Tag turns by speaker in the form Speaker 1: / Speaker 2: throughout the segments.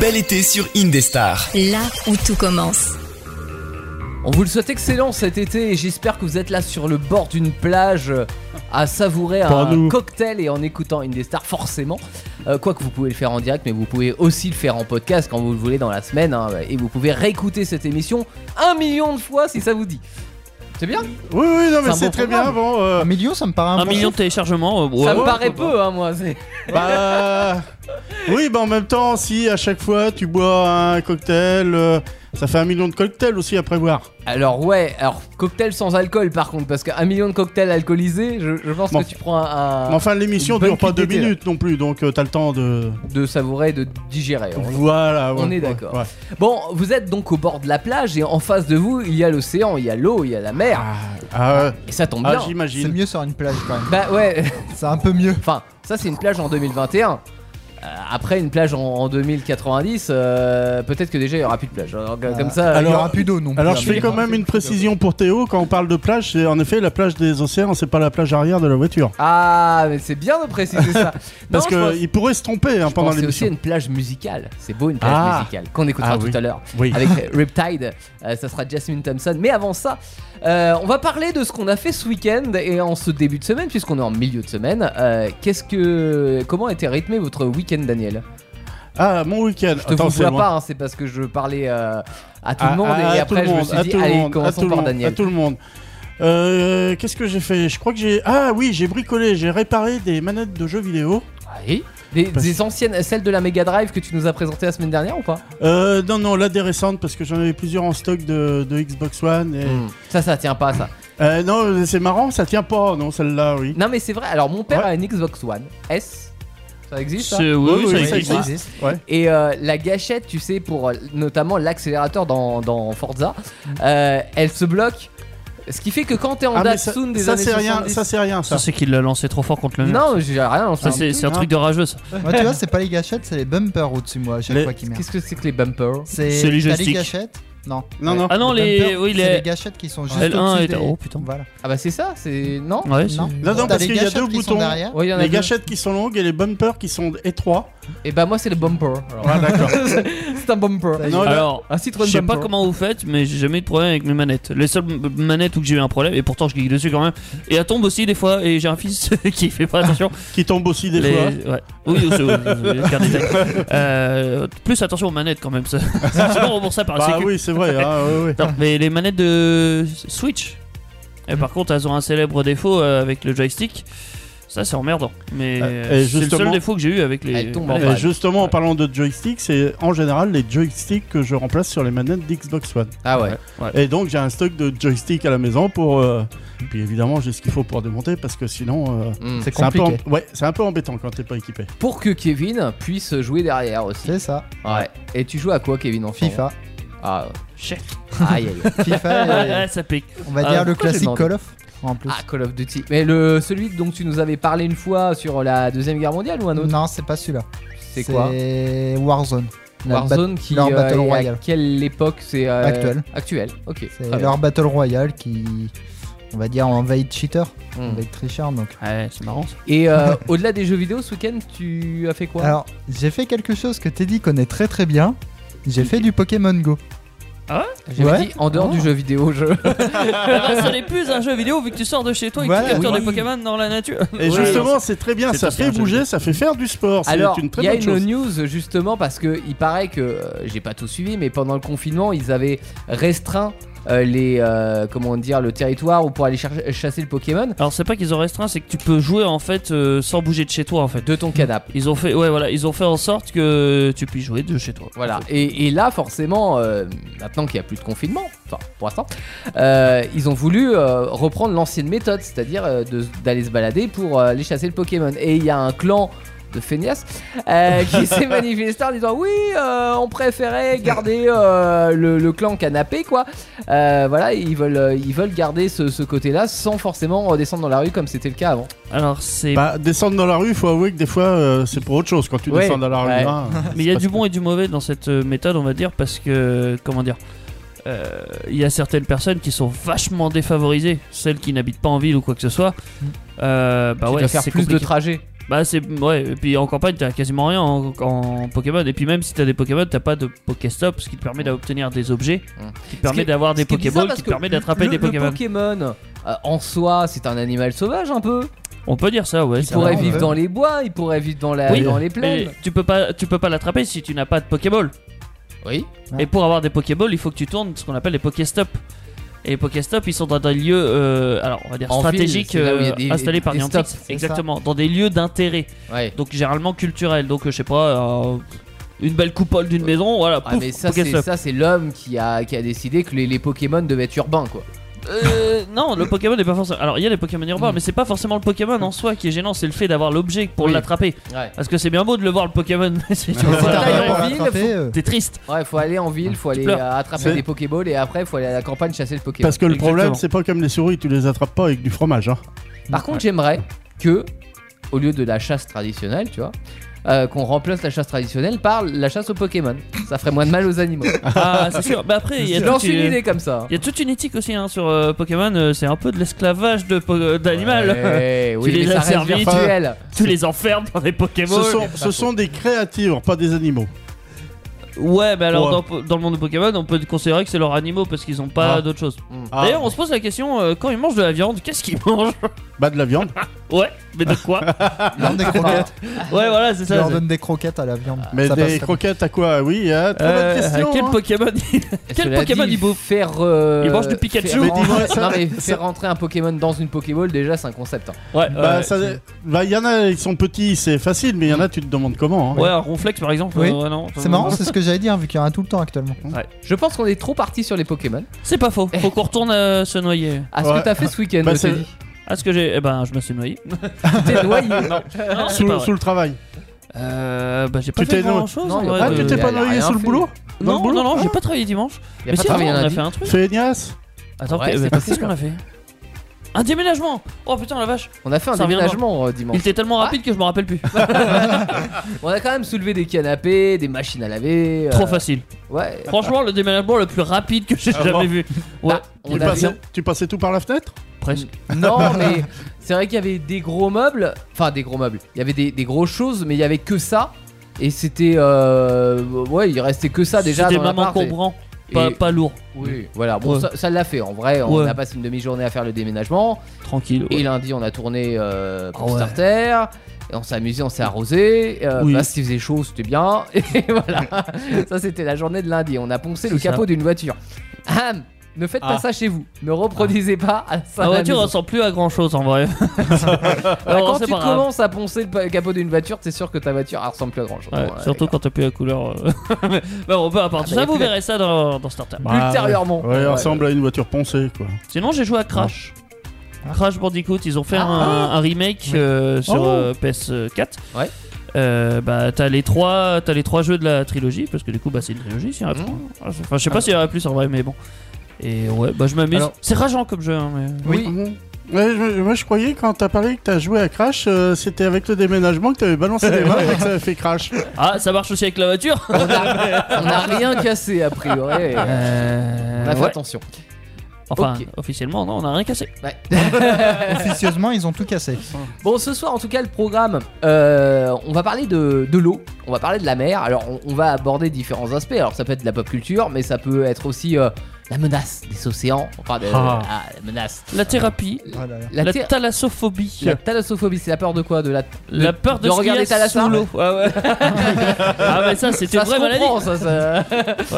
Speaker 1: Bel été sur Indestar.
Speaker 2: Là où tout commence.
Speaker 3: On vous le souhaite excellent cet été et j'espère que vous êtes là sur le bord d'une plage euh, à savourer
Speaker 4: Pas
Speaker 3: un
Speaker 4: nous.
Speaker 3: cocktail et en écoutant Indestar forcément. Euh, Quoique vous pouvez le faire en direct mais vous pouvez aussi le faire en podcast quand vous le voulez dans la semaine hein, et vous pouvez réécouter cette émission un million de fois si ça vous dit. C'est bien
Speaker 4: Oui, oui, non,
Speaker 3: C'est
Speaker 4: mais
Speaker 3: un
Speaker 4: c'est
Speaker 3: bon
Speaker 4: très bien.
Speaker 3: programme.
Speaker 4: Bon, euh,
Speaker 5: Un million, ça me paraît un,
Speaker 6: Un
Speaker 5: bon
Speaker 6: million de téléchargements, euh, ouais,
Speaker 3: Ça me
Speaker 6: ouais,
Speaker 3: paraît
Speaker 6: pourquoi
Speaker 3: peu hein moi. c'est-
Speaker 4: bah, oui, bah en même temps, si à chaque fois tu bois un cocktail, euh, ça fait un million de cocktails aussi à prévoir.
Speaker 3: Alors ouais, alors cocktail sans alcool par contre parce qu'un million de cocktails alcoolisés je, je pense
Speaker 4: Bon.
Speaker 3: que tu prends un, un-
Speaker 4: Mais enfin,
Speaker 3: Ah.
Speaker 4: l'émission
Speaker 3: une bonne
Speaker 4: dure pas deux
Speaker 3: cuite d'été,
Speaker 4: minutes non plus, donc euh, t'as le temps de.
Speaker 3: de savourer et de digérer. On-
Speaker 4: Voilà, ouais,
Speaker 3: on est
Speaker 4: ouais,
Speaker 3: d'accord.
Speaker 4: ouais.
Speaker 3: Bon, vous êtes donc au bord de la plage et en face de vous, il y a l'océan, il y a l'eau, il y a la mer.
Speaker 4: Ah, ah, ouais.
Speaker 3: Et ça tombe
Speaker 4: Ah,
Speaker 3: bien.
Speaker 5: C'est
Speaker 4: j'imagine.
Speaker 5: mieux sur une plage quand même.
Speaker 3: Bah ouais,
Speaker 5: C'est un peu mieux.
Speaker 3: enfin, ça c'est une plage en 2021. Euh, Après une plage en, en 2090, euh, peut-être que déjà il y aura plus de plage. Alors, que- comme ça,
Speaker 5: il y
Speaker 4: alors-
Speaker 5: aura plus d'eau non plus.
Speaker 4: Alors
Speaker 5: hein,
Speaker 4: je
Speaker 3: Ah,
Speaker 4: fais
Speaker 5: mais-
Speaker 4: quand même une précision pour Théo, quand on parle de plage, c'est en effet la plage des océans, c'est pas la plage arrière de la voiture.
Speaker 3: ah mais c'est bien de préciser ça. Non,
Speaker 4: Parce
Speaker 3: je pense-
Speaker 4: que il pourrait se tromper hein,
Speaker 3: je
Speaker 4: pendant
Speaker 3: pense que c'est aussi
Speaker 4: l'émission.
Speaker 3: une plage musicale. C'est beau une plage
Speaker 4: Ah.
Speaker 3: musicale qu'on écoutera
Speaker 4: Ah
Speaker 3: tout
Speaker 4: oui.
Speaker 3: à l'heure.
Speaker 4: Oui.
Speaker 3: avec euh, Riptide. Euh, ça sera Jasmine Thompson. Mais avant ça, euh, on va parler de ce qu'on a fait ce week-end et en ce début de semaine, puisqu'on est en milieu de semaine. Euh, Qu'est-ce que, comment a été rythmé votre week-end, Daniel
Speaker 4: Ah mon week-end.
Speaker 3: Je te
Speaker 4: Attends,
Speaker 3: vous
Speaker 4: c'est
Speaker 3: vois
Speaker 4: moi.
Speaker 3: pas, hein, c'est parce que je parlais euh, à tout
Speaker 4: Ah,
Speaker 3: le monde
Speaker 4: ah,
Speaker 3: et
Speaker 4: à tout le
Speaker 3: après je me
Speaker 4: monde,
Speaker 3: suis
Speaker 4: à
Speaker 3: dit,
Speaker 4: tout le
Speaker 3: allez,
Speaker 4: monde, à tout
Speaker 3: commençons
Speaker 4: le
Speaker 3: par
Speaker 4: monde, À
Speaker 3: Daniel.
Speaker 4: tout le monde. Euh, Qu'est-ce que j'ai fait Je crois que j'ai. Ah oui, j'ai bricolé, j'ai réparé des manettes de jeux vidéo.
Speaker 3: Allez. Des, des anciennes, celles de la Mega Drive que tu nous as présentées la semaine dernière ou pas
Speaker 4: Euh, non, non, là des récentes parce que j'en avais plusieurs en stock de, de Xbox One. Et...
Speaker 3: Hmm. Ça, ça tient pas, ça.
Speaker 4: Euh, non, c'est marrant, ça tient pas, non, celle-là, oui.
Speaker 3: Non, mais c'est vrai. Alors, mon père
Speaker 4: Ouais.
Speaker 3: a une Xbox One S. Ça existe ça
Speaker 6: C'est- oui,
Speaker 4: Oui,
Speaker 6: oui,
Speaker 4: oui,
Speaker 6: ça
Speaker 4: ça
Speaker 6: existe.
Speaker 4: existe. Ouais.
Speaker 3: Et euh, la gâchette, tu sais, pour euh, notamment l'accélérateur dans, dans Forza, euh, elle se bloque. Ce qui fait que quand t'es en
Speaker 4: Ah, mais ça,
Speaker 3: Datsun des
Speaker 4: ça,
Speaker 3: années
Speaker 4: c'est rien,
Speaker 3: 70,
Speaker 4: ça c'est rien, ça.
Speaker 6: Ça, c'est qu'il l'a lancé trop fort contre le mur.
Speaker 3: non, j'ai rien. en
Speaker 6: Ça,
Speaker 3: fait.
Speaker 4: Ah,
Speaker 6: c'est c'est un truc de rageux, ça.
Speaker 5: Moi, Bah, tu vois, c'est pas les gâchettes, c'est les bumpers au-dessus, moi, à chaque
Speaker 4: Les-
Speaker 5: fois qui merde.
Speaker 3: Qu'est-ce que c'est que les bumpers
Speaker 6: C'est les
Speaker 5: t'as
Speaker 6: joysticks.
Speaker 5: gâchettes Non.
Speaker 4: Non, non.
Speaker 6: Ah non,
Speaker 5: Les
Speaker 6: les.
Speaker 5: bumpers,
Speaker 6: Oui,
Speaker 5: c'est les
Speaker 6: les.
Speaker 5: gâchettes qui sont juste
Speaker 6: L1
Speaker 5: au-dessus
Speaker 6: et-
Speaker 5: des-
Speaker 6: oh, putain.
Speaker 5: Voilà.
Speaker 3: Ah bah c'est ça, c'est non
Speaker 6: Ouais, c'est-
Speaker 5: Non.
Speaker 4: Non, non,
Speaker 5: T'as
Speaker 4: parce
Speaker 5: les
Speaker 4: qu'il y a
Speaker 5: gâchettes
Speaker 4: deux
Speaker 5: qui sont
Speaker 4: boutons.
Speaker 5: derrière.
Speaker 3: Ouais, il y en a
Speaker 4: Les
Speaker 3: deux.
Speaker 4: gâchettes qui sont longues et les bumpers qui sont étroits.
Speaker 3: Et bah moi c'est le bumper. alors.
Speaker 4: Ah, d'accord.
Speaker 3: c'est un bumper.
Speaker 4: Non, là-
Speaker 6: Alors,
Speaker 3: Un Citroën
Speaker 6: je sais pas
Speaker 3: bumper.
Speaker 6: comment vous faites, mais j'ai jamais eu de problème avec mes manettes. Les seules m- manettes où que j'ai eu un problème, et pourtant je clique dessus quand même, et elle tombe aussi des fois, et j'ai un fils qui fait pas attention.
Speaker 4: qui tombent aussi des
Speaker 6: Les-
Speaker 4: fois.
Speaker 6: ouais. Oui, aussi, oui, oui, oui, car détail. Euh, plus attention aux manettes quand même, ça. Sinon, on rembourse ça
Speaker 3: Ah,
Speaker 6: par la
Speaker 4: Bah
Speaker 6: sécu.
Speaker 4: oui, c'est vrai. hein, ouais, ouais.
Speaker 6: Non, mais les manettes de Switch,
Speaker 4: Mhm.
Speaker 6: et par contre, elles ont un célèbre défaut euh, avec le joystick. Ça, c'est emmerdant. Mais
Speaker 4: Euh,
Speaker 6: euh,
Speaker 4: et
Speaker 6: c'est le
Speaker 4: justement-
Speaker 6: seul défaut que j'ai eu avec les.
Speaker 3: Elles tombent en
Speaker 6: manettes.
Speaker 3: panne.
Speaker 4: Et justement, en
Speaker 6: Ouais.
Speaker 4: parlant de joystick, c'est en général les joysticks que je remplace sur les manettes d'Xbox One.
Speaker 3: Ah ouais.
Speaker 4: Et donc j'ai un stock de joysticks à la maison pour. euh, Puis évidemment, j'ai ce qu'il faut pour démonter parce que sinon. euh,
Speaker 3: Hmm.
Speaker 5: C'est
Speaker 4: C'est un, peu
Speaker 5: compliqué.
Speaker 4: em- ouais, c'est un peu embêtant quand t'es pas équipé.
Speaker 3: Pour que Kevin puisse jouer derrière aussi.
Speaker 5: C'est ça.
Speaker 3: Ouais. Et tu joues à quoi Kevin en ce moment
Speaker 5: FIFA.
Speaker 3: Ah,
Speaker 6: Chef.
Speaker 3: ouais. aïe, aïe.
Speaker 5: FIFA, et-
Speaker 6: Ah, ça pique.
Speaker 5: on va
Speaker 6: Ah,
Speaker 5: dire le
Speaker 3: pourquoi j'ai
Speaker 5: classique
Speaker 3: demandé
Speaker 5: Call of en plus.
Speaker 3: Ah, Call of Duty. Mais le celui dont tu nous avais parlé une fois sur la deuxième guerre mondiale ou un autre
Speaker 5: Non, c'est pas celui-là.
Speaker 3: C'est quoi
Speaker 5: C'est Warzone. La
Speaker 3: Warzone qui euh,
Speaker 5: leur Battle
Speaker 3: est à
Speaker 5: Royale.
Speaker 3: quelle époque c'est euh,
Speaker 5: Actuel.
Speaker 3: Actuel, ok.
Speaker 5: C'est
Speaker 3: Très bien.
Speaker 5: leur Battle Royale qui, on va dire, envahit cheater,
Speaker 3: Hmm.
Speaker 5: envahit tricheur. Donc.
Speaker 6: Ouais, c'est marrant. ça.
Speaker 3: Et euh, au-delà des jeux vidéo, ce week-end, tu as fait quoi
Speaker 5: Alors, j'ai fait quelque chose que Teddy connaît très très bien. J'ai fait du Pokémon Go.
Speaker 3: J'avais
Speaker 5: ouais.
Speaker 3: dit en dehors du jeu vidéo, je.
Speaker 6: Ah, ce n'est plus un jeu vidéo vu que tu sors de chez toi et que
Speaker 5: Voilà,
Speaker 6: tu captures
Speaker 5: oui.
Speaker 6: des Pokémon dans la nature.
Speaker 4: Et
Speaker 6: Ouais.
Speaker 4: justement, c'est très bien,
Speaker 6: C'est
Speaker 4: ça
Speaker 6: aussi
Speaker 4: fait
Speaker 6: un jeu
Speaker 4: bouger,
Speaker 6: vidéo.
Speaker 4: ça fait faire du sport. C'est
Speaker 3: Alors,
Speaker 4: une
Speaker 3: il
Speaker 4: très
Speaker 3: y a
Speaker 4: bonne
Speaker 3: une
Speaker 4: chose.
Speaker 3: news justement parce que il paraît que euh, j'ai pas tout suivi, mais pendant le confinement, ils avaient restreint euh, les euh, comment dire le territoire où pour aller cher- chasser le Pokémon
Speaker 6: Alors c'est pas qu'ils ont restreint, c'est que tu peux jouer en fait euh, sans bouger de chez toi en fait.
Speaker 3: de ton canapé.
Speaker 6: Ils ont fait, ouais voilà, ils ont fait en sorte que tu puisses jouer de chez toi.
Speaker 3: Voilà. Et, et là, forcément, euh, maintenant qu'il n'y a plus de confinement, enfin pour l'instant, euh, ils ont voulu euh, reprendre l'ancienne méthode, c'est-à-dire euh, de- d'aller se balader pour euh, aller chasser le Pokémon. Et il y a un clan de feignasses euh, qui s'est manifesté en disant oui euh, on préférait garder euh, le, le clan canapé quoi Euh, voilà ils veulent euh, ils veulent garder ce, ce côté là sans forcément redescendre dans la rue comme c'était le cas avant
Speaker 6: Alors c'est,
Speaker 4: Bah, descendre dans la rue, il faut avouer que des fois, euh, c'est pour autre chose quand tu
Speaker 3: Ouais,
Speaker 4: descends dans la rue.
Speaker 3: ouais.
Speaker 4: hein,
Speaker 6: mais il y a
Speaker 4: c'est
Speaker 6: du
Speaker 4: pas-
Speaker 6: bon et du mauvais dans cette euh, méthode, on va dire, parce que comment dire, euh, il y a certaines personnes qui sont vachement défavorisées, celles qui n'habitent pas en ville ou quoi que ce soit. Euh, bah
Speaker 3: Hmm. tu
Speaker 6: ouais,
Speaker 3: dois faire
Speaker 6: c'est
Speaker 3: plus de
Speaker 6: compliqué.
Speaker 3: trajets
Speaker 6: Bah c'est ouais et puis en campagne t'as quasiment rien en, en Pokémon et puis même si t'as des Pokémon t'as pas de Pokéstop ce qui te permet d'obtenir des objets
Speaker 3: Mm.
Speaker 6: qui te permet
Speaker 3: qui-
Speaker 6: d'avoir des
Speaker 3: Ce qui est bizarre
Speaker 6: Pokéballs
Speaker 3: parce
Speaker 6: qui te
Speaker 3: que
Speaker 6: permet d'attraper
Speaker 3: le-
Speaker 6: des Pokémon.
Speaker 3: Le Pokémon, euh, en soi, c'est un animal sauvage un peu.
Speaker 6: On peut dire ça ouais.
Speaker 3: Il
Speaker 6: c'est
Speaker 3: pourrait
Speaker 6: vrai.
Speaker 3: vivre
Speaker 5: ouais.
Speaker 3: dans les bois, il pourrait vivre dans, la,
Speaker 6: Oui,
Speaker 3: dans les
Speaker 6: Mais
Speaker 3: plaines.
Speaker 6: tu peux pas tu peux pas l'attraper si tu n'as pas de Pokéball.
Speaker 3: Oui.
Speaker 5: Ah.
Speaker 6: Et pour avoir des Pokéballs il faut que tu tournes ce qu'on appelle les Pokéstops. Et les Pokéstops ils sont dans des lieux euh, alors on va dire
Speaker 3: En ville,
Speaker 6: stratégiques
Speaker 3: c'est là où il y a
Speaker 6: euh,
Speaker 3: des-
Speaker 6: installés par
Speaker 3: des
Speaker 6: Niantic.
Speaker 3: stops, c'est ça.
Speaker 6: Exactement dans des lieux d'intérêt.
Speaker 3: Ouais.
Speaker 6: donc généralement culturel donc euh, je sais pas euh, une belle coupole d'une maison voilà
Speaker 3: Ah,
Speaker 6: pouf,
Speaker 3: mais ça, c'est
Speaker 6: Pokéstop.
Speaker 3: ça, c'est l'homme qui a, qui a décidé que les, les Pokémon devaient être urbains, quoi.
Speaker 6: Euh, non le Pokémon n'est pas forcément alors il y a les Pokémon urbains
Speaker 3: Mm.
Speaker 6: mais c'est pas forcément le Pokémon en soi qui est gênant c'est le fait d'avoir l'objet pour
Speaker 3: Oui.
Speaker 6: l'attraper
Speaker 3: Ouais.
Speaker 6: parce que c'est bien beau de le voir le Pokémon mais c'est tu vois,
Speaker 5: Si
Speaker 3: voilà,
Speaker 5: t'arrives
Speaker 3: ouais.
Speaker 5: Ah, pas à
Speaker 3: En ville,
Speaker 5: l'attraper, euh,
Speaker 6: t'es triste
Speaker 3: Ouais, faut aller en ville, faut aller
Speaker 6: Ah, pleures.
Speaker 3: euh, attraper
Speaker 4: C'est-
Speaker 3: des Pokéballs et après, faut aller à la campagne chasser le Pokémon.
Speaker 4: Parce que le problème,
Speaker 6: Exactement.
Speaker 4: c'est pas comme les souris, tu les attrapes pas avec du fromage. Hein.
Speaker 3: Par contre, j'aimerais que, au lieu de la chasse traditionnelle, tu vois, euh, qu'on remplace la chasse traditionnelle par la chasse aux Pokémon. Ça ferait moins de mal aux animaux.
Speaker 6: ah c'est sûr mais après il y
Speaker 3: Je
Speaker 6: a
Speaker 3: lance
Speaker 6: toute
Speaker 3: une
Speaker 6: une-
Speaker 3: idée comme ça.
Speaker 6: il y a toute une éthique aussi hein, sur euh, Pokémon euh, c'est un peu de l'esclavage de po- euh, d'animal
Speaker 3: Ouais,
Speaker 6: Tu
Speaker 3: Eh oui,
Speaker 6: les
Speaker 3: mais
Speaker 6: as
Speaker 3: ça reste
Speaker 6: servis, tu-
Speaker 3: virtuel.
Speaker 6: tu les enfermes dans des Pokémon
Speaker 4: Ce sont, ce sont des créatures, pas des animaux.
Speaker 6: ouais mais alors
Speaker 4: Ouais.
Speaker 6: dans, po- dans le monde de Pokémon on peut considérer que c'est leurs animaux parce qu'ils ont pas
Speaker 4: Ah.
Speaker 6: d'autre chose D'ailleurs, on se pose la question euh, quand ils mangent de la viande, qu'est-ce qu'ils mangent
Speaker 4: Bah de la viande.
Speaker 6: Ouais, mais de quoi Ouais,
Speaker 5: tu leur donnes des croquettes.
Speaker 6: voilà, c'est
Speaker 5: Tu
Speaker 6: ça.
Speaker 5: leur donnes des croquettes à la viande.
Speaker 4: Mais
Speaker 5: Ça passe
Speaker 4: des
Speaker 5: très
Speaker 4: croquettes à quoi Oui, hein, très
Speaker 6: Euh,
Speaker 4: bonne question.
Speaker 6: quel
Speaker 4: hein.
Speaker 6: Pokémon Quel
Speaker 3: Cela
Speaker 6: Pokémon
Speaker 3: dit,
Speaker 6: il bouffe
Speaker 3: faire, euh,
Speaker 6: Il mange du Pikachu.
Speaker 3: faire
Speaker 4: Mais
Speaker 3: rentrer-
Speaker 4: dis-moi, ça-
Speaker 3: non, mais
Speaker 4: ça-
Speaker 3: faire rentrer un Pokémon dans une Pokéball, déjà, c'est un concept. hein.
Speaker 6: Ouais,
Speaker 4: Bah,
Speaker 6: ouais.
Speaker 4: ça- bah, il y en a, ils sont petits, c'est facile, mais il y en a, tu te demandes comment. hein.
Speaker 6: Ouais, un ronflex par exemple.
Speaker 5: Oui.
Speaker 6: euh, ouais, non.
Speaker 5: bon. C'est marrant, c'est ce que j'allais dire, vu qu'il y en a tout le temps actuellement.
Speaker 3: Je pense qu'on est trop parti sur les Pokémon.
Speaker 6: C'est pas
Speaker 4: Eh.
Speaker 6: faux. Faut qu'on retourne euh, se noyer.
Speaker 3: À ce
Speaker 4: Ouais.
Speaker 3: que t'as fait ce week-end,
Speaker 4: Bah,
Speaker 3: je te
Speaker 4: c'est-
Speaker 3: dis.
Speaker 6: Ah, ce que j'ai. Eh ben, je me suis noyé.
Speaker 3: Tu t'es noyé.
Speaker 6: Non, c'est
Speaker 4: Sous,
Speaker 6: pas vrai.
Speaker 4: sous le travail.
Speaker 6: Euh, bah, j'ai pas
Speaker 4: Tu
Speaker 6: fait
Speaker 4: t'es
Speaker 6: grand chose.
Speaker 3: non,
Speaker 6: en
Speaker 3: y a
Speaker 6: vrai,
Speaker 4: ah,
Speaker 6: de-
Speaker 4: tu t'es
Speaker 3: y a-
Speaker 4: pas
Speaker 3: y a rien
Speaker 4: noyé sous le
Speaker 3: fait.
Speaker 4: boulot Dans le
Speaker 6: Non,
Speaker 4: boulot
Speaker 6: non, non, j'ai pas travaillé dimanche.
Speaker 3: Y a
Speaker 6: mais
Speaker 3: pas
Speaker 6: si,
Speaker 3: travaillé
Speaker 6: attends, on a
Speaker 3: lundi.
Speaker 6: fait un truc.
Speaker 4: Feignasse
Speaker 6: Attends,
Speaker 3: Ouais,
Speaker 6: que-
Speaker 3: c'est
Speaker 6: bah, qu'est-ce
Speaker 3: possible.
Speaker 6: qu'on a fait Un déménagement Oh putain, la vache
Speaker 3: On a fait un
Speaker 6: Ça revient
Speaker 3: déménagement euh,
Speaker 6: Il
Speaker 3: dimanche.
Speaker 6: était tellement rapide que je me rappelle plus.
Speaker 3: On a quand même soulevé des canapés, des machines à laver. euh,
Speaker 6: Trop facile.
Speaker 3: Ouais.
Speaker 6: Franchement, le déménagement le plus rapide que j'ai
Speaker 4: Ah,
Speaker 6: jamais
Speaker 4: bon
Speaker 6: vu. Ouais,
Speaker 3: Bah, on
Speaker 4: tu,
Speaker 3: a
Speaker 4: passais, tu passais tout par la fenêtre
Speaker 6: presque.
Speaker 3: Non, mais c'est vrai qu'il y avait des gros meubles. Enfin, des gros meubles. Il y avait des, des grosses choses, mais il y avait que ça. Et c'était. euh, Ouais, il restait que ça déjà.
Speaker 6: C'était
Speaker 3: dans
Speaker 6: même
Speaker 3: l'appart, et-
Speaker 6: encombrant, pas,
Speaker 3: et-
Speaker 6: pas lourd.
Speaker 3: Oui, voilà. Bon,
Speaker 6: Ouais.
Speaker 3: ça- ça l'a fait. En vrai, on
Speaker 6: Ouais.
Speaker 3: a passé une demi-journée à faire le déménagement.
Speaker 6: Tranquille.
Speaker 3: Et lundi, on a tourné euh, pour
Speaker 6: Ah ouais.
Speaker 3: Starter. Et on s'est amusé, on s'est arrosé. Euh,
Speaker 6: Oui.
Speaker 3: Parce qu'il faisait chaud, c'était bien. Et voilà. ça, c'était la journée de lundi. On a poncé le
Speaker 6: C'est ça.
Speaker 3: capot d'une voiture. Ah, ne faites pas
Speaker 6: Ah.
Speaker 3: ça chez vous. Ne reproduisez pas à ça.
Speaker 6: La
Speaker 3: à la
Speaker 6: voiture
Speaker 3: maison.
Speaker 6: ressemble plus à grand chose en vrai.
Speaker 3: Bah,
Speaker 6: Alors,
Speaker 3: quand
Speaker 6: c'est
Speaker 3: tu
Speaker 6: pas grave.
Speaker 3: commences à poncer le pa- capot d'une voiture, c'est sûr que ta voiture elle ressemble plus à grand chose.
Speaker 6: Ouais, surtout quand t'as plus la couleur. euh. Mais bon, peu importe.
Speaker 3: Ah, bah, y
Speaker 6: ça,
Speaker 3: a
Speaker 6: vous
Speaker 3: plus la-
Speaker 6: verrez ça dans, dans Startup.
Speaker 4: Bah, ouais.
Speaker 3: Ultérieurement.
Speaker 4: Ouais,
Speaker 3: Ouais.
Speaker 4: ressemble à une voiture poncée, quoi.
Speaker 6: Sinon, j'ai joué à Crash. Ah. Crash Bandicoot, ils ont
Speaker 3: Ah.
Speaker 6: fait un, un remake euh, sur
Speaker 4: Oh.
Speaker 6: euh, PS4.
Speaker 3: Ouais.
Speaker 6: Euh, bah, t'as les trois, t'as les trois jeux de la trilogie parce que du coup, bah, c'est une trilogie. s'il y en a
Speaker 3: Mhm.
Speaker 6: trois. Ah, je- Enfin, je sais pas s'il y en a plus en vrai, mais bon. Et ouais, bah, je m'amuse.
Speaker 3: Alors-
Speaker 6: C'est rageant comme jeu, hein, mais.
Speaker 3: Oui.
Speaker 4: Ah Ouais, je- moi je croyais quand t'as parlé que t'as joué à Crash, euh, c'était avec le déménagement que t'avais balancé les mains et que ça avait fait Crash.
Speaker 6: Ah, ça marche aussi avec la voiture.
Speaker 3: Euh, On n'a rien cassé a priori.
Speaker 6: Euh,
Speaker 3: On a fait
Speaker 6: ouais.
Speaker 3: attention.
Speaker 6: Enfin,
Speaker 3: Ok.
Speaker 6: officiellement, non, on a rien cassé.
Speaker 3: Ouais.
Speaker 5: Officieusement, ils ont tout cassé.
Speaker 3: Bon, ce soir, en tout cas, le programme, euh, on va parler de, de l'eau, on va parler de la mer. Alors, on, on va aborder différents aspects. Alors, ça peut être de la pop culture, mais ça peut être aussi euh, la menace des océans. Enfin, de-
Speaker 6: Ah.
Speaker 3: ah, la menace.
Speaker 6: La thérapie,
Speaker 5: Ah là là.
Speaker 3: La,
Speaker 6: la,
Speaker 3: thé-
Speaker 6: thalassophobie,
Speaker 3: la thalassophobie, c'est la peur de quoi de la...
Speaker 6: la peur de,
Speaker 3: de
Speaker 6: ce qu'il y a
Speaker 3: regarder Thalassa.
Speaker 6: sous l'eau. Ouais, ouais. ah, mais ça, c'était
Speaker 3: Ça se
Speaker 6: une vraie maladie.
Speaker 3: comprend, ça, ça.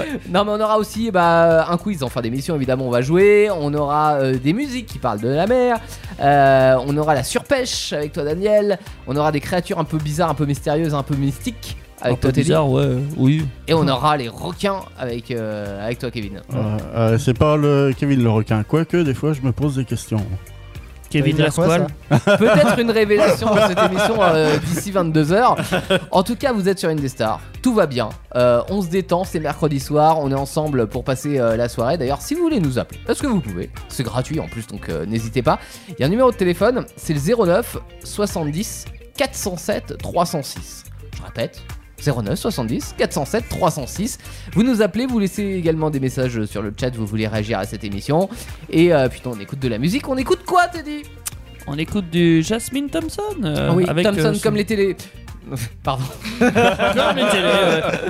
Speaker 3: Non, mais on aura aussi bah, un quiz en fin d'émission, évidemment, on va jouer. On aura euh, des musiques qui parlent de la mer. Euh, on aura la surpêche avec toi, Daniel. On aura des créatures un peu bizarres, un peu mystérieuses, un peu mystiques avec
Speaker 6: Un peu
Speaker 3: toi, Teddy.
Speaker 6: bizarre, ouais, euh, oui.
Speaker 3: Et on aura les requins avec, euh, avec toi, Kevin.
Speaker 4: Euh, euh, c'est pas le Kevin le requin, quoique des fois je me pose des questions.
Speaker 5: Ça veut
Speaker 6: Kevin
Speaker 5: dire quoi,
Speaker 6: Lasquale.
Speaker 5: ça
Speaker 3: Peut-être une révélation dans cette émission euh, d'ici 22h. En tout cas, vous êtes sur Indestar. Tout va bien. Euh, on se détend, c'est mercredi soir. On est ensemble pour passer euh, la soirée. D'ailleurs, si vous voulez nous appeler, est-ce que vous pouvez C'est gratuit en plus, donc euh, n'hésitez pas. Il y a un numéro de téléphone, c'est le 09 70 407 306. Je répète. 09 70 407 306. Vous nous appelez, vous laissez également des messages sur le chat, vous voulez réagir à cette émission. Et euh, putain, on écoute de la musique, on écoute quoi, Teddy
Speaker 6: on écoute du Jasmine Thompson. euh,
Speaker 3: Ah oui,
Speaker 6: avec,
Speaker 3: Thompson
Speaker 6: euh, son-
Speaker 3: comme les télés. Pardon.
Speaker 6: Comme les télés,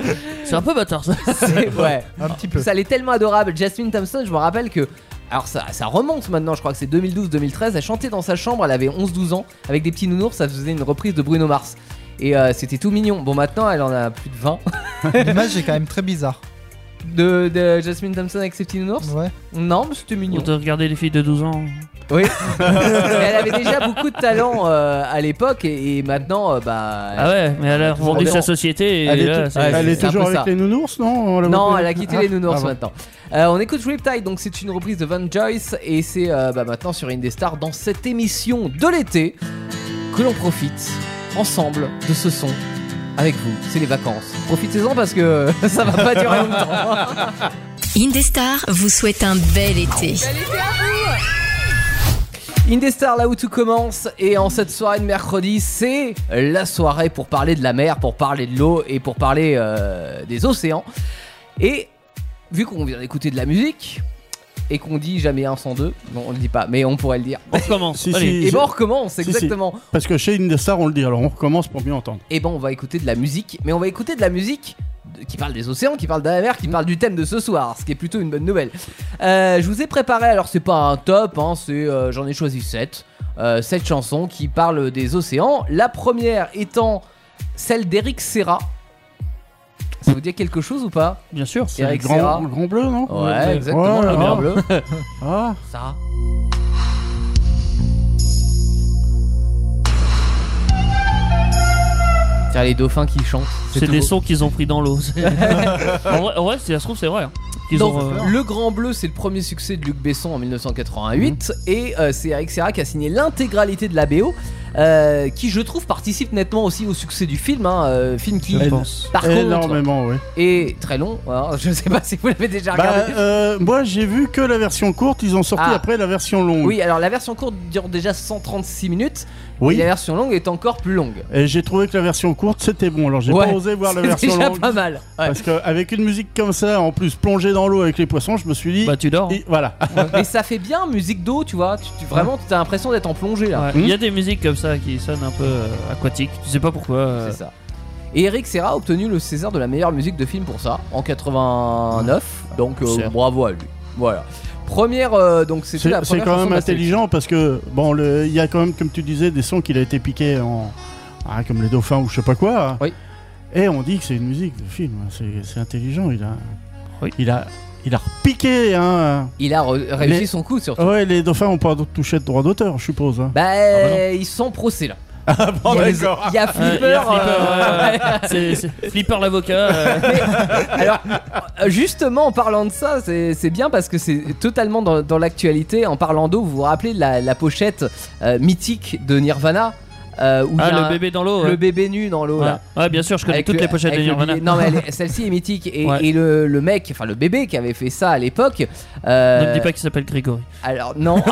Speaker 6: ouais. C'est un peu bâtard ça.
Speaker 3: C'est- ouais.
Speaker 5: Un petit peu.
Speaker 3: Ça elle est tellement adorable. Jasmine Thompson, je me rappelle que. Alors ça, ça remonte maintenant, je crois que c'est 2012-2013. Elle chantait dans sa chambre, elle avait 11-12 ans, avec des petits nounours, ça faisait une reprise de Bruno Mars. Et euh, c'était tout mignon. Bon, maintenant elle en a plus de 20.
Speaker 5: L'image est quand même très bizarre.
Speaker 3: De, de Jasmine Thompson avec ses petits nounours
Speaker 5: Ouais.
Speaker 3: Non, mais c'était
Speaker 6: On
Speaker 3: mignon.
Speaker 6: te regarder les filles de 12 ans.
Speaker 3: Oui. elle avait déjà beaucoup de talent euh, à l'époque et, et maintenant, euh, bah.
Speaker 6: Ah ouais, mais elle a revendu
Speaker 3: Bon,
Speaker 6: sa société et euh,
Speaker 4: Elle est,
Speaker 6: là,
Speaker 4: tou-
Speaker 6: ça-
Speaker 3: ouais,
Speaker 4: elle est
Speaker 3: c'est un
Speaker 4: toujours
Speaker 3: peu
Speaker 4: avec
Speaker 3: ça.
Speaker 4: les nounours, non On la voit
Speaker 3: Non,
Speaker 4: pas.
Speaker 3: elle a quitté
Speaker 4: Ah,
Speaker 3: les nounours
Speaker 4: ah bon.
Speaker 3: maintenant. Euh, on écoute Riptide, donc c'est une reprise de Van Joyce et c'est euh, bah, maintenant sur Indestar dans cette émission de l'été que l'on profite ensemble de ce son avec vous. C'est les vacances. Profitez-en parce que ça va pas durer longtemps.
Speaker 2: Indestar vous souhaite un bel été.
Speaker 3: Indestar, là où tout commence, et en cette soirée de mercredi, c'est la soirée pour parler de la mer, pour parler de l'eau et pour parler euh, des océans. Et vu qu'on vient d'écouter de la musique et qu'on dit jamais un sans deux, non, on le dit pas, mais on pourrait le dire.
Speaker 6: on recommence.
Speaker 4: Si,
Speaker 6: Allez.
Speaker 4: si.
Speaker 3: Et ben on recommence,
Speaker 4: si.
Speaker 3: exactement.
Speaker 4: Parce que chez Indestar, on le dit, alors on recommence pour mieux entendre.
Speaker 3: Et ben on va écouter de la musique, mais on va écouter de la musique de- qui parle des océans, qui parle de la mer, qui parle du thème de ce soir, ce qui est plutôt une bonne nouvelle. Euh, je vous ai préparé, alors c'est pas un top, hein, c'est euh, j'en ai choisi 7, euh, 7 chansons qui parlent des océans. La première étant celle d'Eric Serra. Ça vous dit quelque chose ou pas
Speaker 6: Bien sûr.
Speaker 4: C'est le
Speaker 3: Eric Serra.
Speaker 4: grand, le grand bleu, non
Speaker 3: Ouais, exactement,
Speaker 4: Ouais,
Speaker 3: le
Speaker 4: ouais.
Speaker 3: Grand bleu.
Speaker 4: Ah,
Speaker 3: Sarah. Tiens, les dauphins qui chantent.
Speaker 6: C'est
Speaker 3: tout
Speaker 6: des
Speaker 3: beau.
Speaker 6: sons qu'ils ont pris dans l'eau. C'est- en, vrai, en vrai, si ça se trouve, c'est vrai. hein. Qu'ils
Speaker 3: Donc,
Speaker 6: ont, euh,
Speaker 3: Le Grand Bleu, c'est le premier succès de Luc Besson en
Speaker 6: Mhm.
Speaker 3: 1988. Et euh, c'est Eric Serra qui a signé l'intégralité de la BO, euh, qui, je trouve, participe nettement aussi au succès du film. hein, euh, film qui,
Speaker 6: je
Speaker 4: elle-
Speaker 6: pense.
Speaker 3: par contre,
Speaker 4: énormément, oui.
Speaker 3: est très long. Alors, je sais pas si vous l'avez déjà
Speaker 4: Bah,
Speaker 3: regardé.
Speaker 4: euh, moi, j'ai vu que la version courte, ils ont sorti
Speaker 3: Ah.
Speaker 4: après la version longue.
Speaker 3: Oui, alors la version courte dure déjà 136 minutes, et
Speaker 4: Oui.
Speaker 3: la version longue est encore plus longue.
Speaker 4: Et j'ai trouvé que la version courte, c'était bon. Alors, j'ai
Speaker 3: Ouais.
Speaker 4: pas osé voir la
Speaker 3: C'est
Speaker 4: version
Speaker 3: déjà
Speaker 4: longue.
Speaker 3: pas mal. Ouais.
Speaker 4: Parce qu'avec une musique comme ça, en plus plongée dans l'eau avec les poissons, je me suis dit.
Speaker 6: Bah, tu dors.
Speaker 4: et- voilà.
Speaker 3: Mais ça fait bien musique d'eau, tu vois. Tu, tu- vraiment, tu as l'impression d'être en plongée là.
Speaker 6: Ouais. Il y a des musiques comme ça qui sonnent un peu euh, aquatiques. Tu sais pas pourquoi. euh,
Speaker 3: C'est ça. Et Eric Serra a obtenu le César de la meilleure musique de film pour ça en 89. Donc euh,
Speaker 6: Certes.
Speaker 3: bravo à lui. Voilà. Première, euh, donc c'était
Speaker 4: C'est
Speaker 3: la
Speaker 4: c'est
Speaker 3: première
Speaker 4: quand
Speaker 3: chanson
Speaker 4: même
Speaker 3: de la sélection.
Speaker 4: intelligent parce que, bon, le- il y a quand même, comme tu disais, des sons qu'il a été piqué en. ah, comme les dauphins ou je sais pas quoi.
Speaker 3: Oui.
Speaker 4: Et on dit que c'est une musique de film. hein. C'est c'est intelligent. Il a.
Speaker 6: Oui.
Speaker 4: Il a. Il a repiqué, hein.
Speaker 3: Il a re- réussi
Speaker 4: Les-
Speaker 3: son coup
Speaker 6: Oh.
Speaker 3: surtout.
Speaker 4: Ouais, les dauphins ont pas touché de droit d'auteur, je suppose. hein.
Speaker 3: Bah,
Speaker 6: bah non.
Speaker 3: ils sont procès là.
Speaker 4: bon,
Speaker 6: Ah,
Speaker 3: il, y a
Speaker 4: d'accord.
Speaker 3: il y a
Speaker 6: euh, il y a
Speaker 3: Flipper. euh,
Speaker 6: Flipper, ouais, ouais. C'est- c'est- Flipper l'avocat. euh,
Speaker 3: Alors, euh, justement, en parlant de ça, c'est c'est bien parce que c'est totalement dans, dans l'actualité. En parlant d'eau, vous vous rappelez de la, la pochette euh, mythique de Nirvana euh, où il y
Speaker 6: ah,
Speaker 3: a
Speaker 6: le
Speaker 3: un-
Speaker 6: bébé dans l'eau.
Speaker 3: le
Speaker 6: ouais.
Speaker 3: bébé nu dans l'eau
Speaker 6: Ouais.
Speaker 3: là.
Speaker 6: Ouais, bien sûr, je connais
Speaker 3: Avec
Speaker 6: toutes
Speaker 3: le-
Speaker 6: les pochettes de
Speaker 3: avec le
Speaker 6: Nirvana.
Speaker 3: billet- Non, mais elle est- celle-ci est mythique. Et,
Speaker 6: Ouais.
Speaker 3: et le, le mec, enfin le bébé qui avait fait ça à l'époque. euh,
Speaker 6: Ne me dis pas qu'il s'appelle Grégory.
Speaker 3: Alors, non.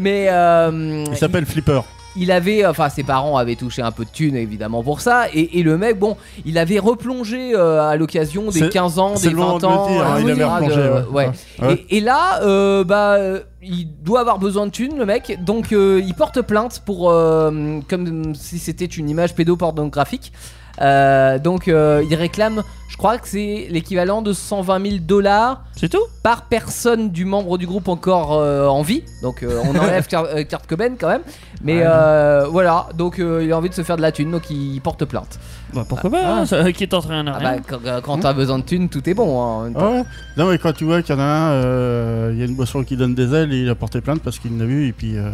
Speaker 3: mais euh,
Speaker 4: Il s'appelle Flipper.
Speaker 3: il avait. Enfin, ses parents avaient touché un peu de thunes évidemment pour ça. Et, et le mec, bon, il avait replongé euh, à l'occasion des
Speaker 4: C'est-
Speaker 3: 15 ans,
Speaker 4: c'est
Speaker 3: des
Speaker 4: le
Speaker 3: 20
Speaker 4: moment de le
Speaker 3: ans.
Speaker 4: dire, hein,
Speaker 3: euh,
Speaker 4: il avait
Speaker 3: etc.,
Speaker 4: replongé,
Speaker 3: de-
Speaker 4: ouais. Ouais.
Speaker 3: Et, et là, euh, bah. euh, Il doit avoir besoin de thunes, le mec, donc euh, il porte plainte pour. euh, comme si c'était une image pédopornographique. Euh, donc euh, il réclame, je crois que c'est l'équivalent de 120 000 dollars
Speaker 6: C'est tout
Speaker 3: par personne du membre du groupe encore euh, en vie. Donc euh, on enlève Car- euh, Kurt Cobain quand même. Mais euh, voilà, donc euh, il a envie de se faire de la thune, donc il porte plainte.
Speaker 6: Bah, pourquoi pas hein, ça- Qui est en train de
Speaker 3: Ah bah, quand, quand t'as besoin de thune, tout est bon. hein, en même temps.
Speaker 4: Ah ouais Non, mais quand tu vois qu'il y en a un, euh, il y a une boisson qui donne des ailes et il a porté plainte parce qu'il l'a vu et puis. Euh,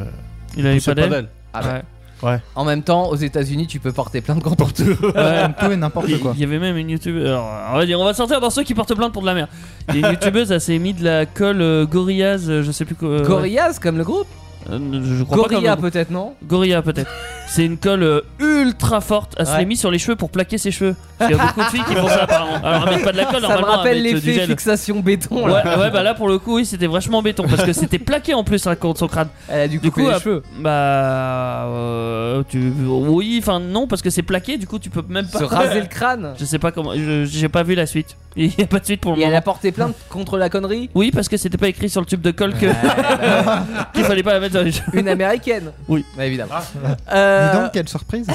Speaker 6: Il avait
Speaker 4: c'est
Speaker 6: pas d'aile.
Speaker 3: Ah bah.
Speaker 6: Ouais.
Speaker 3: En même temps, aux États-Unis, tu peux porter plainte quand on te.
Speaker 6: Ouais.
Speaker 5: Un peu n'importe quoi.
Speaker 6: Il y avait même une youtubeuse. alors, On va dire, on va sortir dans ceux qui portent plainte pour de la merde. Il y a une youtubeuse, elle s'est mis de la colle euh, Gorillaz, euh, je sais plus quoi. euh,
Speaker 3: Gorillaz comme le groupe
Speaker 6: euh, je crois
Speaker 3: Gorilla
Speaker 6: pas comme
Speaker 3: peut-être, non
Speaker 6: le- Gorilla peut-être. C'est une colle euh, ultra forte. Elle se
Speaker 3: Ouais.
Speaker 6: l'est mis sur les cheveux pour plaquer ses cheveux. Il y a beaucoup de filles qui font ça apparemment. Alors, avec pas de la colle,
Speaker 3: Ça me
Speaker 6: normalement. elle
Speaker 3: rappelle
Speaker 6: met, euh, du
Speaker 3: l'effet
Speaker 6: gel.
Speaker 3: fixation béton
Speaker 6: Ouais,
Speaker 3: là.
Speaker 6: ouais, bah là pour le coup, oui, c'était vachement béton parce que c'était plaqué en plus hein, contre son crâne.
Speaker 3: Elle a dû
Speaker 6: Du
Speaker 3: couper
Speaker 6: coup, euh,
Speaker 3: les
Speaker 6: à-
Speaker 3: cheveux.
Speaker 6: Bah. euh, tu... Oui, enfin non, parce que c'est plaqué, du coup tu peux même pas.
Speaker 3: Se raser le crâne.
Speaker 6: Je sais pas comment. je- J'ai pas vu la suite. Il n'y a pas de suite pour le
Speaker 3: Et elle
Speaker 6: moment.
Speaker 3: a porté plainte contre la connerie
Speaker 6: Oui, parce que c'était pas écrit sur le tube de colle que- qu'il fallait pas la mettre dans les jeux.
Speaker 3: Une américaine
Speaker 6: Oui. Ah.
Speaker 3: Bah, évidemment.
Speaker 5: Dis
Speaker 3: Euh,
Speaker 5: donc, quelle surprise.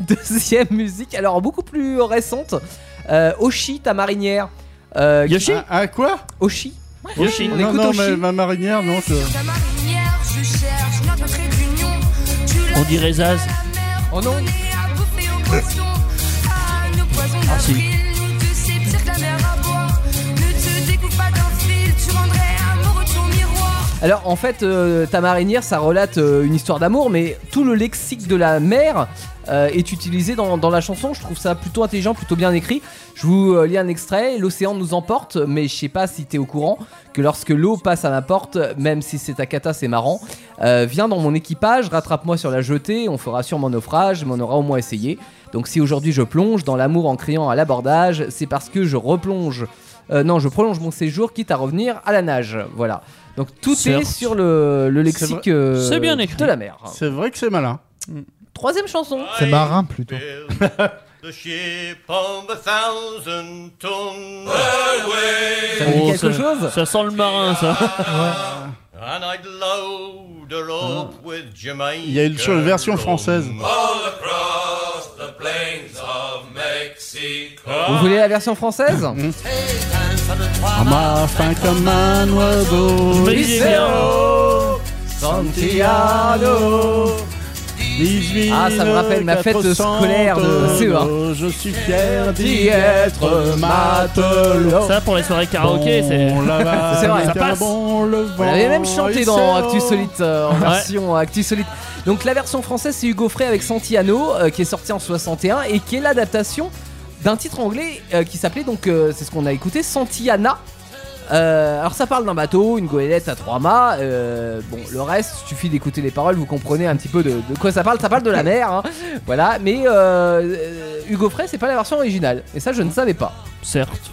Speaker 3: deuxième musique, alors beaucoup plus récente euh, Oshi, ta marinière. Euh, qui-
Speaker 6: Yoshi
Speaker 4: Ah, ah, quoi Oh,
Speaker 3: Oshi
Speaker 6: Yoshi.
Speaker 3: On
Speaker 4: Non,
Speaker 3: écoute
Speaker 4: non,
Speaker 3: Oshi.
Speaker 4: mais ma marinière, non. je-
Speaker 7: Ta marinière, je cherche notre trait d'union. Tu l'as
Speaker 6: On dirait Zaz.
Speaker 3: Oh non
Speaker 7: donné à bouffer aux poissons. À nos poissons d'avril, nous deux, ces pires que la mer à boire. Ne te découpe pas d'un fil, tu rendrais amoureux ton miroir.
Speaker 3: Alors en fait, euh, ta marinière, ça relate euh, une histoire d'amour, mais tout le lexique de la mer euh, est utilisé dans, dans la chanson. Je trouve ça plutôt intelligent, plutôt bien écrit. Je vous euh, lis un extrait. L'océan nous emporte, mais je sais pas si t'es au courant que lorsque l'eau passe à ma porte, même si c'est ta cata, c'est marrant. euh, viens dans mon équipage, rattrape-moi sur la jetée, on fera sûrement naufrage, mais on aura au moins essayé. Donc si aujourd'hui je plonge dans l'amour en criant à l'abordage, c'est parce que je replonge. euh, non, je prolonge mon séjour quitte à revenir à la nage. Voilà. Donc tout
Speaker 6: Surf.
Speaker 3: est sur le, le
Speaker 4: C'est
Speaker 3: lexique euh,
Speaker 6: C'est bien écrit.
Speaker 3: de la mer.
Speaker 4: C'est vrai que c'est malin.
Speaker 3: Troisième chanson.
Speaker 5: C'est marin plutôt.
Speaker 8: the ship of a thousand tons.
Speaker 3: Ça vous dit
Speaker 6: Oh,
Speaker 3: quelque
Speaker 6: ça-
Speaker 3: chose
Speaker 6: Ça sent le marin, ça.
Speaker 8: And I'd load her up with Jamaica.
Speaker 4: Ah. Il y a une sur- version française.
Speaker 3: Vous voulez la version française
Speaker 4: Ah, ma fin comme un oiseau.
Speaker 6: Mais il est bien.
Speaker 4: Santiago. 18
Speaker 3: Ah, ça me rappelle ma fête
Speaker 4: 400
Speaker 3: scolaire de E CE1.
Speaker 4: tonneaux, Je suis fier d'y être
Speaker 3: Oh.
Speaker 4: matelot.
Speaker 6: Ça pour les soirées karaoké, c'est.
Speaker 4: Bon, là-bas,
Speaker 3: Ah, C'est vrai,
Speaker 4: il
Speaker 3: ça
Speaker 4: fait
Speaker 6: passe.
Speaker 4: bon le vent.
Speaker 3: On avait même chanté
Speaker 4: et
Speaker 3: dans
Speaker 4: c'est
Speaker 3: Actu
Speaker 4: haut.
Speaker 3: Solite, euh, en
Speaker 6: Oh, Ouais.
Speaker 3: version Actu Solite. Donc la version française, c'est Hugo Frey avec Santiano, euh, qui est sorti en 61 et qui est l'adaptation d'un titre anglais euh, qui s'appelait donc, euh, c'est ce qu'on a écouté, Santiana. Euh, alors ça parle d'un bateau, une goélette à trois mâts. euh, bon, le reste, suffit d'écouter les paroles, vous comprenez un petit peu de, de quoi ça parle. Ça parle de la mer, hein. voilà. Mais euh, euh, Hugo Frey, c'est pas la version originale. Et ça, je ne savais pas.
Speaker 6: Certes.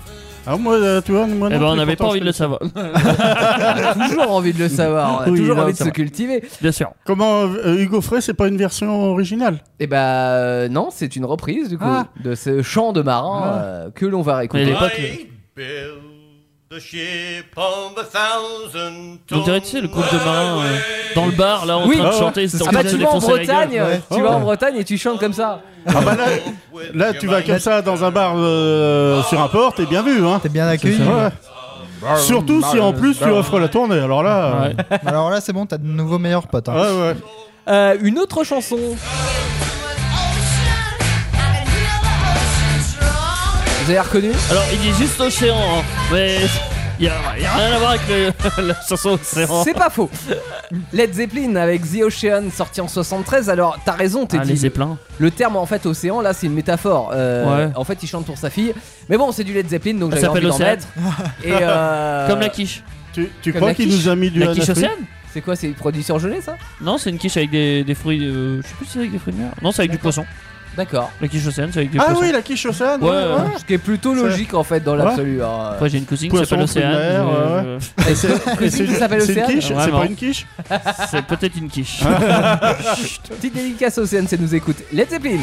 Speaker 4: Ah, moi, euh, tu vois, moi
Speaker 6: Eh
Speaker 4: non
Speaker 6: ben, on
Speaker 4: plus,
Speaker 6: n'avait pas
Speaker 4: pourtant,
Speaker 6: envie
Speaker 4: je
Speaker 6: de le savoir.
Speaker 3: toujours envie de le savoir,
Speaker 6: Oui,
Speaker 3: toujours
Speaker 6: non,
Speaker 3: envie de
Speaker 6: c'est
Speaker 3: se
Speaker 6: vrai.
Speaker 3: cultiver.
Speaker 6: Bien sûr.
Speaker 4: Comment euh, Hugo Frey, c'est pas une version originale
Speaker 3: Et bah euh, non, c'est une reprise du coup
Speaker 4: Ah.
Speaker 3: de ce chant de marin euh, que l'on va
Speaker 6: Mais
Speaker 3: réécouter.
Speaker 6: les-
Speaker 8: I build the ship of a thousand
Speaker 6: On dirait, tu sais, le groupe de marins euh, dans le bar, là, en
Speaker 3: Oui.
Speaker 6: train de
Speaker 4: Ah ouais.
Speaker 6: chanter. ils étaient en
Speaker 3: Ah
Speaker 6: train
Speaker 3: bah
Speaker 6: de
Speaker 3: tu
Speaker 6: se
Speaker 3: vas en
Speaker 6: défoncer la gueule. Oh.
Speaker 3: Bretagne,
Speaker 5: ouais.
Speaker 3: tu vas en Bretagne et tu chantes comme ça.
Speaker 4: Ah, bah là,
Speaker 8: with
Speaker 4: là, tu vas
Speaker 8: Jamaica.
Speaker 4: comme ça dans un bar euh, sur un port, t'es bien vu, hein.
Speaker 5: T'es bien accueilli.
Speaker 4: Ouais. Surtout si en plus tu offres la tournée, alors là. euh,
Speaker 6: Ouais.
Speaker 5: Alors là, c'est bon, t'as de nouveaux meilleurs potes. hein.
Speaker 4: Ouais, ouais.
Speaker 3: Euh, une autre chanson, vous avez reconnu
Speaker 6: Alors, il dit juste océan, hein, mais il y a, y a rien à voir avec le, la chanson océan.
Speaker 3: C'est pas faux. Led Zeppelin avec The Ocean sorti en 73. Alors t'as raison, t'es
Speaker 6: Ah, les plein.
Speaker 3: Le terme en fait océan là c'est une métaphore. Euh,
Speaker 6: Ouais.
Speaker 3: En fait il chante pour sa fille. Mais bon c'est du Led Zeppelin donc
Speaker 6: Ça
Speaker 3: j'avais envie
Speaker 6: s'appelle
Speaker 3: d'en
Speaker 6: Océane.
Speaker 3: mettre. Et euh,
Speaker 6: Comme la quiche.
Speaker 4: Tu, tu
Speaker 3: Comme
Speaker 4: crois
Speaker 3: la
Speaker 4: qu'il
Speaker 3: quiche.
Speaker 4: nous a mis du
Speaker 6: la quiche
Speaker 4: Hanafri
Speaker 6: océane
Speaker 3: C'est quoi c'est produit surgelé ça
Speaker 6: Non, c'est une quiche avec des, des fruits. euh, je sais plus si c'est avec des fruits de mer. Non, c'est avec du poisson.
Speaker 3: D'accord.
Speaker 6: La quiche océane, c'est avec du
Speaker 4: Ah
Speaker 6: poisson.
Speaker 4: oui, la quiche océane.
Speaker 6: Ouais,
Speaker 4: ouais,
Speaker 6: ouais.
Speaker 4: ouais.
Speaker 3: Ce qui est plutôt logique en fait dans l'absolu. hein.
Speaker 6: Après, j'ai une cousine qui
Speaker 4: Poisson,
Speaker 6: s'appelle
Speaker 4: fruits de
Speaker 6: Océane.
Speaker 4: mer,
Speaker 6: euh, euh,
Speaker 4: Et c'est- et
Speaker 3: Cousine
Speaker 4: c'est
Speaker 3: qui s'appelle
Speaker 4: c'est une
Speaker 3: Océane.
Speaker 4: quiche, c'est
Speaker 6: Vraiment.
Speaker 4: pas une quiche.
Speaker 6: c'est peut-être une quiche.
Speaker 4: Ah,
Speaker 3: Petite dédicace au CNC nous écoute. Led Zeppelin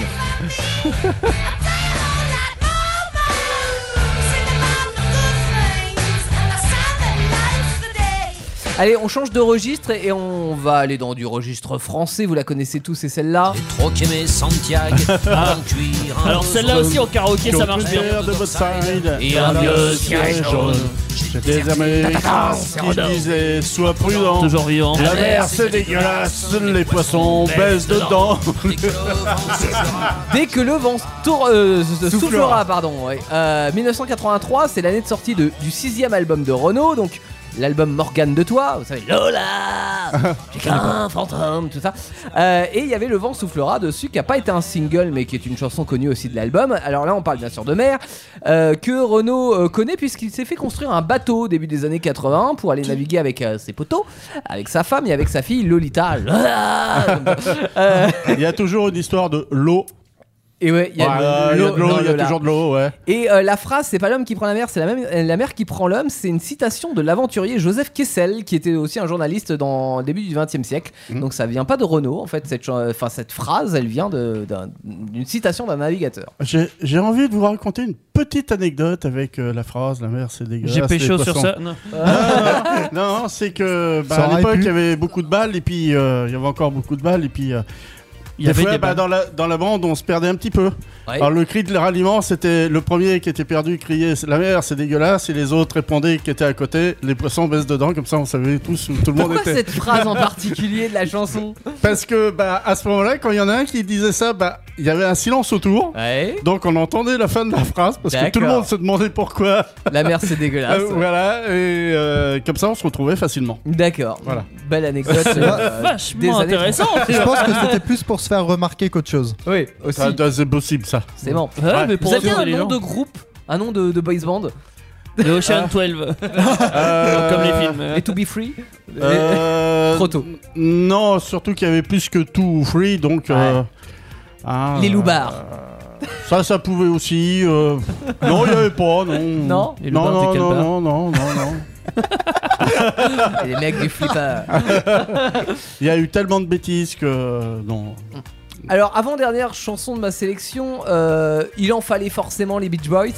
Speaker 3: Allez, on change de registre et on va aller dans du registre français. Vous la connaissez tous et celle-là.
Speaker 6: Alors, celle-là aussi en karaoké, ça marche bien.
Speaker 4: Conteneur de votre side.
Speaker 6: Et un vieux ciel jaune.
Speaker 4: J'ai des Américains qui
Speaker 6: Rodin.
Speaker 4: disaient sois prudent.
Speaker 6: Toujours vivant.
Speaker 4: La mer c'est dégueulasse, les poissons baissent dedans.
Speaker 3: Dès que le vent tour- euh, se- se soufflera, pardon. ouais. Euh, 1983, c'est l'année de sortie de- du sixième album de Renault, donc l'album Morgane de toi. Vous savez, Lola, j'ai qu'un fantôme, tout ça. Euh, et il y avait Le vent soufflera dessus, qui a pas été un single, mais qui est une chanson connue aussi de l'album. Alors là, on parle bien sûr de mer, euh, que Renault euh, connaît puisqu'il s'est fait construire un bateau au début des années 80 pour aller naviguer avec euh, ses poteaux, avec sa femme et avec sa fille Lolita. Lola.
Speaker 4: Il y a toujours une histoire de l'eau
Speaker 3: Et ouais, il y a
Speaker 4: Voilà,
Speaker 3: le-
Speaker 4: il y a
Speaker 3: l'eau-
Speaker 4: de l'eau,
Speaker 3: dans
Speaker 4: il y a
Speaker 3: le là.
Speaker 4: toujours de l'eau, ouais.
Speaker 3: Et euh, la phrase, c'est pas l'homme qui prend la mer, c'est la, même, euh, la mer qui prend l'homme. C'est une citation de l'aventurier Joseph Kessel, qui était aussi un journaliste dans le début du XXe siècle.
Speaker 4: Mhm.
Speaker 3: Donc ça vient pas de Renault, en fait. Cette, chan- enfin, cette phrase, elle vient de- d'un- d'une citation d'un navigateur.
Speaker 4: J'ai j'ai envie de vous raconter une petite anecdote avec euh, la phrase La mer, c'est dégueulasse.
Speaker 6: J'ai
Speaker 4: les
Speaker 6: pécho sur
Speaker 4: poissons.
Speaker 6: ça. Non.
Speaker 4: Ah, non, non, c'est que bah,
Speaker 5: Ça
Speaker 4: à
Speaker 5: aurait
Speaker 4: l'époque,
Speaker 5: pu.
Speaker 4: il y avait beaucoup de balles et puis euh, il y avait encore beaucoup de balles et puis. euh,
Speaker 6: Il y
Speaker 4: des
Speaker 6: avait
Speaker 4: fois,
Speaker 6: des
Speaker 4: bah,
Speaker 6: balles.
Speaker 4: dans, la, dans la bande, on se perdait un petit peu.
Speaker 3: Ouais.
Speaker 4: Alors, le cri de ralliement, c'était le premier qui était perdu criait La mer, c'est dégueulasse, et les autres répondaient qui étaient à côté Les poissons baissent dedans, comme ça, on savait tous où tout le monde
Speaker 3: Pourquoi
Speaker 4: était.
Speaker 3: cette phrase en particulier de la chanson
Speaker 4: Parce que, bah, à ce moment-là, quand il y en a un qui disait ça, bah, il y avait un silence autour.
Speaker 3: Ouais.
Speaker 4: Donc, on entendait la fin de la phrase parce que tout le
Speaker 3: D'accord.
Speaker 4: monde se demandait pourquoi.
Speaker 3: La mer, c'est dégueulasse.
Speaker 4: Euh, voilà, et euh, comme ça, on se retrouvait facilement.
Speaker 3: D'accord.
Speaker 4: Voilà.
Speaker 3: Belle anecdote. euh, des
Speaker 6: Vachement
Speaker 3: années
Speaker 6: intéressant.
Speaker 5: Je pense que c'était plus pour se faire remarquer qu'autre chose.
Speaker 3: 30. Oui, aussi.
Speaker 4: Ça, Ah, bah, C'est possible, ça.
Speaker 3: C'est bon.
Speaker 6: Ouais, mais pour
Speaker 3: Vous aviez un
Speaker 6: retrouver les
Speaker 3: nom
Speaker 6: gens.
Speaker 3: de groupe un nom de, de boys band
Speaker 6: The Ocean 12.
Speaker 4: Euh,
Speaker 6: Comme les films.
Speaker 3: et To Be Free
Speaker 4: euh,
Speaker 3: Trop tôt.
Speaker 4: Non, surtout qu'il y avait plus que tout ou free, donc. euh, ah,
Speaker 3: Les
Speaker 4: euh,
Speaker 3: loupards.
Speaker 4: Ça, ça pouvait aussi. euh, Non, il n'y avait pas, non.
Speaker 3: Non
Speaker 6: Les
Speaker 4: non,
Speaker 6: loupards,
Speaker 4: non,
Speaker 6: t'es quel
Speaker 4: non,
Speaker 6: bar
Speaker 4: non, non, non, non.
Speaker 3: Et les mecs du flipper.
Speaker 4: Il y a eu tellement de bêtises que. euh, Non.
Speaker 3: Alors, avant-dernière chanson de ma sélection, euh, il en fallait forcément les Beach Boys.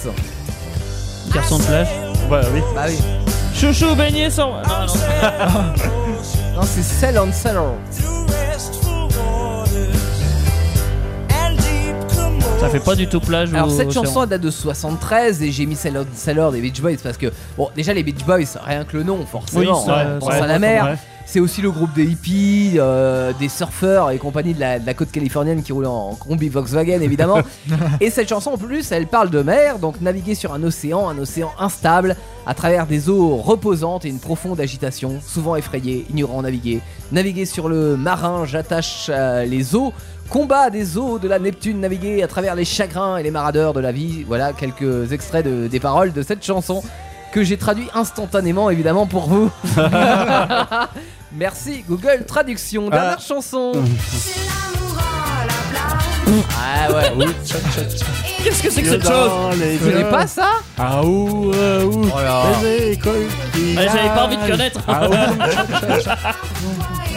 Speaker 6: Garçon de plage.
Speaker 4: Bah oui.
Speaker 3: Bah oui.
Speaker 6: Chouchou baigné sans. Non, non.
Speaker 3: Non, c'est Cell on Cell.
Speaker 6: Ça fait pas du tout plage.
Speaker 3: Alors,
Speaker 6: ou
Speaker 3: cette
Speaker 6: océan.
Speaker 3: chanson elle date de 73 et j'ai mis Cell on Cell des Beach Boys parce que, bon, déjà les Beach Boys, rien que le nom, forcément.
Speaker 6: Oui, ça,
Speaker 3: hein, on
Speaker 6: ouais,
Speaker 3: pense
Speaker 6: ouais,
Speaker 3: à la mer.
Speaker 4: ouais.
Speaker 3: C'est aussi le groupe des hippies, euh, des surfeurs et compagnie de la, de la côte californienne qui roulent en combi Volkswagen évidemment. et cette chanson en plus, elle parle de mer, donc naviguer sur un océan, un océan instable, à travers des eaux reposantes et une profonde agitation, souvent effrayé, ignorant naviguer. Naviguer sur le marin, j'attache euh, les eaux. Combat des eaux de la Neptune, naviguer à travers les chagrins et les maradeurs de la vie. Voilà quelques extraits de- des paroles de cette chanson que j'ai traduit instantanément évidemment pour vous. Merci Google Traduction, dernière
Speaker 4: Ah.
Speaker 3: chanson.
Speaker 7: C'est l'amour à la plage.
Speaker 3: Ah ouais.
Speaker 6: Qu'est-ce que c'est que
Speaker 4: Yeux
Speaker 6: cette chose
Speaker 4: dans les
Speaker 3: Vous connaissez
Speaker 4: yeux.
Speaker 3: pas ça
Speaker 4: Ah ouh, ah ouh.
Speaker 3: là.
Speaker 4: Les écoles qui
Speaker 6: Ouais, Eh, J'avais pas envie de
Speaker 4: nagent.
Speaker 6: connaître.
Speaker 4: Ah ouh.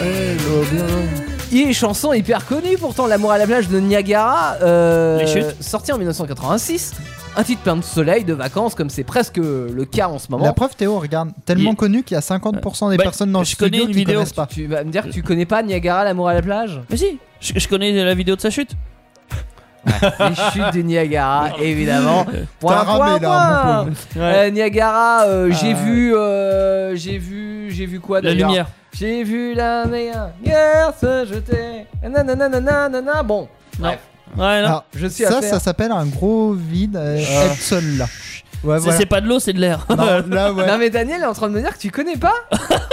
Speaker 4: Eh, l'eau bien.
Speaker 3: euh, Il est chanson hyper connue pourtant, L'amour à la plage de Niagara, euh,
Speaker 6: Les chutes.
Speaker 3: sorti en 1986. Un titre plein de soleil, de vacances, comme c'est presque le cas en ce moment.
Speaker 5: La preuve, Théo, regarde, tellement
Speaker 6: Il-
Speaker 5: connu qu'il y a 50% des
Speaker 6: Bah,
Speaker 5: personnes dans le
Speaker 6: je connais
Speaker 5: studio
Speaker 6: une
Speaker 5: qui
Speaker 6: vidéo.
Speaker 5: connaissent pas.
Speaker 3: Tu vas me dire que tu connais pas Niagara, L'amour à la plage
Speaker 6: Mais si, je, je connais la vidéo de sa chute.
Speaker 3: Les chutes du Niagara, évidemment.
Speaker 5: T'as ramé, là, mon pauvre.
Speaker 3: Euh, Niagara, euh, j'ai
Speaker 5: Ah.
Speaker 3: vu, euh, j'ai vu, j'ai vu quoi
Speaker 6: La
Speaker 3: d'ailleurs
Speaker 6: lumière.
Speaker 3: J'ai vu la mer hier se jeter. Nanana, nanana. Bon,
Speaker 6: Non.
Speaker 3: Bref.
Speaker 6: Ouais, non.
Speaker 5: Alors,
Speaker 3: je suis à
Speaker 5: Ça,
Speaker 3: faire.
Speaker 5: ça s'appelle un gros vide, euh, être seul là. Ouais,
Speaker 6: C'est-
Speaker 5: voilà.
Speaker 6: C'est pas de l'eau, c'est de l'air.
Speaker 5: Non, là, ouais.
Speaker 3: Non mais Daniel est en train de me dire que tu connais pas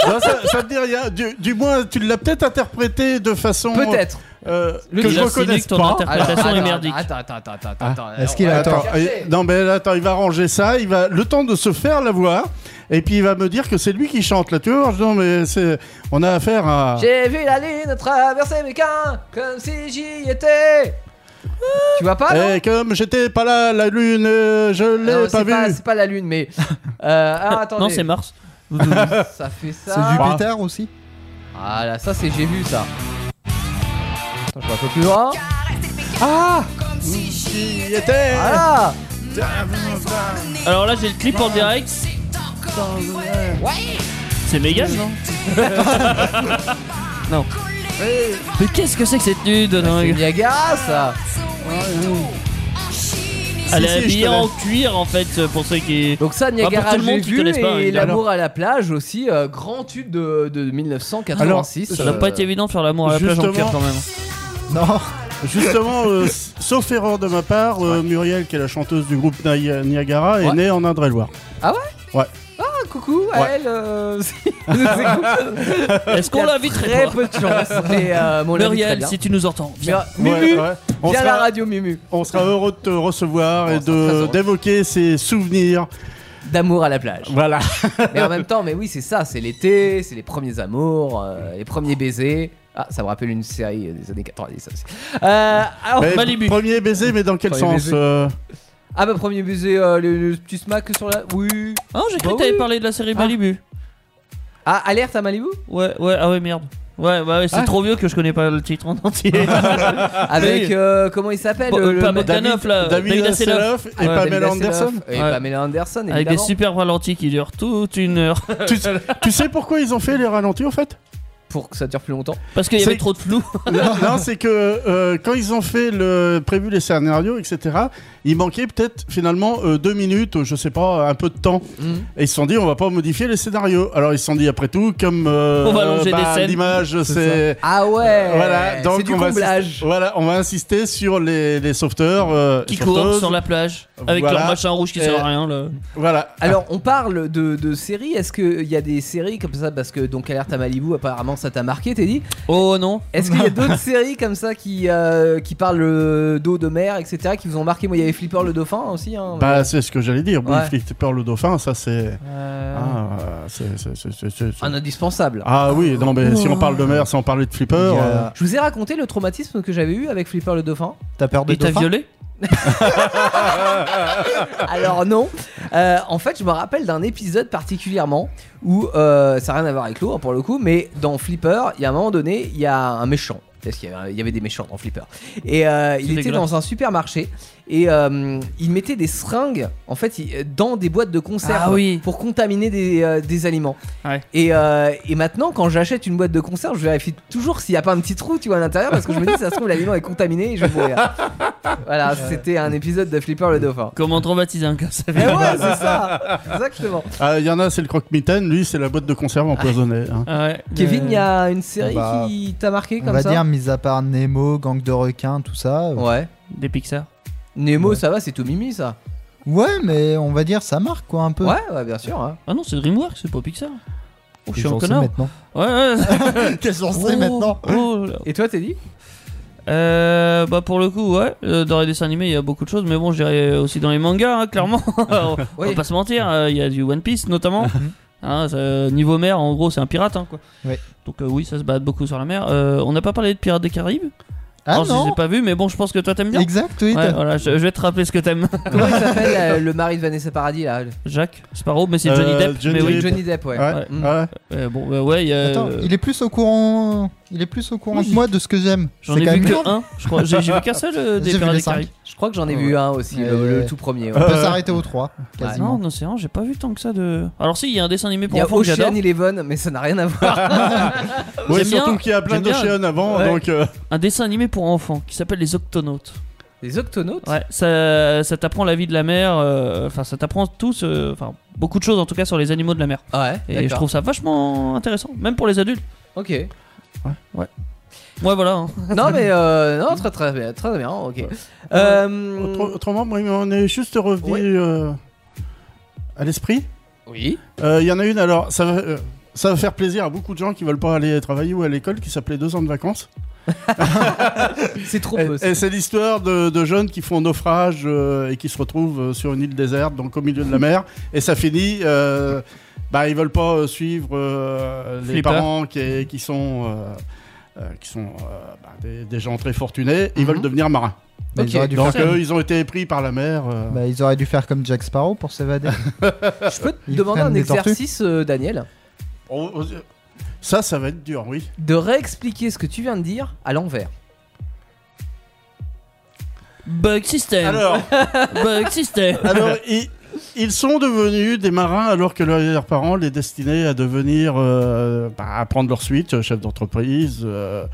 Speaker 4: Non, ça, ça te dit rien. Du, du moins, tu l'as peut-être interprété de façon
Speaker 5: Oh,
Speaker 3: Peut-être.
Speaker 4: euh,
Speaker 3: Le
Speaker 4: que
Speaker 3: titre.
Speaker 4: je
Speaker 6: Il a signé
Speaker 4: reconnais
Speaker 6: que ton
Speaker 4: pas.
Speaker 6: interprète- Interprétation Ah, est merdique.
Speaker 3: Attends, attends, attends, attends, attends.
Speaker 5: Est-ce qu'il
Speaker 3: Alors,
Speaker 5: attend
Speaker 3: on va
Speaker 4: Et-
Speaker 3: chercher.
Speaker 4: non mais attends, il va ranger ça, il va le temps de se faire la voix, et puis il va me dire que c'est lui qui chante là. Tu vois, je dis, non mais c'est, on a affaire à.
Speaker 3: J'ai vu la lune traverser mes camps comme si j'y étais. Tu vois pas non
Speaker 4: Eh, comme j'étais pas là, la lune, euh, je
Speaker 3: Non,
Speaker 4: l'ai
Speaker 3: c'est
Speaker 4: pas vue.
Speaker 3: pas, c'est pas la lune, mais. Euh, ah, attendez.
Speaker 6: Non, c'est Mars.
Speaker 3: Ça fait ça.
Speaker 5: C'est Jupiter aussi.
Speaker 3: Ah là, ça c'est j'ai vu ça. Attends, je vais un peu plus loin. Ah
Speaker 7: Comme si j'y
Speaker 4: J'y étais.
Speaker 3: Voilà
Speaker 6: Alors là, j'ai le clip en direct. C'est méga, non Non. Mais qu'est-ce que Ah, c'est que cette nude
Speaker 3: C'est
Speaker 6: dingue
Speaker 3: Niagara ça
Speaker 6: Elle est
Speaker 4: Si, si, je
Speaker 6: habillée
Speaker 4: te
Speaker 6: en cuir en fait, pour ceux qui.
Speaker 3: Donc ça, Niagara,
Speaker 6: tout le monde
Speaker 3: j'ai
Speaker 6: qui
Speaker 3: vu,
Speaker 6: connaisse pas, hein,
Speaker 3: et
Speaker 6: évidemment.
Speaker 3: L'amour à la plage aussi, euh, grand tube de, de 1986.
Speaker 4: Alors,
Speaker 6: Ça doit
Speaker 3: euh,
Speaker 6: pas être évident de faire l'amour à la plage en
Speaker 4: Justement.
Speaker 6: cuir quand même.
Speaker 5: Non,
Speaker 4: Justement, euh, s- sauf erreur de ma part, euh, Muriel, qui est la chanteuse du groupe Ni- Niagara, est
Speaker 3: Ouais.
Speaker 4: née en Indre-et-Loire.
Speaker 3: Ah, coucou à
Speaker 4: Ouais.
Speaker 3: elle euh, c'est- c'est cool.
Speaker 6: Est-ce qu'on
Speaker 3: Il y a
Speaker 6: l'invite
Speaker 3: Très
Speaker 6: très
Speaker 3: peu de chance, mais euh, mon
Speaker 6: Muriel, si tu nous entends, viens.
Speaker 3: Mimu,
Speaker 4: Ouais, ouais. On
Speaker 3: viens à la
Speaker 4: sera-
Speaker 3: radio, Mimu.
Speaker 4: On sera heureux de te recevoir
Speaker 3: On
Speaker 4: et
Speaker 3: sera très
Speaker 4: de
Speaker 3: heureux.
Speaker 4: d'évoquer ces souvenirs.
Speaker 3: D'amour à la plage.
Speaker 4: Voilà.
Speaker 3: Mais en même temps, mais oui, c'est ça, c'est l'été, c'est les premiers amours, euh, les premiers baisers. Ah, ça me rappelle une série euh, des années 90. aussi. Euh, alors,
Speaker 4: Mais
Speaker 6: Malibu.
Speaker 4: Eh, Premier baiser, mais dans quel
Speaker 3: Premier
Speaker 4: sens
Speaker 3: baiser.
Speaker 4: euh,
Speaker 3: Ah, bah, premier baiser, euh, le, le petit smack sur la. Oui.
Speaker 6: Ah, j'ai cru
Speaker 3: Bah
Speaker 6: que t'avais
Speaker 3: oui.
Speaker 6: parlé de la série
Speaker 3: Ah.
Speaker 6: Malibu.
Speaker 3: Ah, alerte à Malibu
Speaker 6: Ouais, ouais, ah ouais, merde. Ouais, bah ouais, c'est
Speaker 5: Ah.
Speaker 6: trop vieux que je connais pas le titre en entier.
Speaker 4: Ah,
Speaker 3: Avec. euh, comment il s'appelle
Speaker 6: Bon,
Speaker 3: le- le
Speaker 6: pas
Speaker 3: mec-
Speaker 6: Bogdanov, là,
Speaker 4: David
Speaker 6: David
Speaker 4: Hasselhoff et
Speaker 6: Ouais,
Speaker 3: David
Speaker 4: Pamela
Speaker 3: Hasselhoff
Speaker 4: Anderson
Speaker 3: Et
Speaker 6: Ouais.
Speaker 3: Pamela Anderson, évidemment.
Speaker 6: Avec des super ralentis qui durent toute une heure.
Speaker 4: tu, tu sais pourquoi ils ont fait les ralentis, en fait
Speaker 3: Pour que ça dure plus longtemps.
Speaker 6: Parce qu'il y
Speaker 4: C'est-
Speaker 6: avait trop de flou.
Speaker 4: Non, c'est que euh, quand ils ont fait le prévu les scénarios, etc., il manquait peut-être finalement euh, deux minutes, ou je sais pas, un peu de temps.
Speaker 6: Mm.
Speaker 4: Et ils se sont dit, on va pas modifier les scénarios. Alors ils se sont dit, après tout, comme euh,
Speaker 6: On va allonger
Speaker 4: bah,
Speaker 6: des scènes.
Speaker 4: l'image, c'est.
Speaker 3: Ah ouais
Speaker 4: Voilà, donc
Speaker 3: C'est du
Speaker 4: on va
Speaker 3: comblage.
Speaker 4: insister- voilà, on va insister sur les, les sauveteurs euh,
Speaker 6: qui courent
Speaker 4: sauveteuses.
Speaker 6: sur la plage. Avec
Speaker 4: Voilà.
Speaker 6: leur machin rouge qui sert
Speaker 4: Euh,
Speaker 6: à rien. Là.
Speaker 4: Voilà.
Speaker 3: Alors, on parle de, de séries. Est-ce qu'il y a des séries comme ça Parce que, donc, Alerte à Malibu, apparemment, ça t'a marqué, t'es dit.
Speaker 6: Oh non.
Speaker 3: Est-ce qu'il y a d'autres séries comme ça qui, euh, qui parlent euh, d'eau de mer, etc., qui vous ont marqué Moi, il y avait Flipper le Dauphin aussi. Hein,
Speaker 4: Bah, c'est ce que j'allais dire. Oui,
Speaker 3: Ouais.
Speaker 4: Flipper le dauphin, ça c'est.
Speaker 3: Euh,
Speaker 4: Ah, c'est- c'est- c'est- c'est- c'est-
Speaker 3: Un indispensable.
Speaker 4: Ah oui, non, mais si on parle de mer sans parler de Flipper.
Speaker 5: Il y a-
Speaker 4: euh,
Speaker 3: Je vous ai raconté le traumatisme que j'avais eu avec Flipper le Dauphin.
Speaker 5: T'as peur des
Speaker 6: Il t'a
Speaker 5: dauphins
Speaker 6: violé
Speaker 3: Alors non. Euh, en fait, je me rappelle d'un épisode particulièrement où euh, ça n'a rien à voir avec l'eau hein, pour le coup, mais dans Flipper, il y a un moment donné, il y a un méchant. Parce qu'il y avait, il y avait des méchants dans Flipper. Et euh, il était
Speaker 6: dégueulasse.
Speaker 3: dans un supermarché et euh, il mettait des seringues en fait il- dans des boîtes de conserve
Speaker 6: Ah oui.
Speaker 3: pour contaminer des, euh, des aliments.
Speaker 6: Ouais.
Speaker 3: Et, euh, et maintenant, quand j'achète une boîte de conserve, je vérifie toujours s'il n'y a pas un petit trou tu vois, à l'intérieur parce que je me dis ça se trouve l'aliment est contaminé et je vais mourir. voilà, c'était un épisode de Flipper le Dauphin.
Speaker 6: Comment traumatiser un gars ça
Speaker 3: Eh
Speaker 6: fait-
Speaker 3: ouais, c'est ça Exactement
Speaker 4: Ah, il y en a, c'est le croque-mitaine, lui, c'est la boîte de conserve empoisonnée. hein.
Speaker 6: Ah ouais.
Speaker 3: Kevin, il y a une série
Speaker 5: Bah,
Speaker 3: qui t'a marqué
Speaker 5: On
Speaker 3: comme
Speaker 5: va
Speaker 3: ça
Speaker 5: dire, mis à part Nemo, gang de requins, tout ça. euh,
Speaker 3: Ouais.
Speaker 6: Des Pixar.
Speaker 3: Nemo,
Speaker 5: Ouais.
Speaker 3: ça va, c'est tout mimi ça
Speaker 5: Ouais, mais on va dire, ça marque quoi un peu.
Speaker 3: Ouais, ouais, bien sûr. hein.
Speaker 6: Ah non, c'est DreamWorks, c'est pas Pixar. Oh, je
Speaker 5: Qu'est-ce
Speaker 6: suis un
Speaker 5: qu'on sait
Speaker 6: connard.
Speaker 5: maintenant
Speaker 6: Ouais, ouais.
Speaker 5: Qu'est-ce qu'on
Speaker 6: Oh, oh, là.
Speaker 3: Et toi, t'es dit
Speaker 6: Euh, bah pour le coup, ouais. euh, Dans les dessins animés, il y a beaucoup de choses, mais bon, je dirais aussi dans les mangas, hein, clairement. on,
Speaker 3: Oui.
Speaker 6: va pas se mentir, euh, il y a du One Piece notamment.
Speaker 5: Mhm.
Speaker 6: Hein, ça- niveau mer, en gros, c'est un pirate, hein, quoi.
Speaker 5: Ouais.
Speaker 6: Donc euh, oui, ça se bat beaucoup sur la mer. Euh, on n'a pas parlé de Pirates des Caraïbes.
Speaker 5: Ah
Speaker 6: Alors, Je les
Speaker 5: non
Speaker 6: ai pas vu, mais bon, je pense que toi t'aimes bien.
Speaker 5: Exact, oui.
Speaker 6: Ouais,
Speaker 5: t'as-
Speaker 6: voilà, je, je vais te rappeler ce que t'aimes,
Speaker 3: Comment il s'appelle euh, le mari de Vanessa Paradis là
Speaker 6: Jacques Sparrow, mais c'est Johnny
Speaker 4: Euh,
Speaker 6: Depp.
Speaker 4: Johnny
Speaker 6: mais oui.
Speaker 4: Depp.
Speaker 3: Johnny Depp,
Speaker 5: Ah,
Speaker 3: ouais.
Speaker 4: Ouais,
Speaker 6: ouais.
Speaker 3: Mm.
Speaker 4: ouais.
Speaker 6: Euh, bon, euh, ouais, il y a-
Speaker 5: Attends, il est plus au courant. Il est plus au courant que moi de ce que j'aime.
Speaker 6: j'en
Speaker 5: C'est
Speaker 6: ai
Speaker 5: quand
Speaker 6: vu
Speaker 5: même-
Speaker 6: que un, je crois. J'ai j'ai vu qu'un seul euh,
Speaker 5: J'ai
Speaker 6: des
Speaker 5: vu
Speaker 6: Pirates
Speaker 5: les
Speaker 6: des
Speaker 5: cinq.
Speaker 6: Caraïbes.
Speaker 3: Je crois que j'en ai vu un aussi, le,
Speaker 5: Ouais.
Speaker 3: le tout premier.
Speaker 5: On
Speaker 3: ouais. Euh,
Speaker 5: peut s'arrêter aux trois,
Speaker 6: Ah non,
Speaker 5: quasiment.
Speaker 6: en océan, j'ai pas vu tant que ça de. Alors si, il y a un dessin
Speaker 3: Il
Speaker 6: animé
Speaker 3: y
Speaker 6: pour
Speaker 3: a
Speaker 6: enfants que j'adore.
Speaker 3: Ocean Eleven, mais ça n'a rien à voir.
Speaker 4: Ouais,
Speaker 6: J'aime
Speaker 4: surtout
Speaker 6: bien-
Speaker 4: qu'il y a plein
Speaker 6: j'aime bien-
Speaker 4: d'Océan avant,
Speaker 6: Ouais.
Speaker 4: donc. euh,
Speaker 6: Un dessin animé pour enfants qui s'appelle Les Octonautes.
Speaker 3: Les Octonautes
Speaker 6: Ouais, ça, ça t'apprend la vie de la mer. euh, Enfin, ça t'apprend tous, euh, enfin beaucoup de choses en tout cas sur les animaux de la mer.
Speaker 3: Ouais,
Speaker 6: Et je trouve ça vachement intéressant, même pour les adultes.
Speaker 3: Ok.
Speaker 6: Ouais, voilà. hein.
Speaker 3: non, mais euh, non, très très bien, très bien, ok. Euh,
Speaker 4: autre- autrement, moi, il m'en est juste revenu
Speaker 3: Ouais.
Speaker 4: euh, à l'esprit.
Speaker 3: Oui.
Speaker 4: Euh, Il y en a une, alors, ça va, euh, ça va faire plaisir à beaucoup de gens qui veulent pas aller travailler ou à l'école, qui s'appelait Deux ans de vacances.
Speaker 3: C'est trop
Speaker 4: Et,
Speaker 3: peu. ça.
Speaker 4: et c'est l'histoire de, de jeunes qui font naufrage euh, et qui se retrouvent euh, sur une île déserte, donc au milieu de la mer. Et ça finit. euh, bah, ils veulent pas euh, suivre euh, les
Speaker 6: Flipper.
Speaker 4: parents qui, qui sont, euh, euh, qui sont euh, bah, des, des gens très fortunés. Ils veulent devenir marins.
Speaker 5: Bah,
Speaker 3: Ok,
Speaker 5: ils, auraient dû
Speaker 4: Donc
Speaker 5: faire...
Speaker 4: eux, ils ont été pris par la mer. euh.
Speaker 5: bah, ils auraient dû faire comme Jack Sparrow pour s'évader.
Speaker 3: Je peux te
Speaker 5: Ils
Speaker 3: demander
Speaker 5: prennent
Speaker 3: un
Speaker 5: des tortues
Speaker 3: exercice, euh, Daniel
Speaker 4: On- on- Ça, ça va être dur, oui.
Speaker 3: de réexpliquer ce que tu viens de dire à l'envers.
Speaker 6: Bug system.
Speaker 4: Alors,
Speaker 6: Bug system.
Speaker 4: alors ils, ils sont devenus des marins alors que leurs parents les destinaient à devenir, euh, bah, à prendre leur suite, euh, chef d'entreprise. euh,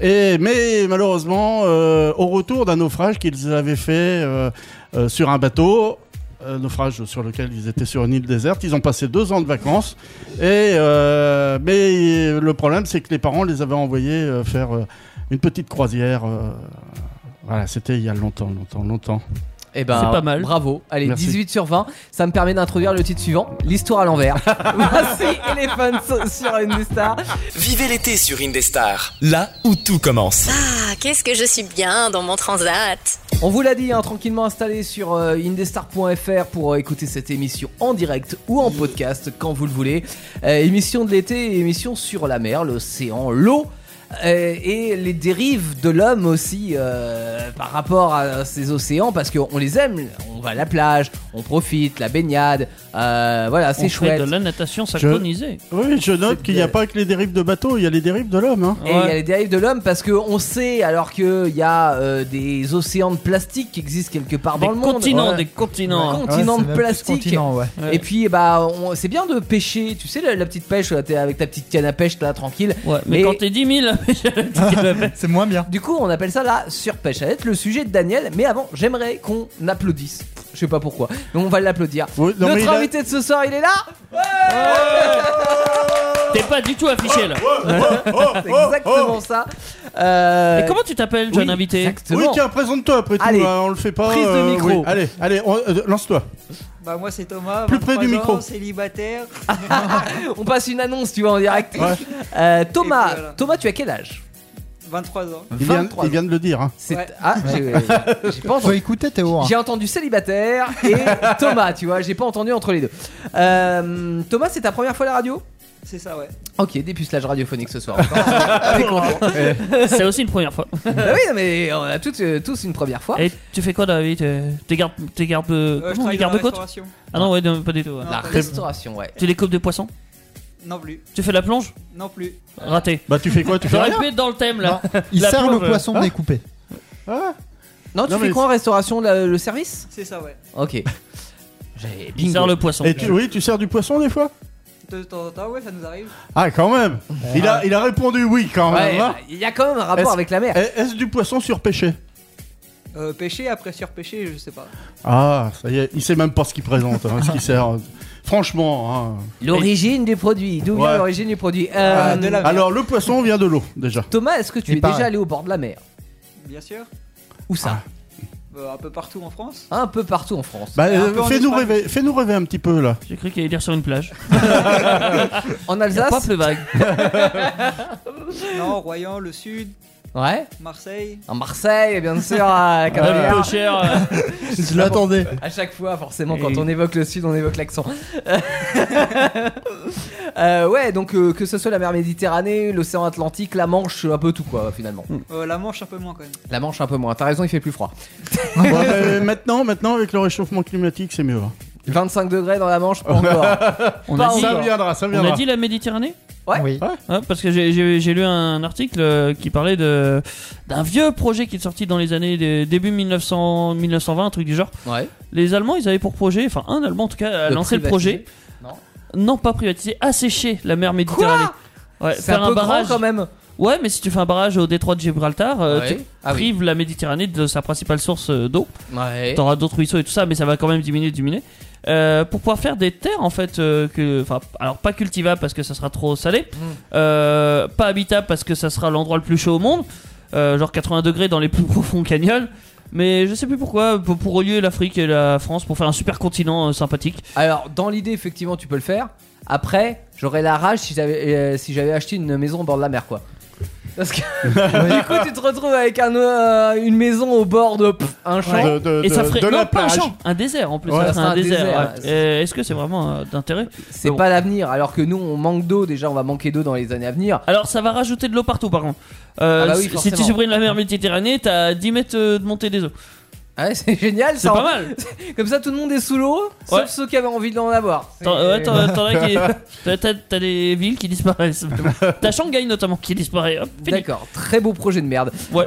Speaker 4: et mais malheureusement, euh, au retour d'un naufrage qu'ils avaient fait euh, euh, sur un bateau. Un naufrage sur lequel ils étaient sur une île déserte. Ils ont passé deux ans de vacances. Et euh, mais le problème, c'est que les parents les avaient envoyés euh, faire euh, une petite croisière. euh, voilà, c'était il y a longtemps, longtemps, longtemps.
Speaker 3: Eh ben,
Speaker 6: C'est pas mal.
Speaker 3: Bravo. Allez,
Speaker 4: Merci.
Speaker 3: 18 sur 20. Ça me permet d'introduire le titre suivant l'histoire à l'envers. Voici Elephants sur Indestar.
Speaker 1: Vivez l'été sur Indestar, là où tout commence.
Speaker 2: Ah, qu'est-ce que je suis bien dans mon transat.
Speaker 3: On vous l'a dit, hein, tranquillement installé sur euh, indestar.fr pour euh, écouter cette émission en direct ou en podcast quand vous le voulez. Euh, émission de l'été et émission sur la mer, l'océan, l'eau. Euh, et les dérives de l'homme aussi euh, par rapport à ces océans, parce qu'on les aime, on va à la plage, on profite, la baignade, euh, voilà,
Speaker 6: On
Speaker 3: c'est
Speaker 6: fait
Speaker 3: chouette.
Speaker 6: de la natation synchronisée.
Speaker 4: Oui, je note
Speaker 3: C'est
Speaker 4: qu'il n'y a
Speaker 3: de-
Speaker 4: pas que les dérives de bateaux, il y a les dérives de l'homme. hein.
Speaker 3: Et il y a
Speaker 6: Ouais.
Speaker 3: les dérives de l'homme parce qu'on sait, alors qu'il y a euh, des océans de plastique qui existent quelque part
Speaker 6: Des
Speaker 3: dans le monde.
Speaker 6: continents,
Speaker 3: Ouais.
Speaker 6: des continents.
Speaker 3: Ouais.
Speaker 5: Ah
Speaker 3: continent
Speaker 5: Ouais,
Speaker 3: de
Speaker 5: c'est même plus
Speaker 3: plastique.
Speaker 5: Continent, ouais.
Speaker 6: Ouais.
Speaker 3: Et puis, bah, on- c'est bien de pêcher, tu sais, la, la petite pêche, là, t'es avec ta petite canne à pêche, là, tranquille.
Speaker 6: Ouais, mais
Speaker 3: Et-
Speaker 6: quand t'es 10 000,
Speaker 5: C'est moins bien.
Speaker 3: Du coup, on appelle ça la surpêche. Ça va être le sujet de Daniel, mais avant, j'aimerais qu'on applaudisse. Je sais pas pourquoi, mais on va l'applaudir.
Speaker 4: Oui, non, mais il
Speaker 3: Notre
Speaker 4: a-
Speaker 3: invité de ce soir, il est là
Speaker 6: t'es pas du tout affiché là.
Speaker 4: Oh,
Speaker 3: C'est exactement ça. Euh,
Speaker 6: Et comment tu t'appelles, jeune
Speaker 3: oui,
Speaker 6: invité
Speaker 3: exactement.
Speaker 4: Oui, tiens, présente-toi après tout,
Speaker 3: Allez.
Speaker 4: hein, on le fait pas.
Speaker 3: Prise de
Speaker 4: oui.
Speaker 3: micro.
Speaker 4: Allez, allez, on- euh, lance-toi.
Speaker 9: Bah moi c'est Thomas,
Speaker 4: Plus près du
Speaker 9: 23 ans,
Speaker 4: micro.
Speaker 9: célibataire.
Speaker 3: On passe une annonce, tu vois, en direct.
Speaker 4: Ouais.
Speaker 3: Euh, Thomas,
Speaker 9: Et voilà.
Speaker 3: Thomas, tu as quel âge
Speaker 9: 23 ans.
Speaker 4: Il vient,
Speaker 3: 23
Speaker 4: il vient de le dire. hein.
Speaker 3: C'est-
Speaker 9: Ouais.
Speaker 3: Ah, j'ai j'ai pas
Speaker 5: Faut
Speaker 3: entendu.
Speaker 5: écouter Théo. hein.
Speaker 3: J'ai entendu célibataire et Thomas, tu vois, j'ai pas entendu entre les deux. Euh, Thomas, c'est ta première fois à la radio
Speaker 9: C'est ça ouais.
Speaker 3: Ok, dépucelage radiophonique ce soir. Encore. On est content.
Speaker 6: C'est aussi une première fois.
Speaker 3: Bah oui, non, mais on a toutes, euh, tous une première fois.
Speaker 6: Et tu fais quoi dans la vie T'es t'es garde, t'es garde,
Speaker 9: Euh, je
Speaker 6: comment on dit,
Speaker 9: travaille dans
Speaker 6: garde
Speaker 9: la
Speaker 6: côte
Speaker 9: restauration.
Speaker 6: Ah non, ouais, non, pas du tout. ouais.
Speaker 9: Non.
Speaker 3: La restauration, ouais.
Speaker 6: Tu découpes des poissons
Speaker 9: Non plus,
Speaker 6: Tu fais de la plonge
Speaker 9: non plus.
Speaker 6: Raté.
Speaker 4: Bah, tu fais quoi Tu fais
Speaker 6: J'aurais
Speaker 4: rien
Speaker 6: pu être dans le thème là.
Speaker 5: Il
Speaker 6: La
Speaker 5: sert
Speaker 6: plonge,
Speaker 5: le
Speaker 6: euh,
Speaker 5: poisson découpé.
Speaker 4: Hein
Speaker 3: Non, tu
Speaker 4: Non,
Speaker 3: fais
Speaker 4: mais
Speaker 3: quoi en restauration le, le service
Speaker 9: C'est ça ouais.
Speaker 3: Ok. J'ai
Speaker 6: Il sert le poisson.
Speaker 4: Et tu, oui, tu sers du poisson des fois
Speaker 9: De temps en temps ouais ça nous arrive.
Speaker 4: Ah, quand même il a, il a répondu oui quand
Speaker 3: Ouais,
Speaker 4: même. hein.
Speaker 3: il y a quand même un rapport
Speaker 4: Est-ce-
Speaker 3: avec la mer.
Speaker 4: Eh, Est-ce du poisson surpêché
Speaker 9: Euh, pêcher après surpêcher je sais pas.
Speaker 4: Ah, ça y est, il sait même pas ce qu'il présente, hein, ce qu'il sert. Franchement. hein.
Speaker 3: L'origine du produit, d'où vient
Speaker 4: Ouais.
Speaker 3: l'origine du produit
Speaker 9: Ah,
Speaker 3: Euh,
Speaker 9: de la mer.
Speaker 4: Alors, le poisson vient de l'eau déjà.
Speaker 3: Thomas, est-ce que tu
Speaker 5: Il
Speaker 3: es
Speaker 5: paraît.
Speaker 3: déjà allé au bord de la mer
Speaker 9: Bien sûr.
Speaker 3: Où ça
Speaker 9: Euh, un peu partout en France.
Speaker 3: Un peu partout en France.
Speaker 4: Bah,
Speaker 9: Et un
Speaker 4: euh,
Speaker 9: peu en
Speaker 4: fais-nous
Speaker 9: Espagne.
Speaker 4: rêver, fais-nous rêver un petit peu là.
Speaker 6: J'ai cru qu'il allait dire sur une plage.
Speaker 3: En
Speaker 6: Il y a pas
Speaker 3: Alsace
Speaker 6: plus vague.
Speaker 9: Non, Royan, le sud,
Speaker 3: Ouais.
Speaker 9: Marseille.
Speaker 3: En Marseille, bien sûr, à
Speaker 6: Un
Speaker 3: Cavalière.
Speaker 6: peu cher. euh,
Speaker 5: Je l'attendais.
Speaker 3: À chaque fois, forcément, quand
Speaker 6: Et-
Speaker 3: on évoque le sud, on évoque l'accent. Euh, ouais, donc euh, que ce soit la mer Méditerranée, l'océan Atlantique, la Manche, un peu tout quoi, finalement.
Speaker 9: Euh, la Manche un peu moins quand même.
Speaker 3: La Manche un peu moins. T'as raison, il fait plus froid.
Speaker 4: Ouais, mais maintenant, maintenant, avec le réchauffement climatique, c'est mieux. hein.
Speaker 3: 25 degrés dans la Manche, pas encore.
Speaker 6: On
Speaker 3: Pas
Speaker 6: a, dit,
Speaker 4: Ça viendra, ça
Speaker 6: on
Speaker 4: viendra.
Speaker 6: a dit la Méditerranée
Speaker 3: Ouais.
Speaker 5: Ah Oui.
Speaker 6: Hein, Parce que j'ai- j'ai j'ai lu un article euh, qui parlait de d'un vieux projet qui est sorti dans les années des- début 1900, 1920, un truc du genre.
Speaker 3: ouais.
Speaker 6: Les Allemands, ils avaient pour projet, enfin un Allemand en tout cas, a lancé Euh, le projet. Non, pas privatiser, assécher la mer Méditerranée. ouais,
Speaker 3: C'est un
Speaker 6: Euh, faire un,
Speaker 3: peu grand
Speaker 6: barrage.
Speaker 3: quand même.
Speaker 6: Ouais, mais si tu fais un barrage au détroit de Gibraltar, euh, tu
Speaker 3: Ah oui.
Speaker 6: prives la Méditerranée de sa principale source euh, d'eau.
Speaker 3: Ouais.
Speaker 6: T'auras d'autres ruisseaux et tout ça, mais ça va quand même diminuer, diminuer. Euh, pour pouvoir faire des terres en fait, euh, que, enfin, alors pas cultivables parce que ça sera trop salé,
Speaker 4: Mmh.
Speaker 6: euh, pas habitables parce que ça sera l'endroit le plus chaud au monde, euh, genre 80 degrés dans les plus profonds cagnoles. Mais je sais plus pourquoi, pour, pour relier l'Afrique et la France, pour faire un super continent euh, sympathique.
Speaker 3: Alors, dans l'idée, effectivement, tu peux le faire. Après, j'aurais la rage si j'avais euh, si j'avais acheté une maison au bord de la mer, quoi. Parce que du coup, tu te retrouves avec un, euh, une maison au bord de pff, un champ.
Speaker 4: De, de-
Speaker 6: et ça
Speaker 4: de-
Speaker 6: ferait
Speaker 4: de
Speaker 6: non,
Speaker 4: la
Speaker 6: pas un
Speaker 4: plage.
Speaker 6: champ, un désert en plus.
Speaker 4: Ouais,
Speaker 6: ça ferait
Speaker 3: ça,
Speaker 6: un,
Speaker 3: un
Speaker 6: désert.
Speaker 3: désert,
Speaker 6: ouais.
Speaker 3: ouais.
Speaker 6: Euh, Est-ce que c'est vraiment euh, d'intérêt
Speaker 3: C'est
Speaker 6: Bon.
Speaker 3: pas l'avenir, alors que nous, on manque d'eau déjà, on va manquer d'eau dans les années à venir.
Speaker 6: Alors ça va rajouter de l'eau partout par contre. Euh,
Speaker 3: Ah bah oui,
Speaker 6: si- si
Speaker 3: forcément.
Speaker 6: tu supprimes la mer Méditerranée, t'as 10 mètres euh, de montée des eaux.
Speaker 3: Ah Ouais, c'est génial,
Speaker 6: C'est
Speaker 3: ça.
Speaker 6: pas mal.
Speaker 3: Comme ça, tout le monde est sous l'eau,
Speaker 6: Ouais.
Speaker 3: sauf ceux qui avaient envie d'en avoir.
Speaker 6: T'en- ouais, t'en- t'en as qui- t'as- T'as t'as des villes qui disparaissent. T'as Shanghai notamment qui disparaît. Hop, Ah, fini.
Speaker 3: D'accord, très beau projet de merde.
Speaker 6: Ouais.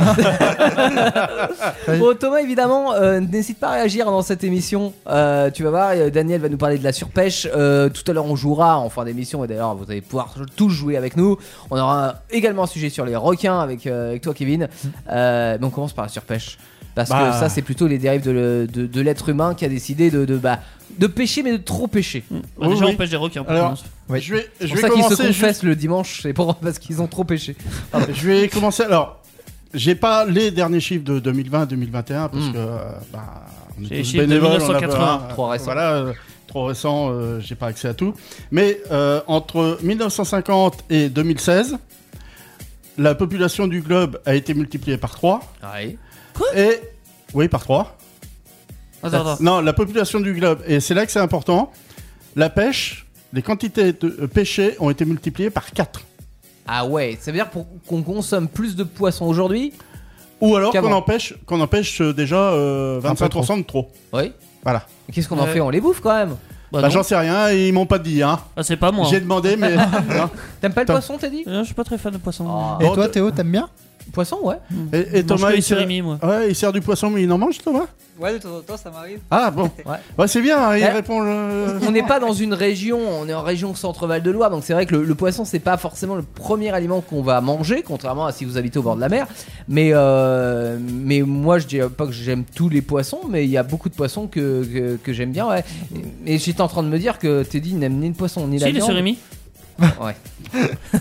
Speaker 3: Bon, Thomas, évidemment, euh, n'hésite pas à réagir dans cette émission. Euh, tu vas voir, euh, Daniel va nous parler de la surpêche. Euh, tout à l'heure, on jouera en fin d'émission. Et d'ailleurs, vous allez pouvoir tous jouer avec nous. On aura également un sujet sur les requins avec, euh, avec toi, Kevin. Euh, mais on commence par la surpêche. Parce
Speaker 4: Hmm. Bah.
Speaker 3: que ça, c'est plutôt les dérives de, le- de- de l'être humain qui a décidé de, de, bah, de pêcher, mais de trop pêcher.
Speaker 6: Bah,
Speaker 4: Oui,
Speaker 6: déjà
Speaker 4: oui.
Speaker 6: on pêche des requins. pour
Speaker 4: Alors,
Speaker 6: commencer.
Speaker 5: Oui.
Speaker 4: Je vais,
Speaker 3: C'est
Speaker 4: je
Speaker 3: pour
Speaker 4: vais
Speaker 3: ça qu'ils se
Speaker 4: commencer. juste-
Speaker 3: confessent le dimanche. C'est pour- parce qu'ils ont trop pêché.
Speaker 4: Je vais commencer. Alors, j'ai pas les derniers chiffres de 2020-2021 parce
Speaker 3: Mm.
Speaker 4: que euh, bah, on
Speaker 6: Hmm. J'ai
Speaker 4: est
Speaker 6: les
Speaker 4: tous
Speaker 6: chiffres de
Speaker 4: bénévoles, on a-
Speaker 6: 1980,
Speaker 4: voilà,
Speaker 3: trop récents.
Speaker 4: Voilà, euh, trop récent, euh, j'ai pas accès à tout. Mais euh, entre 1950 et 2016, la population du globe a été multipliée par 3 et oui par 3.
Speaker 6: Attends, attends.
Speaker 4: Non, la population du globe et c'est là que c'est important. La pêche, les quantités de, euh, pêchées ont été multipliées par 4.
Speaker 3: Ah ouais, ça veut dire pour- qu'on consomme plus de poissons aujourd'hui
Speaker 4: Ou alors qu'on
Speaker 3: Qu'avant.
Speaker 4: empêche, qu'on empêche euh, déjà euh, 25% de trop.
Speaker 3: Oui.
Speaker 4: Voilà.
Speaker 3: Qu'est-ce qu'on en
Speaker 6: Ouais.
Speaker 3: fait On les bouffe quand même.
Speaker 6: Bah,
Speaker 4: Bah,
Speaker 6: non.
Speaker 4: j'en sais rien, ils m'ont pas dit. Hein.
Speaker 6: Ah, c'est pas moi.
Speaker 4: J'ai demandé, mais. hein.
Speaker 3: T'aimes pas le
Speaker 4: Attends.
Speaker 3: poisson, t'as dit
Speaker 6: hein. Non, je suis pas très fan de poisson.
Speaker 3: Ah.
Speaker 4: Bon,
Speaker 5: Et toi,
Speaker 4: de-
Speaker 5: Théo, t'aimes bien
Speaker 3: Poisson, ouais.
Speaker 4: Et, et
Speaker 6: Je mange
Speaker 4: Thomas,
Speaker 6: que les
Speaker 4: il sert...
Speaker 6: surimi, moi.
Speaker 4: Ouais, il sert du poisson, mais il en mange, Thomas
Speaker 9: Ouais, de temps en temps, ça m'arrive.
Speaker 4: Ah bon.
Speaker 3: Ouais.
Speaker 4: Ouais, c'est bien, hein, il
Speaker 3: Ouais.
Speaker 4: répond. euh,
Speaker 3: On n'est pas dans une région, on est en région Centre-Val de Loire, donc c'est vrai que le, le poisson c'est pas forcément le premier aliment qu'on va manger, contrairement à si vous habitez au bord de la mer. Mais euh, mais moi je dis pas que j'aime tous les poissons, mais il y a beaucoup de poissons que, que, que j'aime bien. Ouais. Et j'étais en train de me dire que Teddy n'aime ni le poisson ni la
Speaker 6: Si, les
Speaker 3: viande.
Speaker 6: surimi.
Speaker 3: Ouais.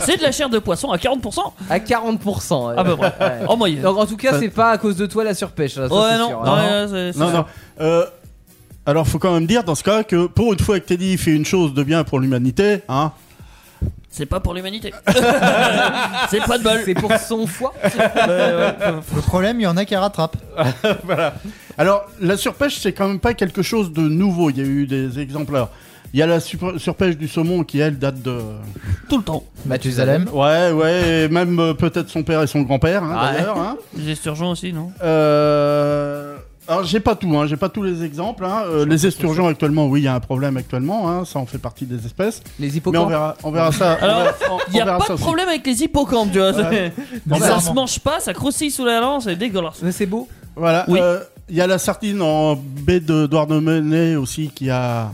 Speaker 6: C'est de la chair de poisson à 40%.
Speaker 3: À 40%. ouais.
Speaker 6: Ah bah voilà.
Speaker 3: Ouais.
Speaker 6: En moyenne.
Speaker 3: Donc en tout cas c'est pas à cause de toi la surpêche. ça, ça,
Speaker 6: ouais,
Speaker 3: c'est
Speaker 6: non.
Speaker 3: sûr,
Speaker 6: non,
Speaker 3: hein.
Speaker 6: ouais, c'est- c'est
Speaker 4: Non,
Speaker 6: ça.
Speaker 4: non. Euh, alors, faut quand même dire dans ce cas que pour une fois que Teddy il fait une chose de bien pour l'humanité, hein,
Speaker 6: C'est pas pour l'humanité. c'est pas de bol.
Speaker 3: C'est pour son foie.
Speaker 5: Le problème, il y en a qui rattrapent.
Speaker 4: Alors, la surpêche, c'est quand même pas quelque chose de nouveau. Il y a eu des exemplaires. Il y a la super- surpêche du saumon qui, elle, date de.
Speaker 6: Tout le temps.
Speaker 5: Mathusalem.
Speaker 4: Ouais, ouais, et même euh, peut-être son père et son grand-père, hein,
Speaker 3: Ah ouais.
Speaker 4: d'ailleurs. hein.
Speaker 6: Les esturgeons aussi, non
Speaker 4: Euh, Alors, j'ai pas tout, hein, j'ai pas tous les exemples. hein. Euh, les esturgeons, actuellement, oui, il y a un problème actuellement. hein, Ça en fait partie des espèces.
Speaker 3: Les
Speaker 4: Mais on
Speaker 3: hippocampes.
Speaker 4: verra, on verra ça.
Speaker 6: Alors,
Speaker 4: on verra- on-
Speaker 6: Il n'y
Speaker 4: on
Speaker 6: a
Speaker 4: verra
Speaker 6: pas
Speaker 4: ça
Speaker 6: de
Speaker 4: aussi. ben,
Speaker 6: problème avec les hippocampes, tu vois. c'est- Ça se
Speaker 5: Bizarrement.
Speaker 6: mange pas, ça croustille sous la lance, c'est dégueulasse.
Speaker 3: Mais C'est beau.
Speaker 4: Voilà.
Speaker 6: Oui.
Speaker 4: euh, Il y a la sardine en baie de Douarnenez aussi qui a.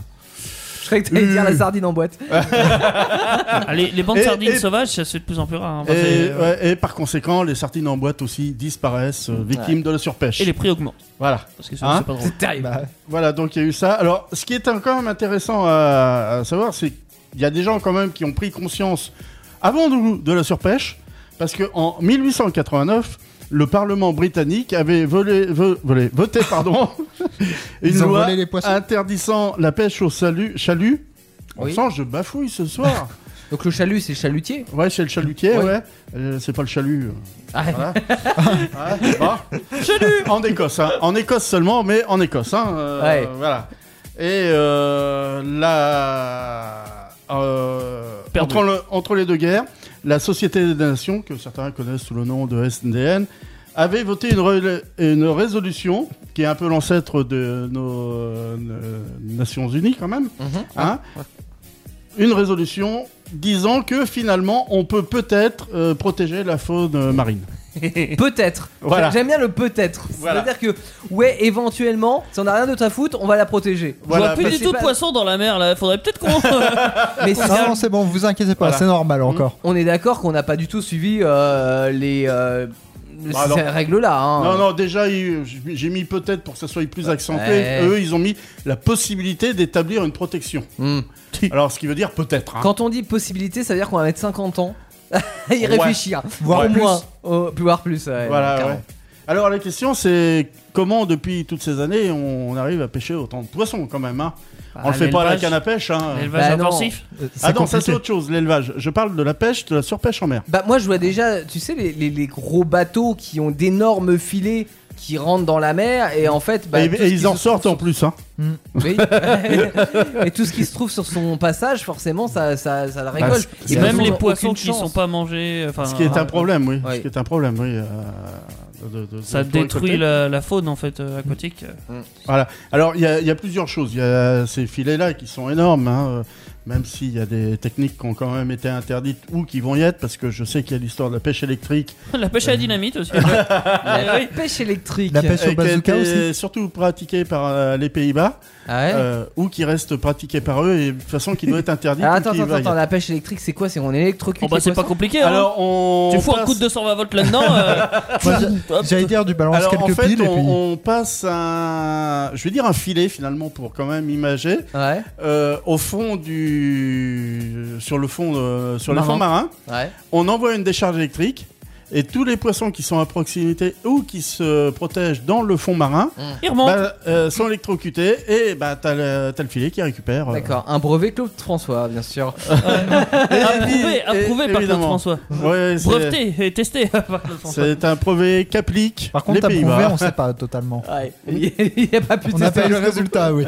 Speaker 3: Je croyais que t'allais dire
Speaker 4: Hmm.
Speaker 3: la sardine en boîte.
Speaker 6: Ah, les, les bandes
Speaker 4: Et-
Speaker 6: sardines
Speaker 4: et-
Speaker 6: sauvages, ça se fait de plus en plus rare. hein.
Speaker 4: Et,
Speaker 6: Enfin, c'est- euh,
Speaker 4: ouais, et par conséquent, les sardines en boîte aussi disparaissent, euh, victimes de la surpêche.
Speaker 6: et les prix augmentent.
Speaker 4: Voilà.
Speaker 6: Parce que ça,
Speaker 4: Hein
Speaker 6: c'est pas drôle.
Speaker 3: C'est terrible.
Speaker 5: Bah,
Speaker 4: Voilà, donc il y a eu ça. Alors, ce qui est un- quand même intéressant à, à savoir, c'est qu'il y a des gens quand même qui ont pris conscience avant nous de la surpêche, parce que en 1889, le Parlement britannique avait volé, vo- volé- voté pardon, une
Speaker 5: Ils ont
Speaker 4: loi
Speaker 5: volé les poissons.
Speaker 4: interdisant la pêche au salut, chalut. On
Speaker 3: Oui.
Speaker 4: sent, je bafouille ce soir.
Speaker 3: Donc le chalut c'est le chalutier.
Speaker 4: ouais, c'est le chalutier,
Speaker 3: Oui.
Speaker 4: ouais. Euh, c'est pas le chalut.
Speaker 3: Ah,
Speaker 4: Ouais, je sais pas. Hein? En Écosse, hein. en Écosse seulement, mais en Écosse. hein. Euh,
Speaker 3: Ouais.
Speaker 4: Voilà. Et euh, la. euh,
Speaker 6: Perdu.
Speaker 4: entre, le- entre les deux guerres, la Société des Nations, que certains connaissent sous le nom de SNDN, avait voté une, relai- une résolution qui est un peu l'ancêtre de nos euh, Nations Unies quand même.
Speaker 3: Mhm.
Speaker 4: Hein une résolution disant que finalement on peut peut-être euh, protéger la faune marine.
Speaker 3: Peut-être.
Speaker 4: Voilà.
Speaker 3: J'aime bien le peut-être.
Speaker 4: Voilà.
Speaker 3: C'est-à-dire que, ouais, éventuellement, si on n'a rien d'autre à foutre, on va la protéger.
Speaker 4: Voilà,
Speaker 6: je vois
Speaker 4: parce-
Speaker 6: plus
Speaker 3: c'est
Speaker 6: du tout de
Speaker 3: pas-
Speaker 6: poisson dans la mer là, faudrait peut-être qu'on.
Speaker 3: Mais Ah, c'est-
Speaker 5: Non, non, c'est bon, vous inquiétez pas,
Speaker 4: Voilà.
Speaker 5: c'est normal encore.
Speaker 3: on est d'accord qu'on n'a pas du tout suivi euh, les. euh,
Speaker 4: Ah, non.
Speaker 3: ces règles-là. hein.
Speaker 4: Non, non, déjà, il- j'ai mis peut-être pour que ça soit plus accentué.
Speaker 3: Ouais.
Speaker 4: Eux, ils ont mis la possibilité d'établir une protection.
Speaker 3: Hmm.
Speaker 4: Alors, ce qui veut dire peut-être. hein.
Speaker 3: Quand on dit possibilité, ça veut dire qu'on va mettre 50 ans à y
Speaker 4: Ouais.
Speaker 3: réfléchir.
Speaker 5: Voire
Speaker 3: Au
Speaker 5: plus.
Speaker 3: moins. Au- plus, voire plus. ouais,
Speaker 4: voilà,
Speaker 3: clairement.
Speaker 4: ouais. Alors, la question, c'est comment, depuis toutes ces années, on arrive à pêcher autant de poissons quand même hein On le fait pas à la
Speaker 6: l'élevage.
Speaker 4: canne à pêche. hein.
Speaker 6: L'élevage
Speaker 3: Bah, non.
Speaker 6: intensif.
Speaker 5: C'est
Speaker 4: Ah non, ça c'est
Speaker 5: compliqué.
Speaker 4: autre chose, l'élevage. Je parle de la pêche, de la surpêche en mer.
Speaker 3: Bah moi je vois déjà, tu sais, les, les- les gros bateaux qui ont d'énormes filets qui rentrent dans la mer et en fait... Bah,
Speaker 4: et
Speaker 3: tout ce
Speaker 4: et
Speaker 3: qui
Speaker 4: ils
Speaker 3: se
Speaker 4: en
Speaker 3: trouve
Speaker 4: sortent
Speaker 3: sur-
Speaker 4: en plus. Hein.
Speaker 3: Oui. et tout ce qui se trouve sur son passage, forcément, ça, ça, ça le récolte.
Speaker 4: Bah,
Speaker 6: Et
Speaker 4: c'est-
Speaker 6: même
Speaker 4: ils
Speaker 6: les
Speaker 3: ont
Speaker 6: poissons
Speaker 3: aucune
Speaker 6: qui
Speaker 3: chance.
Speaker 6: sont pas mangés. Enfin,
Speaker 4: ce qui est un problème, oui.
Speaker 3: Ah. Ouais.
Speaker 4: Ce qui est un problème, oui. euh, de- de- de-
Speaker 6: euh, Ça
Speaker 4: de-
Speaker 6: détruit la, la faune en fait euh, aquatique.
Speaker 4: Voilà. Alors, il y, a- il y a plusieurs choses. Il y a ces filets-là qui sont énormes, hein, euh, même s'il y a des techniques qui ont quand même été interdites ou qui vont y être, parce que je sais qu'il y a l'histoire de la pêche électrique
Speaker 6: la pêche à la dynamite aussi. Ah, oui.
Speaker 3: Pêche électrique.
Speaker 5: La pêche
Speaker 4: euh,
Speaker 5: au
Speaker 4: qui a
Speaker 5: bazooka aussi.
Speaker 4: été surtout pratiquée par euh, les Pays-Bas,
Speaker 3: Ah ouais
Speaker 4: euh, ou qui reste pratiquée par eux, et de toute façon qui doit être interdite.
Speaker 3: Ah,
Speaker 4: ou
Speaker 3: attends,
Speaker 4: qui
Speaker 3: attends,
Speaker 4: va y
Speaker 3: attends,
Speaker 4: être.
Speaker 3: la pêche électrique, c'est quoi C'est on électrocute
Speaker 6: Bon, bah,
Speaker 3: les
Speaker 6: c'est pas
Speaker 3: poissons
Speaker 6: compliqué. hein.
Speaker 4: Alors, on.
Speaker 6: tu fous un
Speaker 4: passe-
Speaker 6: coup de 220 volts là-dedans. euh,
Speaker 5: Moi, j'a-
Speaker 6: hop.
Speaker 5: J'allais dire, du balance
Speaker 4: Alors, en
Speaker 5: quelques
Speaker 4: fait,
Speaker 5: piles et puis.
Speaker 4: on, on passe un. Je vais dire un filet finalement pour quand même imager.
Speaker 3: Ouais,
Speaker 4: euh, au fond du. Sur le fond. euh, sur
Speaker 3: Marin.
Speaker 4: le fond marin.
Speaker 3: ouais.
Speaker 4: on envoie une décharge électrique et tous les poissons qui sont à proximité ou qui se protègent dans le fond marin
Speaker 6: Il remonte.
Speaker 4: bah, euh, sont électrocutés et bah, t'as le, t'as le filet qui récupère. euh.
Speaker 3: D'accord. Un brevet Claude François, bien sûr.
Speaker 6: approuvé, approuvé
Speaker 4: et-
Speaker 6: par Claude
Speaker 4: Bah, évidemment.
Speaker 6: François.
Speaker 4: Ouais, c'est,
Speaker 6: Breveté et testé par Claude François.
Speaker 4: c'est un brevet Caplic.
Speaker 5: Par contre,
Speaker 4: les
Speaker 5: t'as prouvé,
Speaker 4: Pays-Bas.
Speaker 5: on sait pas totalement.
Speaker 3: Ouais. Il n'y a pas pu
Speaker 5: On
Speaker 3: tester
Speaker 5: n'a pas eu le
Speaker 3: jusqu'au bout.
Speaker 5: résultat, oui.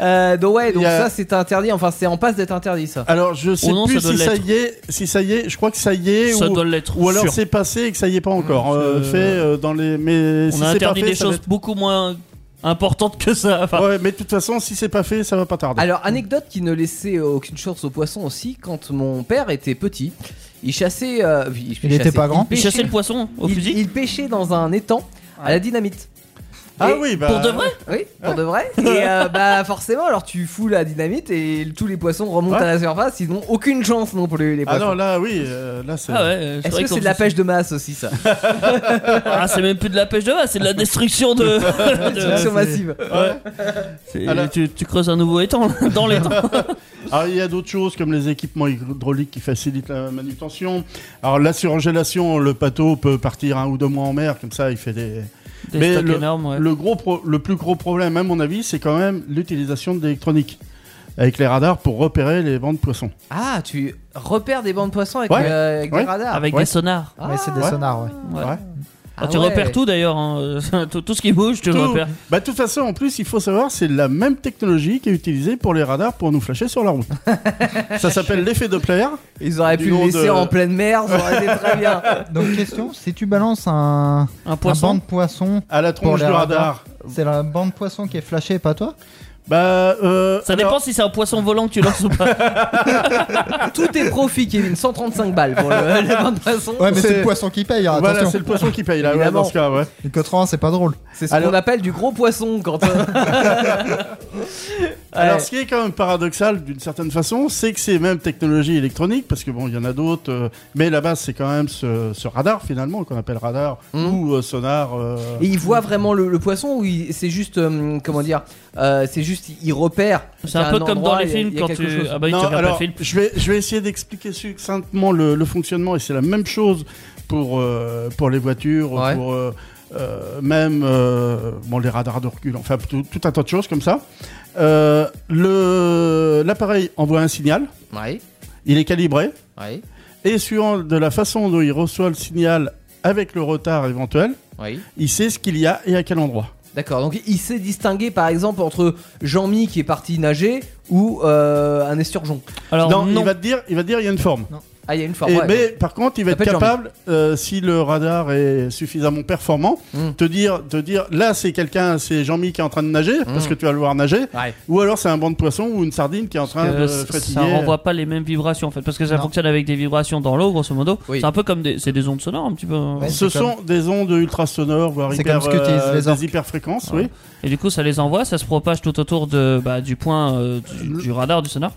Speaker 3: Euh, donc ouais, donc
Speaker 4: Il y a-
Speaker 3: ça c'est interdit, enfin c'est en passe d'être interdit ça.
Speaker 4: Alors je sais
Speaker 6: Ou non,
Speaker 4: plus
Speaker 6: ça doit
Speaker 4: si ça
Speaker 6: l'être.
Speaker 4: y est, si ça y est, je crois que ça y est
Speaker 6: Ça
Speaker 4: ou,
Speaker 6: doit l'être.
Speaker 4: ou alors
Speaker 6: sûr.
Speaker 4: c'est passé et que ça y est pas encore euh,
Speaker 6: Euh,
Speaker 4: fait euh, dans les mais si
Speaker 6: on a
Speaker 4: c'est pas
Speaker 6: interdit
Speaker 4: fait,
Speaker 6: des
Speaker 4: ça va
Speaker 6: choses beaucoup moins importantes que ça. Enfin,
Speaker 4: être- Ouais, mais de toute façon, si c'est pas fait, ça va pas tarder.
Speaker 3: Alors anecdote qui ne laissait aucune chance aux poissons aussi, quand mon père était petit, il chassait... euh, il,
Speaker 5: Il était
Speaker 3: chassait-
Speaker 5: pas grand
Speaker 6: il
Speaker 3: pêchait-
Speaker 6: chassait le poisson au
Speaker 3: il-
Speaker 6: fusil.
Speaker 3: il pêchait dans un étang à la dynamite.
Speaker 4: ah
Speaker 3: et
Speaker 4: oui, bah,
Speaker 6: Pour de vrai
Speaker 3: Oui, pour de vrai. Et euh, bah forcément, alors tu fous la dynamite et tous les poissons remontent
Speaker 4: Ouais.
Speaker 3: à la surface, ils n'ont aucune chance non plus les
Speaker 4: Ah
Speaker 3: poissons.
Speaker 4: non, là oui, euh, là c'est
Speaker 6: Ah ouais, euh,
Speaker 3: Est-ce
Speaker 6: vrai
Speaker 3: que c'est
Speaker 6: qu'on
Speaker 3: de la
Speaker 6: se-
Speaker 3: pêche de masse aussi ça
Speaker 6: Ah, c'est même plus de la pêche de masse, c'est de la destruction de. de-
Speaker 3: Destruction massive.
Speaker 6: C'est-
Speaker 4: Alors-
Speaker 6: tu, tu creuses un nouveau étang là, dans l'étang.
Speaker 4: Alors, Ah, il y a d'autres choses comme les équipements hydrauliques qui facilitent la manutention. Alors, la surgélation, le bateau peut partir un ou deux mois en mer, comme ça, il fait des.
Speaker 6: Des
Speaker 4: Mais
Speaker 6: stocks
Speaker 4: le-
Speaker 6: énormes, ouais.
Speaker 4: Le, gros pro- le plus gros problème, à mon avis, c'est quand même l'utilisation de l'électronique avec les radars pour repérer les bancs de poissons.
Speaker 3: Ah, tu repères des bandes poissons avec,
Speaker 4: Ouais.
Speaker 3: euh, avec
Speaker 4: Ouais.
Speaker 3: des radars.
Speaker 6: Avec
Speaker 4: Ouais.
Speaker 6: des sonars.
Speaker 3: Ah,
Speaker 5: Mais c'est des
Speaker 4: ouais.
Speaker 5: sonars, ouais.
Speaker 6: Ouais.
Speaker 4: Ouais.
Speaker 3: ah
Speaker 6: tu
Speaker 3: ouais.
Speaker 6: repères tout d'ailleurs, hein. tout, tout ce qui bouge, tu
Speaker 4: Tout.
Speaker 6: repères.
Speaker 4: Bah, de toute façon, en plus, il faut savoir, c'est la même technologie qui est utilisée pour les radars pour nous flasher sur la route. ça s'appelle l'effet Doppler.
Speaker 3: Ils auraient
Speaker 4: Du
Speaker 3: pu le
Speaker 4: nom
Speaker 3: laisser
Speaker 4: de-
Speaker 3: en pleine mer, ça aurait été très bien.
Speaker 5: Donc, question si tu balances un, un
Speaker 6: Un
Speaker 5: banc
Speaker 6: poisson.
Speaker 5: de poisson,
Speaker 4: À la
Speaker 5: Pour
Speaker 4: tronche
Speaker 5: les
Speaker 4: du radar.
Speaker 5: radars. c'est la bande poisson qui est flashée, pas toi
Speaker 4: Bah, euh,
Speaker 6: Ça
Speaker 4: alors-
Speaker 6: dépend si c'est un poisson volant que tu lances ou pas.
Speaker 3: Tout est profit, Kevin. 135 balles pour le, les bandes poissons.
Speaker 5: Ouais, mais
Speaker 4: C'est-
Speaker 5: c'est le poisson qui paye, alors
Speaker 4: Voilà, c'est
Speaker 5: attention.
Speaker 4: le poisson qui paye là, ouais,
Speaker 3: Évidemment.
Speaker 4: dans ce cas, ouais.
Speaker 5: Les 80, c'est pas drôle.
Speaker 3: C'est ce
Speaker 4: Alors-
Speaker 3: qu'on appelle du gros poisson quand.
Speaker 4: Alors,
Speaker 3: Ouais.
Speaker 4: ce qui est quand même paradoxal d'une certaine façon, c'est que ces mêmes technologies électroniques, parce que bon, il y en a d'autres, euh, mais la base, c'est quand même ce, ce radar finalement, qu'on appelle radar
Speaker 3: Mm.
Speaker 4: ou euh, sonar. euh,
Speaker 3: Et il voit vraiment le, le poisson ou il- c'est juste euh, comment dire euh, C'est juste il repère.
Speaker 6: C'est un,
Speaker 3: qu'il y a
Speaker 6: peu comme
Speaker 3: endroit,
Speaker 6: dans les
Speaker 3: il y a-
Speaker 6: films
Speaker 3: il y a
Speaker 6: quand
Speaker 3: quelque
Speaker 6: tu.
Speaker 3: chose.
Speaker 6: Ah bah oui,
Speaker 4: non,
Speaker 6: tu regardes
Speaker 4: alors,
Speaker 6: le film.
Speaker 4: je vais, je vais essayer d'expliquer succinctement le, le fonctionnement, et c'est la même chose pour, euh, pour les voitures,
Speaker 3: Ouais.
Speaker 4: pour euh, euh, même euh, bon, les radars de recul, enfin tout, tout un tas de choses comme ça. Euh, le- L'appareil envoie un signal,
Speaker 3: Ouais,
Speaker 4: il est calibré,
Speaker 3: ouais,
Speaker 4: et suivant de la façon dont il reçoit le signal avec le retard éventuel,
Speaker 3: ouais.
Speaker 4: il sait ce qu'il y a et à quel endroit.
Speaker 3: D'accord. Donc il sait distinguer par exemple entre Jean-Mi qui est parti nager ou euh, un esturgeon.
Speaker 6: Alors,
Speaker 4: non,
Speaker 6: non.
Speaker 4: il va te dire, il va te dire, il y a une forme.
Speaker 3: Ah, il y a une forme.
Speaker 4: Et-
Speaker 3: ouais.
Speaker 4: Eh, mais par contre, il va être
Speaker 3: Appelle Jean-Mi.
Speaker 4: capable, euh, si le radar est suffisamment performant,
Speaker 3: Mm.
Speaker 4: te dire, te dire, là c'est quelqu'un, c'est Jean-Mi qui est en train de nager parce
Speaker 3: Mm.
Speaker 4: que tu vas le voir nager,
Speaker 3: Ouais.
Speaker 4: ou alors c'est un banc de poisson ou une sardine qui est en train
Speaker 6: Euh,
Speaker 4: de
Speaker 6: ça-
Speaker 4: frétiller.
Speaker 6: ça renvoie pas les mêmes vibrations en fait parce que ça
Speaker 5: Non.
Speaker 6: fonctionne avec des vibrations dans l'eau grosso modo
Speaker 3: Oui.
Speaker 6: c'est un peu comme des, c'est des ondes sonores un petit peu hein.
Speaker 5: Ouais.
Speaker 4: Ce
Speaker 5: C'est comme-
Speaker 4: sont des ondes ultrasonores, voire
Speaker 5: C'est
Speaker 4: hyper, euh,
Speaker 5: comme ce que utilisent les
Speaker 4: des
Speaker 5: orques.
Speaker 4: hyperfréquences,
Speaker 6: Ouais.
Speaker 4: oui.
Speaker 6: et du coup ça les envoie ça se propage tout autour de bah, du point euh, du, du radar du sonar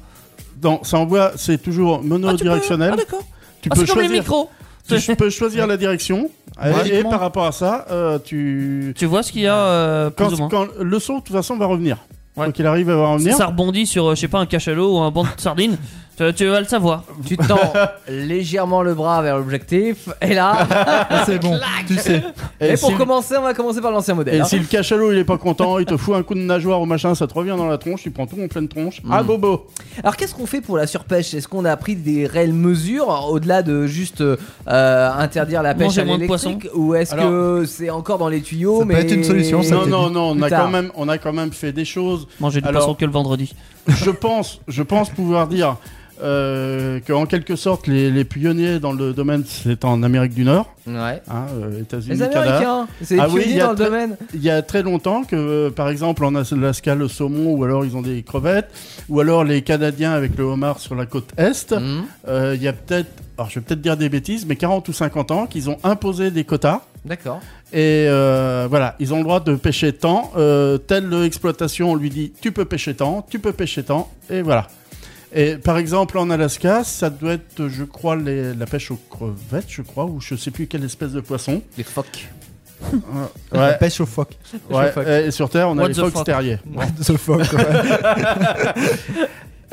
Speaker 4: Dans, ça envoie, c'est toujours
Speaker 6: Ah, tu peux-
Speaker 4: monodirectionnel.
Speaker 6: ah d'accord
Speaker 4: Tu
Speaker 6: Ah,
Speaker 4: peux
Speaker 6: c'est comme les
Speaker 4: choisir-
Speaker 6: micros
Speaker 4: tu peux choisir la direction
Speaker 5: Ouais.
Speaker 4: et, et par rapport à ça, euh, tu
Speaker 6: tu vois ce qu'il y a euh, plus ou
Speaker 4: quand,
Speaker 6: moins
Speaker 4: quand le son de toute façon va revenir.
Speaker 6: Ouais.
Speaker 4: Donc il arrive à revenir.
Speaker 6: ça rebondit sur euh, je sais pas un cachalot ou un banc de sardines tu, tu vas le savoir
Speaker 3: Tu tends légèrement le bras vers l'objectif et là.
Speaker 5: Ah, c'est bon, tu sais.
Speaker 3: Et,
Speaker 4: si,
Speaker 3: pour commencer, on va commencer par l'ancien
Speaker 4: et
Speaker 3: modèle. hein.
Speaker 4: si le cachalot il est pas content, il te fout un coup de nageoire ou machin, ça te revient dans la tronche, tu prends tout en pleine tronche.
Speaker 3: Hmm.
Speaker 4: Ah bobo.
Speaker 3: Alors qu'est-ce qu'on fait pour la surpêche Est-ce qu'on a pris des réelles mesures au-delà de juste euh, interdire la pêche
Speaker 6: Manger
Speaker 3: à
Speaker 6: moins de
Speaker 3: l'électrique ou est-ce
Speaker 4: Alors-
Speaker 3: que c'est encore dans les tuyaux
Speaker 5: Ça peut
Speaker 3: mais...
Speaker 5: être une solution, ça.
Speaker 4: Non
Speaker 5: t'est
Speaker 4: non non, on
Speaker 3: Plus
Speaker 4: a
Speaker 3: tard.
Speaker 4: quand même on a quand même fait des choses.
Speaker 6: manger du
Speaker 4: Alors-
Speaker 6: poisson que le vendredi
Speaker 4: je pense je pense pouvoir dire euh, que en quelque sorte les, les pionniers dans le domaine c'est en Amérique du Nord,
Speaker 3: Ouais.
Speaker 4: hein, euh, États-Unis,
Speaker 3: Les
Speaker 4: Canada.
Speaker 3: Américains, c'est
Speaker 4: Ah
Speaker 3: ah
Speaker 4: oui, il y a
Speaker 3: dans le
Speaker 4: très-
Speaker 3: domaine.
Speaker 4: Il y a très longtemps que, euh, par exemple, en Alaska, le saumon, ou alors ils ont des crevettes, ou alors les Canadiens avec le homard sur la côte Est,
Speaker 3: Mhm.
Speaker 4: euh, il y a peut-être, alors je vais peut-être dire des bêtises, mais 40 ou 50 ans qu'ils ont imposé des quotas.
Speaker 3: D'accord.
Speaker 4: Et euh, voilà, ils ont le droit de pêcher tant. Euh, telle exploitation, on lui dit tu peux pêcher tant, tu peux pêcher tant, et voilà. Et par exemple, en Alaska, ça doit être, je crois, les- la pêche aux crevettes, je crois, ou je sais plus quelle espèce de poisson.
Speaker 3: Les phoques.
Speaker 4: Ouais,
Speaker 5: La pêche au phoque.
Speaker 4: ouais.
Speaker 3: phoque.
Speaker 4: Et sur Terre, on a
Speaker 6: What
Speaker 4: les
Speaker 6: the
Speaker 4: phoques
Speaker 6: fuck.
Speaker 4: terriers.
Speaker 5: Ce phoque, ouais.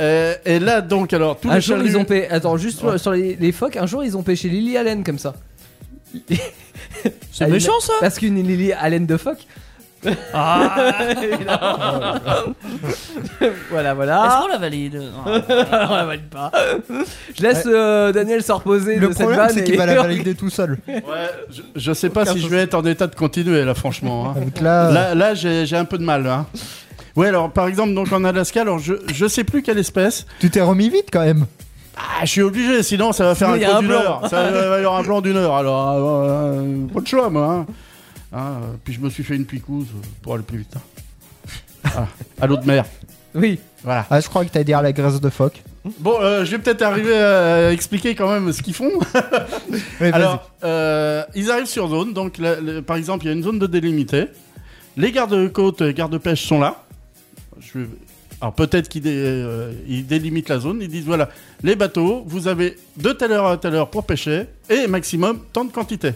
Speaker 4: Euh, et là donc alors tous
Speaker 3: Un
Speaker 4: les
Speaker 3: jour,
Speaker 4: chaluts-
Speaker 3: ils ont pêché. Attends, juste sur- sur les, les phoques, un jour, ils ont pêché Lily Allen comme ça.
Speaker 6: c'est
Speaker 3: Ah, il-
Speaker 6: méchant ça
Speaker 3: Parce qu'une Lily Allen de phoque.
Speaker 6: ah,
Speaker 3: Voilà,
Speaker 6: est-ce
Speaker 3: voilà.
Speaker 6: qu'on la valide
Speaker 3: On la valide pas. Je laisse euh, Daniel se reposer
Speaker 5: Le
Speaker 3: de cette
Speaker 5: problème,
Speaker 3: vanne
Speaker 5: c'est qu'il
Speaker 3: et-
Speaker 5: va la valider tout seul.
Speaker 4: Ouais, je, je
Speaker 5: Ah
Speaker 4: sais pas si je vais être en état de continuer là franchement. hein.
Speaker 5: Donc là,
Speaker 4: Là, là j'ai j'ai un peu de mal. hein. Ouais, alors par exemple, donc en Alaska, alors je, je sais plus quelle espèce.
Speaker 5: Tu t'es remis vite quand même.
Speaker 4: Ah, je suis obligé, sinon ça va faire
Speaker 6: Sinon,
Speaker 4: un
Speaker 6: il y a
Speaker 4: plan
Speaker 6: un
Speaker 4: d'une
Speaker 6: blanc.
Speaker 4: heure. Ça va va y avoir un plan d'une heure, alors euh, euh, pas de choix, moi. hein. Ah, euh, puis je me suis fait une picouse euh, pour aller plus vite. hein. Ah, à l'eau de mer.
Speaker 3: Oui.
Speaker 4: Voilà.
Speaker 5: Ah, je crois que t'as dit à la graisse de phoque.
Speaker 4: Bon, euh, je vais peut-être arriver à expliquer quand même ce qu'ils font.
Speaker 5: Ouais, vas-y.
Speaker 4: Alors, euh, ils arrivent sur zone. Donc, la- le- par exemple, il y a une zone de délimité. Les gardes-côtes, et gardes-pêche sont là. Je- Alors, peut-être qu'ils dé- euh, ils délimitent la zone. Ils disent voilà, les bateaux, vous avez de telle heure à telle heure pour pêcher et maximum tant de quantité.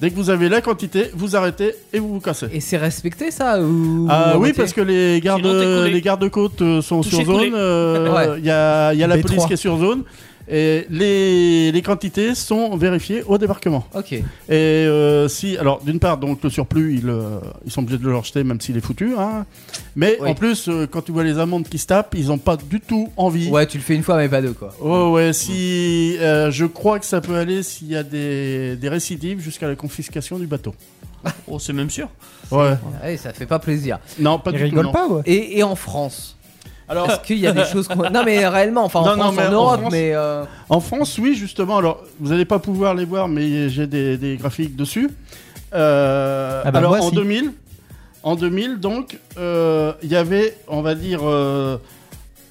Speaker 4: Dès que vous avez la quantité, vous arrêtez et vous vous cassez.
Speaker 3: Et c'est respecté ça ou
Speaker 4: Ah oui, parce que les gardes,
Speaker 6: Sinon, t'es coulé.
Speaker 4: les gardes-côtes euh, sont
Speaker 6: Touché,
Speaker 4: sur
Speaker 6: coulé.
Speaker 4: zone. euh,
Speaker 3: Ouais.
Speaker 4: Il y, a, il y a la
Speaker 5: B3.
Speaker 4: police qui est sur zone. Et les, les quantités sont vérifiées au débarquement.
Speaker 3: Ok.
Speaker 4: Et euh, si, alors d'une part, donc le surplus, ils, euh, ils sont obligés de le rejeter, même s'il est foutu. hein. Mais
Speaker 3: Oui.
Speaker 4: en plus, euh, quand tu vois les amendes qui se tapent, ils n'ont pas du tout envie.
Speaker 3: Ouais, tu le fais une fois mais pas deux quoi.
Speaker 4: Oh ouais, si euh, je crois que ça peut aller s'il y a des, des récidives jusqu'à la confiscation du bateau.
Speaker 6: Oh, c'est même sûr.
Speaker 4: Ouais.
Speaker 3: Ouais, ça fait pas plaisir.
Speaker 4: Non, pas
Speaker 5: Ils
Speaker 4: du tout.
Speaker 5: rigolent
Speaker 4: non.
Speaker 5: pas, ouais.
Speaker 3: Et, et en France
Speaker 4: Alors,
Speaker 3: Est-ce qu'il y a des choses qu'on... Non mais réellement, enfin en
Speaker 4: Non, non,
Speaker 3: France,
Speaker 4: mais
Speaker 3: en
Speaker 4: en
Speaker 3: Europe,
Speaker 4: France-
Speaker 3: mais... euh,
Speaker 4: En France, oui, justement. Alors, vous n'allez pas pouvoir les voir, mais j'ai des, des graphiques dessus. Euh,
Speaker 5: Ah bah,
Speaker 4: alors,
Speaker 5: moi,
Speaker 4: en
Speaker 5: si.
Speaker 4: 2000, en 2000, donc, euh, il y avait, on va dire, euh,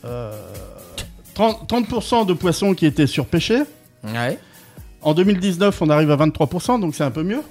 Speaker 4: euh, 30%, 30% de poissons qui étaient surpêchés.
Speaker 3: Ouais.
Speaker 4: En 2019, on arrive à 23%, donc c'est un peu mieux.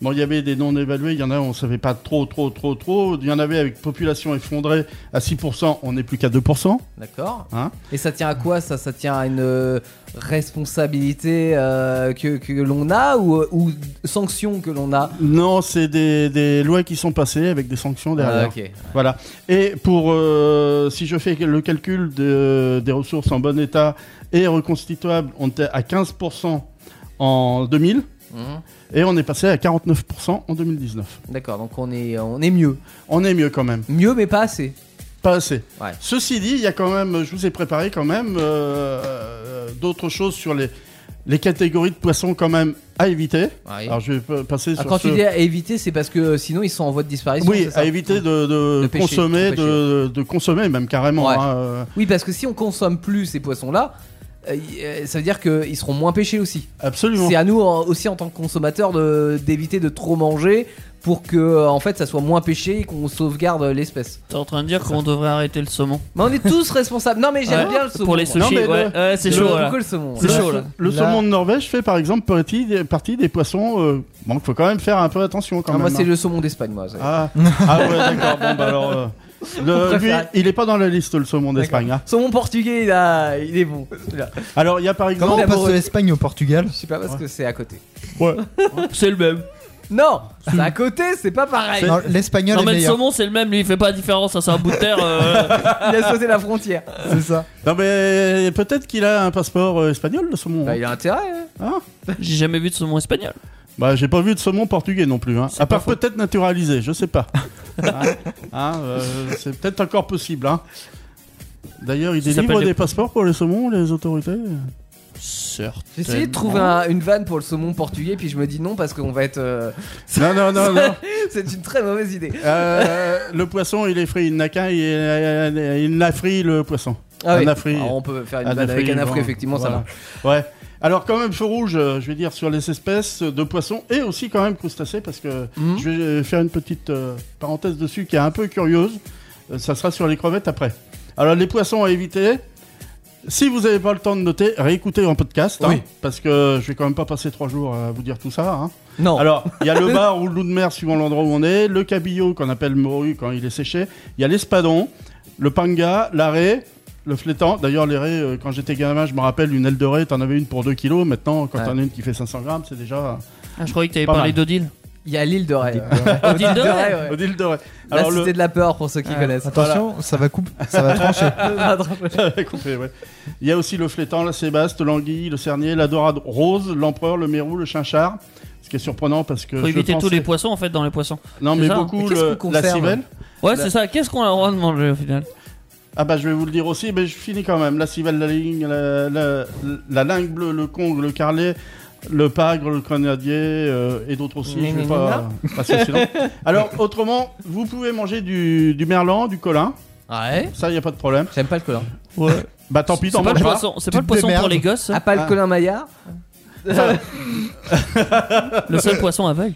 Speaker 4: Bon, il y avait des non évalués, il y en a, on ne savait pas trop, trop, trop, trop. Il y en avait avec population effondrée à 6%, on n'est plus qu'à 2%.
Speaker 3: D'accord.
Speaker 4: Hein
Speaker 3: et ça tient à quoi ça Ça tient à une euh, responsabilité euh, que, que l'on a ou, euh, ou sanction que l'on a
Speaker 4: Non, c'est des, des lois qui sont passées avec des sanctions
Speaker 3: Ah,
Speaker 4: derrière.
Speaker 3: ok.
Speaker 4: Voilà. Et pour euh, si je fais le calcul de- des ressources en bon état et reconstituables, on était à 15% en 2000
Speaker 3: Mhm.
Speaker 4: et on est passé à 49% en 2019.
Speaker 3: D'accord, donc on est, on est mieux.
Speaker 4: On est mieux quand même,
Speaker 3: Mieux mais pas assez.
Speaker 4: pas assez.
Speaker 3: Ouais.
Speaker 4: Ceci dit, il y a quand même, je vous ai préparé quand même euh, d'autres choses sur les, les catégories de poissons quand même à éviter.
Speaker 3: Ouais.
Speaker 4: Alors je vais pa- passer
Speaker 3: Ah,
Speaker 4: sur
Speaker 3: quand
Speaker 4: ce-
Speaker 3: tu dis à éviter, c'est parce que euh, sinon ils sont en voie de disparition.
Speaker 4: oui,
Speaker 3: c'est ça Mmh.
Speaker 4: à éviter de, de
Speaker 3: De pêcher,
Speaker 4: consommer,
Speaker 3: trop pêcher.
Speaker 4: de, de consommer même carrément.
Speaker 3: Ouais.
Speaker 4: hein, euh,
Speaker 3: Oui, parce que si on consomme plus ces poissons-là, euh, y- euh, ça veut dire qu'ils seront moins pêchés aussi.
Speaker 4: absolument.
Speaker 3: C'est à nous en- aussi en tant que consommateurs de- d'éviter de, trop manger pour que euh, en fait ça soit moins pêché et qu'on sauvegarde euh, l'espèce.
Speaker 6: T'es en train de dire qu'on devrait arrêter le saumon.
Speaker 3: Mais on est tous responsables. Non mais j'aime
Speaker 6: Ouais.
Speaker 3: bien le saumon.
Speaker 6: Pour les
Speaker 3: moi.
Speaker 4: Non,
Speaker 6: sushis,
Speaker 4: mais le-
Speaker 6: ouais, Ouais, c'est
Speaker 3: Le-
Speaker 6: chaud. là.
Speaker 3: Pourquoi le saumon
Speaker 6: C'est
Speaker 4: le,
Speaker 6: chaud, là.
Speaker 4: le
Speaker 5: Là.
Speaker 4: saumon de Norvège fait par exemple partie des, partie des poissons. euh, bon, faut quand même faire un peu attention quand
Speaker 3: Ah,
Speaker 4: même.
Speaker 3: Moi c'est
Speaker 4: hein.
Speaker 3: le saumon d'Espagne moi. ça.
Speaker 4: Ah, ah ouais, d'accord. Bon, bah alors. euh, le-
Speaker 3: On préfère.
Speaker 4: lui, il est pas dans la liste le saumon d'Espagne. hein.
Speaker 3: Saumon portugais il, a- il est bon. celui-là.
Speaker 4: Alors il y a par
Speaker 5: Comment
Speaker 4: exemple.
Speaker 5: on passe
Speaker 3: d'abord-
Speaker 5: de l'Espagne au Portugal
Speaker 3: Je sais pas parce que c'est à côté.
Speaker 6: C'est le même.
Speaker 3: Non, c'est à côté, c'est pas pareil.
Speaker 5: Non, L'espagnol
Speaker 6: Non,
Speaker 5: est
Speaker 6: mais le
Speaker 5: meilleur.
Speaker 6: saumon, c'est le même. Lui, il fait pas la différence. hein, C'est un bout de terre. euh,
Speaker 3: Il a sauté la frontière.
Speaker 5: C'est ça.
Speaker 4: Non mais peut-être qu'il a un passeport euh, espagnol le saumon.
Speaker 3: Bah,
Speaker 4: hein.
Speaker 3: il a intérêt. hein.
Speaker 4: Hein
Speaker 6: J'ai jamais vu de saumon espagnol.
Speaker 4: bah j'ai pas vu de saumon portugais non plus. Hein.
Speaker 6: C'est
Speaker 4: À part
Speaker 6: pas faux.
Speaker 4: peut-être naturalisé, je sais pas. Hein, hein, euh, c'est peut-être encore possible. Hein. D'ailleurs, ils
Speaker 6: Ça s'appelle
Speaker 4: délivrent
Speaker 6: des-
Speaker 4: des passeports pour les saumons, les autorités.
Speaker 6: Certes.
Speaker 3: J'ai essayé de trouver un- une vanne pour le saumon portugais, puis je me dis non parce qu'on va être. euh,
Speaker 4: Non, non, non, non.
Speaker 3: c'est une très mauvaise idée.
Speaker 4: Euh, le poisson, il est frit. Il n'a qu'un. Il, euh, il, il n'a frit le poisson.
Speaker 3: Ah oui.
Speaker 4: Anafri.
Speaker 3: Alors, on peut faire une
Speaker 4: Un
Speaker 3: vanne Ah, avec
Speaker 4: affri,
Speaker 3: un affri,
Speaker 4: bon,
Speaker 3: effectivement, ça
Speaker 4: voilà.
Speaker 3: marche.
Speaker 4: Ouais. Alors, quand même, feu rouge, euh, je vais dire, sur les espèces de poissons et aussi quand même crustacés, parce que
Speaker 3: Mhm.
Speaker 4: je vais faire une petite euh, parenthèse dessus qui est un peu curieuse. Euh, ça sera sur les crevettes après. Alors, les poissons à éviter. Si vous n'avez pas le temps de noter, réécoutez en podcast, hein,
Speaker 3: Oui.
Speaker 4: parce que je vais quand même pas passer trois jours à vous dire tout ça. hein.
Speaker 3: Non.
Speaker 4: Alors, il y a le bar ou le loup de mer suivant l'endroit où on est, le cabillaud qu'on appelle morue quand il est séché, il y a l'espadon, le panga, l'arrêt, le flétan. D'ailleurs, les raies, euh, quand j'étais gamin, je me rappelle, une aile de raie, t'en avais une pour 2 kilos. Maintenant, quand
Speaker 3: Ouais.
Speaker 4: t'en as une qui fait 500 grammes, c'est déjà.
Speaker 6: Ah, je croyais que t'avais
Speaker 4: Pas
Speaker 6: parlé
Speaker 4: mal. Ah, bah,
Speaker 6: d'Odile.
Speaker 3: il y a l'île de Ré.
Speaker 6: Odile de Ré.
Speaker 3: ouais.
Speaker 4: Au deal de raie.
Speaker 3: La
Speaker 4: Alors,
Speaker 3: cité
Speaker 4: le.
Speaker 3: de la peur pour ceux qui connaissent. Ah,
Speaker 5: Attention, ça va couper, ça va trancher.
Speaker 4: Coupé, ouais. Il y a aussi le flétan, la sébaste, l'anguille, le cernier, la dorade rose, l'empereur, le mérou, le chinchard. Ce qui est surprenant parce que.
Speaker 6: Faut
Speaker 4: je
Speaker 6: éviter tous
Speaker 4: pensais-
Speaker 6: les poissons en fait dans les poissons.
Speaker 4: Non,
Speaker 6: c'est
Speaker 4: mais
Speaker 6: ça.
Speaker 4: beaucoup,
Speaker 3: Mais qu'est-ce
Speaker 4: le-
Speaker 3: qu'on
Speaker 4: la
Speaker 3: conserve
Speaker 4: civelle.
Speaker 6: Ouais, c'est ça. Qu'est-ce qu'on a le droit de manger au final
Speaker 4: Ah bah je vais vous le dire aussi, mais je finis quand même. La civelle, la ligne, la, la- la lingue bleue, le cong, le carlet, le pagre, le canadier euh, et d'autres aussi. Je vais pas, pas citer sinon. Alors, autrement, vous pouvez manger du, du merlan, du colin.
Speaker 3: Ouais.
Speaker 4: Ça, il n'y a pas de problème.
Speaker 3: J'aime pas le colin.
Speaker 4: Bah, tant pis,
Speaker 6: C'est
Speaker 4: t'en
Speaker 6: pas le
Speaker 4: manges pas.
Speaker 6: poisson, c'est
Speaker 5: Tu
Speaker 6: pas le
Speaker 5: te
Speaker 6: poisson pour
Speaker 5: démerdes.
Speaker 6: les gosses, hein.
Speaker 3: Ah, pas le
Speaker 4: Ah.
Speaker 3: colin Maillard
Speaker 6: le seul poisson aveugle.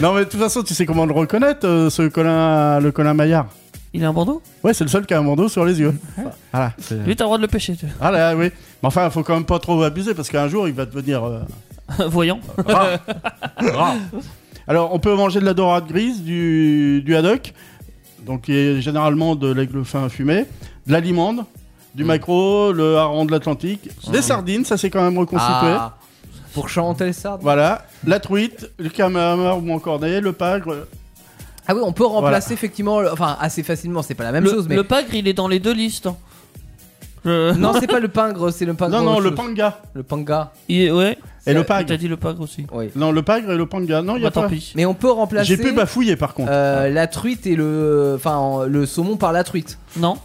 Speaker 4: Non, mais de toute façon, tu sais comment le reconnaître, euh, ce colin, le colin maillard.
Speaker 6: Il a un bandeau
Speaker 4: Ouais, c'est le seul qui a un bandeau sur les yeux. Voilà. c'est-
Speaker 6: Lui, t'as le droit de le pêcher, tu-
Speaker 4: Ah là, oui. Mais enfin, faut quand même pas trop abuser parce qu'un jour, il va devenir euh,
Speaker 6: voyant.
Speaker 4: rare. Rare. Alors, on peut manger de la dorade grise, du, du haddock, donc qui est généralement de l'aigle fin fumé, de la limande,
Speaker 3: Mm.
Speaker 4: du maquereau, le hareng de l'Atlantique, des sardines, ça c'est quand même reconstitué.
Speaker 3: Ah, Pour chanter ça
Speaker 4: Voilà, la truite, le calamar ou encorné, le pagre.
Speaker 3: Ah oui, on peut remplacer effectivement, le- enfin assez facilement, c'est pas la même
Speaker 6: le,
Speaker 3: chose, mais.
Speaker 6: le pagre, il est dans les deux listes. hein. Je-
Speaker 3: Non, c'est pas le pingre, c'est le pingre.
Speaker 4: Non, non,
Speaker 3: autre
Speaker 4: le
Speaker 3: chose.
Speaker 4: panga.
Speaker 3: Le panga,
Speaker 6: Il est- ouais.
Speaker 4: Et le
Speaker 6: T'as
Speaker 4: pagre.
Speaker 6: dit le pagre aussi.
Speaker 3: oui.
Speaker 4: Non, le pagre et le panga. Non, il y a
Speaker 6: Bah, tant
Speaker 4: pas.
Speaker 6: pis.
Speaker 3: Mais on peut remplacer.
Speaker 4: J'ai pu bafouiller par contre.
Speaker 3: euh, la truite et le. Enfin, en- le saumon par la truite.
Speaker 6: Non.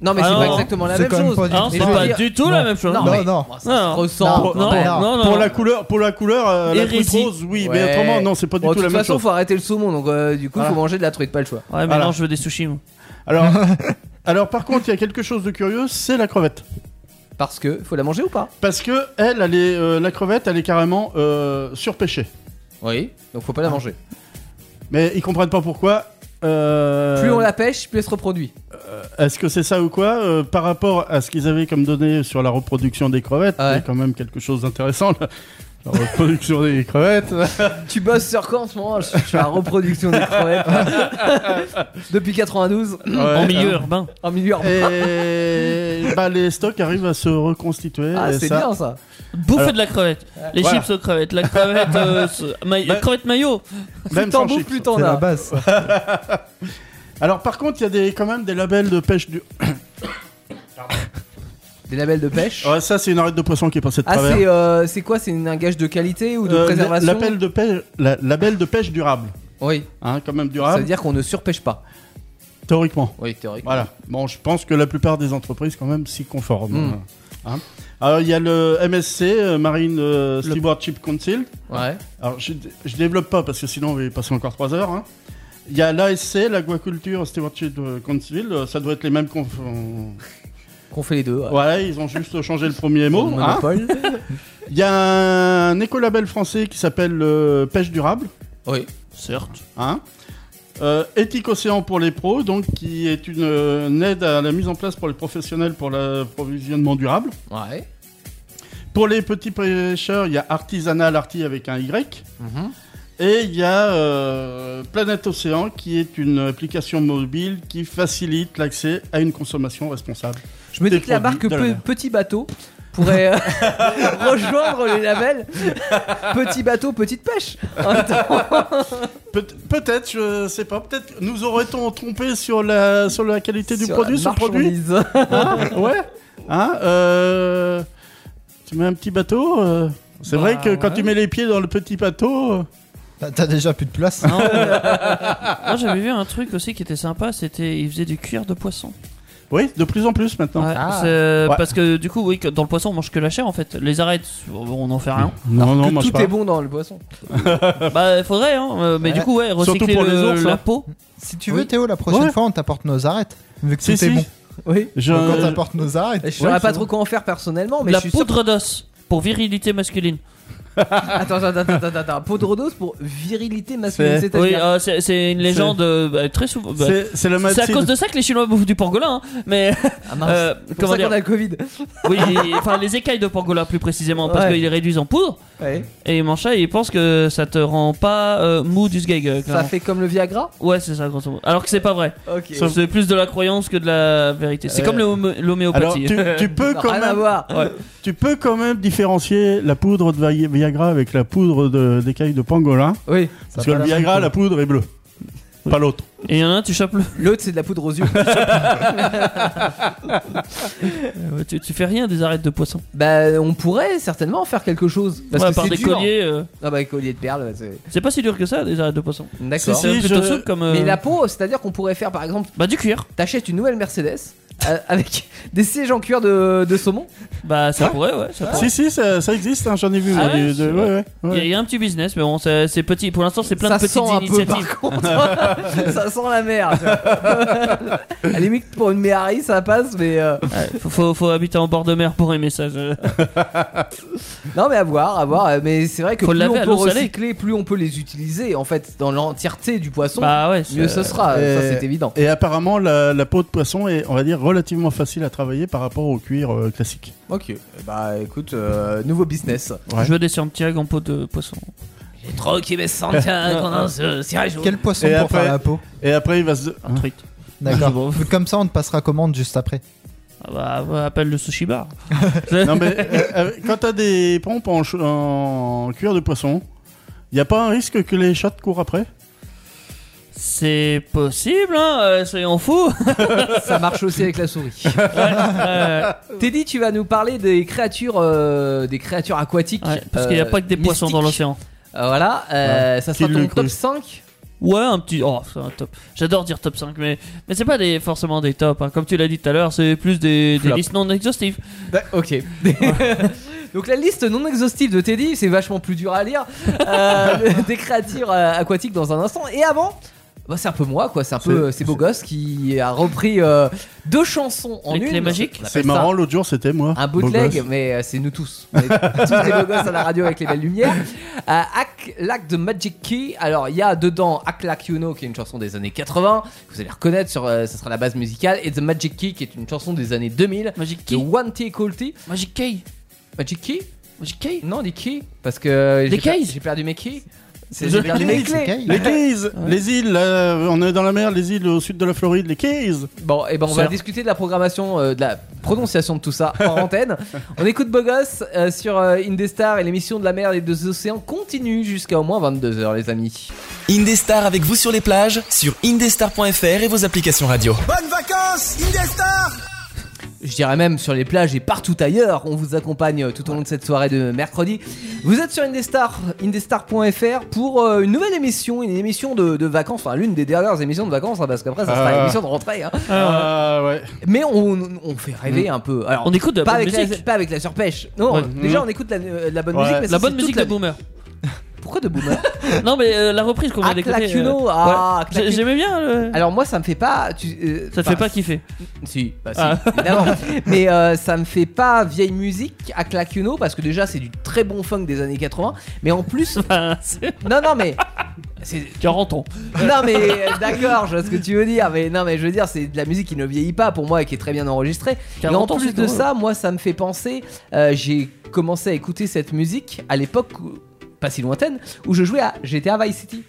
Speaker 3: Non, mais
Speaker 6: Ah
Speaker 3: c'est
Speaker 6: non.
Speaker 3: pas exactement la
Speaker 5: C'est
Speaker 3: même
Speaker 5: quand même
Speaker 3: chose.
Speaker 5: pas du
Speaker 6: Non,
Speaker 5: tout
Speaker 6: c'est
Speaker 3: Et je
Speaker 6: pas
Speaker 3: veux dire-
Speaker 6: du tout la même chose.
Speaker 3: Non,
Speaker 5: Non,
Speaker 3: mais-
Speaker 5: non.
Speaker 3: Ça se
Speaker 6: Non.
Speaker 3: ressent.
Speaker 5: Non,
Speaker 6: Non,
Speaker 5: non,
Speaker 6: non, non.
Speaker 4: pour la couleur, pour la couleur, euh, la truite
Speaker 6: Hérésie.
Speaker 4: rose, oui,
Speaker 3: Euh, Ouais.
Speaker 4: mais autrement, non, c'est pas du
Speaker 3: Bon,
Speaker 4: tout
Speaker 3: de
Speaker 4: la
Speaker 3: toute
Speaker 4: même
Speaker 3: façon,
Speaker 4: chose.
Speaker 3: faut arrêter le saumon, donc euh, du coup,
Speaker 4: Voilà.
Speaker 3: faut manger de la truite, pas le choix.
Speaker 6: Ouais, mais
Speaker 4: Voilà.
Speaker 6: non, je veux des sushis. moi.
Speaker 4: Alors, alors par contre, il y a quelque chose de curieux, c'est la crevette,
Speaker 3: Parce que faut la manger ou pas
Speaker 4: parce que elle, elle est, euh, la crevette, elle est carrément euh, surpêchée.
Speaker 3: Oui. Donc faut pas
Speaker 4: Ah.
Speaker 3: la manger.
Speaker 4: Mais ils comprennent pas pourquoi. euh,
Speaker 3: Plus on la pêche, plus elle se reproduit.
Speaker 4: Est-ce que c'est ça ou quoi Euh, Par rapport à ce qu'ils avaient comme données sur la reproduction des crevettes, il
Speaker 3: Ouais.
Speaker 4: y a quand même quelque chose d'intéressant. là. La reproduction des crevettes.
Speaker 3: Tu bosses sur quoi en ce moment Je je suis à la reproduction des crevettes. Depuis 92,
Speaker 6: En
Speaker 4: Ouais.
Speaker 6: milieu urbain.
Speaker 3: en milieu urbain.
Speaker 4: Et bah, les stocks arrivent à se reconstituer.
Speaker 3: Ah,
Speaker 4: et
Speaker 3: c'est
Speaker 4: ça,
Speaker 3: bien ça.
Speaker 6: Bouffer
Speaker 4: Alors-
Speaker 6: de la crevette. Les
Speaker 4: Voilà.
Speaker 6: chips aux crevettes. La crevette, euh, ce- ma-
Speaker 4: Bah-
Speaker 6: crevette maillot.
Speaker 4: Même
Speaker 3: T'en
Speaker 4: sans
Speaker 3: bouffes,
Speaker 4: chips.
Speaker 3: plus t'en
Speaker 5: C'est la
Speaker 3: as.
Speaker 5: base.
Speaker 4: Alors par contre, il y a des, quand même des labels de pêche du.
Speaker 3: Des labels de pêche.
Speaker 4: Ouais, ça c'est une arête de poisson qui est passée de
Speaker 3: Ah,
Speaker 4: travers.
Speaker 3: c'est euh, c'est quoi C'est une- un gage de qualité ou de
Speaker 4: Euh,
Speaker 3: préservation
Speaker 4: L'appel de pêche, la, label de pêche durable,
Speaker 3: Oui,
Speaker 4: hein, quand même
Speaker 3: ça
Speaker 4: durable,
Speaker 3: veut dire qu'on ne surpêche pas.
Speaker 4: théoriquement.
Speaker 3: Oui, théoriquement.
Speaker 4: Voilà. Bon, je pense que la plupart des entreprises quand même s'y conforment.
Speaker 3: Mm.
Speaker 4: hein. Alors il y a le MSC, euh, Marine euh, Stewardship Council.
Speaker 3: Ouais.
Speaker 4: Alors je, je développe pas parce que sinon on va y passer encore 3 heures. hein. Il y a l'ASC, l'Aquaculture Stewardship Council. euh, Ça doit être les mêmes. conf- euh,
Speaker 3: Qu'on fait les deux. ouais.
Speaker 4: Voilà, ils ont juste changé le premier mot. hein.
Speaker 3: Monopole.
Speaker 4: Il y a un écolabel français qui s'appelle euh, Pêche Durable.
Speaker 3: oui.
Speaker 6: Certes.
Speaker 4: Hein Euh, Éthique Océan pour les pros, donc qui est une, euh, une aide à la mise en place pour les professionnels pour l'approvisionnement durable.
Speaker 3: Ouais.
Speaker 4: Pour les petits pêcheurs, il y a Artisanal Arti avec un Y.
Speaker 3: Mhm.
Speaker 4: Et il y a euh, Planète Océan qui est une application mobile qui facilite l'accès à une consommation responsable.
Speaker 3: Je me
Speaker 4: Des
Speaker 3: dis que la
Speaker 4: produits
Speaker 3: marque
Speaker 4: de la
Speaker 3: Pe-
Speaker 4: mer.
Speaker 3: Petit Bateau pourrait euh, rejoindre les labels Petit Bateau, Petite Pêche.
Speaker 4: Peut- peut-être, je sais pas, peut-être nous aurait-on trompé sur la, sur la qualité du
Speaker 3: Sur
Speaker 4: produit,
Speaker 3: la
Speaker 4: sur le produit
Speaker 3: marchandise.
Speaker 4: Hein ouais. Hein euh, Tu mets un petit bateau. euh, C'est
Speaker 6: Bah,
Speaker 4: vrai que quand
Speaker 6: ouais.
Speaker 4: tu mets les pieds dans le petit bateau, euh,
Speaker 5: T'as- T'as déjà plus de place.
Speaker 6: Non, euh, Moi, j'avais vu un truc aussi qui était sympa. C'était, il faisait du cuir de poisson.
Speaker 4: oui, de plus en plus maintenant.
Speaker 6: Ouais,
Speaker 3: Ah.
Speaker 6: c'est- euh,
Speaker 4: Ouais.
Speaker 6: Parce que du coup, oui, que dans le poisson, on mange que la chair en fait. Les arêtes, on n'en fait rien.
Speaker 4: Non, non,
Speaker 3: Que
Speaker 4: moi je
Speaker 3: tout
Speaker 4: pas.
Speaker 3: est bon dans le poisson.
Speaker 6: bah, faudrait, hein. euh, Mais
Speaker 5: Ouais.
Speaker 6: du coup, ouais,
Speaker 4: Surtout
Speaker 6: recycler
Speaker 4: pour les
Speaker 6: le-
Speaker 4: ours,
Speaker 6: la
Speaker 4: hein.
Speaker 6: peau.
Speaker 5: Si tu
Speaker 3: Oui.
Speaker 5: veux, Théo, la prochaine
Speaker 4: Ouais.
Speaker 5: fois, on t'apporte nos arêtes. Vu que
Speaker 4: Si,
Speaker 5: tout
Speaker 4: si.
Speaker 5: est bon.
Speaker 3: Oui.
Speaker 4: Je-
Speaker 5: Donc, on t'apporte nos arêtes.
Speaker 3: Je saurais
Speaker 4: Ouais,
Speaker 3: pas
Speaker 4: c'est
Speaker 3: trop quoi en faire personnellement, mais
Speaker 6: la
Speaker 3: je suis sûr-
Speaker 6: poudre d'os pour virilité masculine.
Speaker 3: Attends, attends, attends, attends, attends. Poudre d'os pour virilité masculine.
Speaker 4: C'est-
Speaker 3: C'est-à-dire-
Speaker 6: Oui, euh, c'est- c'est une légende euh, bah, très souvent. bah,
Speaker 4: C'est c'est la
Speaker 6: c'est à
Speaker 4: médecine.
Speaker 6: cause de ça que les Chinois bouffent du pangolin. hein, Mais
Speaker 3: Ah, mince.
Speaker 6: euh,
Speaker 3: Pour
Speaker 6: comment
Speaker 3: ça
Speaker 6: dire
Speaker 3: qu'on a le Covid.
Speaker 6: Oui, et- enfin les écailles de pangolin plus précisément parce
Speaker 3: Ouais.
Speaker 6: qu'ils les réduisent en poudre.
Speaker 3: Ouais.
Speaker 6: Et mon chat, il pense que ça te rend pas euh, mou du sgeg. euh,
Speaker 3: Ça
Speaker 6: clairement.
Speaker 3: fait comme le Viagra
Speaker 6: Ouais, c'est ça, grosso modo. Alors que c'est pas vrai.
Speaker 3: Ok.
Speaker 4: Sauf-
Speaker 6: C'est plus de la croyance que de la vérité. C'est
Speaker 4: Euh,
Speaker 6: comme l'homé-
Speaker 4: Alors,
Speaker 6: l'homéopathie.
Speaker 4: tu, tu peux
Speaker 3: Ça n'a
Speaker 4: quand
Speaker 3: rien à
Speaker 4: même,
Speaker 3: voir.
Speaker 4: tu peux quand même différencier la poudre de Vi- Viagra avec la poudre de- d'écailles de pangolin.
Speaker 3: Oui.
Speaker 4: Parce que le Viagra, la poudre est bleue. Pas l'autre.
Speaker 6: Et il y en a un, tu chopes le.
Speaker 3: L'autre, c'est de la poudre aux yeux.
Speaker 6: Euh, Tu, tu fais rien des arêtes de poisson.
Speaker 3: bah, on pourrait certainement faire quelque chose. Parce
Speaker 6: Ouais,
Speaker 3: que
Speaker 6: à part
Speaker 3: c'est
Speaker 6: des
Speaker 3: dur.
Speaker 6: colliers. euh,
Speaker 3: Ah bah, collier de perles, c'est.
Speaker 6: c'est pas si dur que ça, des arêtes de poisson. C'est
Speaker 3: D'accord.
Speaker 4: Si,
Speaker 6: c'est plutôt
Speaker 4: je-
Speaker 6: souple comme. euh,
Speaker 3: Mais la peau, c'est-à-dire qu'on pourrait faire, par exemple,
Speaker 6: Bah, du cuir.
Speaker 3: t'achètes une nouvelle Mercedes euh, avec Des sièges en cuir de, de saumon
Speaker 6: Bah, ça
Speaker 4: Hein
Speaker 6: pourrait, ouais. ça pourrait.
Speaker 4: Si, si, ça, ça existe, hein, j'en ai vu.
Speaker 6: Ah
Speaker 4: moi,
Speaker 6: ouais,
Speaker 4: du- de- ouais,
Speaker 6: c'est Il
Speaker 4: ouais,
Speaker 6: y a-
Speaker 4: ouais.
Speaker 6: il y, a un petit business, mais bon, c'est c'est petit. Pour l'instant, c'est plein
Speaker 3: ça
Speaker 6: de petites
Speaker 3: sent un peu
Speaker 6: initiatives.
Speaker 3: par contre. ça sent la mer. tu vois. à la limite, pour une méhari, ça passe, mais. euh,
Speaker 6: Ouais, faut, faut, faut habiter en bord de mer pour aimer ça. je-
Speaker 3: Non, mais à voir, à voir. euh, Mais c'est vrai que
Speaker 6: Faut le
Speaker 3: plus
Speaker 6: laver à
Speaker 3: on peut
Speaker 6: l'eau salée.
Speaker 3: recycler, plus on peut les utiliser, en fait, dans l'entièreté du poisson.
Speaker 6: Bah ouais. c'est-
Speaker 3: mieux ce sera,
Speaker 4: euh,
Speaker 3: ça c'est évident.
Speaker 4: Et apparemment, la, la peau de poisson est, on va dire, relativement facile à travailler par rapport au cuir euh, classique.
Speaker 3: Ok, bah écoute, euh, nouveau business.
Speaker 4: Ouais.
Speaker 6: Je veux des Santiago en pot de poisson. Ah,
Speaker 3: Trop qui me
Speaker 5: Quel poisson
Speaker 4: Et
Speaker 5: pour
Speaker 4: après- Ah,
Speaker 5: faire la peau
Speaker 4: Et après, il va se.
Speaker 3: Ah.
Speaker 6: Un truc.
Speaker 5: D'accord. Comme ça, on te passera commande juste après.
Speaker 6: Ah bah, ouais, appelle le sushi bar.
Speaker 4: Non, mais euh, euh, quand t'as des pompes en, ch- en cuir de poisson, il n'y a pas un risque que les chats te courent après
Speaker 6: C'est possible, hein, euh, soyons fous.
Speaker 3: Ça marche aussi avec la souris.
Speaker 6: Euh,
Speaker 3: Teddy, tu vas nous parler des créatures, euh, des créatures aquatiques.
Speaker 6: ouais, parce qu'il n'y a
Speaker 3: euh,
Speaker 6: pas que des poissons dans
Speaker 3: mystiques.
Speaker 6: l'océan.
Speaker 3: Euh, Voilà, euh, ça
Speaker 4: Qui
Speaker 3: sera ton
Speaker 4: l'eût
Speaker 3: top
Speaker 4: cru
Speaker 3: 5
Speaker 6: Ouais, un petit. Oh, c'est un top. J'adore dire top 5, mais, mais c'est pas des, forcément des tops. hein. Comme tu l'as dit tout à l'heure, c'est plus des, des
Speaker 3: Flop.
Speaker 6: listes non exhaustives.
Speaker 4: Bah,
Speaker 3: Ok. Donc la liste non exhaustive de Teddy, c'est vachement plus dur à lire. Euh, des créatures euh, aquatiques dans un instant. Et avant, bah, c'est un peu moi, quoi. C'est un peu euh, ces beaux gosses qui a repris euh, deux chansons en
Speaker 6: Les
Speaker 3: une.
Speaker 6: clés magiques
Speaker 3: On appelle ça
Speaker 4: C'est marrant, l'autre jour, c'était moi.
Speaker 3: Un
Speaker 4: beau
Speaker 3: bootleg,
Speaker 4: gosse.
Speaker 3: mais euh, c'est nous tous. On est tous des beaux gosses à la radio avec les belles lumières. Euh, Hack Lack de Magic Key. Alors, il y a dedans Hack Lack You Know, qui est une chanson des années 80, que vous allez reconnaître, sur, euh, ça sera la base musicale, et The Magic Key, qui est une chanson des années 2000.
Speaker 6: Magic
Speaker 3: de
Speaker 6: Key.
Speaker 3: One T Equal T.
Speaker 6: Magic Key.
Speaker 3: Magic Key
Speaker 6: Magic Key.
Speaker 3: Non, des keys. Parce que euh,
Speaker 6: Des
Speaker 3: j'ai per-
Speaker 6: keys.
Speaker 3: j'ai perdu mes keys. C'est-
Speaker 6: Des
Speaker 3: J'ai perdu mes
Speaker 4: keys,
Speaker 3: clés.
Speaker 5: Ok.
Speaker 4: L'église, les îles, euh, on est dans la mer, les îles au sud de la Floride, les Keys.
Speaker 3: Bon, et ben on va
Speaker 6: Sœur.
Speaker 3: discuter de la programmation, euh, de la prononciation de tout ça en antenne. On écoute Bogos euh, sur euh, Indestar et l'émission de la mer et des océans continue jusqu'à au moins 22h, les amis.
Speaker 1: Indestar avec vous sur les plages, sur indestar.fr et vos applications radio.
Speaker 3: Je dirais même sur les plages et partout ailleurs. On vous accompagne euh, tout au long de cette soirée de mercredi. Vous êtes sur Indestar, indestar.fr pour euh, une nouvelle émission, une émission de, de vacances, enfin l'une des dernières émissions de vacances, hein, parce qu'après ça sera
Speaker 4: Ah.
Speaker 3: l'émission de rentrée. hein.
Speaker 4: Ah ouais.
Speaker 3: Mais on, on fait rêver un peu. Alors,
Speaker 6: Mm. On écoute de la
Speaker 3: pas
Speaker 6: bonne
Speaker 3: avec, la,
Speaker 6: musique.
Speaker 3: pas avec la surpêche. Non,
Speaker 6: Ouais.
Speaker 3: déjà on écoute la, euh, de la bonne
Speaker 4: Ouais.
Speaker 3: musique. Mais
Speaker 6: La
Speaker 3: ça,
Speaker 6: bonne
Speaker 3: c'est
Speaker 6: musique
Speaker 3: toute la-
Speaker 6: de Boomer.
Speaker 3: Pourquoi de boomer
Speaker 6: non, mais euh, la reprise qu'on vient
Speaker 3: Ah,
Speaker 6: d'écouter. euh,
Speaker 3: Clacuno, ah,
Speaker 6: J'ai-
Speaker 3: Clacuno.
Speaker 6: J'aimais bien. euh, le-
Speaker 3: Alors moi ça me fait pas. tu- euh,
Speaker 6: Ça te fait
Speaker 3: enfin,
Speaker 6: pas kiffer.
Speaker 3: Si, bah si,
Speaker 6: Ah.
Speaker 3: évidemment. Mais euh, ça me fait pas vieille musique à Clacuno parce que déjà c'est du très bon funk des années 80. Mais en plus,
Speaker 6: Bah, c'est-
Speaker 3: non non mais. c'est-
Speaker 6: 40 ans.
Speaker 3: Non mais euh, d'accord, je vois ce que tu veux dire, mais non mais je veux dire c'est de la musique qui ne vieillit pas pour moi et qui est très bien enregistrée. Et
Speaker 6: 40
Speaker 3: en
Speaker 6: ans,
Speaker 3: plus
Speaker 6: c'est
Speaker 3: de
Speaker 6: drôle.
Speaker 3: ça, moi ça me fait penser, euh, j'ai commencé à écouter cette musique à l'époque où- pas si lointaine où je jouais à GTA Vice City.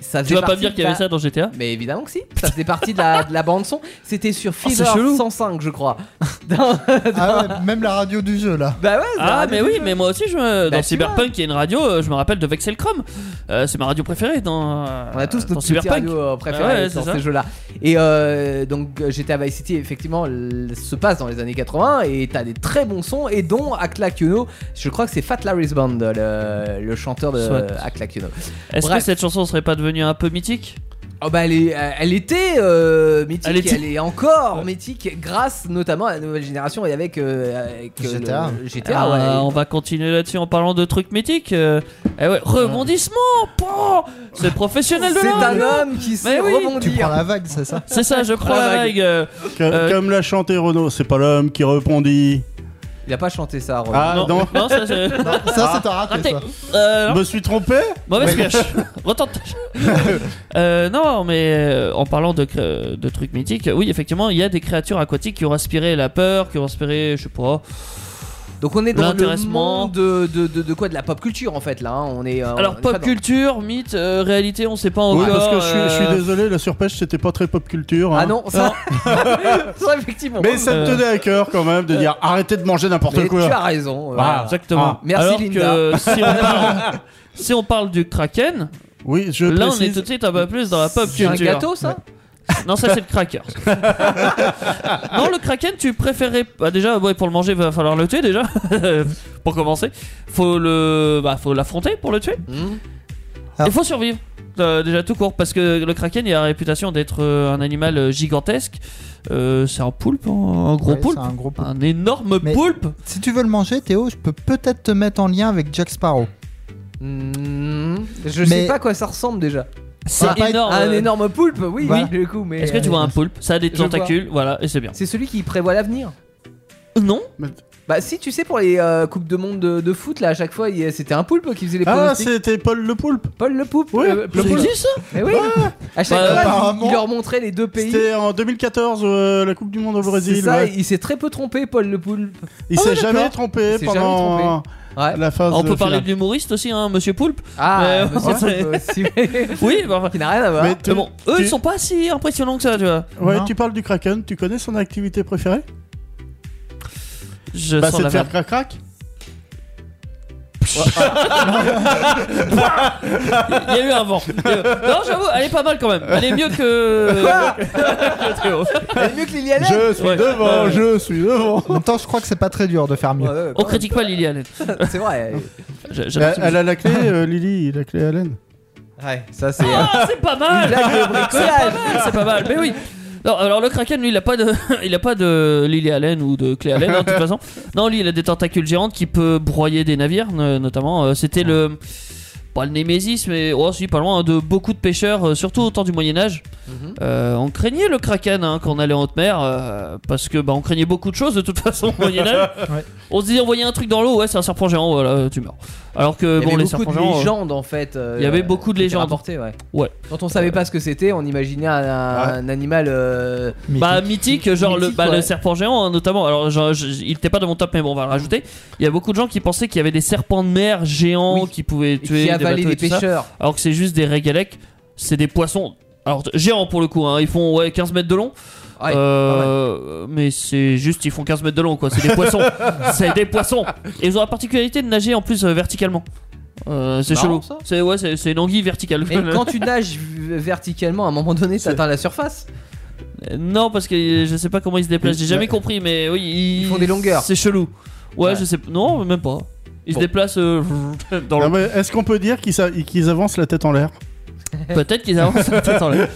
Speaker 3: Ça
Speaker 6: Ah. Tu
Speaker 3: faisait
Speaker 6: vas pas me
Speaker 3: partie
Speaker 6: dire
Speaker 3: de
Speaker 6: qu'il y avait
Speaker 3: la-
Speaker 6: ça dans GTA
Speaker 3: mais évidemment que si, ça faisait partie de la, de la bande son. C'était sur Fever
Speaker 6: Oh, c'est chelou.
Speaker 3: 105, je crois. Dans-
Speaker 5: Ah ouais, même la radio du jeu là.
Speaker 3: bah ouais, ça
Speaker 6: Ah
Speaker 3: aurait
Speaker 6: mais
Speaker 3: dû-
Speaker 6: oui, mais moi aussi je me...
Speaker 3: Bah,
Speaker 6: dans
Speaker 3: tu
Speaker 6: Cyberpunk il y a une radio, euh, je me rappelle de Vexel Chrome. Euh, c'est ma radio préférée dans euh,
Speaker 3: On a tous
Speaker 6: dans
Speaker 3: notre petit
Speaker 6: Cyberpunk.
Speaker 3: radio euh, préféré
Speaker 6: Ah ouais,
Speaker 3: dans
Speaker 6: c'est ça.
Speaker 3: ces jeux-là. Et euh, donc euh, GTA Vice City, effectivement, l- se passe dans les années 80 et t'as des très bons sons, et dont Akla Kuno. Je crois que c'est Fat Larry's Band, le, le chanteur de
Speaker 6: Soit.
Speaker 3: Akla Kuno.
Speaker 6: Est-ce que
Speaker 3: Bref.
Speaker 6: cette chanson serait pas devenue un peu mythique
Speaker 3: Oh bah elle, est- elle était euh, mythique,
Speaker 6: Elle
Speaker 3: elle,
Speaker 6: était-
Speaker 3: est encore mythique grâce notamment à la nouvelle génération et avec, euh, avec, euh,
Speaker 5: GTA.
Speaker 3: le- GTA ouais.
Speaker 6: Euh, On va continuer là-dessus en parlant de trucs mythiques. Euh, eh ouais, rebondissement pouah C'est professionnel de
Speaker 3: C'est
Speaker 6: la
Speaker 3: un
Speaker 6: radio.
Speaker 3: homme qui sait
Speaker 6: Ah, oui,
Speaker 5: Tu prends
Speaker 3: rebondir.
Speaker 5: la vague, c'est ça
Speaker 6: C'est ça, je prends la
Speaker 3: la
Speaker 6: vague. euh,
Speaker 4: Ah, Que-
Speaker 6: Euh,
Speaker 4: Comme l'a chanté Renaud, c'est pas l'homme qui répondit.
Speaker 3: Il a pas chanté ça, Roland.
Speaker 4: Ah non,
Speaker 6: non, non, ça c'est...
Speaker 5: Ça, c'est un raté,
Speaker 6: Ah. Raté.
Speaker 5: ça.
Speaker 6: Euh, non.
Speaker 4: me suis trompé
Speaker 6: Mauvaise pioche. Retente. Euh, non, mais euh, en parlant de, cré- de trucs mythiques, oui, effectivement, il y a des créatures aquatiques qui ont inspiré la peur, qui ont inspiré, je sais pas.
Speaker 3: Donc on est dans le
Speaker 6: L'intéressement.
Speaker 3: monde de, de, de, de quoi De la pop culture en fait là. hein. On est. euh, on
Speaker 6: Alors,
Speaker 3: est pas
Speaker 6: pop
Speaker 3: dans-
Speaker 6: culture, mythe, euh, réalité, on sait pas encore.
Speaker 4: Oui, parce que je suis, je suis
Speaker 6: euh,
Speaker 4: désolé, la surpêche c'était pas très pop culture. hein.
Speaker 3: Ah non, ça. ça effectivement.
Speaker 4: Mais ça me
Speaker 6: Euh.
Speaker 4: tenait à cœur quand même de dire arrêtez de manger n'importe
Speaker 3: Mais tu
Speaker 4: quoi.
Speaker 3: as raison. euh,
Speaker 4: Ah.
Speaker 6: Exactement.
Speaker 4: Ah.
Speaker 3: Merci,
Speaker 6: Alors
Speaker 3: Linda.
Speaker 6: que si on, parle, si on parle du Kraken,
Speaker 4: Oui, je
Speaker 6: là on est
Speaker 4: précise.
Speaker 6: tout de suite un peu plus dans la pop
Speaker 3: C'est
Speaker 6: culture.
Speaker 3: un gâteau ça
Speaker 6: Non, ça c'est le Cracker. non, le Kraken, tu préférais. Bah, déjà, ouais, pour le manger, va falloir le tuer déjà. pour commencer. Faut le. Bah, faut l'affronter pour le tuer.
Speaker 3: Hmm.
Speaker 5: Ah.
Speaker 6: Il faut survivre. euh, déjà tout court, parce que le kraken il a la réputation d'être euh, un animal euh, gigantesque. Euh, c'est un poulpe, hein, un gros
Speaker 5: Ouais,
Speaker 6: poulpe, Ah.
Speaker 5: c'est un gros poulpe.
Speaker 6: un énorme
Speaker 5: Mais-
Speaker 6: poulpe.
Speaker 5: Si tu veux le manger, Théo, je peux peut-être te mettre en lien avec Jack Sparrow.
Speaker 3: Mmh, je
Speaker 5: Mais-
Speaker 3: sais pas à quoi ça ressemble déjà.
Speaker 6: C'est
Speaker 5: pas être
Speaker 6: énorme.
Speaker 3: un énorme poulpe, oui,
Speaker 5: Voilà.
Speaker 3: oui, du coup, mais.
Speaker 6: Oh, euh, Est-ce que tu
Speaker 3: euh,
Speaker 6: vois un poulpe Ça a des
Speaker 3: Je vois.
Speaker 6: tentacules, voilà, et c'est bien.
Speaker 3: C'est celui qui prévoit l'avenir.
Speaker 5: Euh,
Speaker 6: Non
Speaker 3: Bah si, tu sais, pour les euh, coupes de monde de, de foot, là, à chaque fois, il y a- c'était un poulpe qui faisait les
Speaker 4: Ah,
Speaker 3: pronostics.
Speaker 4: c'était Paul le Poulpe.
Speaker 3: Paul le poulpe.
Speaker 4: Ouais,
Speaker 3: euh, le
Speaker 4: c'est
Speaker 3: poulpe.
Speaker 4: vrai.
Speaker 6: ça
Speaker 3: Mais oui. À chaque
Speaker 6: Bah,
Speaker 3: fois, il-
Speaker 5: apparemment.
Speaker 3: il leur montrait les deux pays.
Speaker 4: C'était en 2014, euh, la Coupe du Monde au Brésil.
Speaker 3: C'est ça,
Speaker 4: ouais.
Speaker 3: il s'est très peu trompé, Paul le poulpe.
Speaker 4: Il
Speaker 3: Ah
Speaker 4: s'est
Speaker 3: ouais,
Speaker 4: jamais
Speaker 3: d'accord.
Speaker 4: trompé
Speaker 3: Il s'est jamais
Speaker 4: pendant
Speaker 3: Ouais.
Speaker 4: la phase.
Speaker 6: On peut
Speaker 4: finale.
Speaker 6: parler de l'humoriste aussi, hein, Monsieur Poulpe.
Speaker 3: Ah,
Speaker 6: Ouais,
Speaker 3: monsieur
Speaker 6: ouais.
Speaker 3: Poulpe aussi.
Speaker 6: Oui, bah, enfin,
Speaker 3: Qui n'a rien à voir.
Speaker 4: Mais tu-
Speaker 6: mais bon, eux
Speaker 4: tu-
Speaker 6: ils sont pas si impressionnants que ça, tu vois.
Speaker 4: Ouais,
Speaker 5: Non.
Speaker 4: tu parles du Kraken, tu connais son activité préférée
Speaker 6: Je
Speaker 4: Bah,
Speaker 6: sens
Speaker 4: c'est de
Speaker 6: la
Speaker 4: faire
Speaker 6: merde.
Speaker 4: crac-crac.
Speaker 6: Il y a eu un vent. Il y a eu- Non, j'avoue, elle est pas mal quand même. Elle est mieux que. que Théo.
Speaker 3: C'est mieux que Liliane.
Speaker 4: Je suis
Speaker 6: Ouais.
Speaker 4: devant,
Speaker 6: Ouais.
Speaker 4: je suis devant.
Speaker 5: En même temps, je crois que c'est pas très dur de faire mieux.
Speaker 3: Ouais,
Speaker 6: On critique pas Lily Allen.
Speaker 3: ouais, C'est vrai.
Speaker 6: Je- je-
Speaker 4: Elle, elle a la clé, euh, Lily, la clé Allen.
Speaker 3: Ouais, ça c'est. hein.
Speaker 6: Ah, c'est pas
Speaker 3: Une
Speaker 6: mal
Speaker 3: blague de
Speaker 6: C'est pas
Speaker 3: bricolage.
Speaker 6: mal, c'est pas mal, mais oui. Non, alors le kraken, lui, il a pas de, il a pas de Lily Allen ou de Clay Allen, hein, de toute façon. Non, lui, il a des tentacules géantes qui peut broyer des navires, no- notamment. Euh, C'était le, pas le Némésis, mais oh, si, pas loin hein, de beaucoup de pêcheurs, euh, surtout au temps du Moyen Âge.
Speaker 3: Mhm.
Speaker 6: Euh, on craignait le kraken hein, quand on allait en haute mer, euh, parce que bah, on craignait beaucoup de choses de toute façon au Moyen Âge.
Speaker 5: Ouais.
Speaker 6: On se disait, on voyait un truc dans l'eau, ouais, c'est un serpent géant, voilà, tu meurs. Alors que
Speaker 3: Il y
Speaker 6: bon,
Speaker 3: avait
Speaker 6: les
Speaker 3: beaucoup
Speaker 6: serpents
Speaker 3: de
Speaker 6: géants. euh,
Speaker 3: légendes en fait. euh,
Speaker 6: Il y avait beaucoup de
Speaker 3: qui étaient
Speaker 6: légendes.
Speaker 3: rapportées, ouais.
Speaker 6: Ouais.
Speaker 3: Quand on savait pas ce que c'était, on imaginait un, un animal. euh,
Speaker 5: Mais
Speaker 6: Bah mythique, genre
Speaker 3: Mythique,
Speaker 6: le, bah,
Speaker 3: ouais.
Speaker 6: le serpent géant hein, notamment. Alors je- je- il était pas dans mon top mais bon on va le rajouter. Il y a beaucoup de gens qui pensaient qu'il y avait des serpents de mer géants
Speaker 3: Oui.
Speaker 6: qui pouvaient
Speaker 3: et
Speaker 6: tuer
Speaker 3: qui
Speaker 6: des
Speaker 3: avalait
Speaker 6: bateaux
Speaker 3: les
Speaker 6: et tout ça.
Speaker 3: pêcheurs.
Speaker 6: Alors que c'est juste des régalèques, c'est des poissons. Alors géants pour le coup, hein. ils font ouais, 15 mètres de long.
Speaker 3: Ouais,
Speaker 6: Euh, Mais c'est juste ils font 15 mètres de long quoi, c'est des poissons. c'est des poissons. Et ils ont la particularité de nager en plus euh, verticalement. Euh, c'est
Speaker 3: Marrant,
Speaker 6: chelou.
Speaker 3: ça.
Speaker 6: C'est ouais, c'est c'est une anguille verticale.
Speaker 3: Et quand tu nages v- verticalement, à un moment donné, t'atteins la surface.
Speaker 6: Euh, Non, parce que je sais pas comment ils se déplacent. J'ai jamais compris, mais oui, ils,
Speaker 3: Ils font des longueurs.
Speaker 6: C'est chelou. Ouais,
Speaker 3: Ouais.
Speaker 6: je sais. Non, même pas. Ils
Speaker 3: Bon.
Speaker 6: se déplacent euh, dans
Speaker 4: Non,
Speaker 6: le.
Speaker 4: mais Est-ce qu'on peut dire qu'ils sa- qu'ils avancent la tête en l'air
Speaker 6: Peut-être qu'ils avancent peut-être en l'air.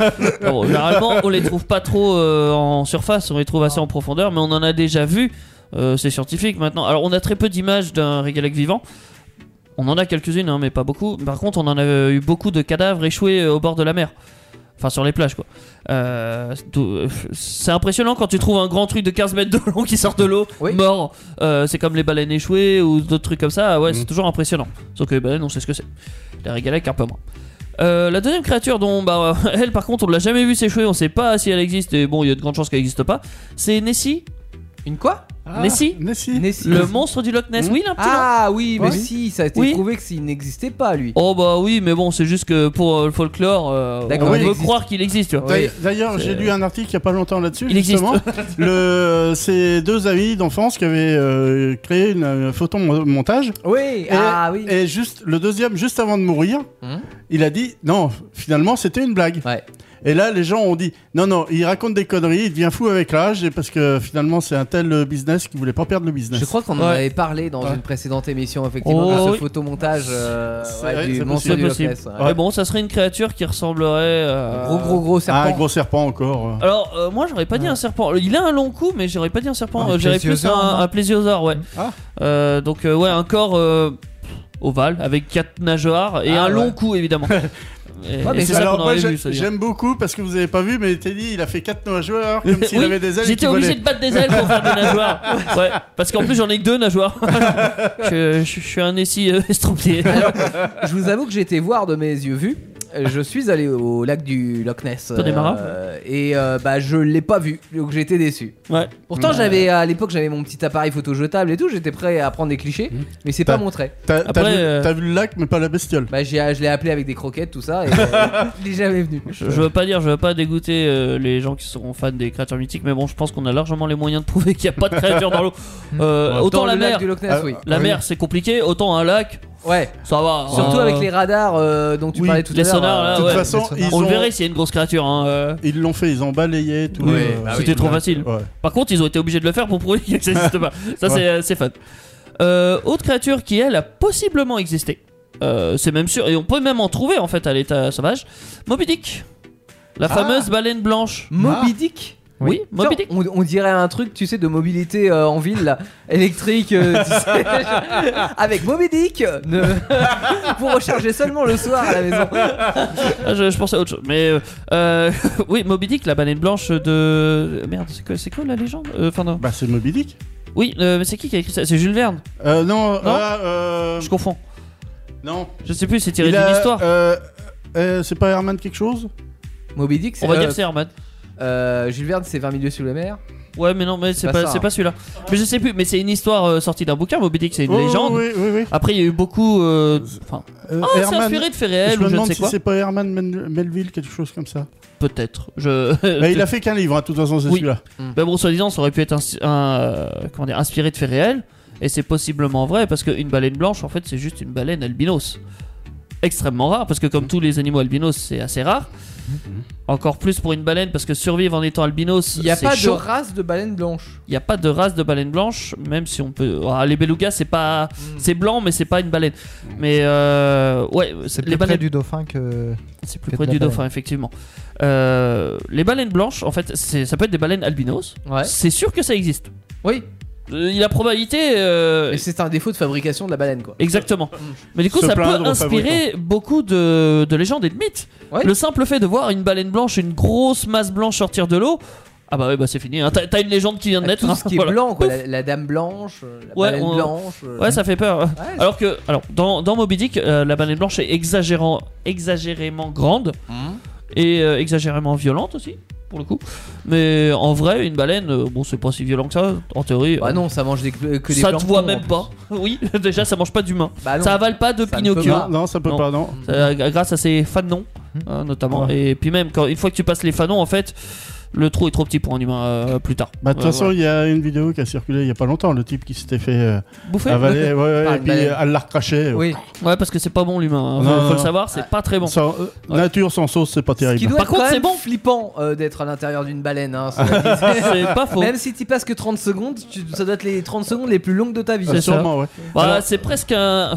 Speaker 6: Non, bon, généralement, on les trouve pas trop euh, en surface. On les trouve assez en profondeur, mais on en a déjà vu. Euh, c'est scientifique maintenant. Alors, on a très peu d'images d'un régalec vivant. On en a quelques-unes, hein, mais pas beaucoup. Par contre, on en a eu beaucoup de cadavres échoués euh, au bord de la mer. Enfin, sur les plages, quoi. Euh, d'où- euh, c'est impressionnant quand tu trouves un grand truc de 15 mètres de long qui sort de l'eau,
Speaker 3: Oui.
Speaker 6: mort. Euh, c'est comme les baleines échouées ou d'autres trucs comme ça. Ouais,
Speaker 4: Mm.
Speaker 6: c'est toujours impressionnant. Sauf que les baleines, on sait ce que c'est. Les régalèques, un peu moins. Euh, la deuxième créature dont, bah, elle par contre, on l'a jamais vue s'échouer, on sait pas si elle existe, et bon, il y a de grandes chances qu'elle n'existe pas. C'est Nessie,
Speaker 3: Une quoi
Speaker 6: Nessie
Speaker 4: Nessie.
Speaker 3: Ah. Nessie.
Speaker 6: Ah. le monstre du Loch Ness.
Speaker 4: Mm.
Speaker 6: Oui, il a un petit nom.
Speaker 3: Ah oui, mais
Speaker 4: Oui.
Speaker 3: si, ça a été
Speaker 6: Oui.
Speaker 3: prouvé que s'il n'existait pas, lui.
Speaker 6: Oh bah oui, mais bon, c'est juste que pour euh, le folklore, euh,
Speaker 3: D'accord,
Speaker 6: on
Speaker 3: il
Speaker 6: veut
Speaker 3: existe.
Speaker 6: croire qu'il existe, tu vois.
Speaker 3: Ouais.
Speaker 4: D'ailleurs- D'ailleurs, j'ai
Speaker 6: C'est- euh,
Speaker 4: lu un article il y a pas longtemps là-dessus.
Speaker 6: Il existe.
Speaker 4: justement. Le, ces deux amis d'enfance qui avaient euh, créé une, un photomontage.
Speaker 6: Oh.
Speaker 3: Oui, ah oui.
Speaker 4: Et juste le deuxième, juste avant de mourir,
Speaker 6: Hmm.
Speaker 3: Mhm.
Speaker 4: il a dit non. Finalement, c'était une blague.
Speaker 3: Ouais.
Speaker 4: Et là, les gens ont dit non, non, il raconte des conneries, il devient fou avec l'âge, et parce que finalement, c'est un tel euh, business qu'il voulait pas perdre le business.
Speaker 3: Je crois qu'on en
Speaker 6: Ouais.
Speaker 3: avait parlé dans
Speaker 4: Ouais.
Speaker 3: une précédente émission, effectivement,
Speaker 6: Oh,
Speaker 3: de ce
Speaker 6: oui.
Speaker 3: photomontage euh,
Speaker 4: C'est-
Speaker 3: ouais,
Speaker 4: ouais,
Speaker 3: du
Speaker 4: c'est
Speaker 3: monstre
Speaker 6: possible.
Speaker 3: du Loch
Speaker 6: C'est
Speaker 3: Ness. ouais.
Speaker 6: Mais bon, ça serait une créature qui ressemblerait. euh,
Speaker 3: Gros, gros, gros
Speaker 4: Ah, un
Speaker 3: serpent.
Speaker 4: gros serpent encore.
Speaker 6: Alors, euh, moi, j'aurais pas dit un serpent. Il a un long cou, mais j'aurais pas dit un serpent.
Speaker 5: Un
Speaker 6: Euh, J'aurais plus
Speaker 5: plésiosaure,
Speaker 6: un,
Speaker 5: non
Speaker 6: un plésiosaure,
Speaker 3: Hmm.
Speaker 6: ouais.
Speaker 4: Ah.
Speaker 6: Euh, donc, euh, ouais, un corps euh, ovale avec quatre nageoires et
Speaker 3: Ah,
Speaker 6: un long
Speaker 3: ouais.
Speaker 6: cou, évidemment. Et-
Speaker 3: Ouais, mais
Speaker 6: et c'est ça
Speaker 4: Alors,
Speaker 6: qu'on
Speaker 4: moi,
Speaker 6: aurait
Speaker 4: j'ai-
Speaker 6: vu. ça, dire.
Speaker 4: j'aime beaucoup parce que vous avez pas vu, mais Teddy, il a fait 4 joueurs comme s'il
Speaker 6: Oui,
Speaker 4: avait des ailes. et
Speaker 6: J'étais
Speaker 4: qu'il
Speaker 6: obligé
Speaker 4: volait.
Speaker 6: de battre des ailes pour faire des nageoires. Ouais, parce qu'en plus j'en ai que deux nageoires. je, je- je suis un essie euh, estropié.
Speaker 3: Alors, je vous avoue que j'ai été voir de mes yeux vus. Euh, Je suis allé au lac du Loch Ness
Speaker 6: T'en es marrant
Speaker 3: et euh, bah je l'ai pas vu donc j'étais déçu.
Speaker 6: Ouais.
Speaker 3: Pourtant
Speaker 6: Ouais.
Speaker 3: j'avais à l'époque j'avais mon petit appareil photo jetable et tout j'étais prêt à prendre des clichés
Speaker 6: Mmh.
Speaker 3: mais c'est pas
Speaker 4: T'as-
Speaker 3: montré.
Speaker 4: T'as t'as
Speaker 6: Après,
Speaker 4: vu,
Speaker 6: euh,
Speaker 4: t'as vu le lac, mais pas la bestiole.
Speaker 3: Bah j'ai- je l'ai appelé avec des croquettes tout ça et euh, il est jamais venu.
Speaker 6: Je, je veux pas dire, je veux pas dégoûter euh, les gens qui seront fans des créatures mythiques, mais bon, je pense qu'on a largement les moyens de prouver qu'il n'y a pas de créatures dans l'eau. Euh,
Speaker 4: Ouais.
Speaker 6: autant
Speaker 3: Dans
Speaker 6: la
Speaker 3: le
Speaker 6: mer,
Speaker 3: lac du Loch Ness
Speaker 4: Ah,
Speaker 3: oui.
Speaker 6: la
Speaker 4: Oui.
Speaker 6: mer c'est compliqué, autant un lac,
Speaker 3: Ouais.
Speaker 6: ça va.
Speaker 3: Surtout
Speaker 6: Euh,
Speaker 4: Ah.
Speaker 3: avec les radars euh, dont tu
Speaker 4: oui,
Speaker 3: parlais tout
Speaker 6: les
Speaker 3: à l'heure.
Speaker 6: sonars,
Speaker 3: euh,
Speaker 6: là,
Speaker 4: De toute
Speaker 6: Ah ouais.
Speaker 4: façon,
Speaker 5: c'est
Speaker 4: ils
Speaker 6: On le
Speaker 4: ont-
Speaker 6: verrait s'il y a une grosse créature. hein, euh.
Speaker 4: Ils l'ont fait, ils ont balayé tout.
Speaker 6: Oui,
Speaker 4: euh,
Speaker 6: bah oui. C'était trop facile.
Speaker 4: Ouais.
Speaker 6: Par contre, ils ont été obligés de le faire pour prouver qu'il n'existe pas. Ça, c'est- c'est fun. Euh, autre créature qui, elle, a possiblement existé. euh, c'est même sûr, et on peut même en trouver en fait à l'état sauvage. Moby Dick, la
Speaker 3: Ah.
Speaker 6: fameuse baleine blanche.
Speaker 3: Moby Dick
Speaker 6: Oui, Moby Dick.
Speaker 3: On, on dirait un truc, tu sais, de mobilité euh, en ville, là, électrique, euh, tu sais, genre, avec Moby Dick, euh, ne- pour recharger seulement le soir à la maison.
Speaker 6: Ah, je, je pensais à autre chose. Mais euh, euh, oui, Moby Dick, la baleine blanche de. Merde, c'est quoi, c'est quoi la légende Euh, Enfin, non.
Speaker 4: Bah, c'est Moby Dick.
Speaker 6: Oui, euh, mais c'est qui qui a écrit ça C'est Jules Verne.
Speaker 4: Euh, non, ah, euh,
Speaker 6: Je confonds.
Speaker 4: non.
Speaker 6: Je sais plus, c'est tiré
Speaker 4: Il
Speaker 6: d'une
Speaker 4: a,
Speaker 6: histoire.
Speaker 4: euh, euh, c'est pas Herman quelque chose
Speaker 3: Moby Dick, c'est.
Speaker 6: On va
Speaker 3: euh,
Speaker 6: dire que c'est Herman.
Speaker 3: euh, Jules Verne, c'est 20 milieux sous la mer.
Speaker 6: Ouais, mais non, mais c'est
Speaker 4: Bah,
Speaker 3: pas
Speaker 6: pas,
Speaker 3: ça,
Speaker 6: c'est
Speaker 3: hein.
Speaker 6: pas celui-là. Mais je sais plus, mais c'est une histoire euh, sortie d'un bouquin. Moby Dick, c'est une
Speaker 4: Oh,
Speaker 6: légende.
Speaker 4: Oui, oui, oui.
Speaker 6: Après, il y a eu beaucoup. euh, Enfin,
Speaker 4: Euh,
Speaker 6: ah, c'est
Speaker 4: Herman-
Speaker 6: inspiré de faits
Speaker 4: Je me
Speaker 6: réels ou je ne
Speaker 4: demande
Speaker 6: sais
Speaker 4: si
Speaker 6: quoi.
Speaker 4: c'est pas Herman Men- Melville, quelque chose comme ça.
Speaker 6: Euh, Peut-être. Je.
Speaker 4: Bah, il a fait qu'un livre, hein, de toute façon, c'est
Speaker 6: Oui.
Speaker 4: celui-là.
Speaker 6: Bah bon, soi-disant, ça aurait pu être un, un, euh, comment dire, inspiré de faits réels, et c'est possiblement vrai parce qu'une baleine blanche, en fait, c'est juste une baleine albinos. Extrêmement rare, parce que
Speaker 4: Mmh.
Speaker 6: comme tous les animaux albinos, c'est assez rare. Encore plus pour une baleine, parce que survivre en étant albinos,
Speaker 3: Il n'y a
Speaker 6: c'est
Speaker 3: pas
Speaker 6: chaud.
Speaker 3: de race de baleine blanche.
Speaker 6: Il n'y a pas de race de baleine blanche, même si on peut. Ah, les belugas, c'est pas, c'est blanc, mais c'est pas une baleine. Mais euh, ouais,
Speaker 5: C'est
Speaker 6: les
Speaker 5: plus près
Speaker 6: baleines,
Speaker 5: du dauphin que.
Speaker 6: c'est plus
Speaker 5: que de
Speaker 6: près
Speaker 5: la
Speaker 6: du
Speaker 5: baleine.
Speaker 6: dauphin, effectivement. Euh, les baleines blanches, en fait, c'est- ça peut être des baleines albinos.
Speaker 3: Ouais.
Speaker 6: C'est sûr que ça existe.
Speaker 3: Oui,
Speaker 6: Euh, La probabilité. euh,
Speaker 3: mais c'est un défaut de fabrication de la baleine, quoi.
Speaker 6: Exactement. Mais du coup,
Speaker 4: Se
Speaker 6: ça peut
Speaker 4: plaindre aux
Speaker 6: inspirer beaucoup de, de légendes et de mythes.
Speaker 3: Ouais.
Speaker 6: Le simple fait de voir une baleine blanche, une grosse masse blanche sortir de l'eau, ah bah ouais, bah c'est fini. hein. T'as t'as une légende qui vient de
Speaker 3: Ah,
Speaker 6: naître.
Speaker 3: Tout
Speaker 6: hein.
Speaker 3: ce qui est
Speaker 6: Voilà.
Speaker 3: blanc, quoi.
Speaker 6: Pouf.
Speaker 3: La, la dame blanche, euh, la
Speaker 6: Ouais,
Speaker 3: baleine
Speaker 6: on-
Speaker 3: blanche. euh,
Speaker 6: Ouais, ça fait peur.
Speaker 3: ouais,
Speaker 6: Alors que, alors, dans, dans Moby Dick, euh, la baleine blanche est exagérant, exagérément grande
Speaker 3: Hmm.
Speaker 6: et euh, exagérément violente aussi, pour le coup. Mais en vrai, une baleine, euh, bon, c'est pas si violent que ça, en théorie.
Speaker 3: Bah
Speaker 6: euh,
Speaker 3: non, ça mange des, que que des
Speaker 6: ça te
Speaker 3: planctons, en
Speaker 6: voit même
Speaker 3: plus.
Speaker 6: pas. Oui, déjà, ça mange pas d'humain.
Speaker 3: Bah non.
Speaker 6: ça avale pas de
Speaker 3: Ça ne peut
Speaker 6: Pinocchio.
Speaker 3: pas. Hmm.
Speaker 4: Non, non, ça peut
Speaker 6: Ah. Non.
Speaker 4: pas, non.
Speaker 6: Euh, g- grâce à ses fanons
Speaker 5: Mhm.
Speaker 6: hein, notamment
Speaker 4: Ouais.
Speaker 6: et puis même quand une fois que tu passes les fanons en fait le trou est trop petit pour un humain euh, plus tard
Speaker 4: Bah, de toute
Speaker 6: Euh,
Speaker 4: façon, il y a une vidéo qui a circulé il y a pas longtemps, le type qui s'était fait euh,
Speaker 6: voilà. bouffé
Speaker 4: avaler, ouais, ouais,
Speaker 3: Par
Speaker 6: Ah,
Speaker 4: et
Speaker 3: une
Speaker 4: puis
Speaker 3: baleine.
Speaker 4: euh, elle l'a recraché.
Speaker 3: Oui.
Speaker 6: ouais parce que c'est pas bon l'humain
Speaker 4: Non,
Speaker 6: hein. faut,
Speaker 4: non,
Speaker 6: faut le
Speaker 4: non.
Speaker 6: savoir
Speaker 3: Ah.
Speaker 6: c'est pas très bon
Speaker 4: Sans- euh,
Speaker 6: Ouais.
Speaker 4: Nature sans sauce, c'est pas
Speaker 3: Ce qui
Speaker 4: terrible.
Speaker 3: doit
Speaker 6: Par
Speaker 3: être
Speaker 6: contre,
Speaker 3: quand
Speaker 6: c'est
Speaker 3: même
Speaker 6: bon.
Speaker 3: flippant euh, d'être à l'intérieur d'une baleine. hein, cela dit.
Speaker 6: c'est pas faux
Speaker 3: Même si tu passes que 30 secondes, tu- ça doit être les 30 secondes les plus longues de ta vie.
Speaker 4: Euh,
Speaker 6: c'est ça.
Speaker 4: sûrement, ouais.
Speaker 6: Voilà,
Speaker 4: Alors-
Speaker 6: Bah, c'est presque un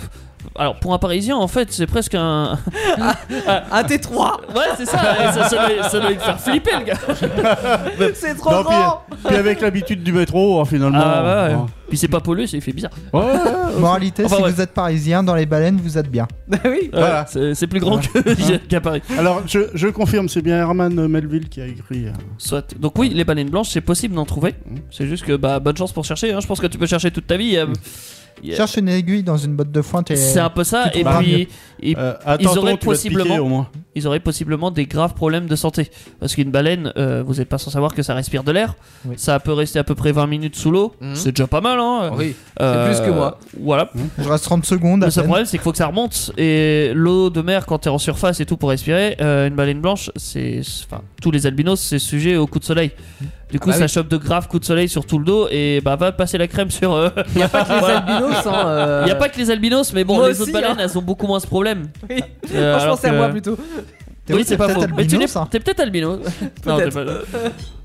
Speaker 6: alors pour un parisien en fait c'est presque un
Speaker 3: Un T3,
Speaker 6: ouais c'est ça ça, ça doit, ça doit lui faire flipper le gars
Speaker 3: c'est trop
Speaker 4: Non, puis-
Speaker 3: grand.
Speaker 4: Puis avec l'habitude du métro, hein, finalement.
Speaker 6: ah ouais, ouais.
Speaker 4: hein.
Speaker 6: puis c'est pas pollué c'est- il fait bizarre
Speaker 4: Ouais, ouais, ouais.
Speaker 5: Moralité,
Speaker 6: Ah, Enfin,
Speaker 5: si
Speaker 6: ouais.
Speaker 5: vous êtes parisien, dans les baleines, vous êtes bien.
Speaker 3: Bah oui.
Speaker 6: Ouais,
Speaker 4: Voilà.
Speaker 6: c'est c'est plus grand que- qu'à Paris
Speaker 4: Alors, je, je confirme, c'est bien Herman Melville qui a écrit. euh,
Speaker 6: Soit. Donc oui, les baleines blanches, c'est possible d'en trouver. C'est juste que bah bonne chance pour chercher. hein. Je pense que tu peux chercher toute ta vie. euh, Yeah.
Speaker 5: Cherche une aiguille dans une botte de fointe et.
Speaker 6: C'est un peu ça.
Speaker 5: tu
Speaker 6: Et
Speaker 5: trouveras
Speaker 6: puis et-
Speaker 4: euh, attends,
Speaker 6: auraient
Speaker 4: attends, tu vas te
Speaker 6: possiblement-
Speaker 4: piquer, au moins.
Speaker 6: ils auraient possiblement des graves problèmes de santé. Parce qu'une baleine, euh, vous n'êtes pas sans savoir que ça respire de l'air.
Speaker 5: Oui.
Speaker 6: Ça peut rester à peu près 20 minutes sous l'eau.
Speaker 3: Mhm.
Speaker 6: C'est déjà pas mal. Hein.
Speaker 3: Oui. c'est plus que moi.
Speaker 6: Voilà.
Speaker 5: Je reste 30 secondes.
Speaker 6: Le
Speaker 5: à
Speaker 3: Bah,
Speaker 6: seul
Speaker 5: peine.
Speaker 6: problème, c'est qu'il faut que ça remonte. Et l'eau de mer, quand t'es en surface et tout pour respirer, euh, une baleine blanche, c'est. Enfin, tous les albinos, c'est sujet aux coups de soleil. Du coup,
Speaker 3: bah
Speaker 6: ça
Speaker 3: oui.
Speaker 6: chope de graves coups de soleil sur tout le dos. Et bah, va passer la crème sur. euh,
Speaker 3: Il n'y a pas que les albinos. Hein, euh,
Speaker 6: Il n'y a pas que les albinos, mais bon,
Speaker 3: Moi
Speaker 6: les
Speaker 3: aussi,
Speaker 6: autres baleines,
Speaker 3: hein.
Speaker 6: elles ont beaucoup moins ce problème.
Speaker 3: Oui.
Speaker 6: Euh,
Speaker 3: Moi, je
Speaker 6: alors
Speaker 3: pensais à
Speaker 6: que-
Speaker 3: moi plutôt.
Speaker 5: T'es
Speaker 6: oui, c'est pas
Speaker 5: peut-être hein.
Speaker 6: faux. Mais tu n'es-
Speaker 5: albino, ça.
Speaker 6: t'es peut-être albino. Non, t'es pas-
Speaker 3: Peut-être.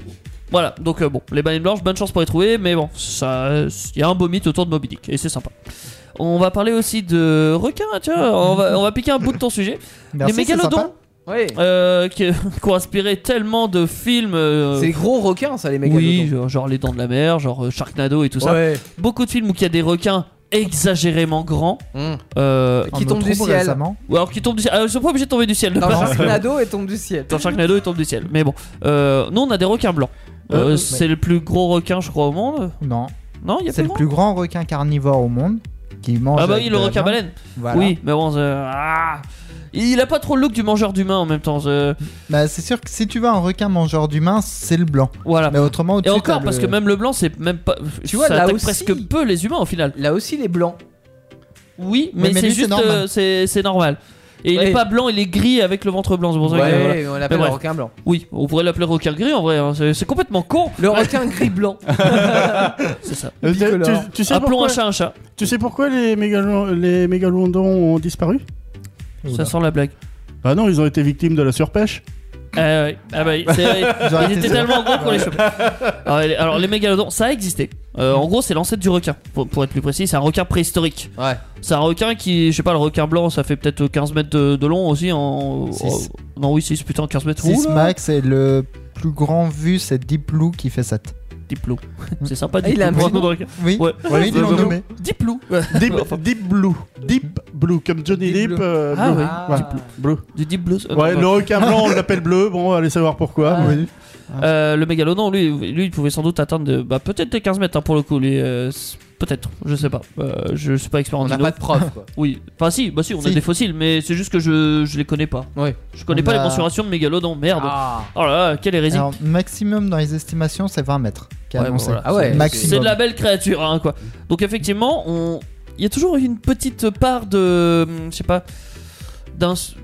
Speaker 6: Voilà, donc euh, bon, les baleines blanches, bonne chance pour les trouver, mais bon, ça, il y a un beau mythe autour de Moby Dick, et c'est sympa. On va parler aussi de requins, tiens, on va, on va piquer un bout de ton sujet.
Speaker 5: Merci,
Speaker 6: les
Speaker 5: c'est sympa.
Speaker 6: mégalodons,
Speaker 3: Oui.
Speaker 6: euh, qui, qui ont inspiré tellement de films. euh,
Speaker 3: C'est les gros requins, ça, les mégalodons.
Speaker 6: oui, genre, genre Les Dents de la Mer, genre euh, Sharknado et tout ça.
Speaker 3: Ouais.
Speaker 6: Beaucoup de films où il y a des requins exagérément grands.
Speaker 3: Mmh.
Speaker 6: Euh,
Speaker 3: Qui
Speaker 5: En
Speaker 3: tombe du
Speaker 5: Outremont,
Speaker 3: ciel.
Speaker 5: récemment.
Speaker 6: Ou alors qui tombe du ciel. Alors, ils sont pas obligés de tomber du ciel.
Speaker 3: Dans
Speaker 6: Pas-
Speaker 3: le tornado et tombe du ciel.
Speaker 6: Dans Sharknado, ils tombent du ciel. Mais bon, euh, nous on a des requins blancs. Euh,
Speaker 5: Euh,
Speaker 6: c'est le plus gros requin, je crois, au monde.
Speaker 5: Non,
Speaker 6: Non, il y a
Speaker 5: c'est
Speaker 6: plus
Speaker 5: le
Speaker 6: grand.
Speaker 5: plus grand requin carnivore au monde qui mange.
Speaker 6: Ah bah
Speaker 5: avec
Speaker 6: oui,
Speaker 5: de
Speaker 6: le
Speaker 5: la
Speaker 6: requin
Speaker 5: viande.
Speaker 6: baleine.
Speaker 5: Voilà.
Speaker 6: Oui, mais bon, euh, ah. il a pas trop le look du mangeur d'humains en même temps. euh,
Speaker 5: Bah, c'est sûr que si tu veux un requin mangeur d'humains, c'est le blanc.
Speaker 6: Voilà.
Speaker 5: Mais autrement,
Speaker 6: Et
Speaker 5: au-dessus,
Speaker 6: encore,
Speaker 5: t'as
Speaker 6: parce
Speaker 5: le-
Speaker 6: que même le blanc, c'est même pas.
Speaker 3: Tu vois,
Speaker 6: ça
Speaker 3: là
Speaker 6: attaque
Speaker 3: aussi-
Speaker 6: presque peu les humains au final.
Speaker 3: Là aussi, les blancs.
Speaker 6: Oui, mais,
Speaker 5: mais lui,
Speaker 6: c'est
Speaker 5: c'est
Speaker 6: juste,
Speaker 5: normal.
Speaker 6: euh, c'est c'est normal. Et il
Speaker 3: Ouais.
Speaker 6: est pas blanc, il est gris avec le ventre blanc. c'est pour ça que,
Speaker 3: ouais,
Speaker 6: voilà.
Speaker 3: on l'appelle le
Speaker 6: bref.
Speaker 3: requin blanc.
Speaker 6: Oui, on pourrait l'appeler requin gris en vrai. hein, C'est c'est complètement con.
Speaker 3: Le requin gris blanc.
Speaker 6: C'est ça.
Speaker 4: Euh, tu-
Speaker 3: Bicolore.
Speaker 4: tu, tu sais
Speaker 6: Appelons
Speaker 4: pourquoi,
Speaker 6: un chat un chat.
Speaker 4: tu sais pourquoi les, mégalo- les mégalodons ont disparu
Speaker 6: Ça
Speaker 5: Oula.
Speaker 6: sent la blague.
Speaker 4: Bah non, ils ont été victimes de la surpêche.
Speaker 6: Ah ouais. Ah bah, c'est-
Speaker 5: J'aurais été
Speaker 6: ils étaient
Speaker 5: sûr.
Speaker 6: tellement gros qu'on les chopait. Alors, les- Alors les mégalodons, ça a existé. Euh, en gros, c'est l'ancêtre du requin. Pour, pour être plus précis, c'est un requin préhistorique.
Speaker 3: Ouais.
Speaker 6: C'est un requin qui, je sais pas, le requin blanc, ça fait peut-être 15 mètres de, de long aussi. En...
Speaker 5: Six.
Speaker 6: en- non, oui, 6, putain, 15 mètres.
Speaker 5: 6
Speaker 6: Oula,
Speaker 5: max et le plus grand vu, c'est Deep Blue qui fait 7.
Speaker 6: Diplo. C'est sympa,
Speaker 3: Ah, il a un
Speaker 6: Diplo.
Speaker 3: petit nom
Speaker 6: de requin.
Speaker 5: Oui,
Speaker 6: Ouais.
Speaker 5: oui ils l'ont
Speaker 4: Blue.
Speaker 5: nommé.
Speaker 6: Diplo.
Speaker 3: Ah
Speaker 4: Deep, Deep Blue. Deep Blue, comme Johnny
Speaker 3: Deep
Speaker 4: Deep.
Speaker 3: Blue.
Speaker 4: euh,
Speaker 6: Ah
Speaker 4: Blue.
Speaker 6: oui,
Speaker 4: Ouais.
Speaker 6: Deep Blue.
Speaker 4: Blue.
Speaker 6: Du Deep Blue. euh,
Speaker 4: Ouais,
Speaker 6: non,
Speaker 4: le requin blanc, on l'appelle bleu. Bon, allez savoir pourquoi.
Speaker 6: Ah,
Speaker 4: mais-
Speaker 6: Euh, le mégalodon, lui, lui, il pouvait sans doute atteindre de- bah, peut-être les 15 mètres hein, pour le coup. lui, euh, c- peut-être, je sais pas. Euh, je suis pas expert en
Speaker 3: On n'a
Speaker 6: dino.
Speaker 3: pas de preuve, quoi.
Speaker 6: Oui, enfin si, bah si, on a
Speaker 5: Si.
Speaker 6: des fossiles, mais c'est juste que je, je les connais pas.
Speaker 3: Ouais.
Speaker 6: Je connais
Speaker 5: On
Speaker 6: pas les
Speaker 5: a-
Speaker 6: mensurations de mégalodon, merde.
Speaker 3: Ah,
Speaker 6: Oh là là, quelle hérésie.
Speaker 5: Alors, maximum dans les estimations, c'est 20 mètres. qui est
Speaker 6: Ouais,
Speaker 5: annoncé.
Speaker 6: bah voilà.
Speaker 3: Ah ouais,
Speaker 5: maximum.
Speaker 6: c'est de la belle créature, hein, quoi. Donc effectivement, on... il y a toujours une petite part de, hum, je sais pas, d'un pff,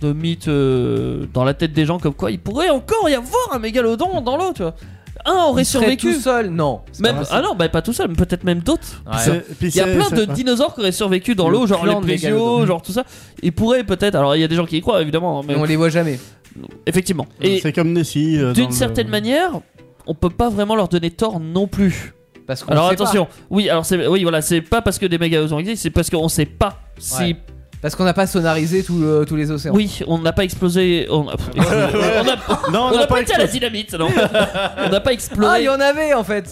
Speaker 6: de mythe euh, dans la tête des gens comme quoi il pourrait encore y avoir Oh, un mégalodon dans l'eau, tu vois. Un aurait
Speaker 3: il serait
Speaker 6: survécu.
Speaker 3: tout seul, non. C'est
Speaker 6: Même,
Speaker 3: pas
Speaker 6: ah non, bah pas tout seul, mais peut-être même d'autres.
Speaker 3: vrai. Ouais.
Speaker 4: C'est- puis
Speaker 6: Ah Il y a
Speaker 4: c'est-
Speaker 6: plein
Speaker 4: c'est-
Speaker 6: de dinosaures qui auraient survécu dans
Speaker 3: Le
Speaker 6: l'eau, genre
Speaker 3: clan
Speaker 6: les
Speaker 3: de
Speaker 6: plésios,
Speaker 3: Mégalodon.
Speaker 6: genre tout ça. Ils pourraient peut-être, alors il y a des gens qui y croient évidemment, hein, mais
Speaker 3: Mais on les voit jamais.
Speaker 6: effectivement. Et
Speaker 4: C'est comme Nessie. euh, dans
Speaker 6: d'une
Speaker 4: le-
Speaker 6: certaine manière, on peut pas vraiment leur donner tort non plus.
Speaker 3: Parce qu'on
Speaker 6: Alors
Speaker 3: sait pas.
Speaker 6: attention, oui, alors c'est oui, voilà, c'est pas parce que des mégalodons existent, c'est parce qu'on sait pas si.
Speaker 3: Ouais. Parce qu'on n'a pas sonarisé tout le- tous les océans.
Speaker 6: Oui, on n'a pas explosé. On a, on a-
Speaker 4: Non,
Speaker 6: on
Speaker 4: on
Speaker 6: n'a
Speaker 4: n'a
Speaker 6: pas été à la
Speaker 4: explosé.
Speaker 6: dynamite, non On n'a pas
Speaker 3: Ah, il
Speaker 6: exploré.
Speaker 3: y en avait en fait.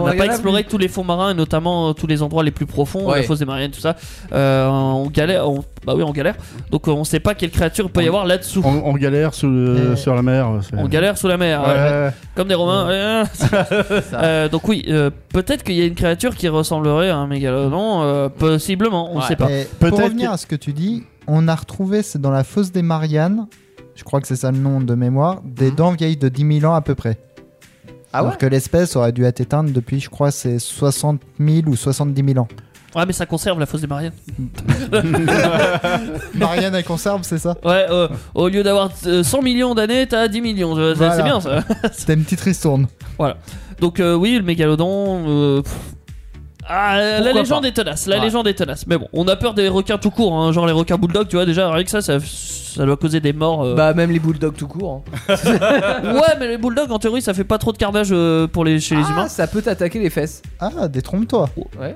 Speaker 6: On n'a pas exploré tous les fonds marins et notamment euh, tous les endroits les plus profonds,
Speaker 3: Ouais.
Speaker 6: la fosse des Mariannes, tout ça. Euh, on galère, on- bah oui, on galère. Donc euh, on sait pas quelle créature il peut y
Speaker 4: On-
Speaker 6: avoir là-dessous.
Speaker 4: On, on galère sous le-
Speaker 5: Euh,
Speaker 4: sur la mer. c'est-
Speaker 6: Eh. On galère sous la mer, ouais.
Speaker 4: Ouais.
Speaker 6: comme des Romains. Euh, euh, donc oui, euh, peut-être qu'il y a une créature qui ressemblerait à un mégalodon, euh, possiblement, on
Speaker 3: Ouais.
Speaker 6: sait pas.
Speaker 5: Et pour
Speaker 4: Peut-être
Speaker 5: revenir
Speaker 4: que-
Speaker 5: à ce que tu dis, on a retrouvé, c'est dans la fosse des Mariannes, je crois que c'est ça le nom de mémoire,
Speaker 6: Mhm.
Speaker 5: des dents vieilles de 10 000 ans à peu près.
Speaker 3: Ah ouais
Speaker 5: Alors que l'espèce aurait dû être éteinte depuis, je crois, c'est 60 000 ou 70 000 ans.
Speaker 6: Ouais, mais ça conserve la fosse des Mariannes.
Speaker 5: Marianne, elle conserve, c'est ça
Speaker 6: Ouais, euh, au lieu d'avoir euh, 100 millions d'années, t'as 10 millions. Euh, c'est-
Speaker 5: Voilà.
Speaker 6: C'est bien ça.
Speaker 5: C'était une petite ristourne.
Speaker 6: Donc euh, oui, le mégalodon. euh, pff. Ah, la
Speaker 3: Pourquoi
Speaker 6: légende
Speaker 3: pas
Speaker 6: est tenace, la
Speaker 3: Ouais.
Speaker 6: légende est tenace. Mais bon, on a peur des requins tout court, hein, genre les requins bulldogs, tu vois, déjà rien que ça, ça, ça doit causer des morts. euh.
Speaker 3: Bah, même les bulldogs tout court. hein.
Speaker 6: Ouais, mais les bulldogs en théorie ça fait pas trop de carnage euh, pour les, chez les
Speaker 3: Ah,
Speaker 6: humains.
Speaker 3: ça peut t'attaquer les fesses.
Speaker 5: Ah, détrompe-toi.
Speaker 3: Ouais.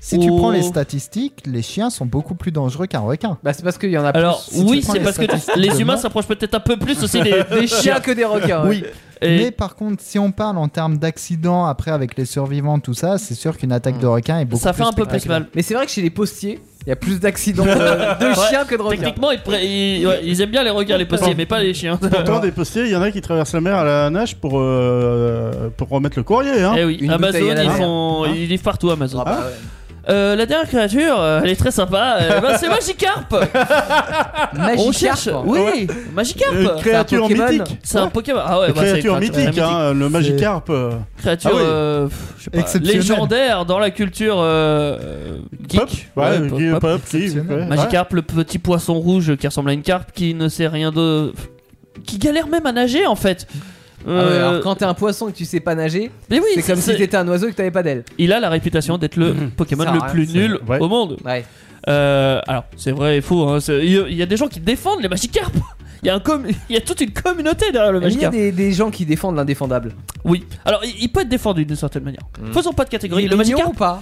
Speaker 5: Si tu
Speaker 6: Oh.
Speaker 5: prends les statistiques, les chiens sont beaucoup plus dangereux qu'un requin.
Speaker 3: Bah, c'est parce qu'il y en a
Speaker 6: Alors
Speaker 5: si tu
Speaker 6: oui,
Speaker 5: prends
Speaker 6: c'est
Speaker 5: les
Speaker 6: parce que
Speaker 5: statistiques de
Speaker 6: les humains
Speaker 5: mort-
Speaker 6: s'approchent peut-être un peu plus aussi des,
Speaker 3: plus. Des chiens que des requins. ouais.
Speaker 5: Oui.
Speaker 6: et-
Speaker 5: Mais par contre, si on parle en termes d'accidents après avec les survivants, tout ça, c'est sûr qu'une attaque de requin est beaucoup
Speaker 6: Hmm. ça fait
Speaker 5: plus
Speaker 6: un peu plus
Speaker 5: spectaculaire.
Speaker 6: mal.
Speaker 3: Mais c'est vrai que chez les postiers, il y a plus d'accidents de, de
Speaker 6: Ouais,
Speaker 3: chiens que de requins.
Speaker 6: Techniquement, ils, pré- ils- ouais, ils aiment bien les requins, les postiers, mais pas les chiens.
Speaker 4: Pourtant, des postiers, il y en a qui traversent la mer à la nage pour, euh, pour remettre le courrier. Hein.
Speaker 6: Eh oui,
Speaker 3: Une
Speaker 6: Amazon,
Speaker 3: bouteille à la
Speaker 6: ils,
Speaker 3: mer.
Speaker 6: font-
Speaker 4: Hein
Speaker 6: ils livrent partout Amazon.
Speaker 9: Ah.
Speaker 4: bah
Speaker 6: Euh, la dernière créature, euh, elle est très sympa. euh, bah, c'est Magikarp.
Speaker 3: Magikarp.
Speaker 6: On cherche. Oui,
Speaker 4: Une
Speaker 6: Magikarp.
Speaker 4: Euh, créature
Speaker 3: Pokémon.
Speaker 4: mythique.
Speaker 6: C'est un Eh, Pokémon. Ah ouais,
Speaker 4: Une
Speaker 6: bah, c'est
Speaker 4: créature
Speaker 6: une
Speaker 4: mythique,
Speaker 6: mythique.
Speaker 4: hein, le Magikarp. euh,
Speaker 6: Créature,
Speaker 4: Ah oui.
Speaker 6: euh, pff, je sais pas,
Speaker 5: Exceptionnelle.
Speaker 6: légendaire dans la culture euh, euh, geek.
Speaker 4: Pop, ouais,
Speaker 6: Ouais, pop,
Speaker 4: qui-
Speaker 6: pop.
Speaker 4: pop, qui-
Speaker 5: Exceptionnel.
Speaker 4: ouais.
Speaker 6: Magikarp, le petit poisson rouge qui ressemble à une carpe, qui ne sait rien de. qui galère même à nager en fait.
Speaker 3: Ah ouais,
Speaker 6: Euh,
Speaker 3: alors quand t'es un poisson et que tu sais pas nager,
Speaker 6: mais oui,
Speaker 3: c'est comme si
Speaker 6: c'est-
Speaker 3: t'étais Mhm. un oiseau et que t'avais pas d'aile.
Speaker 6: il a la réputation d'être le Pokémon
Speaker 3: Ça
Speaker 6: le
Speaker 3: a rien,
Speaker 6: plus
Speaker 3: c'est-
Speaker 6: nul
Speaker 4: ouais.
Speaker 6: au monde.
Speaker 3: Ouais.
Speaker 6: Euh, alors, c'est vrai et faux. hein, c'est- Il y a- il y a des gens qui défendent les Magikarp. Il y, a un com- il y a toute une communauté derrière le
Speaker 3: Il y a
Speaker 6: Magikarp.
Speaker 3: des, des gens qui défendent l'indéfendable.
Speaker 6: Oui. Alors, il, il peut être défendu d'une certaine manière.
Speaker 3: Mm.
Speaker 6: Faisons pas de catégorie.
Speaker 3: Il est
Speaker 6: Le
Speaker 3: mignon
Speaker 6: Magikarp,
Speaker 3: ou pas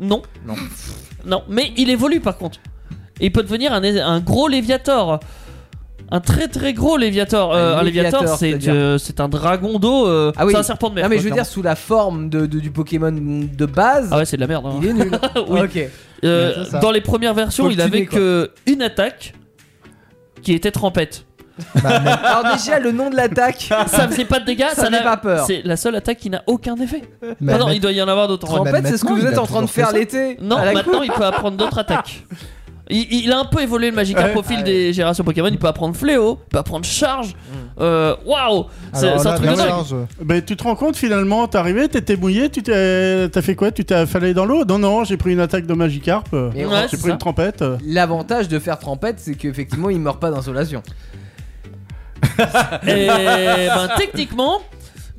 Speaker 6: non.
Speaker 3: Non.
Speaker 6: Non, mais il évolue par contre. Et il peut devenir un, un gros Léviator. Un très très gros Léviator. Euh,
Speaker 3: Un
Speaker 6: un Léviator,
Speaker 3: Léviator,
Speaker 6: c'est
Speaker 3: c'est-à-dire
Speaker 6: euh, c'est un dragon d'eau. euh,
Speaker 3: Ah oui.
Speaker 6: C'est un serpent de mer.
Speaker 3: Non mais
Speaker 6: quoi,
Speaker 3: je veux dire
Speaker 6: clairement.
Speaker 3: sous la forme de, de- du Pokémon de base,
Speaker 6: Ah ouais, c'est de la merde. hein.
Speaker 3: il est nul.
Speaker 6: Oui.
Speaker 3: Ok.
Speaker 6: Euh,
Speaker 5: Ouais, c'est ça.
Speaker 6: dans les premières
Speaker 3: Faut
Speaker 6: versions,
Speaker 3: le
Speaker 6: il avait
Speaker 3: tuner, quoi.
Speaker 6: que une attaque qui était trempette.
Speaker 5: Bah, mais-
Speaker 3: Alors déjà le nom de l'attaque.
Speaker 6: ça faisait pas de dégâts,
Speaker 3: Ah. Ça
Speaker 6: ça
Speaker 3: fait
Speaker 6: n'a
Speaker 3: pas peur.
Speaker 6: C'est la seule attaque qui n'a aucun effet.
Speaker 5: mais-
Speaker 6: ah non,
Speaker 5: mais-
Speaker 6: il doit y en avoir d'autres.
Speaker 5: Trempe-
Speaker 3: En
Speaker 5: Bah,
Speaker 3: fait c'est ce que
Speaker 5: maintenant,
Speaker 3: vous
Speaker 5: il
Speaker 3: êtes
Speaker 5: a
Speaker 3: en train de
Speaker 5: toujours fait
Speaker 3: faire
Speaker 5: ça.
Speaker 3: l'été.
Speaker 6: Non,
Speaker 3: à la
Speaker 6: maintenant
Speaker 3: coupe.
Speaker 6: il peut apprendre d'autres attaques. Il, il a un peu évolué le Magikarp
Speaker 4: Ouais.
Speaker 6: au fil
Speaker 3: Ah
Speaker 6: des générations Pokémon. Il peut apprendre Fléau, il peut apprendre Charge.
Speaker 10: Mm.
Speaker 6: Euh, Waouh! C'est
Speaker 5: Alors
Speaker 6: c'est un
Speaker 5: là,
Speaker 6: truc de
Speaker 5: vraiment,
Speaker 6: dingue.
Speaker 5: je-
Speaker 4: Ben, tu te rends compte finalement, t'es arrivé, t'étais mouillé, tu t'es, t'as fait quoi Tu t'es affalé dans l'eau Non, non, j'ai pris une attaque de Magikarp, euh,
Speaker 3: Mais
Speaker 4: j'ai
Speaker 6: Ouais,
Speaker 4: pris
Speaker 6: c'est ça.
Speaker 4: une trompette. euh.
Speaker 3: L'avantage de faire trempette c'est qu'effectivement il meurt pas d'insolation.
Speaker 6: Et ben, techniquement,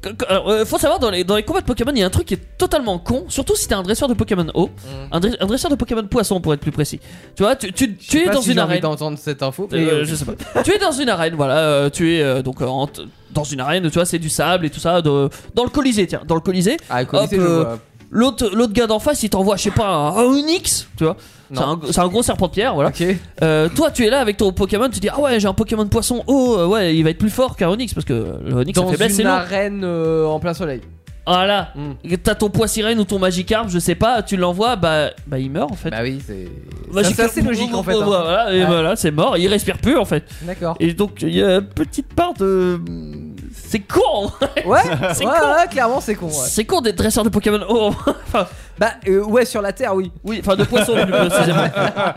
Speaker 6: que- que- alors, euh, faut savoir, dans les, dans les combats de Pokémon, il y a un truc qui est totalement con, surtout si t'es un dresseur de Pokémon eau, un, dre- un dresseur de Pokémon poisson pour être plus précis. Tu vois, tu, tu- tu
Speaker 10: Mm. Je sais
Speaker 6: es
Speaker 10: pas
Speaker 6: dans
Speaker 10: si
Speaker 6: une
Speaker 10: j'ai envie
Speaker 6: arène.
Speaker 10: d'entendre cette info. mais,
Speaker 6: Euh,
Speaker 10: euh,
Speaker 6: je sais pas. tu es dans une arène, voilà. euh, tu es euh, donc euh, en t- dans une arène, tu vois, c'est du sable et tout ça. de- dans le Colisée, tiens, dans le Colisée.
Speaker 10: Ah, Colisée,
Speaker 6: Hop,
Speaker 10: je
Speaker 6: euh,
Speaker 10: vois.
Speaker 6: L'autre, l'autre gars d'en face, il t'envoie, je sais pas, un, un Onyx, tu vois. C'est
Speaker 10: Non.
Speaker 6: un, c'est un gros serpent de pierre, voilà.
Speaker 10: Ok.
Speaker 6: Euh, toi, tu es là avec ton Pokémon, tu dis ah ouais, j'ai un Pokémon poisson. Oh euh, ouais, il va être plus fort qu'un Onyx parce que le Onyx sa
Speaker 10: Dans
Speaker 6: faiblesse c'est
Speaker 10: une
Speaker 6: l'eau.
Speaker 10: arène euh, en plein soleil.
Speaker 6: Voilà.
Speaker 10: Mm.
Speaker 6: T'as ton poids sirène ou ton Magikarp, je sais pas, tu l'envoies, bah, bah il meurt en fait.
Speaker 10: Bah oui, c'est.
Speaker 6: Magikarp,
Speaker 10: C'est assez logique en fait. hein.
Speaker 6: Voilà, et
Speaker 10: Ouais.
Speaker 6: voilà, c'est mort, il respire plus en fait.
Speaker 10: D'accord.
Speaker 6: Et donc il y a une petite part de. C'est con
Speaker 10: Ouais, ouais,
Speaker 6: C'est con.
Speaker 10: ouais, clairement c'est con. ouais.
Speaker 6: C'est con d'être dresseur de Pokémon. Oh
Speaker 3: Bah, euh, ouais, sur la Terre, oui.
Speaker 6: Oui, enfin de poisson plus précisément.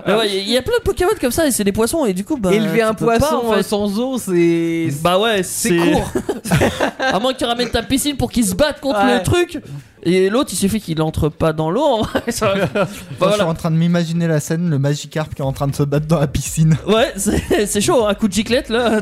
Speaker 6: Mais ouais, il y a plein de Pokémon comme ça et c'est des poissons et du coup, bah.
Speaker 3: Élever
Speaker 6: tu
Speaker 3: un
Speaker 6: peux pas,
Speaker 3: poisson
Speaker 6: en fait.
Speaker 3: euh, sans eau, c'est.
Speaker 6: Bah ouais, c'est
Speaker 4: C'est-
Speaker 6: court. à moins que tu ramènes ta piscine pour qu'ils se battent contre
Speaker 3: Ouais.
Speaker 6: le truc. Et l'autre, il suffit qu'il entre pas dans l'eau. en vrai, ça va. Bah
Speaker 5: Moi, Je suis
Speaker 6: voilà.
Speaker 5: en train de m'imaginer la scène, le Magikarp qui est en train de se battre dans la piscine.
Speaker 6: Ouais, c'est c'est chaud, un coup de giclette là.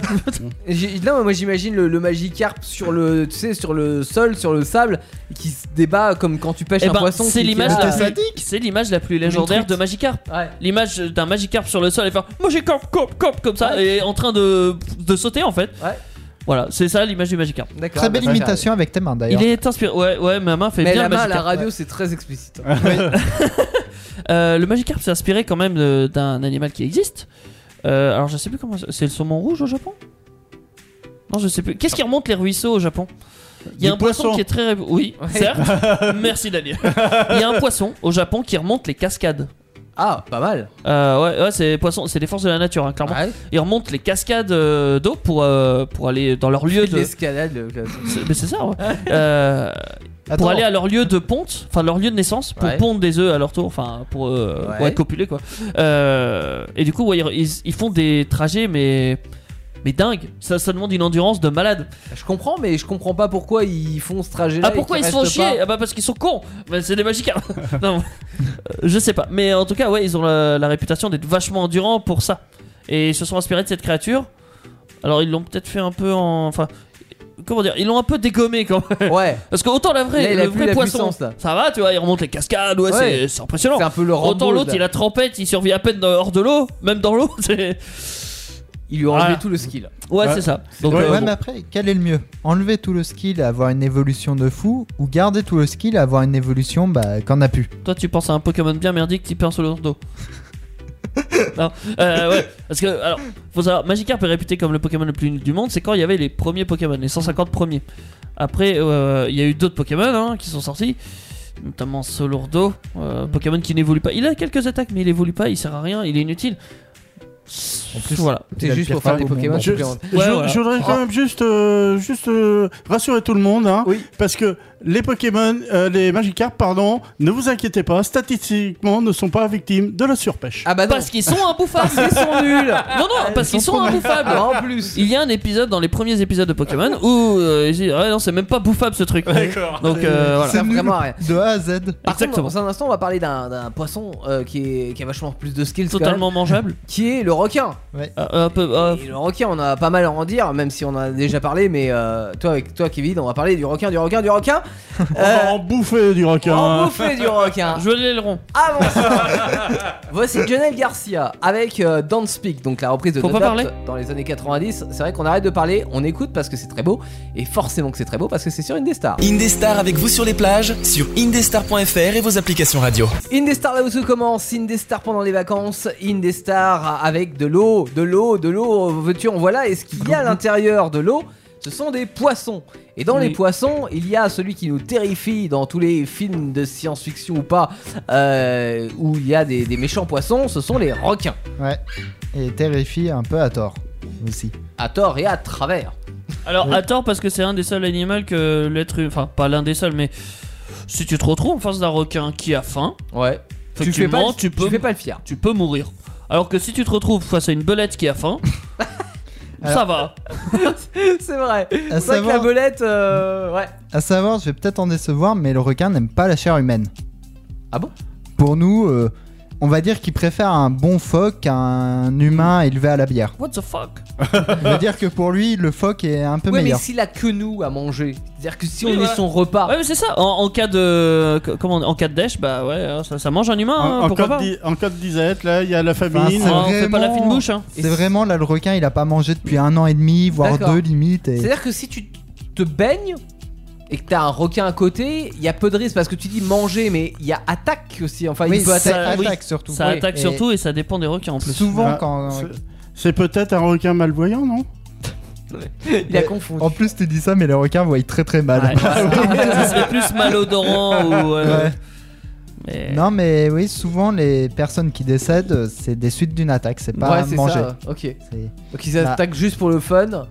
Speaker 3: J'ai- Non, mais moi j'imagine le, le Magikarp sur le, tu sais, sur le sol, sur le sable, qui se débat comme quand tu pêches
Speaker 6: Eh
Speaker 3: un
Speaker 6: ben,
Speaker 3: poisson. qui-
Speaker 6: c'est
Speaker 3: qui
Speaker 6: l'image
Speaker 3: est là.
Speaker 6: la
Speaker 5: C'était
Speaker 6: plus- c'est l'image la plus légendaire de Magikarp.
Speaker 3: Ouais.
Speaker 6: L'image d'un Magikarp sur le sol et faire Magikarp, cop, cop, comme ça, et en train de, de sauter en fait.
Speaker 3: Ouais.
Speaker 6: Voilà, c'est ça l'image du Magikarp.
Speaker 3: D'accord.
Speaker 5: Très belle
Speaker 3: bah,
Speaker 5: imitation avec tes mains d'ailleurs.
Speaker 6: Il est inspiré. Ouais, ouais, ma main fait
Speaker 3: Mais
Speaker 6: bien
Speaker 3: la main, à
Speaker 6: Magikarp.
Speaker 3: la radio, c'est très explicite. hein.
Speaker 6: Euh, le Magikarp s'est inspiré quand même de- d'un animal qui existe. Euh, alors je sais plus comment ça- c'est le saumon rouge au Japon. Non, je sais plus. Qu'est-ce qui remonte les ruisseaux au Japon Il y a
Speaker 4: Des
Speaker 6: un poisson.
Speaker 4: poissons.
Speaker 6: qui est très oui, certes. Merci Daniel. Il y a un poisson au Japon qui remonte les cascades.
Speaker 3: Ah, pas mal.
Speaker 6: Euh, ouais, ouais, c'est poisson, c'est des forces de la nature, hein, clairement.
Speaker 3: Ouais.
Speaker 6: Ils remontent les cascades euh, d'eau pour euh, pour aller dans leur lieu
Speaker 3: Puis de
Speaker 6: de.
Speaker 3: l'escalade. le- le-
Speaker 6: c'est- Mais c'est ça. Ouais. Euh,
Speaker 5: Attends,
Speaker 6: pour aller à leur lieu de ponte, enfin leur lieu de naissance, pour
Speaker 3: Ouais.
Speaker 6: pondre des œufs à leur tour, enfin pour, euh,
Speaker 3: Ouais.
Speaker 6: pour être copulés quoi. Euh, et du coup, ouais, ils, ils- ils font des trajets, mais mais dingue. Ça, ça demande une endurance de malade.
Speaker 3: Je comprends, mais je comprends pas pourquoi ils font ce trajet-là.
Speaker 6: ah pourquoi
Speaker 3: et
Speaker 6: ils
Speaker 3: qu'ils
Speaker 6: se font
Speaker 3: restent
Speaker 6: chier
Speaker 3: pas.
Speaker 6: Ah bah parce qu'ils sont cons. Bah, c'est des magiques. non, euh, je sais pas. Mais en tout cas, ouais, ils ont la, la réputation d'être vachement endurants pour ça. Et ils se sont inspirés de cette créature. Alors ils l'ont peut-être fait un peu en, enfin. Comment dire Ils l'ont un peu dégommé quand même.
Speaker 3: Ouais.
Speaker 6: Parce que autant la vraie,
Speaker 3: Là, il a
Speaker 6: le
Speaker 3: plus
Speaker 6: vrai
Speaker 3: la
Speaker 6: poisson,
Speaker 3: puissance, là.
Speaker 6: ça va, tu vois, il remonte les cascades, ouais,
Speaker 3: Ouais.
Speaker 6: c'est- c'est impressionnant.
Speaker 3: C'est un peu le
Speaker 6: Autant
Speaker 3: Rambo,
Speaker 6: l'autre,
Speaker 3: là.
Speaker 6: il a trempette, il survit à peine dans- hors de l'eau, même dans l'eau. c'est-
Speaker 3: Il lui a enlevé
Speaker 6: Voilà.
Speaker 3: tout le skill.
Speaker 6: Ouais,
Speaker 4: Ouais.
Speaker 6: c'est ça. Donc,
Speaker 4: Ouais,
Speaker 6: euh,
Speaker 5: Ouais,
Speaker 6: bon.
Speaker 5: mais après, quel est le mieux Enlever tout le skill et avoir une évolution de fou ou garder tout le skill et avoir une évolution bah, qu'on a pu
Speaker 6: Toi, tu penses à un Pokémon bien merdique typé un solo d'eau. non, euh, ouais, parce que alors, faut savoir, Magikarp est réputé comme le Pokémon le plus nul du monde. C'est quand il y avait les premiers Pokémon, les 150 premiers. Après, euh, il y a eu d'autres Pokémon hein, qui sont sortis, notamment Solourdo, euh, Pokémon qui n'évolue pas. Il a quelques attaques, mais il évolue pas, il sert à rien, il est inutile. En
Speaker 5: plus,
Speaker 6: voilà.
Speaker 5: C'est
Speaker 3: C'est
Speaker 5: la
Speaker 3: juste
Speaker 5: pire
Speaker 3: pour faire
Speaker 5: femme
Speaker 3: des
Speaker 5: au monde.
Speaker 3: Pokémon
Speaker 5: Ouais,
Speaker 4: Je,
Speaker 3: supplémentaires.
Speaker 4: je-
Speaker 6: Ouais, voilà.
Speaker 4: je voudrais quand même juste, euh, juste euh, rassurer tout le monde, hein,
Speaker 3: Oui.
Speaker 4: parce que les Pokémon, euh, les Magikarp, pardon, ne vous inquiétez pas, statistiquement ne sont pas victimes de la surpêche.
Speaker 3: Ah bah non.
Speaker 6: Parce qu'ils sont imbouffables.
Speaker 3: Ils sont nuls.
Speaker 6: Non, non, parce qu'ils sont imbouffables.
Speaker 3: Ah, en plus.
Speaker 6: Il y a un épisode dans les premiers épisodes de Pokémon où euh, ils disent, ah non, c'est même pas bouffable ce truc. Donc euh, voilà.
Speaker 5: C'est
Speaker 3: Ça,
Speaker 5: nul.
Speaker 3: vraiment rien.
Speaker 5: de A à Z.
Speaker 3: Par contre,
Speaker 6: Exactement.
Speaker 3: dans un instant, on va parler d'un d'un poisson euh, qui, est- qui a vachement plus de skills, quand
Speaker 6: Totalement mangeable.
Speaker 3: même, qui est le requin.
Speaker 6: Ah, un peu- ah,
Speaker 3: Et le requin, on a pas mal à en dire, même si on en a déjà parlé. Mais euh, toi, avec toi, Kevin, on va parler du requin, du requin, du requin.
Speaker 4: On
Speaker 3: euh,
Speaker 4: va
Speaker 6: Oh,
Speaker 4: en bouffer du requin.
Speaker 3: On bouffait du requin.
Speaker 6: je veux l'aileron.
Speaker 3: Avant ça, voici Jonel Garcia avec euh, Don't Speak, donc la reprise de
Speaker 6: Faut
Speaker 3: No
Speaker 6: pas
Speaker 3: Doubt
Speaker 6: parler
Speaker 3: dans les années 90. C'est vrai qu'on arrête de parler, on écoute parce que c'est très beau, et forcément que c'est très beau parce que c'est sur une des stars.
Speaker 11: Indestar avec vous sur les plages, sur indestar.fr et vos applications radio.
Speaker 3: Indestar là où tout commence, Indestar pendant les vacances, Indestar avec de l'eau, de l'eau, de l'eau, veux-tu en voilà, et ce qu'il y a à l'intérieur de l'eau, ce sont des poissons. Et dans les
Speaker 6: Oui.
Speaker 3: poissons, il y a celui qui nous terrifie dans tous les films de science-fiction ou pas, euh, où il y a des, des méchants poissons, ce sont les requins.
Speaker 5: Ouais. Et terrifie un peu à tort aussi.
Speaker 3: À tort et à travers.
Speaker 6: Alors à tort parce que c'est un des seuls animaux que l'être humain, enfin pas l'un des seuls, mais si tu te retrouves en face d'un requin qui a faim,
Speaker 3: Ouais. Tu fais pas,
Speaker 6: effectivement,
Speaker 3: le-
Speaker 6: tu, peux,
Speaker 3: fais pas le fier.
Speaker 6: tu peux mourir. Alors que si tu te retrouves face à une belette qui a faim, ça va.
Speaker 3: C'est vrai. C'est vrai que
Speaker 5: savoir-
Speaker 3: la belette, euh, ouais.
Speaker 5: À savoir, je vais peut-être en décevoir, mais le requin n'aime pas la chair humaine.
Speaker 3: Ah bon
Speaker 5: Pour nous, euh, on va dire qu'ils préfèrent un bon phoque qu'un humain élevé à la bière.
Speaker 6: What the fuck
Speaker 5: On va dire que pour lui, le phoque est un peu
Speaker 3: Ouais, mais
Speaker 5: meilleur.
Speaker 3: s'il a que nous à manger, c'est-à-dire que si
Speaker 6: Oui,
Speaker 3: on
Speaker 6: voilà.
Speaker 3: est son repas,
Speaker 6: Ouais, mais c'est ça. En, en cas de co- comment on- en cas de dèche, bah ouais, hein, ça, ça mange un humain. hein,
Speaker 4: En, en
Speaker 6: pourquoi
Speaker 4: code
Speaker 6: pas
Speaker 4: di- en code disette, là, il y a la famine.
Speaker 5: Enfin,
Speaker 6: Ah, On fait pas la
Speaker 5: Vraiment.
Speaker 6: fine bouche. Hein.
Speaker 5: C'est vraiment là, le requin, il a pas mangé depuis un an et demi, voire
Speaker 3: D'accord.
Speaker 5: deux limite. Et...
Speaker 3: c'est-à-dire que si tu te baignes et que t'as un requin à côté, il y a peu de risques parce que tu dis manger, mais il y a attaque aussi. Enfin,
Speaker 5: Oui,
Speaker 3: il peut
Speaker 5: ça
Speaker 3: attaquer.
Speaker 6: oui.
Speaker 5: attaque surtout.
Speaker 6: Ça
Speaker 3: Oui,
Speaker 6: attaque
Speaker 5: et-
Speaker 6: surtout et ça dépend des requins en plus.
Speaker 5: Souvent,
Speaker 4: Ah,
Speaker 5: quand.
Speaker 4: c'est- C'est peut-être un requin malvoyant, non
Speaker 3: Il a confondu.
Speaker 5: En plus, tu dis ça, mais les requins voient très très mal.
Speaker 6: Ouais. ça serait plus malodorant ou. euh,
Speaker 5: Ouais.
Speaker 6: mais-
Speaker 5: Non, mais oui, souvent les personnes qui décèdent, euh, c'est des suites d'une attaque, c'est pas
Speaker 3: ouais, c'est
Speaker 5: manger. Bah.
Speaker 3: ça. Ok.
Speaker 5: C'est-
Speaker 3: Donc ils attaquent juste pour le fun.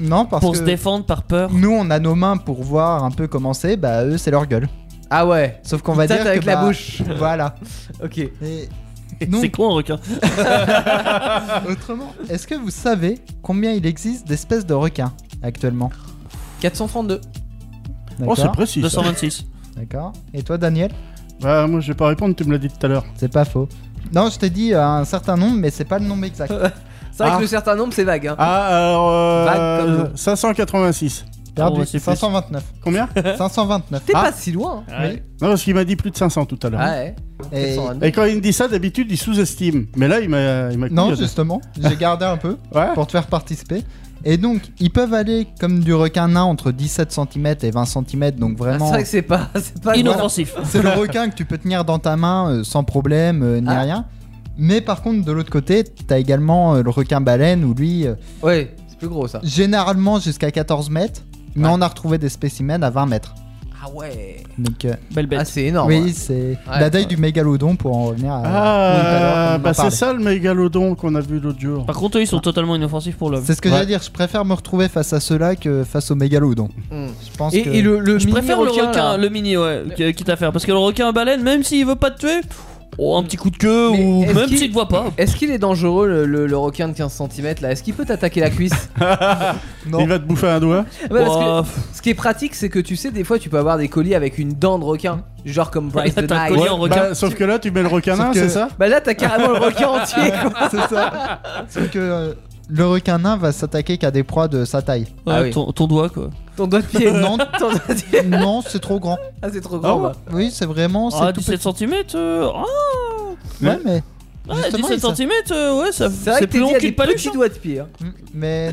Speaker 5: Non, parce
Speaker 6: Pour se
Speaker 5: que
Speaker 6: défendre par peur.
Speaker 5: nous, on a nos mains pour voir un peu comment c'est, bah eux, c'est leur gueule.
Speaker 3: Ah ouais.
Speaker 5: Sauf qu'on va
Speaker 3: Ils
Speaker 5: dire.
Speaker 3: tâtent avec
Speaker 5: que,
Speaker 3: la
Speaker 5: bah,
Speaker 3: bouche.
Speaker 5: Voilà.
Speaker 3: Ok.
Speaker 5: Et nous,
Speaker 6: C'est con un requin.
Speaker 5: autrement, est-ce que vous savez combien il existe d'espèces de requins actuellement
Speaker 3: 432.
Speaker 4: Oh, c'est
Speaker 5: D'accord.
Speaker 4: précis. ça.
Speaker 6: 226.
Speaker 5: D'accord. Et toi, Daniel
Speaker 4: Bah, moi, je vais pas répondre, tu me l'as dit tout à l'heure.
Speaker 5: C'est pas faux. Non, je t'ai dit euh, un certain nombre, mais c'est pas le nombre exact.
Speaker 3: C'est vrai
Speaker 4: Ah.
Speaker 3: que le certain nombre c'est vague. hein.
Speaker 4: Ah, alors. euh,
Speaker 3: Vague comme l'eau.
Speaker 4: 586.
Speaker 5: Perdu.
Speaker 6: ouais, c'est plus.
Speaker 5: 529.
Speaker 4: Combien
Speaker 5: 529.
Speaker 3: T'es
Speaker 4: Ah.
Speaker 3: pas si loin. hein.
Speaker 6: Ouais.
Speaker 4: Non, parce qu'il m'a dit plus de 500 tout à l'heure.
Speaker 3: Ah ouais.
Speaker 5: Et-
Speaker 3: 422.
Speaker 4: Et quand il me dit ça, d'habitude, il sous-estime. Mais là, il m'a il m'a
Speaker 5: Non,
Speaker 4: couillonné.
Speaker 5: justement, j'ai gardé un peu.
Speaker 4: Ouais.
Speaker 5: pour te faire participer. Et donc, ils peuvent aller comme du requin nain entre 17 cm et 20 cm, donc
Speaker 3: Ah, c'est
Speaker 5: vraiment.
Speaker 3: vrai que c'est pas, c'est pas
Speaker 6: Inoffensif.
Speaker 5: c'est le requin que tu peux tenir dans ta main euh, sans problème euh, ni
Speaker 3: Ah.
Speaker 5: rien. Mais par contre, de l'autre côté, t'as également euh, le requin baleine où lui, euh,
Speaker 3: Ouais, c'est plus gros ça.
Speaker 5: généralement jusqu'à 14 mètres, mais on a retrouvé des spécimens à 20 mètres.
Speaker 3: Ah ouais.
Speaker 5: Donc, euh,
Speaker 6: Belle bête.
Speaker 3: Ah c'est énorme.
Speaker 5: oui,
Speaker 3: ouais.
Speaker 5: c'est la taille
Speaker 3: ouais.
Speaker 5: du mégalodon pour en revenir à. oui, alors, on
Speaker 4: Ah,
Speaker 5: en
Speaker 4: bah, c'est
Speaker 5: parlait.
Speaker 4: ça le mégalodon qu'on a vu l'autre jour.
Speaker 6: Par contre, eux, ils sont totalement inoffensifs pour l'homme.
Speaker 5: C'est ce que
Speaker 4: Ouais.
Speaker 5: j'allais dire, je préfère me retrouver face à ceux-là que face au mégalodon.
Speaker 3: Mm.
Speaker 5: Je pense
Speaker 3: Et,
Speaker 5: que.
Speaker 3: et le, le
Speaker 6: Je
Speaker 3: mini
Speaker 6: préfère le
Speaker 3: requin,
Speaker 6: requin,
Speaker 3: là.
Speaker 6: le mini, ouais, qui- euh, quitte à faire. Parce que le requin à baleine, même s'il veut pas te tuer, oh, un petit coup de queue,
Speaker 3: Mais
Speaker 6: ou
Speaker 3: est-ce
Speaker 6: même
Speaker 3: qu'il-
Speaker 6: s'il te voit pas.
Speaker 3: Est-ce qu'il est dangereux le, le- le requin de 15 cm là Est-ce qu'il peut t'attaquer la cuisse
Speaker 4: Il va te bouffer un doigt.
Speaker 3: Ouais, parce que
Speaker 6: Ouah,
Speaker 3: Ce qui est pratique, c'est que tu sais, des fois, tu peux avoir des colis avec une dent de requin, genre comme Bryce the
Speaker 6: T'as un
Speaker 3: Knight.
Speaker 6: collier en requin.
Speaker 4: Bah, sauf que là, tu mets le requin
Speaker 5: Sauf
Speaker 4: nain,
Speaker 5: que-
Speaker 4: c'est ça
Speaker 3: Bah là, t'as carrément le requin entier. Quoi.
Speaker 5: C'est ça. Sauf que euh, le requin nain va s'attaquer qu'à des proies de sa taille.
Speaker 6: Ouais,
Speaker 3: Ah oui.
Speaker 6: ton, ton doigt, quoi.
Speaker 3: Ton doigt de pied.
Speaker 5: Non.
Speaker 3: Ton doigt de pied.
Speaker 5: Non, c'est trop grand.
Speaker 3: Ah, c'est trop grand.
Speaker 4: Ah ouais.
Speaker 3: bah.
Speaker 5: Oui, c'est vraiment. Oh, C'est
Speaker 6: Ah, euh,
Speaker 5: tout
Speaker 6: 17 cm
Speaker 5: petit. Ouais, mais.
Speaker 6: ah,
Speaker 5: Justement,
Speaker 6: 17
Speaker 5: il s'a-
Speaker 6: cm, euh, ouais, ça-
Speaker 3: C'est vrai que
Speaker 6: c'est
Speaker 3: t'es
Speaker 6: plus long
Speaker 3: dit à des
Speaker 6: qu'une paluche.
Speaker 3: petits doigts de pied. hein.
Speaker 5: Mm, Mais.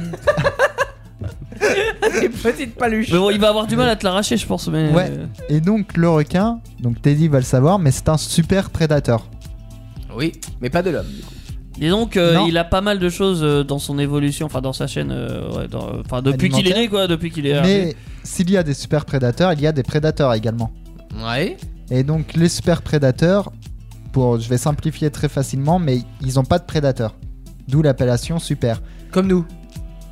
Speaker 3: Des petites paluches.
Speaker 6: Mais bon, il va avoir du mal à te l'arracher, je pense. Mais... euh,
Speaker 5: Ouais. Et donc, le requin, donc Teddy va le savoir, mais c'est un super prédateur.
Speaker 3: Oui, mais pas de l'homme.
Speaker 6: Dis donc, euh,
Speaker 5: Non.
Speaker 6: il a pas mal de choses euh, dans son évolution, enfin dans sa chaîne, euh, ouais, dans- enfin depuis qu'il est né, quoi, depuis qu'il est. arrivé.
Speaker 5: Mais s'il y a des super prédateurs, il y a des prédateurs également.
Speaker 3: Ouais.
Speaker 5: Et donc, les super prédateurs, pour, je vais simplifier très facilement, mais ils n'ont pas de prédateurs. D'où l'appellation super.
Speaker 3: Comme nous.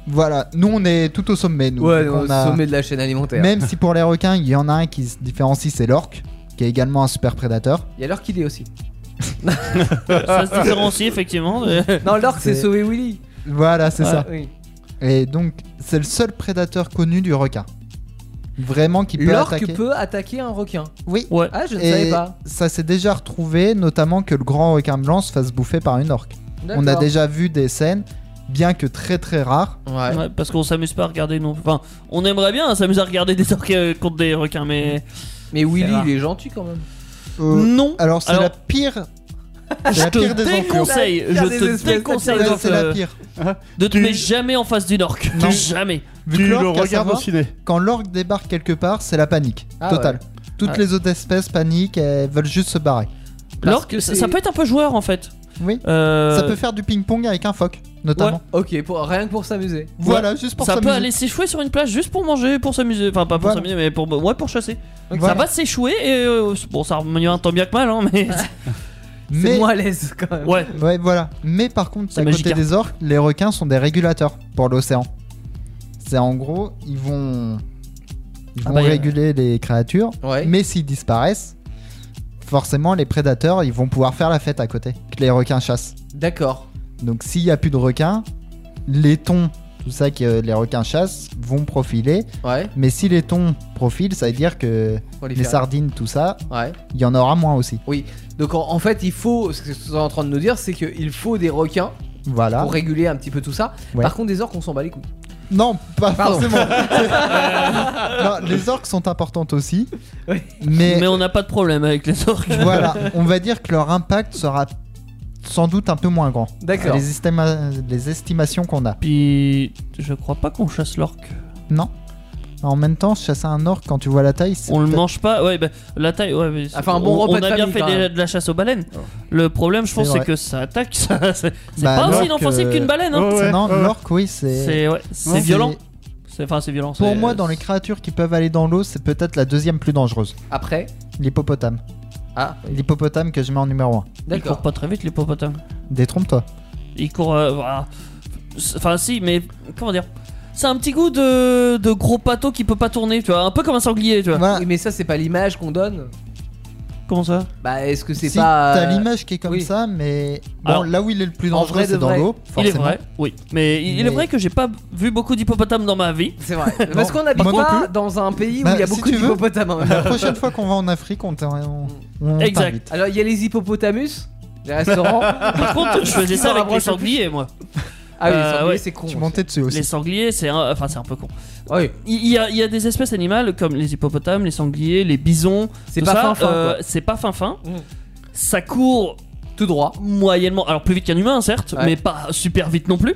Speaker 5: Voilà, nous on est tout au sommet. Nous,
Speaker 3: ouais,
Speaker 5: Donc,
Speaker 3: au
Speaker 5: on a-
Speaker 3: sommet de la chaîne alimentaire.
Speaker 5: Même si pour les requins, il y en a un qui se différencie, c'est l'orque, qui est également un super prédateur.
Speaker 3: Il y a l'orque qu'il est aussi.
Speaker 6: euh, Ça se différencie effectivement. mais-
Speaker 3: Non, l'orque, c'est
Speaker 5: C'est-
Speaker 3: sauver Willy.
Speaker 5: Voilà, c'est
Speaker 6: Ouais.
Speaker 5: ça.
Speaker 3: Oui.
Speaker 5: Et donc, c'est le seul prédateur connu du requin. Vraiment qui peut
Speaker 3: L'orque
Speaker 5: attaquer.
Speaker 3: peut attaquer un requin.
Speaker 5: Oui.
Speaker 6: Ouais.
Speaker 3: Ah, je ne
Speaker 5: Et
Speaker 3: savais pas.
Speaker 5: ça s'est déjà retrouvé, notamment que le grand requin blanc se fasse bouffer par une orque. On a
Speaker 3: D'accord.
Speaker 5: déjà vu des scènes, bien que très très rares.
Speaker 3: Ouais.
Speaker 6: Ouais, parce qu'on s'amuse pas à regarder non. Enfin, on aimerait bien hein, s'amuser à regarder des orques euh, contre des requins, mais
Speaker 3: Mais Willy,
Speaker 6: rare.
Speaker 3: il est gentil quand même.
Speaker 5: Euh,
Speaker 6: non.
Speaker 5: alors c'est
Speaker 6: Alors-
Speaker 5: la pire.
Speaker 6: je
Speaker 5: C'est la pire
Speaker 6: te euh,
Speaker 5: des enfants.
Speaker 6: déconseille,
Speaker 3: La
Speaker 6: je
Speaker 3: pire des espèces,
Speaker 6: te
Speaker 3: la
Speaker 6: déconseille
Speaker 3: pire des
Speaker 6: de,
Speaker 5: Ouais, C'est la
Speaker 6: te-
Speaker 5: pire.
Speaker 6: de te
Speaker 4: Tu-
Speaker 6: mettre jamais en face d'une orque.
Speaker 5: Non.
Speaker 6: Jamais.
Speaker 5: Vu
Speaker 4: Tu
Speaker 5: que
Speaker 4: le
Speaker 5: l'orque, à
Speaker 4: regardes au
Speaker 5: savoir,
Speaker 4: ciné.
Speaker 5: quand l'orque débarque quelque part, c'est la panique
Speaker 3: Ah
Speaker 5: totale.
Speaker 3: ouais.
Speaker 5: Toutes
Speaker 6: Ouais.
Speaker 5: les autres espèces paniquent, elles veulent juste se barrer. Parce
Speaker 6: L'orque,
Speaker 3: que
Speaker 6: ça,
Speaker 3: c'est-
Speaker 6: ça peut être un peu joueur en fait.
Speaker 5: Oui.
Speaker 6: Euh,
Speaker 5: Ça peut faire du ping-pong avec un phoque, notamment.
Speaker 3: Ok, pour, rien que pour s'amuser.
Speaker 5: Voilà, juste pour
Speaker 6: ça peut
Speaker 5: s'amuser.
Speaker 6: aller s'échouer sur une plage juste pour manger, pour s'amuser, enfin pas pour
Speaker 5: Voilà.
Speaker 6: s'amuser, mais pour ouais pour chasser.
Speaker 5: Ok.
Speaker 6: Ça va s'échouer et euh, bon ça remonte un temps bien que mal hein, mais
Speaker 3: C'est
Speaker 5: Mais
Speaker 3: moins à l'aise quand même.
Speaker 6: ouais.
Speaker 5: ouais, voilà. Mais par contre,
Speaker 6: C'est
Speaker 5: à
Speaker 6: magique,
Speaker 5: côté
Speaker 6: hein.
Speaker 5: des orques, les requins sont des régulateurs pour l'océan. C'est en gros, ils vont ils
Speaker 6: Ah
Speaker 5: vont
Speaker 6: bah, y a-
Speaker 5: réguler les créatures,
Speaker 3: Ouais.
Speaker 5: mais s'ils disparaissent, forcément les prédateurs, ils vont pouvoir faire la fête à côté que les requins chassent.
Speaker 3: D'accord.
Speaker 5: Donc s'il y a plus de requins, les thons tout ça que les requins chassent vont profiler.
Speaker 3: Ouais.
Speaker 5: Mais si les thons profilent, ça veut dire que
Speaker 3: Faut les
Speaker 5: les,
Speaker 3: faire-
Speaker 5: sardines, tout ça,
Speaker 3: Ouais.
Speaker 5: il y en aura moins aussi.
Speaker 3: Donc en, en fait, il faut. Ce que tu es en train de nous dire, c'est qu'il faut des requins
Speaker 5: Voilà.
Speaker 3: pour réguler un petit peu tout ça.
Speaker 5: Ah. Ouais.
Speaker 3: Par contre, des orques, on s'en bat les couilles.
Speaker 5: Non, pas
Speaker 3: Pardon.
Speaker 5: forcément. Non, les orques sont importantes aussi.
Speaker 3: Oui.
Speaker 5: Mais,
Speaker 6: Mais on n'a pas de problème avec les orques.
Speaker 5: voilà, on va dire que leur impact sera sans doute un peu moins grand.
Speaker 3: D'accord.
Speaker 5: Les, estima- les estimations qu'on a.
Speaker 6: Puis je crois pas qu'on chasse l'orque.
Speaker 5: Non. En même temps, chasser un orque quand tu vois la taille, c'est
Speaker 6: On le
Speaker 5: peut-être-
Speaker 6: mange pas. Ouais, bah, la taille. Ouais, mais c'est-
Speaker 3: Enfin, un bon
Speaker 6: on,
Speaker 3: repas
Speaker 6: on
Speaker 3: de
Speaker 6: a
Speaker 3: famille,
Speaker 6: bien fait
Speaker 3: quand
Speaker 6: des-
Speaker 3: même. Oh.
Speaker 6: de la chasse aux baleines. Le problème, je
Speaker 5: C'est
Speaker 6: pense, c'est
Speaker 5: vrai.
Speaker 6: que ça attaque. ça- c'est c'est
Speaker 5: Bah,
Speaker 6: pas aussi
Speaker 5: l'orque,
Speaker 6: inoffensif
Speaker 5: euh,
Speaker 6: qu'une baleine. Hein.
Speaker 4: ouais,
Speaker 5: non,
Speaker 4: ouais.
Speaker 5: l'orque, oui, c'est.
Speaker 6: C'est ouais, c'est
Speaker 5: c'est-
Speaker 6: violent. C'est- Enfin, c'est violent.
Speaker 5: Pour
Speaker 6: c'est-
Speaker 5: moi, dans les créatures qui peuvent aller dans l'eau, c'est peut-être la deuxième plus dangereuse.
Speaker 3: Après,
Speaker 5: L'hippopotame.
Speaker 3: Ah.
Speaker 5: L'hippopotame que je mets en numéro 1.
Speaker 6: Ils courent
Speaker 3: d'accord.
Speaker 6: pas très vite, les popotains.
Speaker 5: Détrompe-toi.
Speaker 6: Ils courent. euh, voilà. Enfin, si, mais comment dire C'est un petit goût de, de gros pâteau qui peut pas tourner, tu vois. Un peu comme un sanglier, tu vois.
Speaker 5: Voilà.
Speaker 3: Oui, mais ça, c'est pas l'image qu'on donne.
Speaker 6: Comment ça
Speaker 3: Bah, est-ce que c'est
Speaker 5: Si,
Speaker 3: pas. euh,
Speaker 5: T'as l'image qui est comme
Speaker 3: oui.
Speaker 5: ça, mais. Bon,
Speaker 6: Alors,
Speaker 5: là où il est le plus
Speaker 3: en
Speaker 5: dangereux,
Speaker 3: vrai de
Speaker 5: c'est dans
Speaker 3: vrai,
Speaker 5: l'eau.
Speaker 6: Il est
Speaker 5: Forcément.
Speaker 6: vrai, oui. Mais il, il est
Speaker 5: Mais-
Speaker 6: vrai que j'ai pas vu beaucoup d'hippopotames dans ma vie.
Speaker 3: C'est vrai. Parce qu'on habite
Speaker 5: moi non
Speaker 3: pas
Speaker 5: plus.
Speaker 3: dans un pays où
Speaker 5: Bah,
Speaker 3: il y a
Speaker 5: si
Speaker 3: beaucoup
Speaker 5: tu veux.
Speaker 3: d'hippopotames. hein.
Speaker 5: La prochaine fois qu'on va en Afrique, on t'in- on- on
Speaker 6: Exact.
Speaker 5: t'invite.
Speaker 3: Alors, il y a les hippopotamus, les restaurants. ah
Speaker 6: Par contre, je faisais ça
Speaker 3: Dans la
Speaker 6: avec les
Speaker 3: broche à
Speaker 6: sangliers, moi.
Speaker 3: oui, les
Speaker 6: Euh,
Speaker 3: sangliers,
Speaker 6: ouais.
Speaker 3: c'est con.
Speaker 5: Tu montais dessus aussi.
Speaker 6: Les sangliers, c'est un... enfin c'est un peu con.
Speaker 3: Oui,
Speaker 6: Il il y, a, il y a des espèces animales comme les hippopotames, les sangliers, les bisons.
Speaker 3: c'est
Speaker 6: tout
Speaker 3: pas
Speaker 6: ça,
Speaker 3: fin fin.
Speaker 6: euh,
Speaker 3: quoi.
Speaker 6: c'est pas fin fin.
Speaker 3: Mm.
Speaker 6: Ça court
Speaker 3: Tout droit.
Speaker 6: moyennement, alors plus vite qu'un humain certes,
Speaker 3: Ouais. Mm.
Speaker 6: mais pas super vite non plus.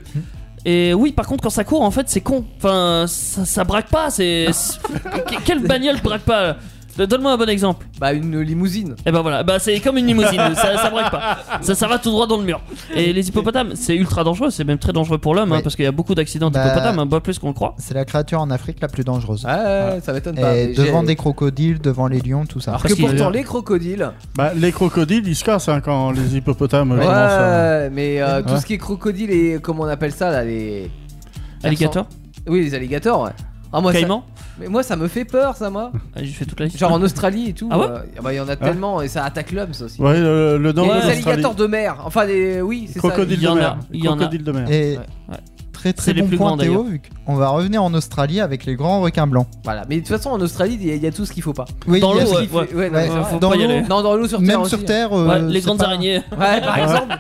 Speaker 6: Et oui, par contre, quand ça court, en fait, c'est con. Enfin, ça, ça braque pas. C'est que- quelle bagnole braque pas euh, Donne-moi un bon exemple.
Speaker 3: Bah, une limousine.
Speaker 6: Et ben voilà, bah c'est comme une limousine, ça, ça braque pas. Ça, ça va tout droit dans le mur. Et les hippopotames, c'est ultra dangereux, c'est même très dangereux pour l'homme, hein,
Speaker 5: Ouais.
Speaker 6: parce qu'il y a beaucoup d'accidents
Speaker 5: Bah-
Speaker 6: d'hippopotames, hein, pas plus qu'on le croit.
Speaker 5: C'est la créature en Afrique la plus dangereuse.
Speaker 3: Ouais, ouais, ça m'étonne pas.
Speaker 5: Et
Speaker 3: mais
Speaker 5: devant
Speaker 3: Ah, bah, j'ai- Ah,
Speaker 5: des crocodiles, devant les lions, tout ça.
Speaker 3: Alors que
Speaker 6: Parce qu'il-
Speaker 3: pourtant, les crocodiles.
Speaker 4: Bah, les crocodiles, ils se cassent hein, quand les hippopotames.
Speaker 3: Ouais,
Speaker 4: commencent à-
Speaker 3: mais euh, tout
Speaker 4: Ouais.
Speaker 3: ce qui est crocodile et comment on appelle ça là les.
Speaker 6: Alligator,
Speaker 3: Oui, les alligators. Ouais. Ah, moi, ça...
Speaker 6: caïman,
Speaker 3: Mais moi, ça me fait peur, ça, moi.
Speaker 6: Ah, j'ai fait toute la liste.
Speaker 3: Genre en Australie et tout.
Speaker 6: Ah ouais
Speaker 3: euh, bah, il y en a tellement et ça attaque l'homme, ça aussi.
Speaker 4: Ouais, le, le
Speaker 3: Et
Speaker 4: nord de
Speaker 3: les
Speaker 4: l'Australie.
Speaker 3: alligators de mer. Enfin, les... oui, c'est ça.
Speaker 4: Crocodiles
Speaker 6: Il y en
Speaker 4: de
Speaker 6: a,
Speaker 4: mer.
Speaker 6: il y en a.
Speaker 4: Crocodiles de mer.
Speaker 5: Et
Speaker 6: Ouais, ouais.
Speaker 5: très
Speaker 6: C'est
Speaker 5: très
Speaker 6: les
Speaker 5: bon
Speaker 6: plus
Speaker 5: point
Speaker 6: grands,
Speaker 5: Théo, vu qu'on va revenir en Australie avec les grands requins blancs.
Speaker 3: Voilà, mais de toute façon en Australie il y, a- il y a tout ce qu'il faut pas.
Speaker 5: Oui,
Speaker 6: Dans
Speaker 5: il y a
Speaker 6: l'eau,
Speaker 5: ce
Speaker 6: Oh, ouais,
Speaker 5: qui-
Speaker 6: ouais.
Speaker 3: Ouais, non,
Speaker 5: Ouais,
Speaker 3: c'est vrai.
Speaker 6: faut
Speaker 5: dans
Speaker 6: pas y
Speaker 5: l'eau,
Speaker 6: aller.
Speaker 3: Non, dans l'eau sur terre.
Speaker 5: Même
Speaker 3: aussi.
Speaker 5: sur Terre,
Speaker 6: Ouais,
Speaker 5: euh,
Speaker 6: les
Speaker 5: c'est
Speaker 6: grandes
Speaker 5: pas-
Speaker 6: araignées.
Speaker 3: Ouais, par exemple.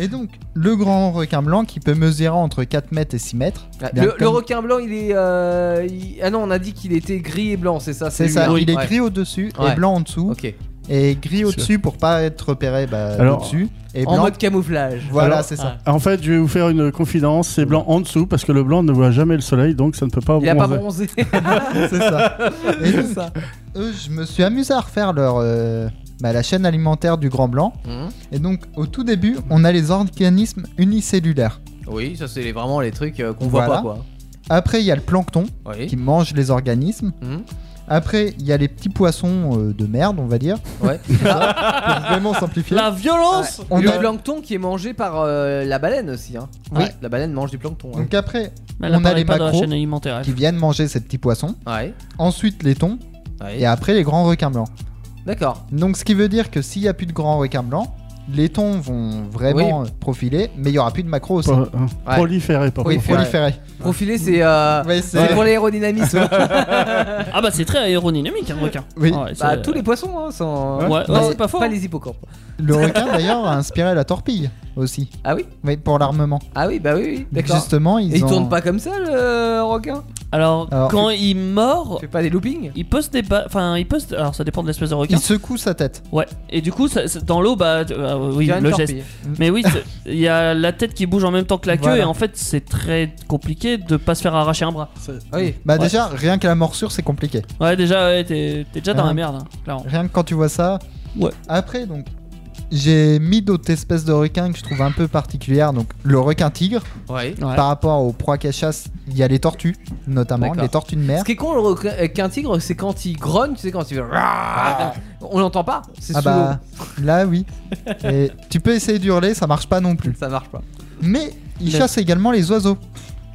Speaker 5: Et donc, le grand requin blanc qui peut mesurer entre 4 mètres et 6 mètres.
Speaker 3: Le,
Speaker 5: Bien
Speaker 3: le
Speaker 5: comme-
Speaker 3: requin blanc il est. euh, il- Ah non, on a dit qu'il était gris et blanc, c'est ça
Speaker 5: C'est
Speaker 3: celui-là.
Speaker 5: ça, il est
Speaker 3: Ouais.
Speaker 5: gris au-dessus
Speaker 3: Ouais.
Speaker 5: et blanc en dessous.
Speaker 3: Ok.
Speaker 5: Et gris au-dessus pour pas être repéré bah,
Speaker 4: Alors,
Speaker 5: au-dessus. Et
Speaker 3: En
Speaker 5: blanc,
Speaker 3: mode camouflage.
Speaker 5: voilà,
Speaker 4: Alors,
Speaker 5: c'est ça.
Speaker 4: En fait, je vais vous faire une confidence. C'est blanc en dessous parce que le blanc ne voit jamais le soleil, donc ça ne peut pas
Speaker 3: Il a pas
Speaker 4: bronzer.
Speaker 3: bronzé.
Speaker 5: C'est ça. Et donc,
Speaker 3: ça.
Speaker 5: eux, je me suis amusé à refaire leur, euh, bah, la chaîne alimentaire du Grand Blanc.
Speaker 3: Mhm.
Speaker 5: Et donc, au tout début, on a les organismes unicellulaires.
Speaker 3: Oui, ça c'est les- vraiment les trucs euh, qu'on
Speaker 5: Voilà.
Speaker 3: voit pas
Speaker 5: Après, il y a le plancton
Speaker 3: quoi. Oui.
Speaker 5: qui mange les organismes.
Speaker 3: Mhm.
Speaker 5: Après, il y a les petits poissons euh, de merde, on va dire.
Speaker 3: Ouais.
Speaker 5: Pour vraiment simplifier.
Speaker 6: La violence
Speaker 5: On
Speaker 3: le
Speaker 5: a-
Speaker 3: plancton qui est mangé par euh, la baleine aussi. Hein.
Speaker 5: Oui.
Speaker 3: Ouais, la baleine mange du plancton. hein.
Speaker 5: Donc après,
Speaker 6: Mais elle
Speaker 5: On a
Speaker 6: apparaît
Speaker 5: les
Speaker 6: pas dans la
Speaker 5: macros
Speaker 6: chaîne alimentaire. elle.
Speaker 5: qui viennent manger ces petits poissons.
Speaker 3: Ouais.
Speaker 5: Ensuite, les thons.
Speaker 3: ouais.
Speaker 5: Et après, les grands requins blancs.
Speaker 3: D'accord.
Speaker 5: Donc, ce qui veut dire que s'il n'y a plus de grands requins blancs, les thons vont vraiment euh, profiler, mais il n'y aura plus de macros aussi.
Speaker 4: Pro- hein,
Speaker 3: Ouais.
Speaker 4: Proliférer, pas
Speaker 3: Oui,
Speaker 4: proliférer.
Speaker 5: Proliférer.
Speaker 3: Profilé, c'est euh,
Speaker 5: Ouais,
Speaker 3: c'est
Speaker 5: c'est-
Speaker 3: pour l'aérodynamisme.
Speaker 6: Ah bah c'est très aérodynamique un requin.
Speaker 5: Oui.
Speaker 6: Ah ouais,
Speaker 3: bah,
Speaker 6: c'est-
Speaker 3: tous les poissons hein, sont.
Speaker 6: Ouais, ouais,
Speaker 3: Non,
Speaker 6: c'est pas faux.
Speaker 3: Pas hein. les hippocampes.
Speaker 5: Le requin d'ailleurs a inspiré la torpille aussi,
Speaker 3: Ah oui
Speaker 5: oui, pour l'armement.
Speaker 3: Ah oui, bah oui, oui. D'accord.
Speaker 5: Justement, ils
Speaker 3: Et il
Speaker 5: ont-
Speaker 3: tourne pas comme ça le requin
Speaker 6: Alors,
Speaker 5: Alors-
Speaker 6: quand il mord,
Speaker 3: Il fait pas des loopings
Speaker 6: il pose des ba- enfin il pose alors ça dépend de l'espèce de requin.
Speaker 5: Il secoue sa tête.
Speaker 6: Ouais. Et du coup ça- ça- dans l'eau bah euh, ah oui
Speaker 3: Il y a une
Speaker 6: le geste.
Speaker 3: torpille.
Speaker 6: Mais oui, c'est- il y a la tête qui bouge en même temps que la queue
Speaker 5: Voilà.
Speaker 6: et en fait c'est très compliqué de pas se faire arracher un bras.
Speaker 3: Ah Oui.
Speaker 5: Bah
Speaker 6: Ouais.
Speaker 5: déjà, rien que la morsure, c'est compliqué.
Speaker 6: Ouais déjà ouais, t'es t'es déjà dans
Speaker 5: Ouais.
Speaker 6: la merde hein, clairement.
Speaker 5: Rien que quand tu vois ça.
Speaker 6: Ouais.
Speaker 5: Après, donc, j'ai mis d'autres espèces de requins que je trouve un peu particulières. Donc, le requin tigre,
Speaker 3: Ouais.
Speaker 6: Ouais.
Speaker 5: par rapport aux proies qu'elles chassent, il y a les tortues, notamment,
Speaker 3: D'accord.
Speaker 5: les tortues de mer.
Speaker 3: Ce qui est con le requin- avec un tigre, c'est quand il grogne, tu sais, quand il fait. On l'entend pas. C'est
Speaker 5: Ah
Speaker 3: sous
Speaker 5: bah, là oui. Et tu peux essayer d'hurler, ça marche pas non
Speaker 3: l'eau.
Speaker 5: plus.
Speaker 3: Ça marche pas.
Speaker 5: Mais ils
Speaker 6: Le-
Speaker 5: chassent également les oiseaux,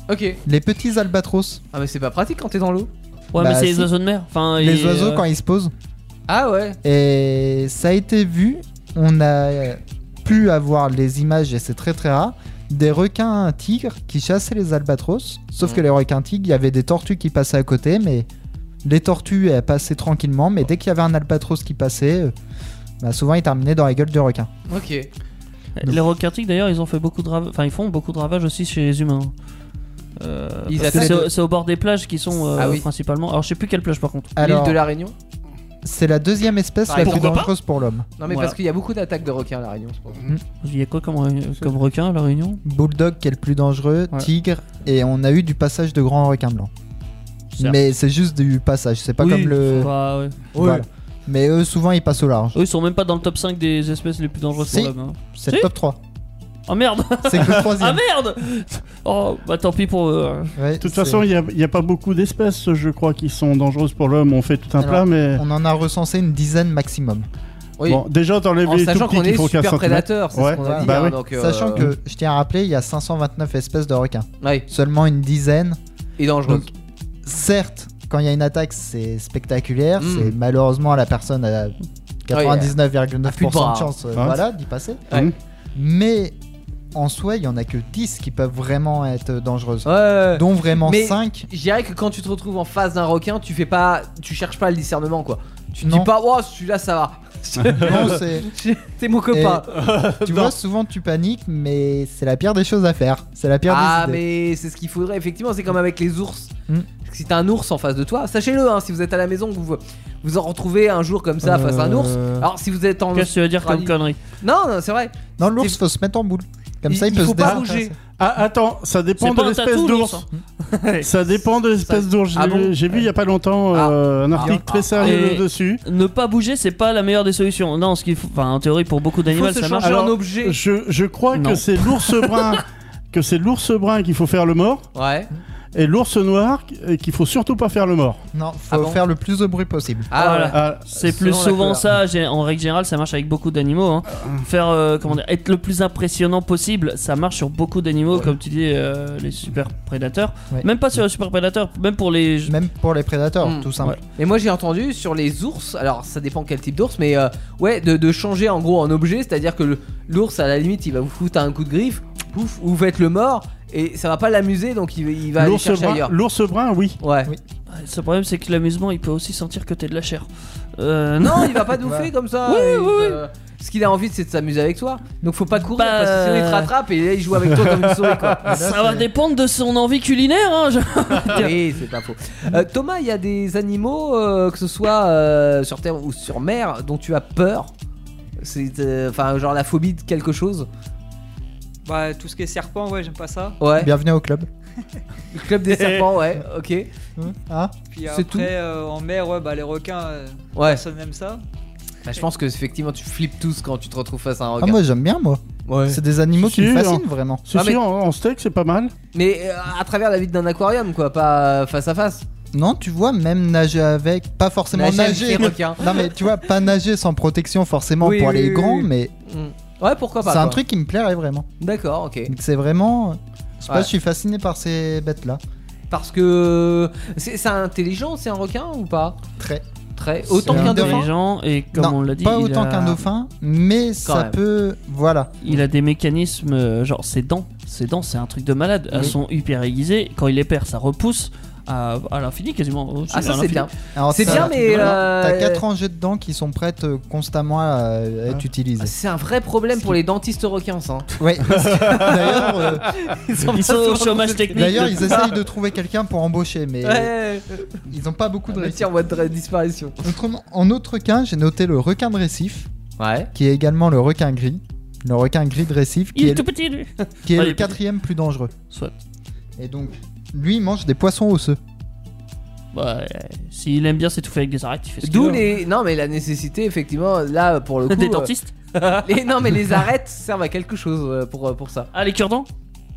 Speaker 3: Ok.
Speaker 5: les petits albatros.
Speaker 3: Ah, mais c'est pas pratique quand t'es dans l'eau.
Speaker 6: Ouais,
Speaker 5: Bah,
Speaker 6: mais c'est
Speaker 5: si.
Speaker 6: les oiseaux de mer. Enfin
Speaker 5: Les
Speaker 6: et,
Speaker 5: oiseaux,
Speaker 6: euh,
Speaker 5: quand ils se posent,
Speaker 3: Ah ouais.
Speaker 5: Et ça a été vu, on a pu avoir les images et c'est très très rare. des requins tigres qui chassaient les albatros.
Speaker 6: Mm.
Speaker 5: Sauf que les requins tigres, il y avait des tortues qui passaient à côté, mais les tortues, elles passaient tranquillement. Mais dès qu'il y avait un albatros qui passait, euh, bah, souvent il terminait dans la gueule du requin.
Speaker 6: Euh,
Speaker 3: Ok.
Speaker 6: Les requins tigres, d'ailleurs, ils ont fait beaucoup de ravages. Enfin, ils font beaucoup de ravages aussi chez les humains. Euh,
Speaker 3: Ils
Speaker 6: parce que
Speaker 3: attaquent-
Speaker 6: c'est au- c'est au bord des plages qui sont euh,
Speaker 3: Ah oui.
Speaker 6: principalement. Alors, je sais plus quelle plage par contre.
Speaker 5: Alors,
Speaker 3: L'île de la Réunion
Speaker 5: c'est la deuxième espèce la
Speaker 3: Pareil,
Speaker 5: plus
Speaker 6: Bah, pourquoi pas
Speaker 5: dangereuse pour l'homme.
Speaker 3: Non, mais
Speaker 6: Voilà.
Speaker 3: parce qu'il y a beaucoup d'attaques de requins à la Réunion. c'est pour ça.
Speaker 6: Il y a quoi comme, euh, comme requin à la Réunion
Speaker 5: Bulldog qui est le plus dangereux,
Speaker 6: Ouais.
Speaker 5: tigre, et on a eu du passage de grands requins blancs.
Speaker 6: Certes.
Speaker 5: Mais c'est juste du passage, c'est pas
Speaker 6: Oui,
Speaker 5: comme le.
Speaker 6: bah, ouais.
Speaker 5: Voilà. Mais eux, souvent, ils passent au large.
Speaker 6: Eux, ils sont même pas dans le top 5 des espèces les plus dangereuses
Speaker 5: Si.
Speaker 6: pour l'homme. hein.
Speaker 5: C'est
Speaker 6: Si.
Speaker 5: le top 3.
Speaker 6: Oh merde
Speaker 5: C'est que le
Speaker 6: Ah
Speaker 5: troisième.
Speaker 6: merde Oh, bah tant pis pour eux. hein.
Speaker 5: Ouais,
Speaker 4: De toute
Speaker 5: c'est-
Speaker 4: façon, il n'y a, pas beaucoup d'espèces, je crois, qui sont dangereuses pour l'homme. On fait tout un
Speaker 5: Alors,
Speaker 4: plat, mais.
Speaker 5: on en a recensé une dizaine maximum.
Speaker 3: euh, Oui.
Speaker 4: Bon, déjà, dans les
Speaker 3: en
Speaker 4: villes tout
Speaker 3: sachant qu'on
Speaker 4: petits, il
Speaker 3: est
Speaker 4: faut
Speaker 3: super
Speaker 4: 15 centimètres.
Speaker 3: prédateurs, c'est
Speaker 4: Ouais.
Speaker 3: ce qu'on a dit.
Speaker 4: Bah
Speaker 3: hein,
Speaker 4: oui.
Speaker 3: donc, euh,
Speaker 5: Sachant que, je tiens à rappeler, il y a 529 espèces de requins.
Speaker 3: Ouais,
Speaker 5: Seulement une dizaine.
Speaker 3: et dangereux.
Speaker 5: Donc, certes, quand il y a une attaque, c'est spectaculaire.
Speaker 3: Mm.
Speaker 5: C'est malheureusement la personne à
Speaker 3: Ah, plus de
Speaker 5: 99,9%
Speaker 3: bras. Mm.
Speaker 5: de chance euh,
Speaker 4: Ouais.
Speaker 5: voilà, d'y passer.
Speaker 3: Ouais.
Speaker 4: Mhm.
Speaker 5: Mais en soi, il y en a que 10 qui peuvent vraiment être dangereuses.
Speaker 3: Ouais, ouais, ouais.
Speaker 5: Dont vraiment
Speaker 3: Mais-
Speaker 5: 5.
Speaker 3: Je dirais que quand tu te retrouves en face d'un requin, tu fais pas, tu cherches pas le discernement quoi. Tu te
Speaker 5: Non.
Speaker 3: dis pas, oh celui-là ça va.
Speaker 5: Non, c'est.
Speaker 3: C'est mon copain.
Speaker 5: Tu vois, souvent tu paniques, mais c'est la pire des choses à faire. C'est la pire
Speaker 3: Ah
Speaker 5: des idées.
Speaker 3: mais c'est ce qu'il faudrait effectivement, c'est comme avec les ours.
Speaker 5: Hmm.
Speaker 3: Parce que Si t'as un ours en face de toi, sachez-le, hein, si vous êtes à la maison, vous vous en retrouvez un jour comme ça face à un ours.
Speaker 5: Euh,
Speaker 3: Alors si vous êtes en
Speaker 6: Qu'est-ce que tu veux dire comme
Speaker 3: Australie-
Speaker 6: connerie
Speaker 3: non, non c'est vrai.
Speaker 5: Non, l'ours,
Speaker 3: c'est-
Speaker 5: faut se mettre en boule. Comme
Speaker 3: il,
Speaker 5: ça, il,
Speaker 3: il
Speaker 5: peut
Speaker 3: faut
Speaker 5: se
Speaker 3: pas
Speaker 5: désintéresser.
Speaker 3: bouger.
Speaker 4: Ah, attends, ça dépend
Speaker 6: C'est pas
Speaker 4: de
Speaker 6: un
Speaker 4: l'espèce
Speaker 6: tatou, l'ours,
Speaker 4: d'ours. Ça dépend de l'espèce d'ours. J'ai
Speaker 3: Ah bon
Speaker 4: j'ai vu il y a pas longtemps euh, un article
Speaker 3: Ah.
Speaker 4: très sérieux
Speaker 6: Et-
Speaker 4: dessus.
Speaker 6: Ne pas bouger, c'est pas la meilleure des solutions. Non, ce qu'il faut. Enfin, en théorie, pour beaucoup d'animaux,
Speaker 4: Faut se
Speaker 6: ça marche.
Speaker 4: changer.
Speaker 3: Alors,
Speaker 4: Alors,
Speaker 3: un objet.
Speaker 4: Je, je crois
Speaker 6: Non.
Speaker 4: que c'est l'ours brun, que c'est l'ours brun qu'il faut faire le mort,
Speaker 3: Ouais.
Speaker 4: et l'ours noir euh, qu'il faut surtout pas faire le mort.
Speaker 5: Non, faut
Speaker 3: Ah bon
Speaker 5: faire le plus de bruit possible.
Speaker 3: Ah
Speaker 6: Voilà.
Speaker 3: ouais.
Speaker 4: Ah,
Speaker 6: C'est
Speaker 3: Selon
Speaker 6: plus
Speaker 3: la
Speaker 6: souvent
Speaker 3: couleur.
Speaker 6: ça, j'ai- en règle générale, ça marche avec beaucoup d'animaux. hein. Faire, euh, comment dire, être le plus impressionnant possible, ça marche sur beaucoup d'animaux, comme tu dis, euh, les super prédateurs.
Speaker 5: Ouais.
Speaker 6: Même pas sur les super prédateurs, même pour les.
Speaker 5: Même pour les prédateurs,
Speaker 3: Mm,
Speaker 5: tout simple.
Speaker 3: Et moi j'ai entendu sur les ours, alors ça dépend quel type d'ours, mais euh, ouais, de, de changer en gros en objet, c'est-à-dire que le- l'ours à la limite il va vous foutre un coup de griffe, pouf, vous faites le mort et ça va pas l'amuser donc il, il va aller
Speaker 4: L'ours
Speaker 3: chercher
Speaker 4: brun,
Speaker 3: ailleurs.
Speaker 4: l'ours brun, oui.
Speaker 3: Ouais.
Speaker 5: Oui.
Speaker 6: Le problème, c'est que l'amusement, il peut aussi sentir que t'es de la chair. Euh,
Speaker 5: Ah,
Speaker 3: Non, il va pas nous faire
Speaker 5: Ouais.
Speaker 3: comme ça.
Speaker 6: Oui,
Speaker 3: il
Speaker 6: oui, oui.
Speaker 3: va- Ce qu'il a envie c'est de s'amuser avec toi, donc faut pas courir
Speaker 6: Bah,
Speaker 3: parce que sinon il te rattrape et là, il joue avec toi comme une souris quoi.
Speaker 6: ça va dépendre de son envie culinaire. hein, je-
Speaker 3: oui, c'est pas faux. Euh, Thomas, il y a des animaux, euh, que ce soit euh, sur terre ou sur mer, dont tu as peur C'est euh, enfin genre la phobie de quelque chose.
Speaker 9: Bah, tout ce qui est serpent, ouais, j'aime pas ça.
Speaker 3: Ouais.
Speaker 5: Bienvenue au club.
Speaker 3: Le club des serpents, ouais. Ok. Hmm.
Speaker 5: Hein Hein
Speaker 9: Puis
Speaker 3: C'est
Speaker 9: après,
Speaker 3: tout
Speaker 9: euh, en mer, ouais, bah les requins, euh,
Speaker 3: Ouais.
Speaker 9: personne n'aime ça.
Speaker 3: Bah, je pense que effectivement tu flippes tous quand tu te retrouves face à un
Speaker 5: Ah,
Speaker 3: requin.
Speaker 5: moi j'aime bien, moi.
Speaker 3: ouais.
Speaker 5: C'est des animaux qui me
Speaker 4: Sûr.
Speaker 5: fascinent vraiment.
Speaker 4: Si,
Speaker 3: Ah,
Speaker 4: si,
Speaker 3: mais-
Speaker 4: en, en steak, c'est pas mal.
Speaker 3: Mais euh, à travers la vitre d'un aquarium, quoi, pas euh, face à face.
Speaker 5: Non, tu vois, même nager avec, pas forcément
Speaker 3: Nager avec
Speaker 5: nager.
Speaker 3: les requins.
Speaker 5: non, mais tu vois, pas nager sans protection forcément
Speaker 3: Oui,
Speaker 5: pour
Speaker 3: oui,
Speaker 5: les
Speaker 3: oui,
Speaker 5: grands,
Speaker 3: oui.
Speaker 5: mais
Speaker 3: Mm. Ouais, pourquoi pas.
Speaker 5: c'est un
Speaker 3: quoi.
Speaker 5: truc qui me plairait vraiment.
Speaker 3: D'accord, ok.
Speaker 5: Donc c'est vraiment. Je sais
Speaker 3: Ouais.
Speaker 5: pas, je suis fasciné par ces bêtes-là.
Speaker 3: Parce que c'est c'est intelligent, c'est un requin ou pas
Speaker 5: Très.
Speaker 3: Très. Autant
Speaker 5: C'est
Speaker 3: qu'un
Speaker 5: un
Speaker 3: dauphin.
Speaker 6: intelligent et comme
Speaker 5: Non,
Speaker 6: on l'a dit,
Speaker 5: pas
Speaker 6: il
Speaker 5: autant
Speaker 6: a-
Speaker 5: qu'un dauphin, mais ça
Speaker 3: même.
Speaker 5: peut. Voilà.
Speaker 6: Il a des mécanismes, euh, genre ses dents. Ses dents, c'est un truc de malade. Elles
Speaker 3: Oui.
Speaker 6: sont hyper aiguisées. Quand il les perd, ça repousse à, à l'infini quasiment. Aussi,
Speaker 3: Ah ça
Speaker 6: à
Speaker 3: c'est
Speaker 6: l'infini.
Speaker 3: bien.
Speaker 5: Alors,
Speaker 3: C'est
Speaker 5: ça-
Speaker 3: bien mais euh,
Speaker 5: T'as 4 rangées dedans qui sont prêtes euh, constamment à euh,
Speaker 4: Ah.
Speaker 5: être utilisées.
Speaker 6: Ah,
Speaker 3: c'est un vrai problème pour les dentistes requins ça. hein.
Speaker 5: Ouais. D'ailleurs, euh,
Speaker 6: Ils sont au chômage technique.
Speaker 5: d'ailleurs, ils essayent de trouver quelqu'un pour embaucher, mais euh,
Speaker 3: Ouais.
Speaker 5: ils n'ont pas
Speaker 6: Ah,
Speaker 5: beaucoup de
Speaker 3: Le
Speaker 5: réussite.
Speaker 3: tir en voie de disparition.
Speaker 5: Autrement- en autre cas, j'ai noté le requin de récif,
Speaker 3: Ouais.
Speaker 5: qui est également le requin gris. Le requin gris de récif, qui
Speaker 6: Il
Speaker 5: est,
Speaker 6: est tout
Speaker 5: le,
Speaker 6: petit lui.
Speaker 5: qui est le
Speaker 6: Ah, il est petit.
Speaker 5: quatrième plus dangereux.
Speaker 6: Soit.
Speaker 5: Et donc, lui, il mange des poissons osseux.
Speaker 6: Bah, euh, s'il aime bien s'étouffer avec des arêtes, il fait ce qu'il
Speaker 3: D'où
Speaker 6: veut.
Speaker 3: les. Non, mais la nécessité, effectivement, là, pour le coup.
Speaker 6: Des
Speaker 3: euh,
Speaker 6: dentistes
Speaker 3: les- Non, mais les arêtes servent à quelque chose euh, pour, euh, pour ça.
Speaker 6: Ah, les cure-dents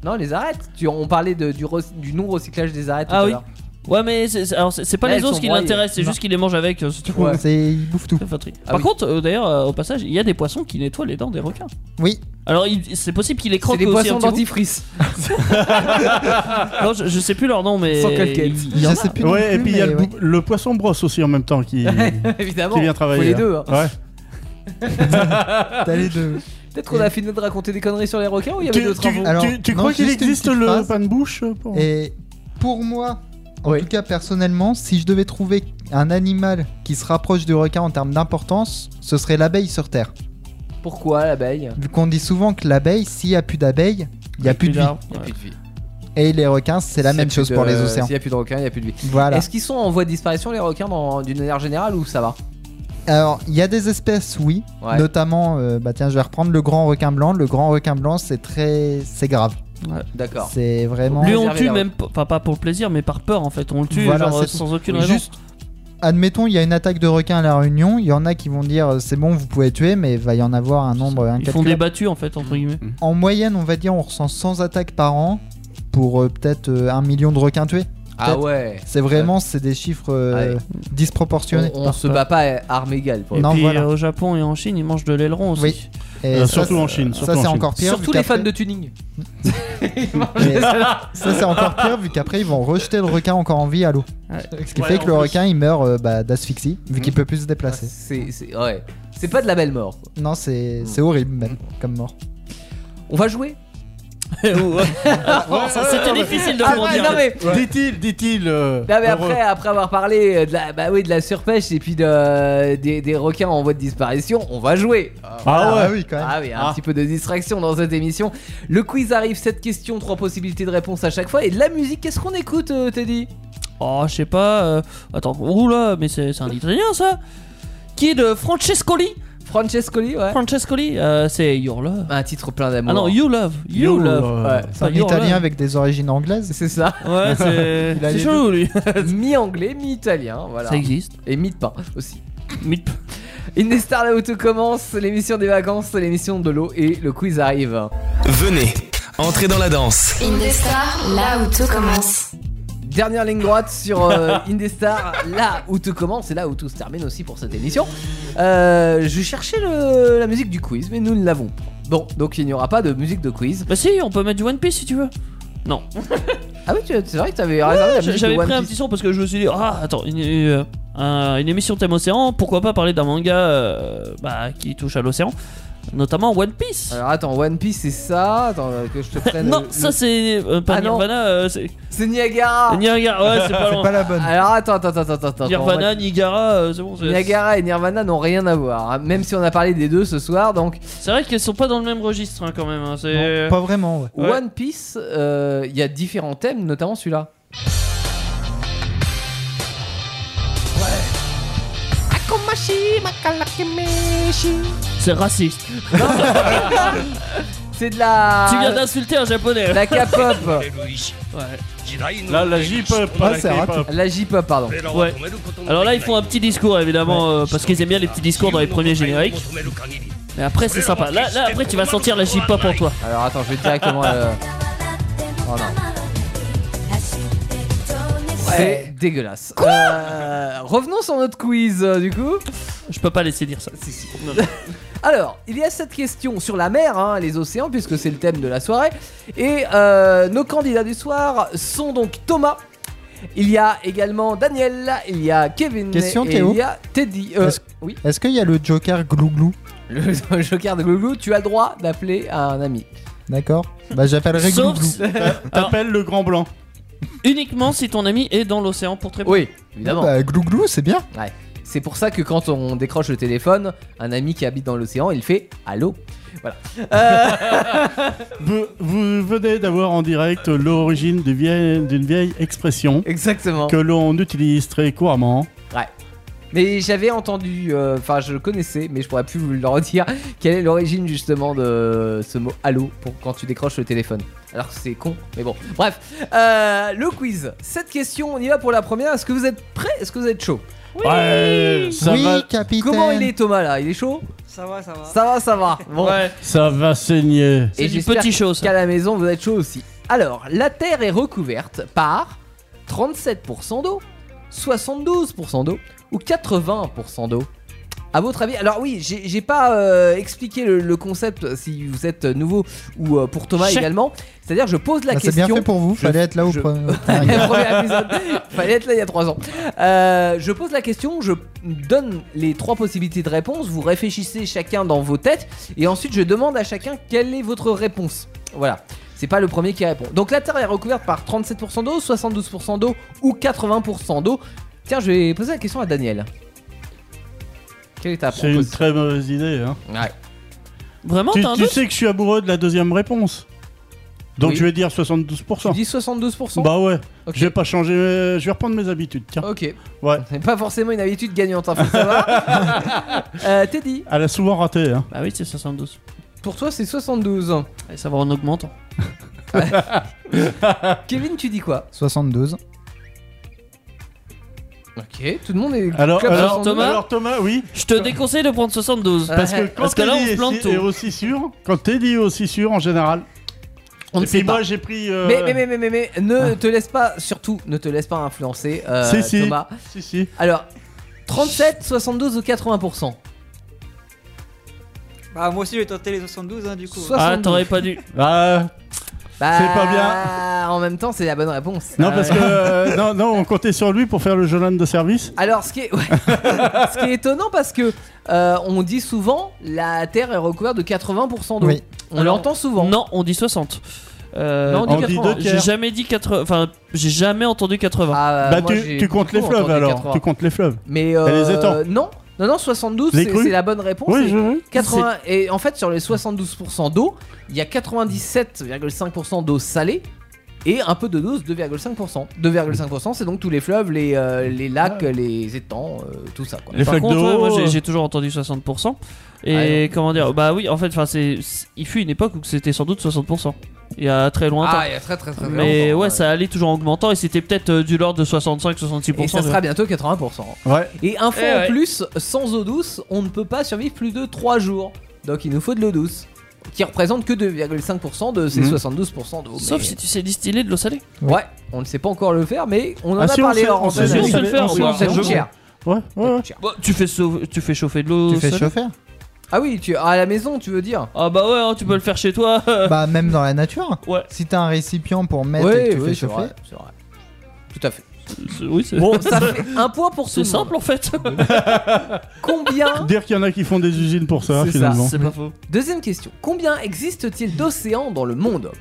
Speaker 3: Non, les arêtes. Tu... On parlait de- du, re- du non-recyclage des arêtes.
Speaker 6: Ah
Speaker 3: tout à
Speaker 6: oui.
Speaker 3: l'heure.
Speaker 6: Ouais, mais c'est c'est- alors, c'est- c'est pas
Speaker 3: Là,
Speaker 6: les
Speaker 3: elles
Speaker 6: os
Speaker 3: sont
Speaker 6: qui
Speaker 3: broyées.
Speaker 6: l'intéressent, c'est
Speaker 3: Non.
Speaker 6: juste qu'il les mange avec. euh, c'est tout.
Speaker 5: C'est, il bouffe tout.
Speaker 6: C'est fatigué.
Speaker 3: Ah
Speaker 6: Par
Speaker 3: oui.
Speaker 6: contre, euh, d'ailleurs, euh, au passage, il y a des poissons qui nettoient les dents des requins.
Speaker 5: Oui,
Speaker 6: Alors, il- c'est possible qu'il les
Speaker 3: C'est
Speaker 6: croque
Speaker 3: les
Speaker 6: aussi. hein,
Speaker 3: poissons
Speaker 6: un petit bout.
Speaker 3: dentifrice.
Speaker 6: Non, je, je sais plus leur nom, mais.
Speaker 3: Sans calquette.
Speaker 6: il- il y en
Speaker 5: je
Speaker 6: a.
Speaker 5: sais plus. non
Speaker 4: Ouais, et
Speaker 5: plus,
Speaker 4: puis il y a
Speaker 5: mais
Speaker 4: le,
Speaker 5: ouais.
Speaker 4: bou- le poisson brosse aussi en même temps qui, qui
Speaker 3: Évidemment.
Speaker 4: vient travailler.
Speaker 3: Faut les deux. hein.
Speaker 4: Ouais.
Speaker 5: T'as les deux.
Speaker 3: Peut-être qu'on a fini de raconter des conneries sur les requins ou il y avait
Speaker 4: Tu,
Speaker 3: d'autres
Speaker 4: tu-
Speaker 3: infos
Speaker 4: tu-
Speaker 5: Alors,
Speaker 4: tu
Speaker 5: non,
Speaker 4: crois qu'il
Speaker 5: juste une
Speaker 4: existe
Speaker 5: petite
Speaker 4: le
Speaker 5: phrase.
Speaker 4: panne-bouche pour...
Speaker 5: Et pour moi, en
Speaker 3: Oui.
Speaker 5: tout cas personnellement, si je devais trouver un animal qui se rapproche du requin en termes d'importance, ce serait l'abeille sur Terre.
Speaker 3: Pourquoi l'abeille
Speaker 5: Vu qu'on dit souvent que l'abeille, s'il n'y a plus d'abeilles, il n'y a plus de vie.
Speaker 6: d'arbres.
Speaker 3: Il n'y a plus de vie.
Speaker 5: Et les requins, c'est la
Speaker 3: S'il y a
Speaker 5: même
Speaker 3: plus
Speaker 5: chose
Speaker 3: de-
Speaker 5: pour les océans.
Speaker 3: S'il n'y a plus de requins, il n'y a plus de vie.
Speaker 5: Voilà.
Speaker 3: Est-ce qu'ils sont en voie de disparition les requins dans- d'une manière générale ou ça va
Speaker 5: Alors, il y a des espèces, oui.
Speaker 3: Ouais.
Speaker 5: Notamment, euh, bah tiens, je vais reprendre le grand requin blanc. Le grand requin blanc, c'est très, c'est grave.
Speaker 3: D'accord.
Speaker 5: C'est vraiment.
Speaker 6: Lui, on
Speaker 3: réservé,
Speaker 6: tue
Speaker 3: là,
Speaker 6: même, p- enfin pas pour le plaisir, mais par peur en fait. On le tue
Speaker 5: Voilà,
Speaker 6: genre,
Speaker 5: c'est
Speaker 6: sans aucune
Speaker 5: Mais
Speaker 6: raison.
Speaker 5: juste, admettons, il y a une attaque de requin à la Réunion. Il y en a qui vont dire, euh, c'est bon, vous pouvez tuer, mais il va y en avoir un nombre
Speaker 6: Ils font des
Speaker 5: incalculable.
Speaker 6: battues en fait, entre guillemets.
Speaker 5: En moyenne, on va dire, on ressent 100 attaques par an pour euh, peut-être euh, un million de requins tués.
Speaker 3: Ah
Speaker 5: Peut-être.
Speaker 3: ouais.
Speaker 5: C'est vraiment, c'est des chiffres euh,
Speaker 3: Ouais.
Speaker 5: disproportionnés.
Speaker 3: On, on se bat pas à armes égales. Pour
Speaker 6: Et
Speaker 5: Non,
Speaker 6: puis
Speaker 5: voilà.
Speaker 6: euh, au Japon et en Chine, ils mangent de l'aileron aussi.
Speaker 5: Oui. Et
Speaker 4: Euh,
Speaker 5: ça,
Speaker 4: surtout
Speaker 5: c'est-
Speaker 4: en Chine. surtout
Speaker 5: Ça,
Speaker 4: en
Speaker 5: c'est
Speaker 4: Chine.
Speaker 5: encore pire.
Speaker 3: Surtout
Speaker 5: vu
Speaker 3: les
Speaker 5: qu'après-
Speaker 3: fans de tuning.
Speaker 5: Mais ça, c'est encore pire vu qu'après ils vont rejeter le requin encore en vie à l'eau. Ce qui
Speaker 8: Ouais,
Speaker 5: fait que
Speaker 8: en
Speaker 5: le
Speaker 8: plus.
Speaker 5: requin il meurt euh, bah, d'asphyxie vu qu'il peut plus se déplacer.
Speaker 3: C'est c'est- ouais. C'est pas de la belle mort. quoi.
Speaker 5: Non, c'est c'est horrible même comme mort.
Speaker 3: On va jouer.
Speaker 6: Ça, C'était difficile de
Speaker 3: Ah,
Speaker 6: rebondir.
Speaker 3: ouais, non mais
Speaker 4: Dit-il, dit-il. euh,
Speaker 3: Non mais
Speaker 4: heureux.
Speaker 3: après, après avoir parlé euh, de la, bah oui, de la surpêche et puis de, des, des requins en voie de disparition, on va jouer.
Speaker 4: Ah ouais.
Speaker 5: oui quand même.
Speaker 3: Ah oui, un petit peu de distraction dans cette émission. Le quiz arrive, 7 questions, 3 possibilités de réponse à chaque fois. Et de la musique, qu'est-ce qu'on écoute, euh, Teddy
Speaker 6: Oh, je sais pas. euh, Attends, oula, mais c'est c'est un italien ça Qui est de Francescoli
Speaker 3: Francescoli, ouais.
Speaker 6: Francescoli, euh, c'est Your Love.
Speaker 3: Un titre plein d'amour.
Speaker 6: Ah non, You Love. You,
Speaker 4: You
Speaker 6: Love.
Speaker 4: Love.
Speaker 3: Ouais,
Speaker 5: C'est un
Speaker 6: Pas dur,
Speaker 5: italien
Speaker 6: là.
Speaker 5: avec des origines anglaises.
Speaker 3: c'est ça.
Speaker 6: Ouais, c'est.
Speaker 5: Il a
Speaker 6: C'est
Speaker 5: les
Speaker 6: chelou lui.
Speaker 3: mi-anglais, mi-italien, voilà.
Speaker 6: Ça existe.
Speaker 3: Et mi-pain aussi.
Speaker 6: Mais-
Speaker 3: Indestar là où tout commence, l'émission des vacances, l'émission de l'eau et le quiz arrive.
Speaker 12: Venez, entrez dans la danse.
Speaker 2: Indestar, là où tout commence.
Speaker 3: Dernière ligne droite sur euh, Indestar, là où tout commence et là où tout se termine aussi pour cette émission. Euh, je cherchais le- la musique du quiz, mais nous ne l'avons pas. Bon, donc il n'y aura pas de musique de quiz.
Speaker 6: Bah si, on peut mettre du One Piece si tu veux. Non.
Speaker 3: Ah oui, tu- c'est vrai que tu avais réservé la musique
Speaker 6: J'avais
Speaker 3: de One
Speaker 6: pris un
Speaker 3: Piece.
Speaker 6: petit son parce que je me suis dit, ah attends, une, euh, un- une émission thème océan, pourquoi pas parler d'un manga euh, bah, qui touche à l'océan, notamment One Piece.
Speaker 3: Alors attends, One Piece c'est ça. Attends euh, que je te prenne.
Speaker 6: non,
Speaker 3: le-
Speaker 6: ça
Speaker 3: le-
Speaker 6: c'est euh, pas
Speaker 3: Ah, non. Ah.
Speaker 6: Nirvana, euh, c'est
Speaker 3: c'est Niagara.
Speaker 6: Niagara, ouais, c'est pas
Speaker 5: C'est
Speaker 6: loin.
Speaker 5: pas la bonne.
Speaker 3: Alors attends, attends, attends, attends, attends. on va-
Speaker 6: Nirvana, Niagara, euh, c'est bon. c'est-
Speaker 3: Niagara et Nirvana n'ont rien à voir, hein, même si on a parlé des deux ce soir. Donc
Speaker 6: C'est vrai qu'elles sont pas dans le même registre hein, quand même. hein, c'est-
Speaker 3: euh.
Speaker 5: Non, pas vraiment. ouais.
Speaker 6: Ouais.
Speaker 3: One Piece, euh, il y a différents thèmes, notamment celui-là.
Speaker 6: c'est raciste.
Speaker 3: C'est de la.
Speaker 6: Tu viens d'insulter un japonais.
Speaker 3: La K-pop,
Speaker 4: Là, la J-pop, pas
Speaker 5: Ah,
Speaker 4: la
Speaker 5: c'est raté.
Speaker 4: K-pop.
Speaker 3: la J-pop, pardon.
Speaker 6: Ouais. Alors là, ils font un petit discours évidemment euh, parce qu'ils aiment bien les petits discours dans les premiers génériques. Mais après, c'est sympa. Là, là, après, tu vas sentir la J-pop en toi.
Speaker 3: Alors attends, je vais directement. euh, Oh non. C'est dégueulasse. Euh, revenons sur notre quiz euh, du coup.
Speaker 6: Je peux pas laisser dire ça. Non, non.
Speaker 3: Alors, il y a cette question sur la mer, hein, les océans, puisque c'est le thème de la soirée. Et euh, nos candidats du soir sont donc Thomas. Il y a également Daniel, il y a Kevin,
Speaker 5: Question,
Speaker 3: et
Speaker 5: Théo
Speaker 3: il y a Teddy. Euh,
Speaker 5: Est-ce-
Speaker 3: Oui,
Speaker 5: Est-ce qu'il y a le Joker glouglou
Speaker 3: le joker de Glouglou, tu as le droit d'appeler un ami.
Speaker 5: D'accord. Bah j'appellerai
Speaker 6: Sauf
Speaker 5: glouglou.
Speaker 6: si-
Speaker 4: T'appelles le grand blanc.
Speaker 6: uniquement si ton ami est dans l'océan pour te répondre.
Speaker 3: Oui, évidemment.
Speaker 5: Bah, glouglou, c'est bien.
Speaker 3: C'est pour ça que quand on décroche le téléphone, un ami qui habite dans l'océan, il fait allô.
Speaker 4: Vous, vous venez d'avoir en direct l'origine d'une vieille, d'une vieille expression
Speaker 3: Exactement.
Speaker 4: que l'on utilise très couramment.
Speaker 3: Mais j'avais entendu, euh, enfin je le connaissais, mais je pourrais plus vous le redire, quelle est l'origine justement de ce mot allô pour quand tu décroches le téléphone. Alors que c'est con, mais bon. Bref, euh, le quiz. Cette question, on y va pour la première. Est-ce que vous êtes prêts Est-ce que vous êtes chaud
Speaker 4: Ouais, ça,
Speaker 5: oui,
Speaker 4: va,
Speaker 5: capitaine.
Speaker 3: Comment il est Thomas là Il est chaud
Speaker 9: Ça va, ça va.
Speaker 3: Ça va, ça va. Bon.
Speaker 6: Ouais,
Speaker 4: ça va saigner.
Speaker 6: c'est
Speaker 3: Et
Speaker 6: du
Speaker 3: j'espère
Speaker 6: petit show ça.
Speaker 3: qu'à la maison vous êtes chaud aussi. Alors, la Terre est recouverte par 37% d'eau, 72% d'eau ou 80% d'eau À votre avis, alors oui, j'ai j'ai pas euh, expliqué le, le concept si vous êtes nouveau ou euh, pour Thomas
Speaker 6: Chef.
Speaker 3: également. C'est-à-dire, je pose la
Speaker 5: Bah, c'est
Speaker 3: question.
Speaker 5: bien fait pour vous, fallait être là au
Speaker 3: je-
Speaker 5: premier.
Speaker 3: Ah, Premier épisode. Fallait être là il y a 3 ans. Euh, je pose la question, je donne les trois possibilités de réponse, vous réfléchissez chacun dans vos têtes, et ensuite je demande à chacun quelle est votre réponse. Voilà. C'est pas le premier qui répond. Donc la Terre est recouverte par 37% d'eau, 72% d'eau ou 80% d'eau. Tiens, je vais poser la question à Daniel. Quelle est ta
Speaker 4: C'est une
Speaker 3: proposition
Speaker 4: très mauvaise idée. hein.
Speaker 3: Ouais.
Speaker 6: Vraiment,
Speaker 4: Tu,
Speaker 6: t'as un
Speaker 4: tu
Speaker 6: doute
Speaker 4: sais que je suis amoureux de la deuxième réponse. Donc
Speaker 3: Oui.
Speaker 4: je vais dire
Speaker 3: Tu
Speaker 4: 72%.
Speaker 3: dis 72%
Speaker 4: Bah ouais,
Speaker 3: Ok.
Speaker 4: je vais pas changer, mes- je vais reprendre mes habitudes, tiens.
Speaker 3: Ok.
Speaker 4: Ouais.
Speaker 3: C'est pas forcément une habitude gagnante, hein, faut le savoir. Euh, Teddy,
Speaker 4: Elle a souvent raté, hein.
Speaker 6: Bah oui, c'est 72.
Speaker 3: pour toi c'est 72.
Speaker 6: Et ça va en augmentant.
Speaker 3: Kevin, tu dis quoi
Speaker 5: 72.
Speaker 3: Ok, tout le monde est.
Speaker 4: Alors,
Speaker 3: Club
Speaker 4: alors,
Speaker 3: 72.
Speaker 6: Thomas
Speaker 4: alors, Thomas, oui,
Speaker 6: Je te déconseille de prendre 72.
Speaker 3: Ah,
Speaker 4: parce que quand
Speaker 6: Parce que là, on
Speaker 4: Teddy
Speaker 6: se
Speaker 4: est,
Speaker 6: plante
Speaker 4: si-
Speaker 6: tout.
Speaker 4: est aussi sûr, quand Teddy est aussi sûr en général,
Speaker 3: on ne
Speaker 4: et puis
Speaker 3: sait pas.
Speaker 4: moi j'ai pris... euh,
Speaker 3: Mais, mais, mais, mais, mais, mais, ne te laisse pas, surtout, ne te laisse pas influencer, euh,
Speaker 4: Ah. Si, si.
Speaker 3: Thomas.
Speaker 4: Si, si,
Speaker 3: Alors, 37, 72 ou 80%
Speaker 9: Bah, moi aussi, j'ai tenté les 72, hein, du coup.
Speaker 3: Soit-
Speaker 6: Ah,
Speaker 3: 72.
Speaker 6: t'aurais pas dû.
Speaker 4: Ah,
Speaker 3: Bah,
Speaker 4: C'est pas bien.
Speaker 3: En même temps, c'est la bonne réponse.
Speaker 4: non parce que... euh, non, non, on comptait sur lui pour faire le Jolan de service.
Speaker 3: Alors, ce qui est, ouais. ce qui est étonnant parce que euh, on dit souvent la Terre est recouverte de 80% d'eau.
Speaker 5: Oui.
Speaker 3: On
Speaker 6: Alors,
Speaker 3: l'entend souvent.
Speaker 6: Non, on dit 60. Euh,
Speaker 3: Non, on dit
Speaker 4: On dit
Speaker 3: 80.
Speaker 4: deux
Speaker 6: j'ai
Speaker 4: tiers.
Speaker 6: jamais dit 80. Enfin, j'ai jamais entendu 80.
Speaker 3: Ah,
Speaker 4: Bah
Speaker 3: moi,
Speaker 4: tu,
Speaker 3: j'ai
Speaker 4: tu comptes les
Speaker 3: beaucoup
Speaker 4: fleuves
Speaker 3: entendu
Speaker 4: alors,
Speaker 3: 80.
Speaker 4: tu comptes les fleuves.
Speaker 3: Mais
Speaker 4: Elle les
Speaker 3: euh,
Speaker 4: étend.
Speaker 3: non, non, non, 72,
Speaker 4: Les
Speaker 3: c'est
Speaker 4: crues
Speaker 3: c'est la bonne réponse.
Speaker 4: Oui,
Speaker 3: et
Speaker 4: je veux.
Speaker 3: 80 et en fait sur les 72% d'eau, il y a 97,5% d'eau salée et un peu de dose 2,5%. 2,5% c'est donc tous les fleuves, les, euh, les lacs, les étangs, euh, tout ça quoi.
Speaker 4: Les
Speaker 6: Par
Speaker 4: flaques
Speaker 6: contre,
Speaker 4: d'eau,
Speaker 6: ouais, moi j'ai-
Speaker 4: euh.
Speaker 6: j'ai toujours entendu 60%. Et
Speaker 3: Ah, non.
Speaker 6: comment dire Bah oui, en fait, enfin, c'est, c'est- il fut une époque où c'était sans doute 60%. Il y a très longtemps.
Speaker 3: Ah, il y a très très très
Speaker 6: Mais
Speaker 3: longtemps,
Speaker 6: ouais, ça allait toujours en augmentant et c'était peut-être euh, du l'ordre de 65-66%.
Speaker 3: Et ça sera bientôt 80%.
Speaker 4: Ouais,
Speaker 3: Et info
Speaker 6: Eh
Speaker 3: en
Speaker 6: ouais.
Speaker 3: plus, sans eau douce, on ne peut pas survivre plus de 3 jours. Donc il nous faut de l'eau douce. Qui représente que 2,5% de ces
Speaker 4: Mhm.
Speaker 3: 72% d'eau.
Speaker 6: Sauf
Speaker 3: mais-
Speaker 6: si tu sais distiller de l'eau salée.
Speaker 3: Ouais, on ne sait pas encore le faire, mais on en
Speaker 4: Ah,
Speaker 3: a
Speaker 4: si, on
Speaker 3: parlé
Speaker 4: sait-
Speaker 3: hors
Speaker 4: on
Speaker 3: antenne.
Speaker 4: sait-
Speaker 6: on sait le faire,
Speaker 3: Ça
Speaker 6: on
Speaker 3: coûte
Speaker 6: sait le faire.
Speaker 3: cher.
Speaker 4: ouais, ouais. ouais.
Speaker 3: Ça coûte cher.
Speaker 6: Bah, tu, fais sau- tu fais chauffer de l'eau
Speaker 5: Tu fais
Speaker 6: salée.
Speaker 5: chauffer
Speaker 3: Ah oui, tu... à la maison, tu veux dire
Speaker 6: Ah bah ouais, hein, tu peux le faire chez toi.
Speaker 5: Bah, même dans la nature.
Speaker 6: Ouais.
Speaker 5: Si t'as un récipient pour mettre et que tu fais
Speaker 3: c'est
Speaker 5: chauffer.
Speaker 3: vrai, c'est vrai. Tout à fait.
Speaker 6: C'est- oui, c'est,
Speaker 3: Bon, ça fait un point pour tout
Speaker 6: c'est
Speaker 3: le monde.
Speaker 6: simple en fait.
Speaker 3: Combien
Speaker 4: Dire qu'il y en a qui font des usines pour ça,
Speaker 3: C'est ça.
Speaker 4: finalement.
Speaker 6: c'est pas faux.
Speaker 3: Deuxième question. Combien existe-t-il d'océans dans le monde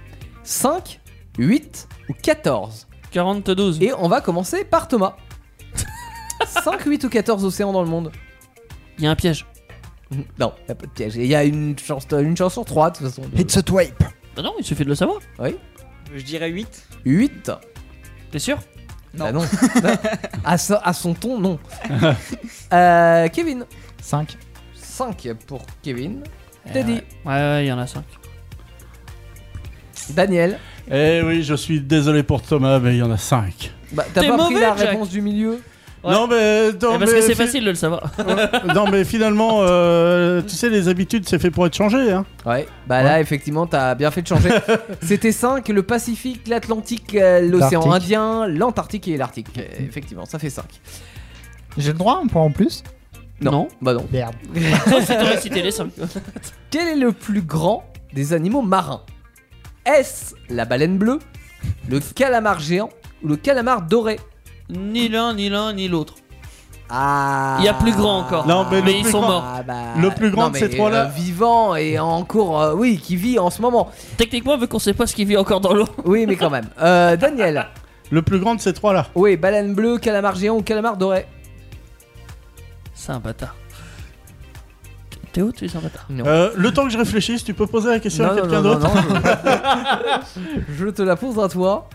Speaker 3: 5, 8 ou 14
Speaker 6: 42.
Speaker 3: Et on va commencer par Thomas. 5, 8 ou 14 océans dans le monde
Speaker 6: Il y a un piège.
Speaker 3: Non, y a pas de piège. Il y a une chance, une chance sur 3 de toute façon.
Speaker 5: It's a twipe.
Speaker 6: Bah non, il suffit de le savoir.
Speaker 9: Je dirais 8.
Speaker 3: 8
Speaker 6: T'es sûr
Speaker 3: Non. Ah non. à, son, à son ton, non. Euh, Kevin.
Speaker 5: 5.
Speaker 3: 5 pour Kevin.
Speaker 6: Eh
Speaker 3: Teddy.
Speaker 6: Ouais, ouais, ouais, il y en a 5.
Speaker 3: Euh, Daniel.
Speaker 4: Eh oui, je suis désolé pour Thomas, mais il y en a 5.
Speaker 3: Bah, t'as
Speaker 6: T'es
Speaker 3: pas pris
Speaker 6: mauvais,
Speaker 3: la
Speaker 6: Jack.
Speaker 3: réponse du milieu
Speaker 6: Ouais.
Speaker 4: Non, mais. non,
Speaker 6: Eh, parce
Speaker 4: mais
Speaker 6: que c'est
Speaker 4: fi-
Speaker 6: facile de le savoir.
Speaker 4: non, mais finalement, euh, tu sais, les habitudes, c'est fait pour être changé. Hein.
Speaker 3: Ouais, bah là, effectivement, t'as bien fait de changer. C'était 5, le Pacifique, l'Atlantique, euh, l'océan
Speaker 5: L'Arctique.
Speaker 3: Indien, l'Antarctique et l'Arctique. Euh, Effectivement, ça fait 5.
Speaker 5: J'ai le droit à un point en plus
Speaker 6: Non.
Speaker 3: Bah non.
Speaker 5: Merde.
Speaker 6: Si t'aurais cité les 5.
Speaker 3: Quel est le plus grand des animaux marins Est-ce la baleine bleue, le calamar géant ou le calamar doré
Speaker 6: Ni l'un, ni l'un, ni l'autre.
Speaker 3: Ah.
Speaker 6: Il y a plus grand encore.
Speaker 4: Non, mais le
Speaker 6: Mais ils
Speaker 4: plus
Speaker 6: sont
Speaker 4: grand-
Speaker 6: morts.
Speaker 3: Ah bah,
Speaker 4: Le plus grand
Speaker 3: non,
Speaker 4: de ces
Speaker 3: mais,
Speaker 4: trois-là.
Speaker 3: euh, vivant et en cours, euh, oui, qui vit en ce moment.
Speaker 6: Techniquement, vu qu'on sait pas ce qui vit encore dans l'eau.
Speaker 3: Oui, mais quand même. Euh, Daniel,
Speaker 4: Le plus grand de ces trois-là.
Speaker 3: oui, baleine bleue, calamar géant ou calamar doré
Speaker 6: C'est un bâtard. Théo, tu es un bâtard.
Speaker 3: Non.
Speaker 4: Euh, le temps que je réfléchisse, tu peux poser la question à quelqu'un d'autre
Speaker 3: non, je... je te la pose à toi.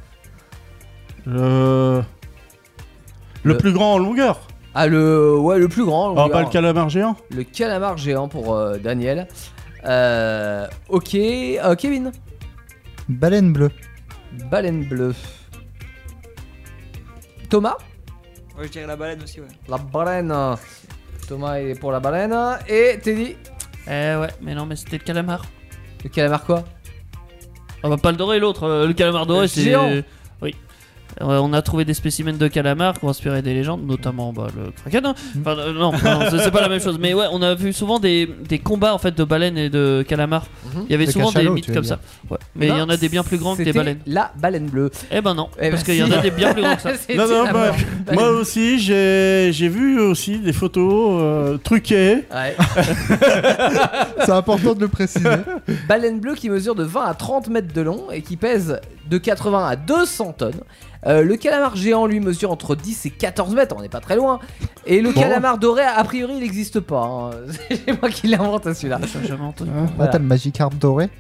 Speaker 4: Euh, Le
Speaker 3: Le- Oh,
Speaker 4: plus grand en longueur.
Speaker 3: Ah, le, ouais, le plus grand.
Speaker 4: Ah,
Speaker 3: longueur.
Speaker 4: pas le calamar géant.
Speaker 3: Le calamar géant pour euh, Daniel. Euh, ok, euh, Kevin,
Speaker 5: Baleine bleue.
Speaker 3: baleine bleue. Thomas,
Speaker 9: Ouais, je dirais la baleine aussi, ouais.
Speaker 3: la baleine. Thomas est pour la baleine. Et Teddy,
Speaker 6: Eh ouais, mais non, mais c'était le calamar.
Speaker 3: le calamar quoi
Speaker 6: Ah bah pas le doré, l'autre. euh, Le calamar doré,
Speaker 3: Le
Speaker 6: c'est.
Speaker 3: géant.
Speaker 6: Oui. Euh, on a trouvé des spécimens de calamars qui ont inspiré des légendes, notamment bah, le kraken. hein.
Speaker 3: Hmm.
Speaker 6: Enfin, euh, non, non, c'est c'est pas la même chose. Mais ouais, on a vu souvent des, des combats en fait de baleines et de calamars.
Speaker 3: Mhm.
Speaker 6: Il y avait
Speaker 5: Des
Speaker 6: souvent des
Speaker 5: cachalots,
Speaker 6: mythes
Speaker 5: tu veux
Speaker 6: comme
Speaker 5: dire.
Speaker 6: ça. Ouais. Mais il y en a des bien plus grands que des
Speaker 3: C'était
Speaker 6: baleines.
Speaker 3: La baleine bleue.
Speaker 6: Eh ben non,
Speaker 3: Eh ben
Speaker 6: parce qu'il y en a des bien plus grands que ça.
Speaker 3: C'était
Speaker 4: Non, non,
Speaker 3: la
Speaker 4: bah,
Speaker 3: baleine.
Speaker 4: Moi aussi, j'ai j'ai vu aussi des photos euh, truquées.
Speaker 3: Ouais.
Speaker 5: C'est important de le préciser.
Speaker 3: Baleine bleue qui mesure de 20 à 30 mètres de long et qui pèse de 80 à 200 tonnes. Euh, le calamar géant, lui, mesure entre 10 et 14 mètres, on n'est pas très loin. Et le
Speaker 4: Bon.
Speaker 3: calamar doré, a priori, il n'existe pas. hein. C'est moi qui l'ai inventé celui-là.
Speaker 6: Ça, j'ai jamais entendu.
Speaker 5: Là,
Speaker 3: Voilà.
Speaker 5: t'as le Magikarp doré.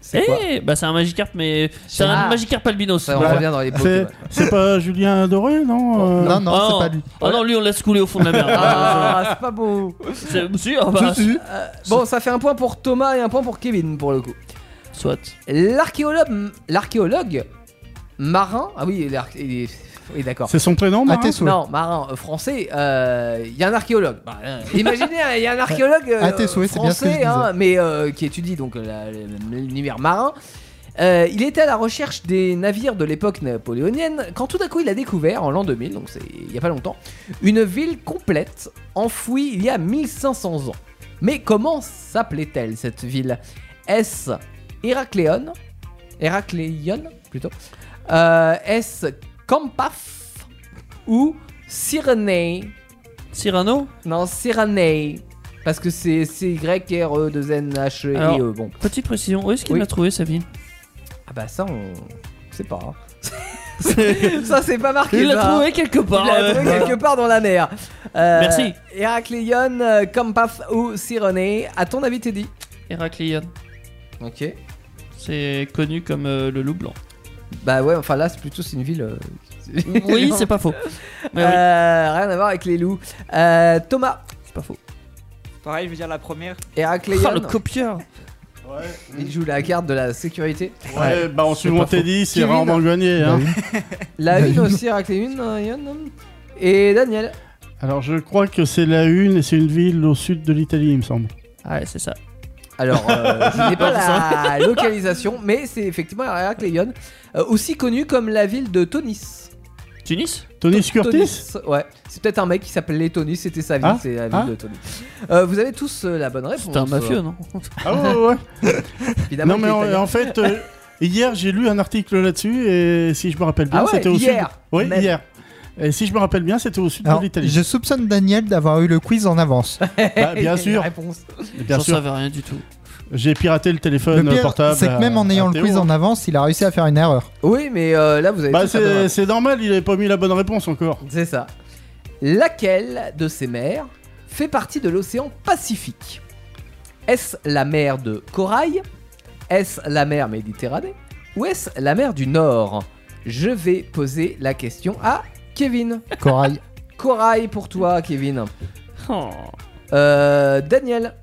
Speaker 3: C'est quoi
Speaker 6: Eh, bah c'est un Magikarp, mais c'est
Speaker 3: Ah.
Speaker 6: un Magikarp albinos.
Speaker 3: Ça, on
Speaker 4: Bah,
Speaker 3: revient dans les
Speaker 4: C'est
Speaker 3: Pokémon.
Speaker 4: c'est pas Julien Doré, non euh,
Speaker 5: non, non,
Speaker 6: Ah
Speaker 5: c'est pas lui.
Speaker 6: Ah non, lui on laisse couler au fond de la mer.
Speaker 3: Ah, c'est pas beau.
Speaker 6: C'est si, ah bah,
Speaker 3: Euh, bon, ça fait un point pour Thomas et un point pour Kevin pour le coup.
Speaker 6: soit.
Speaker 3: L'archéologue, l'archéologue marin. Ah oui, l'arch- il est- oui, d'accord.
Speaker 4: C'est son prénom,
Speaker 5: À
Speaker 6: Ah,
Speaker 4: Marin
Speaker 5: tes souhaits.
Speaker 3: Non, marin euh, français, euh, il y a un archéologue. Bah, euh, imaginez, il y a un archéologue euh,
Speaker 5: À tes souhaits, c'est bien ce que je
Speaker 3: français,
Speaker 5: disais.
Speaker 3: hein, mais euh, qui étudie donc la- l'univers marin. Euh, il était à la recherche des navires de l'époque napoléonienne quand tout à coup il a découvert en l'an 2000, donc c'est il n'y a pas longtemps, une ville complète enfouie il y a 1500 ans. Mais comment s'appelait-elle cette ville Est-ce Héracléon Héracléon plutôt Euh, Est-ce Campaf ou Cyrénée
Speaker 6: Cyrano
Speaker 3: Non, Cyrénée. Parce que c'est E
Speaker 6: Alors-
Speaker 3: C-Y-R-E-2-N-H-E. euh, Bon.
Speaker 6: Petite précision, où est-ce qu'il
Speaker 3: Oui.
Speaker 6: l'a trouvé sa ville
Speaker 3: Ah bah ça, on sait pas. hein. ça, c'est pas marqué.
Speaker 6: Eh ben, Il l'a
Speaker 3: ça. hein.
Speaker 6: trouvé quelque part.
Speaker 3: Il l'a
Speaker 6: ouais.
Speaker 3: trouvé quelque part dans la mer. Euh,
Speaker 6: Merci.
Speaker 3: Héracléon, euh, Campaf ou Cyrénée. À ton avis, Teddy
Speaker 6: Héracléon.
Speaker 3: Ok.
Speaker 6: C'est connu comme euh, le loup blanc.
Speaker 3: Bah ouais, enfin là, c'est plutôt c'est une ville. euh,
Speaker 6: Oui, c'est pas faux. Mais Ah oui, Oh,
Speaker 3: Euh, Rien à voir avec les loups. Euh, Thomas,
Speaker 6: c'est pas faux.
Speaker 9: Pareil, je veux dire la première.
Speaker 3: Héracléon,
Speaker 6: Oh, le copieur
Speaker 3: il joue la carte de la sécurité.
Speaker 4: Ouais, bah en suivant
Speaker 6: pas faux.
Speaker 4: Teddy, c'est
Speaker 3: Kevin.
Speaker 4: rarement gagné. hein.
Speaker 5: Bah oui.
Speaker 3: La
Speaker 5: La
Speaker 3: une
Speaker 5: une.
Speaker 3: aussi, Héracléon. euh, Ion. Et Daniel.
Speaker 4: Alors je crois que c'est la une et c'est une ville au sud de l'Italie, il me semble.
Speaker 6: Ah, ouais, c'est ça.
Speaker 3: Alors, euh, je
Speaker 6: Oh
Speaker 3: n'ai pas la localisation, mais c'est effectivement Héracléon, euh, aussi connu comme la ville de Tonis.
Speaker 6: Tunis
Speaker 4: Tony
Speaker 3: To-
Speaker 4: Curtis
Speaker 3: Tonis, Ouais, c'est peut-être un mec qui s'appelait Tonis, c'était sa ville,
Speaker 4: Ah,
Speaker 3: c'est la ville
Speaker 4: ah.
Speaker 3: de Tonis. Euh, vous avez tous euh, la bonne réponse.
Speaker 6: C'est un mafieux, non
Speaker 4: Ah ouais, ouais, ouais.
Speaker 3: euh, évidemment,
Speaker 4: Non mais
Speaker 3: qu'il
Speaker 4: en,
Speaker 3: est italien.
Speaker 4: en fait, euh, hier j'ai lu un article là-dessus et si je me rappelle bien,
Speaker 3: Ah ouais,
Speaker 4: c'était au
Speaker 3: hier,
Speaker 4: sud. Oui,
Speaker 3: même.
Speaker 4: hier. Et si je me rappelle bien, c'était au sud
Speaker 5: Alors,
Speaker 4: de l'Italie.
Speaker 5: je soupçonne Daniel d'avoir eu le quiz en avance.
Speaker 4: Bah, bien
Speaker 3: Il y a une
Speaker 4: sûr,
Speaker 3: réponse.
Speaker 4: bien
Speaker 6: J'en
Speaker 4: sûr.
Speaker 6: savais rien du tout.
Speaker 4: J'ai piraté le téléphone
Speaker 5: Le pire,
Speaker 4: portable.
Speaker 5: c'est que même
Speaker 4: à-
Speaker 5: en
Speaker 4: à
Speaker 5: ayant le
Speaker 4: Théo,
Speaker 5: quiz
Speaker 4: hein.
Speaker 5: en avance, il a réussi à faire une erreur.
Speaker 3: Oui, mais euh, là, vous avez
Speaker 4: Bah
Speaker 3: tous la bonne
Speaker 4: c'est
Speaker 3: réponse.
Speaker 4: c'est normal, il avait pas mis la bonne réponse encore.
Speaker 3: C'est ça. Laquelle de ces mers fait partie de l'océan Pacifique Est-ce la mer de Corail Est-ce la mer Méditerranée Ou est-ce la mer du Nord Je vais poser la question à Kevin.
Speaker 5: Corail.
Speaker 3: Corail pour toi, Kevin.
Speaker 6: Oh.
Speaker 3: Euh, Daniel,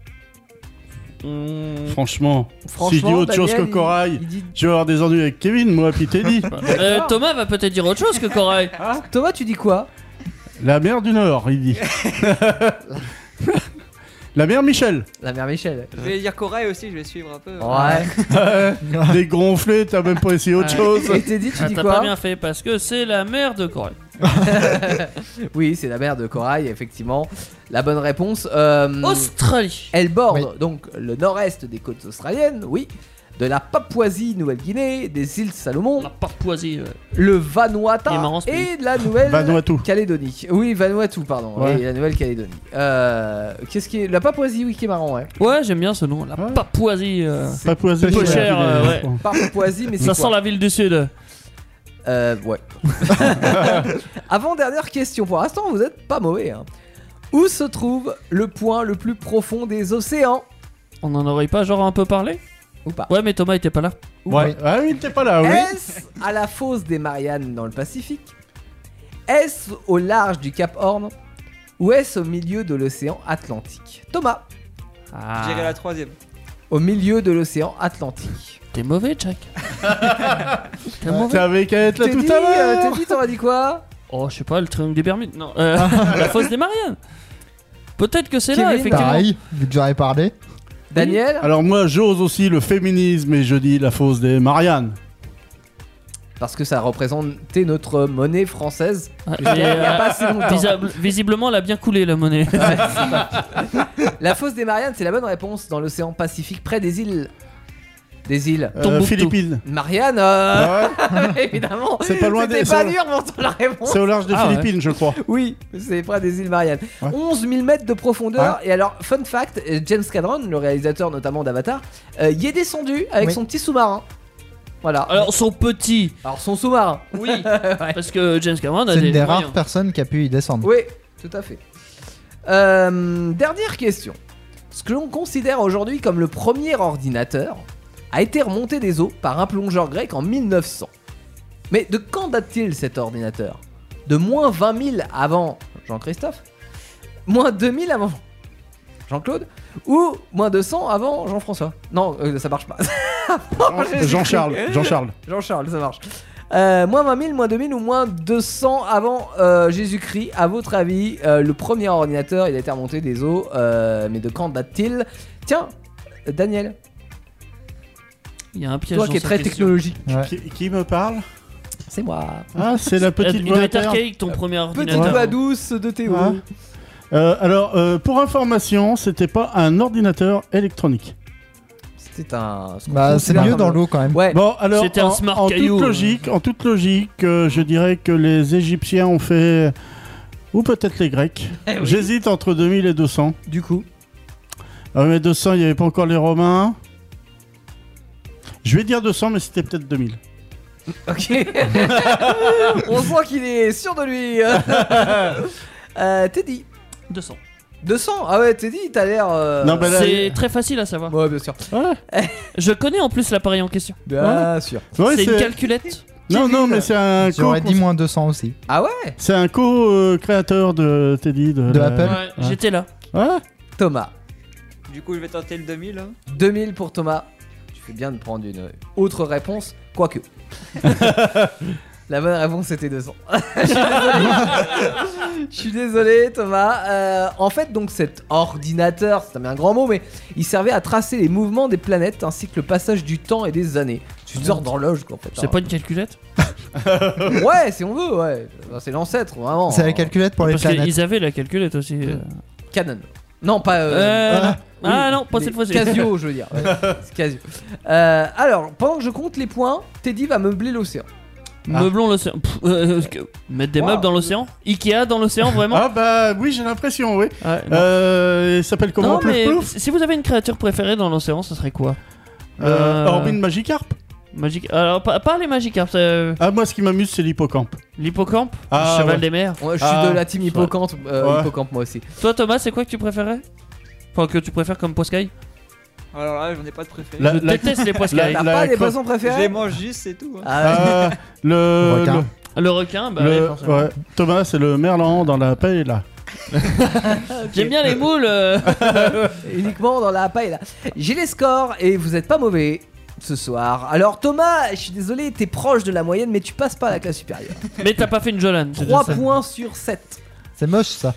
Speaker 6: Mmh.
Speaker 4: Franchement,
Speaker 3: Mm. franchement.
Speaker 4: si je dis autre chose que
Speaker 3: Daniel, il-
Speaker 4: corail,
Speaker 3: il dit-
Speaker 4: je vais avoir des ennuis avec Kevin, moi, puis Teddy.
Speaker 6: Euh, Thomas va peut-être dire autre chose que Corail.
Speaker 3: Thomas, tu dis quoi
Speaker 4: La mer du Nord, il dit. La mer Michel.
Speaker 3: La mer Michel.
Speaker 9: Je vais dire Corail aussi, je vais suivre un peu.
Speaker 3: Ouais.
Speaker 4: Des gonflés, t'as même pas essayé autre
Speaker 6: Ouais.
Speaker 4: chose.
Speaker 3: Et Teddy, tu
Speaker 6: Ah,
Speaker 3: dis
Speaker 6: T'as
Speaker 3: quoi
Speaker 6: pas bien fait parce que c'est la mère de Corail.
Speaker 3: Oui, c'est la mer de Corail, effectivement. La bonne réponse. euh,
Speaker 6: Hmm. Australie
Speaker 3: Elle borde donc le nord-est des côtes australiennes, oui, de la Papouasie-Nouvelle-Guinée, des îles Salomon,
Speaker 6: La Papouasie. euh. ouais.
Speaker 3: le
Speaker 6: Il est marrant,
Speaker 3: Vanuatu
Speaker 6: ce pays.
Speaker 3: et de la Nouvelle.
Speaker 4: Vanuatu.
Speaker 3: Calédonie. Oui, Vanuatu, pardon.
Speaker 4: Ouais.
Speaker 3: Oui, la Nouvelle-Calédonie. Euh, Qu'est-ce qui est. La Papouasie, oui, qui est marrant, hein. ouais.
Speaker 6: Ouais, j'aime bien ce nom, la
Speaker 4: Ouais.
Speaker 6: Papouasie. euh.
Speaker 4: Papouasie.
Speaker 6: peu cher, euh, ouais.
Speaker 3: Pas Papouasie, mais c'est.
Speaker 6: Ça
Speaker 3: quoi
Speaker 6: sent la ville du Sud.
Speaker 3: Euh, ouais. Avant-dernière question. Pour l'instant, vous êtes pas mauvais. hein. Où se trouve le point le plus profond des océans
Speaker 6: On n'en aurait pas genre un peu parlé
Speaker 3: Ou pas
Speaker 6: Ouais, mais Thomas était pas là.
Speaker 4: Ouais. Ah oui, t'es pas là, oui.
Speaker 3: Est-ce à la fosse des Mariannes dans le Pacifique Est-ce au large du Cap Horn Ou est-ce au milieu de l'océan Atlantique Thomas,
Speaker 9: Je
Speaker 6: Ah.
Speaker 9: dirais la troisième.
Speaker 3: au milieu de l'océan Atlantique.
Speaker 6: T'es mauvais, Jack. T'es
Speaker 4: T'es
Speaker 6: mauvais.
Speaker 4: avec Annette là
Speaker 3: Teddy,
Speaker 4: tout à
Speaker 3: euh,
Speaker 4: l'heure.
Speaker 3: Teddy, t'aurais dit quoi
Speaker 6: Oh, je sais pas, le triangle des Bermudes. Non, euh, la fosse des Mariannes. Peut-être que c'est là,
Speaker 3: Kevin,
Speaker 6: effectivement.
Speaker 5: Pareil, vu que j'aurais parlé.
Speaker 3: Daniel
Speaker 4: Ah. Alors moi, j'ose aussi le féminisme et je dis la fausse des Marianne.
Speaker 3: parce que ça représentait notre monnaie française.
Speaker 6: Et,
Speaker 3: Il y a- il y a
Speaker 6: euh,
Speaker 3: pas si longtemps.
Speaker 6: visable- visiblement, elle a bien coulé la monnaie.
Speaker 3: La fosse des Mariannes, c'est la bonne réponse dans l'océan Pacifique, près des îles. Des îles.
Speaker 4: Euh,
Speaker 6: Tombouctou.
Speaker 4: Philippines.
Speaker 3: Marianne, euh,
Speaker 4: Ah ouais
Speaker 3: évidemment.
Speaker 4: C'est pas loin des-
Speaker 3: C'était pas
Speaker 4: c'est-
Speaker 3: dur, pourtant la réponse.
Speaker 4: C'est au large des
Speaker 6: Ah ouais.
Speaker 4: Philippines, je crois.
Speaker 3: Oui, c'est près des îles Mariannes.
Speaker 4: Ouais.
Speaker 3: 11 000 mètres de profondeur. Et alors, fun fact, euh, James Cameron, le réalisateur notamment d'Avatar, euh, y est descendu avec
Speaker 5: Oui.
Speaker 3: son petit sous-marin. Voilà. Alors,
Speaker 6: Alors, son petit,
Speaker 3: son sous-marin.
Speaker 6: Euh. oui, parce que James Cameron a
Speaker 5: C'est
Speaker 6: des
Speaker 5: une des
Speaker 6: moyens.
Speaker 5: rares personnes qui a pu y descendre.
Speaker 3: Oui, tout à fait. Euh, dernière question. Ce que l'on considère aujourd'hui comme le premier ordinateur a été remonté des eaux par un plongeur grec en 1900. Mais de quand date-t-il cet ordinateur De moins 20 000 avant Jean-Christophe Moins 2000 avant Jean-Claude Ou moins 200 avant Jean-François Non, euh, ça marche pas. Avant Jésus-Christ.
Speaker 4: Jean-Charles. Jean-Charles.
Speaker 3: Jean-Charles, ça marche. Euh, moins 20 000, moins 2000 ou moins 200 avant euh, Jésus-Christ, à votre avis, euh, le premier ordinateur, il a été remonté des eaux, euh, mais de quand date-t-il Tiens, euh, Daniel,
Speaker 6: Il y a un piège.
Speaker 3: toi
Speaker 6: dans
Speaker 3: qui es
Speaker 6: sa
Speaker 3: très
Speaker 6: question.
Speaker 3: technologique,
Speaker 5: Ouais.
Speaker 4: Qui, qui me parle
Speaker 3: c'est moi.
Speaker 4: Ah, c'est la
Speaker 6: Euh,
Speaker 4: petite
Speaker 6: Il doit
Speaker 4: boîte
Speaker 6: être
Speaker 4: à air.
Speaker 6: archaïque ton premier
Speaker 3: Petite
Speaker 6: ordinateur.
Speaker 3: voix douce de Théo.
Speaker 4: Ouais. Euh, alors, euh, pour information, c'était pas un ordinateur électronique.
Speaker 3: C'était un. ce qu'on
Speaker 5: Bah, c'est
Speaker 3: considère
Speaker 5: mieux
Speaker 3: comme-
Speaker 5: dans l'eau quand même.
Speaker 3: Ouais,
Speaker 4: Bon, alors,
Speaker 6: C'était un
Speaker 4: en-
Speaker 6: smart
Speaker 4: en,
Speaker 6: caillou.
Speaker 4: toute logique, en toute logique, euh, je dirais que les Égyptiens ont fait, ou peut-être les Grecs. J'hésite entre 2000 et 200.
Speaker 3: du coup.
Speaker 4: Ah, mais 200, il n'y avait pas encore les Romains. Je vais dire 200, mais c'était peut-être 2000.
Speaker 3: Ok. On voit qu'il est sûr de lui. euh, Teddy.
Speaker 6: 200.
Speaker 3: 200 Ah ouais, Teddy, t'as l'air. euh,
Speaker 4: Non, bah là,
Speaker 6: C'est très facile à savoir.
Speaker 3: Ouais, bien sûr.
Speaker 4: Ouais.
Speaker 6: Je connais en plus l'appareil en question.
Speaker 3: Bien sûr.
Speaker 4: Ouais,
Speaker 6: c'est une euh.
Speaker 4: c'est-
Speaker 6: calculette.
Speaker 4: Non, non, mais c'est un co-
Speaker 5: J'aurais dit moins 200 aussi.
Speaker 3: Ah ouais
Speaker 4: c'est un co-créateur de Teddy. De,
Speaker 5: De
Speaker 4: la-
Speaker 5: Apple.
Speaker 6: Ouais, J'étais là.
Speaker 4: Ouais.
Speaker 3: Thomas.
Speaker 9: Du coup, je vais tenter le 2000. hein.
Speaker 3: 2000 pour Thomas. Tu fais bien de prendre une autre réponse, quoique. La bonne réponse c'était 200. Je suis désolé. Je suis désolé Thomas. Euh, en fait donc cet ordinateur, c'est un grand mot, mais il servait à tracer les mouvements des planètes ainsi que le passage du temps et des années. Tu sors d'horloge quoi en fait.
Speaker 6: C'est
Speaker 3: hein.
Speaker 6: pas une calculette
Speaker 3: Ouais si on veut, ouais. Enfin, C'est l'ancêtre vraiment.
Speaker 5: C'est la calculette pour les
Speaker 6: Parce
Speaker 5: planètes.
Speaker 6: qu'ils avaient la calculette aussi. euh.
Speaker 3: Canon. Non pas... euh,
Speaker 6: Euh,
Speaker 5: voilà.
Speaker 6: non. Ah non, pas
Speaker 3: Mais
Speaker 6: cette fois-ci.
Speaker 3: Casio, je veux dire. Ouais, c'est Casio. Euh, alors, pendant que je compte les points, Teddy va meubler l'océan.
Speaker 4: Ah.
Speaker 6: Meublons l'océan. Pff, euh, euh, que- Mettre des
Speaker 3: Wow.
Speaker 6: meubles dans l'océan Ikea dans l'océan, vraiment
Speaker 4: Ah bah oui, j'ai l'impression, oui.
Speaker 6: Ouais, non.
Speaker 4: Ah, Euh, il s'appelle comment
Speaker 6: Non,
Speaker 4: Plouf
Speaker 6: mais
Speaker 4: Plouf
Speaker 6: si vous avez une créature préférée dans l'océan, ça serait quoi
Speaker 4: Euh,
Speaker 6: Euh,
Speaker 4: Orbine Magikarp
Speaker 6: Magic. Alors, pas, pas les Magikarp, euh,
Speaker 4: Ah, moi, ce qui m'amuse, c'est l'hippocampe.
Speaker 6: l'hippocampe,
Speaker 4: Ah,
Speaker 6: le cheval
Speaker 4: ouais.
Speaker 6: des mers.
Speaker 3: Ouais, je suis
Speaker 4: Ah,
Speaker 3: de la team hippocampe, euh,
Speaker 4: Ouais.
Speaker 3: hippocampe, moi aussi.
Speaker 6: Toi, Thomas, c'est quoi que tu préférais Enfin, que tu préfères comme poiscaille
Speaker 9: Alors là, j'en ai pas de préféré.
Speaker 4: Euh, La-
Speaker 6: Je
Speaker 4: la-
Speaker 6: déteste les poiscailles.
Speaker 4: la-
Speaker 3: T'as
Speaker 4: la
Speaker 3: pas des
Speaker 4: crotte-
Speaker 3: poissons
Speaker 9: Je les
Speaker 3: préférés
Speaker 9: mange juste, c'est tout. hein.
Speaker 3: Ah,
Speaker 4: Euh, le,
Speaker 5: Requin.
Speaker 6: Le requin, bah
Speaker 4: le-
Speaker 6: ouais,
Speaker 4: le-
Speaker 6: forcément.
Speaker 4: ouais. Thomas, c'est le merlan dans la paille là.
Speaker 6: J'aime bien les moules. euh.
Speaker 3: Uniquement dans la paille là. J'ai les scores et vous êtes pas mauvais ce soir. Alors Thomas, je suis désolé, t'es proche de la moyenne mais tu passes pas à la classe supérieure.
Speaker 6: Mais t'as pas fait une Jolane. c'est
Speaker 3: 3
Speaker 6: déjà ça.
Speaker 3: points sur 7.
Speaker 5: C'est moche ça.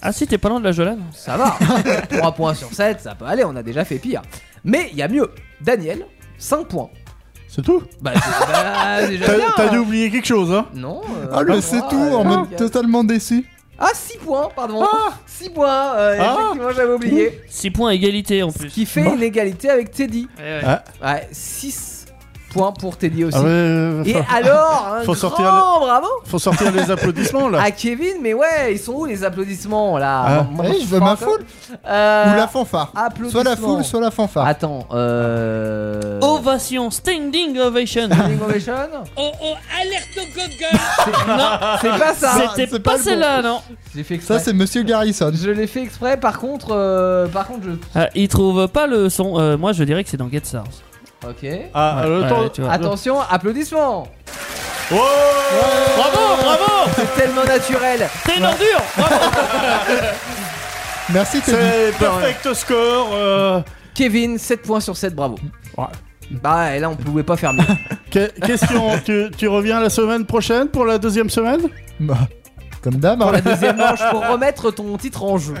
Speaker 6: Ah si, t'es pas loin de la Jolane.
Speaker 3: Ça va. 3 points sur 7, ça peut aller, on a déjà fait pire. Mais il y a mieux. Daniel, 5 points.
Speaker 4: C'est tout
Speaker 3: Bah, c'est- bah, déjà bien,
Speaker 4: T'as t'as
Speaker 3: hein.
Speaker 4: dû oublier quelque chose, hein
Speaker 3: Non. euh,
Speaker 5: Oh
Speaker 6: Ah,
Speaker 3: pas
Speaker 5: le c'est
Speaker 3: moi,
Speaker 5: tout
Speaker 3: euh,
Speaker 5: en Ah mode
Speaker 3: Daniel.
Speaker 5: totalement déçu.
Speaker 3: Ah, 6 points, pardon. 6 points, euh,
Speaker 4: Ah.
Speaker 3: effectivement, j'avais oublié.
Speaker 6: 6 points égalité en
Speaker 3: Ce
Speaker 6: plus.
Speaker 3: qui fait une égalité avec Teddy.
Speaker 6: Eh ouais.
Speaker 4: Ah.
Speaker 3: Ouais, 6 points pour Teddy aussi.
Speaker 4: Ah ouais, euh,
Speaker 3: Et
Speaker 4: faut,
Speaker 3: alors, un
Speaker 4: Faut
Speaker 3: grand
Speaker 4: sortir
Speaker 3: bravo
Speaker 4: faut sortir les applaudissements là.
Speaker 3: à Kevin, mais ouais, ils sont où les applaudissements là
Speaker 4: Ah.
Speaker 3: Moi,
Speaker 5: Ouais,
Speaker 3: moi,
Speaker 5: eh, je veux ma
Speaker 3: pas encore.
Speaker 5: foule
Speaker 3: Euh,
Speaker 5: Ou la fanfare. Soit la
Speaker 3: applaudissements.
Speaker 5: foule, soit la fanfare.
Speaker 3: Attends, euh.
Speaker 6: Ovation, standing ovation.
Speaker 3: Standing ovation
Speaker 13: Oh oh, alerte au Google
Speaker 3: C'est pas ça
Speaker 6: C'était
Speaker 5: c'est pas
Speaker 6: pas,
Speaker 5: le bon.
Speaker 6: celle-là, non.
Speaker 3: J'ai fait exprès.
Speaker 5: Ça c'est Monsieur Garrison.
Speaker 3: Je l'ai fait exprès, par contre, euh, par contre, je.
Speaker 6: Ah, il trouve pas le son. euh, moi, je dirais que c'est dans Get Stars.
Speaker 3: Ok.
Speaker 4: Ah,
Speaker 6: Ouais,
Speaker 4: alors,
Speaker 6: ouais,
Speaker 4: attends.
Speaker 6: tu vois.
Speaker 3: Attention, applaudissements
Speaker 4: Ouais.
Speaker 6: Bravo, bravo.
Speaker 3: Oh. C'est tellement naturel
Speaker 6: T'es une ordure.
Speaker 5: Merci Teddy.
Speaker 4: C'est perfect score. euh,
Speaker 3: Kevin, 7 points sur 7, bravo.
Speaker 4: Ouais.
Speaker 3: Bah et là on pouvait pas faire mieux.
Speaker 4: que- question, tu, tu reviens la semaine prochaine pour la deuxième semaine
Speaker 5: Bah, Comme d'hab.
Speaker 3: Pour
Speaker 5: hein.
Speaker 3: la deuxième manche, pour remettre ton titre en jeu.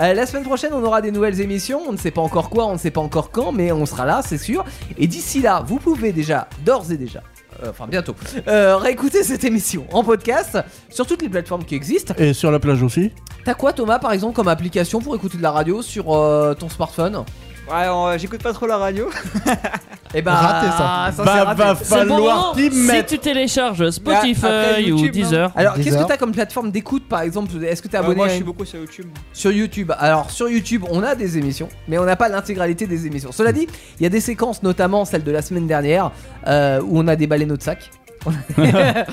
Speaker 3: Euh, la semaine prochaine, on aura des nouvelles émissions. On ne sait pas encore quoi, on ne sait pas encore quand, mais on sera là, c'est sûr. Et d'ici là, vous pouvez déjà, d'ores et déjà, euh, enfin bientôt, euh, réécouter cette émission en podcast sur toutes les plateformes qui existent.
Speaker 4: Et sur la plage aussi
Speaker 3: T'as quoi Thomas par exemple comme application pour écouter de la radio sur euh, ton smartphone
Speaker 9: Ouais, on- j'écoute pas trop la radio.
Speaker 3: Eh ben
Speaker 5: Raté, Ah, ça.
Speaker 3: c'est
Speaker 4: Bah,
Speaker 3: raté.
Speaker 4: va
Speaker 6: C'est le bon moment
Speaker 4: falloir t'y
Speaker 6: si
Speaker 4: mettre.
Speaker 6: tu télécharges
Speaker 3: Mais après
Speaker 6: Spotify
Speaker 3: YouTube,
Speaker 6: ou
Speaker 3: non
Speaker 6: Deezer.
Speaker 3: Alors qu'est-ce que
Speaker 5: Deezer.
Speaker 3: t'as comme plateforme d'écoute par exemple Est-ce que t'es
Speaker 9: Euh,
Speaker 3: abonné
Speaker 9: moi,
Speaker 3: à
Speaker 9: je
Speaker 3: une-
Speaker 9: suis beaucoup sur YouTube.
Speaker 3: sur YouTube. Alors sur YouTube, on a des émissions, mais on n'a pas l'intégralité des émissions. Cela dit, il y a des séquences, notamment celle de la semaine dernière, euh, où on a déballé notre sac. Ré-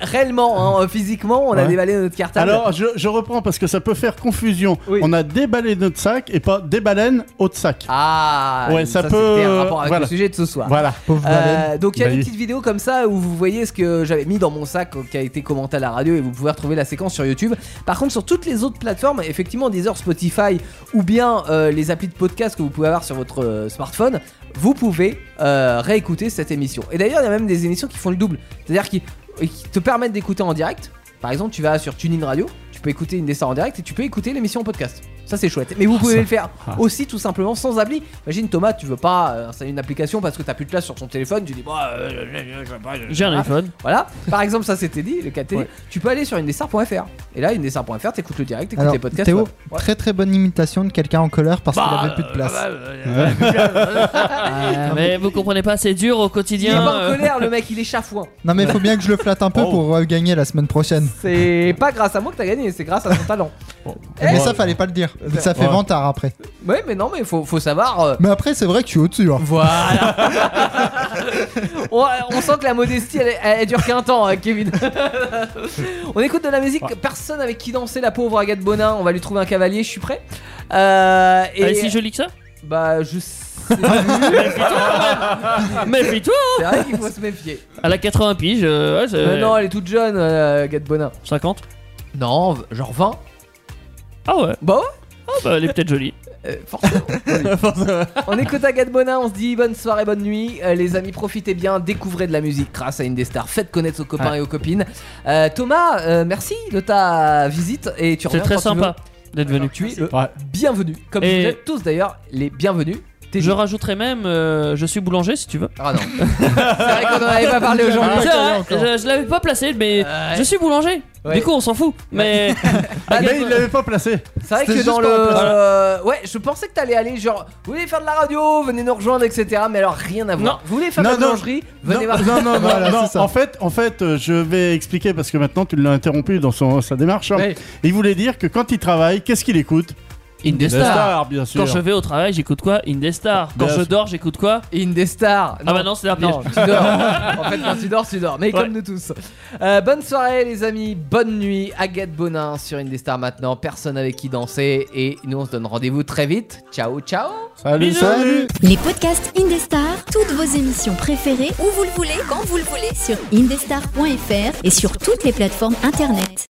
Speaker 3: Réellement, hein, physiquement, on a
Speaker 4: Ouais.
Speaker 3: déballé notre cartable.
Speaker 4: Alors, je, je reprends parce que ça peut faire confusion.
Speaker 3: Oui.
Speaker 4: On a déballé notre sac et pas des baleines au sac.
Speaker 3: ah,
Speaker 4: Ouais, ça peut,
Speaker 3: c'était un
Speaker 4: euh,
Speaker 3: rapport avec
Speaker 4: voilà.
Speaker 3: le sujet de ce soir.
Speaker 4: Voilà.
Speaker 5: Pauvre
Speaker 3: Euh,
Speaker 5: baleine.
Speaker 3: donc il y a
Speaker 4: Bah
Speaker 3: une
Speaker 4: oui.
Speaker 3: petite vidéo comme ça où vous voyez ce que j'avais mis dans mon sac euh, qui a été commenté à la radio et vous pouvez retrouver la séquence sur YouTube. Par contre sur toutes les autres plateformes, effectivement Deezer, Spotify ou bien euh, les applis de podcast que vous pouvez avoir sur votre euh, smartphone, vous pouvez euh, réécouter cette émission. Et d'ailleurs il y a même des émissions qui font le double, c'est-à-dire qui, et qui te permettent d'écouter en direct. Par exemple tu vas sur TuneIn Radio, tu peux écouter une des stars en direct et tu peux écouter l'émission en podcast. Ça c'est chouette. Mais vous pouvez le faire
Speaker 4: Ah.
Speaker 3: aussi tout simplement sans appli. Imagine Thomas, tu veux pas euh, installer une application parce que t'as plus de place sur ton téléphone, tu dis bah euh, je- je- je- je- je- je-
Speaker 6: J'ai un
Speaker 3: voilà.
Speaker 6: iPhone.
Speaker 3: Voilà. Par exemple, ça c'était dit, le cas de télé.
Speaker 6: Ouais.
Speaker 3: Tu peux aller sur indestar.fr. Et là, indestar.fr, t'écoutes le direct, t'écoutes
Speaker 5: Alors,
Speaker 3: les podcasts.
Speaker 5: Théo,
Speaker 3: ouais. Ouais.
Speaker 5: très très bonne imitation de quelqu'un en colère parce
Speaker 6: Bah,
Speaker 5: qu'il avait plus de place.
Speaker 6: Ah, mais vous comprenez pas, c'est dur au
Speaker 3: Il est
Speaker 6: quotidien.
Speaker 3: pas en
Speaker 6: euh,
Speaker 3: colère, le mec, il est chafouin.
Speaker 5: Non mais faut bien que je le flatte un peu
Speaker 4: Oh.
Speaker 5: pour euh, gagner la semaine prochaine.
Speaker 3: C'est pas grâce à moi que t'as gagné, c'est grâce à ton talent.
Speaker 5: Mais
Speaker 4: Ouais.
Speaker 5: ça fallait pas le dire.
Speaker 3: Eh. Ouais.
Speaker 5: Ça fait
Speaker 4: Ouais.
Speaker 5: vantard après.
Speaker 3: Ouais, mais non, mais faut, faut savoir. euh,
Speaker 5: Mais après c'est vrai que je suis au-dessus. hein.
Speaker 3: Voilà. on, on sent que la modestie, elle, elle- elle dure qu'un temps, hein, Kevin. on écoute de la musique. Personne avec qui danser la pauvre Agathe Bonin. On va lui trouver un cavalier. Je suis prêt. Euh, et
Speaker 6: Allez, si joli que ça
Speaker 3: bah je. sais plus. Ah.
Speaker 6: Méfie-toi
Speaker 3: C'est vrai qu'il faut se méfier.
Speaker 6: Elle a 80 piges, euh, ouais, c'est-
Speaker 3: Mais non, elle est toute jeune, euh, Agathe Bonin.
Speaker 6: 50
Speaker 3: Non, v- genre 20.
Speaker 6: Ah ouais,
Speaker 3: Bah ouais,
Speaker 6: ah bah, elle est peut-être jolie.
Speaker 3: euh, forcément. on écoute Agathe Bonin. On se dit bonne soirée, bonne nuit. Euh, les amis, profitez bien. Découvrez de la musique grâce à Indestar. Faites connaître aux copains et aux copines. Euh, Thomas, euh, merci de ta visite. Et tu
Speaker 6: C'est
Speaker 3: reviens
Speaker 6: très
Speaker 3: quand tu
Speaker 6: sympa d'être
Speaker 3: veux.
Speaker 6: venu.
Speaker 3: Tu es le
Speaker 4: Ouais.
Speaker 3: bienvenu. Comme
Speaker 6: Et-
Speaker 3: vous êtes tous d'ailleurs les bienvenus. T'es
Speaker 6: Je rajouterai même, euh, je suis boulanger si tu veux.
Speaker 3: Ah non. C'est vrai qu'on en avait pas parlé aujourd'hui.
Speaker 6: C'est vrai, je, je l'avais pas placé, mais
Speaker 3: Ouais.
Speaker 6: je suis boulanger.
Speaker 3: Ouais.
Speaker 6: Du coup, on s'en fout. Mais
Speaker 3: Ah,
Speaker 4: Mais il
Speaker 3: d'accord.
Speaker 4: l'avait pas placé.
Speaker 3: C'est vrai
Speaker 5: C'était
Speaker 3: que dans
Speaker 5: juste
Speaker 3: le.
Speaker 5: pour la place.
Speaker 3: euh, ouais, je pensais que t'allais aller genre. Vous voulez faire de la radio Venez nous rejoindre, etc. Mais alors rien à voir.
Speaker 6: Non.
Speaker 3: Vous voulez faire
Speaker 4: Non,
Speaker 3: de la
Speaker 4: non.
Speaker 3: boulangerie Venez
Speaker 4: non,
Speaker 3: voir.
Speaker 4: non, non, non,
Speaker 5: Voilà,
Speaker 4: non.
Speaker 5: c'est ça.
Speaker 4: En fait, en fait, euh, je vais expliquer parce que maintenant tu l'as interrompu dans son, sa démarche. hein.
Speaker 3: Ouais.
Speaker 4: Il voulait dire que quand il travaille, qu'est-ce qu'il écoute Des
Speaker 6: Indestar.
Speaker 4: stars, bien sûr.
Speaker 6: Quand je vais au travail, j'écoute quoi Indestar. Quand
Speaker 4: Bien
Speaker 6: je
Speaker 4: sûr.
Speaker 6: dors, j'écoute quoi
Speaker 3: Indestar.
Speaker 6: Ah bah non, c'est un piège.
Speaker 3: Non, tu dors. en fait, quand tu dors, tu dors. Mais
Speaker 6: Ouais.
Speaker 3: comme nous tous. Euh, bonne soirée, les amis. Bonne nuit. Agathe Bonin sur Indestar maintenant. Personne avec qui danser. Et nous, on se donne rendez-vous très vite. Ciao, ciao.
Speaker 4: Salut,
Speaker 6: Bisous.
Speaker 4: salut.
Speaker 2: Les podcasts Indestar, toutes vos émissions préférées, où vous le voulez, quand vous le voulez, sur indestar.fr et sur toutes les plateformes internet.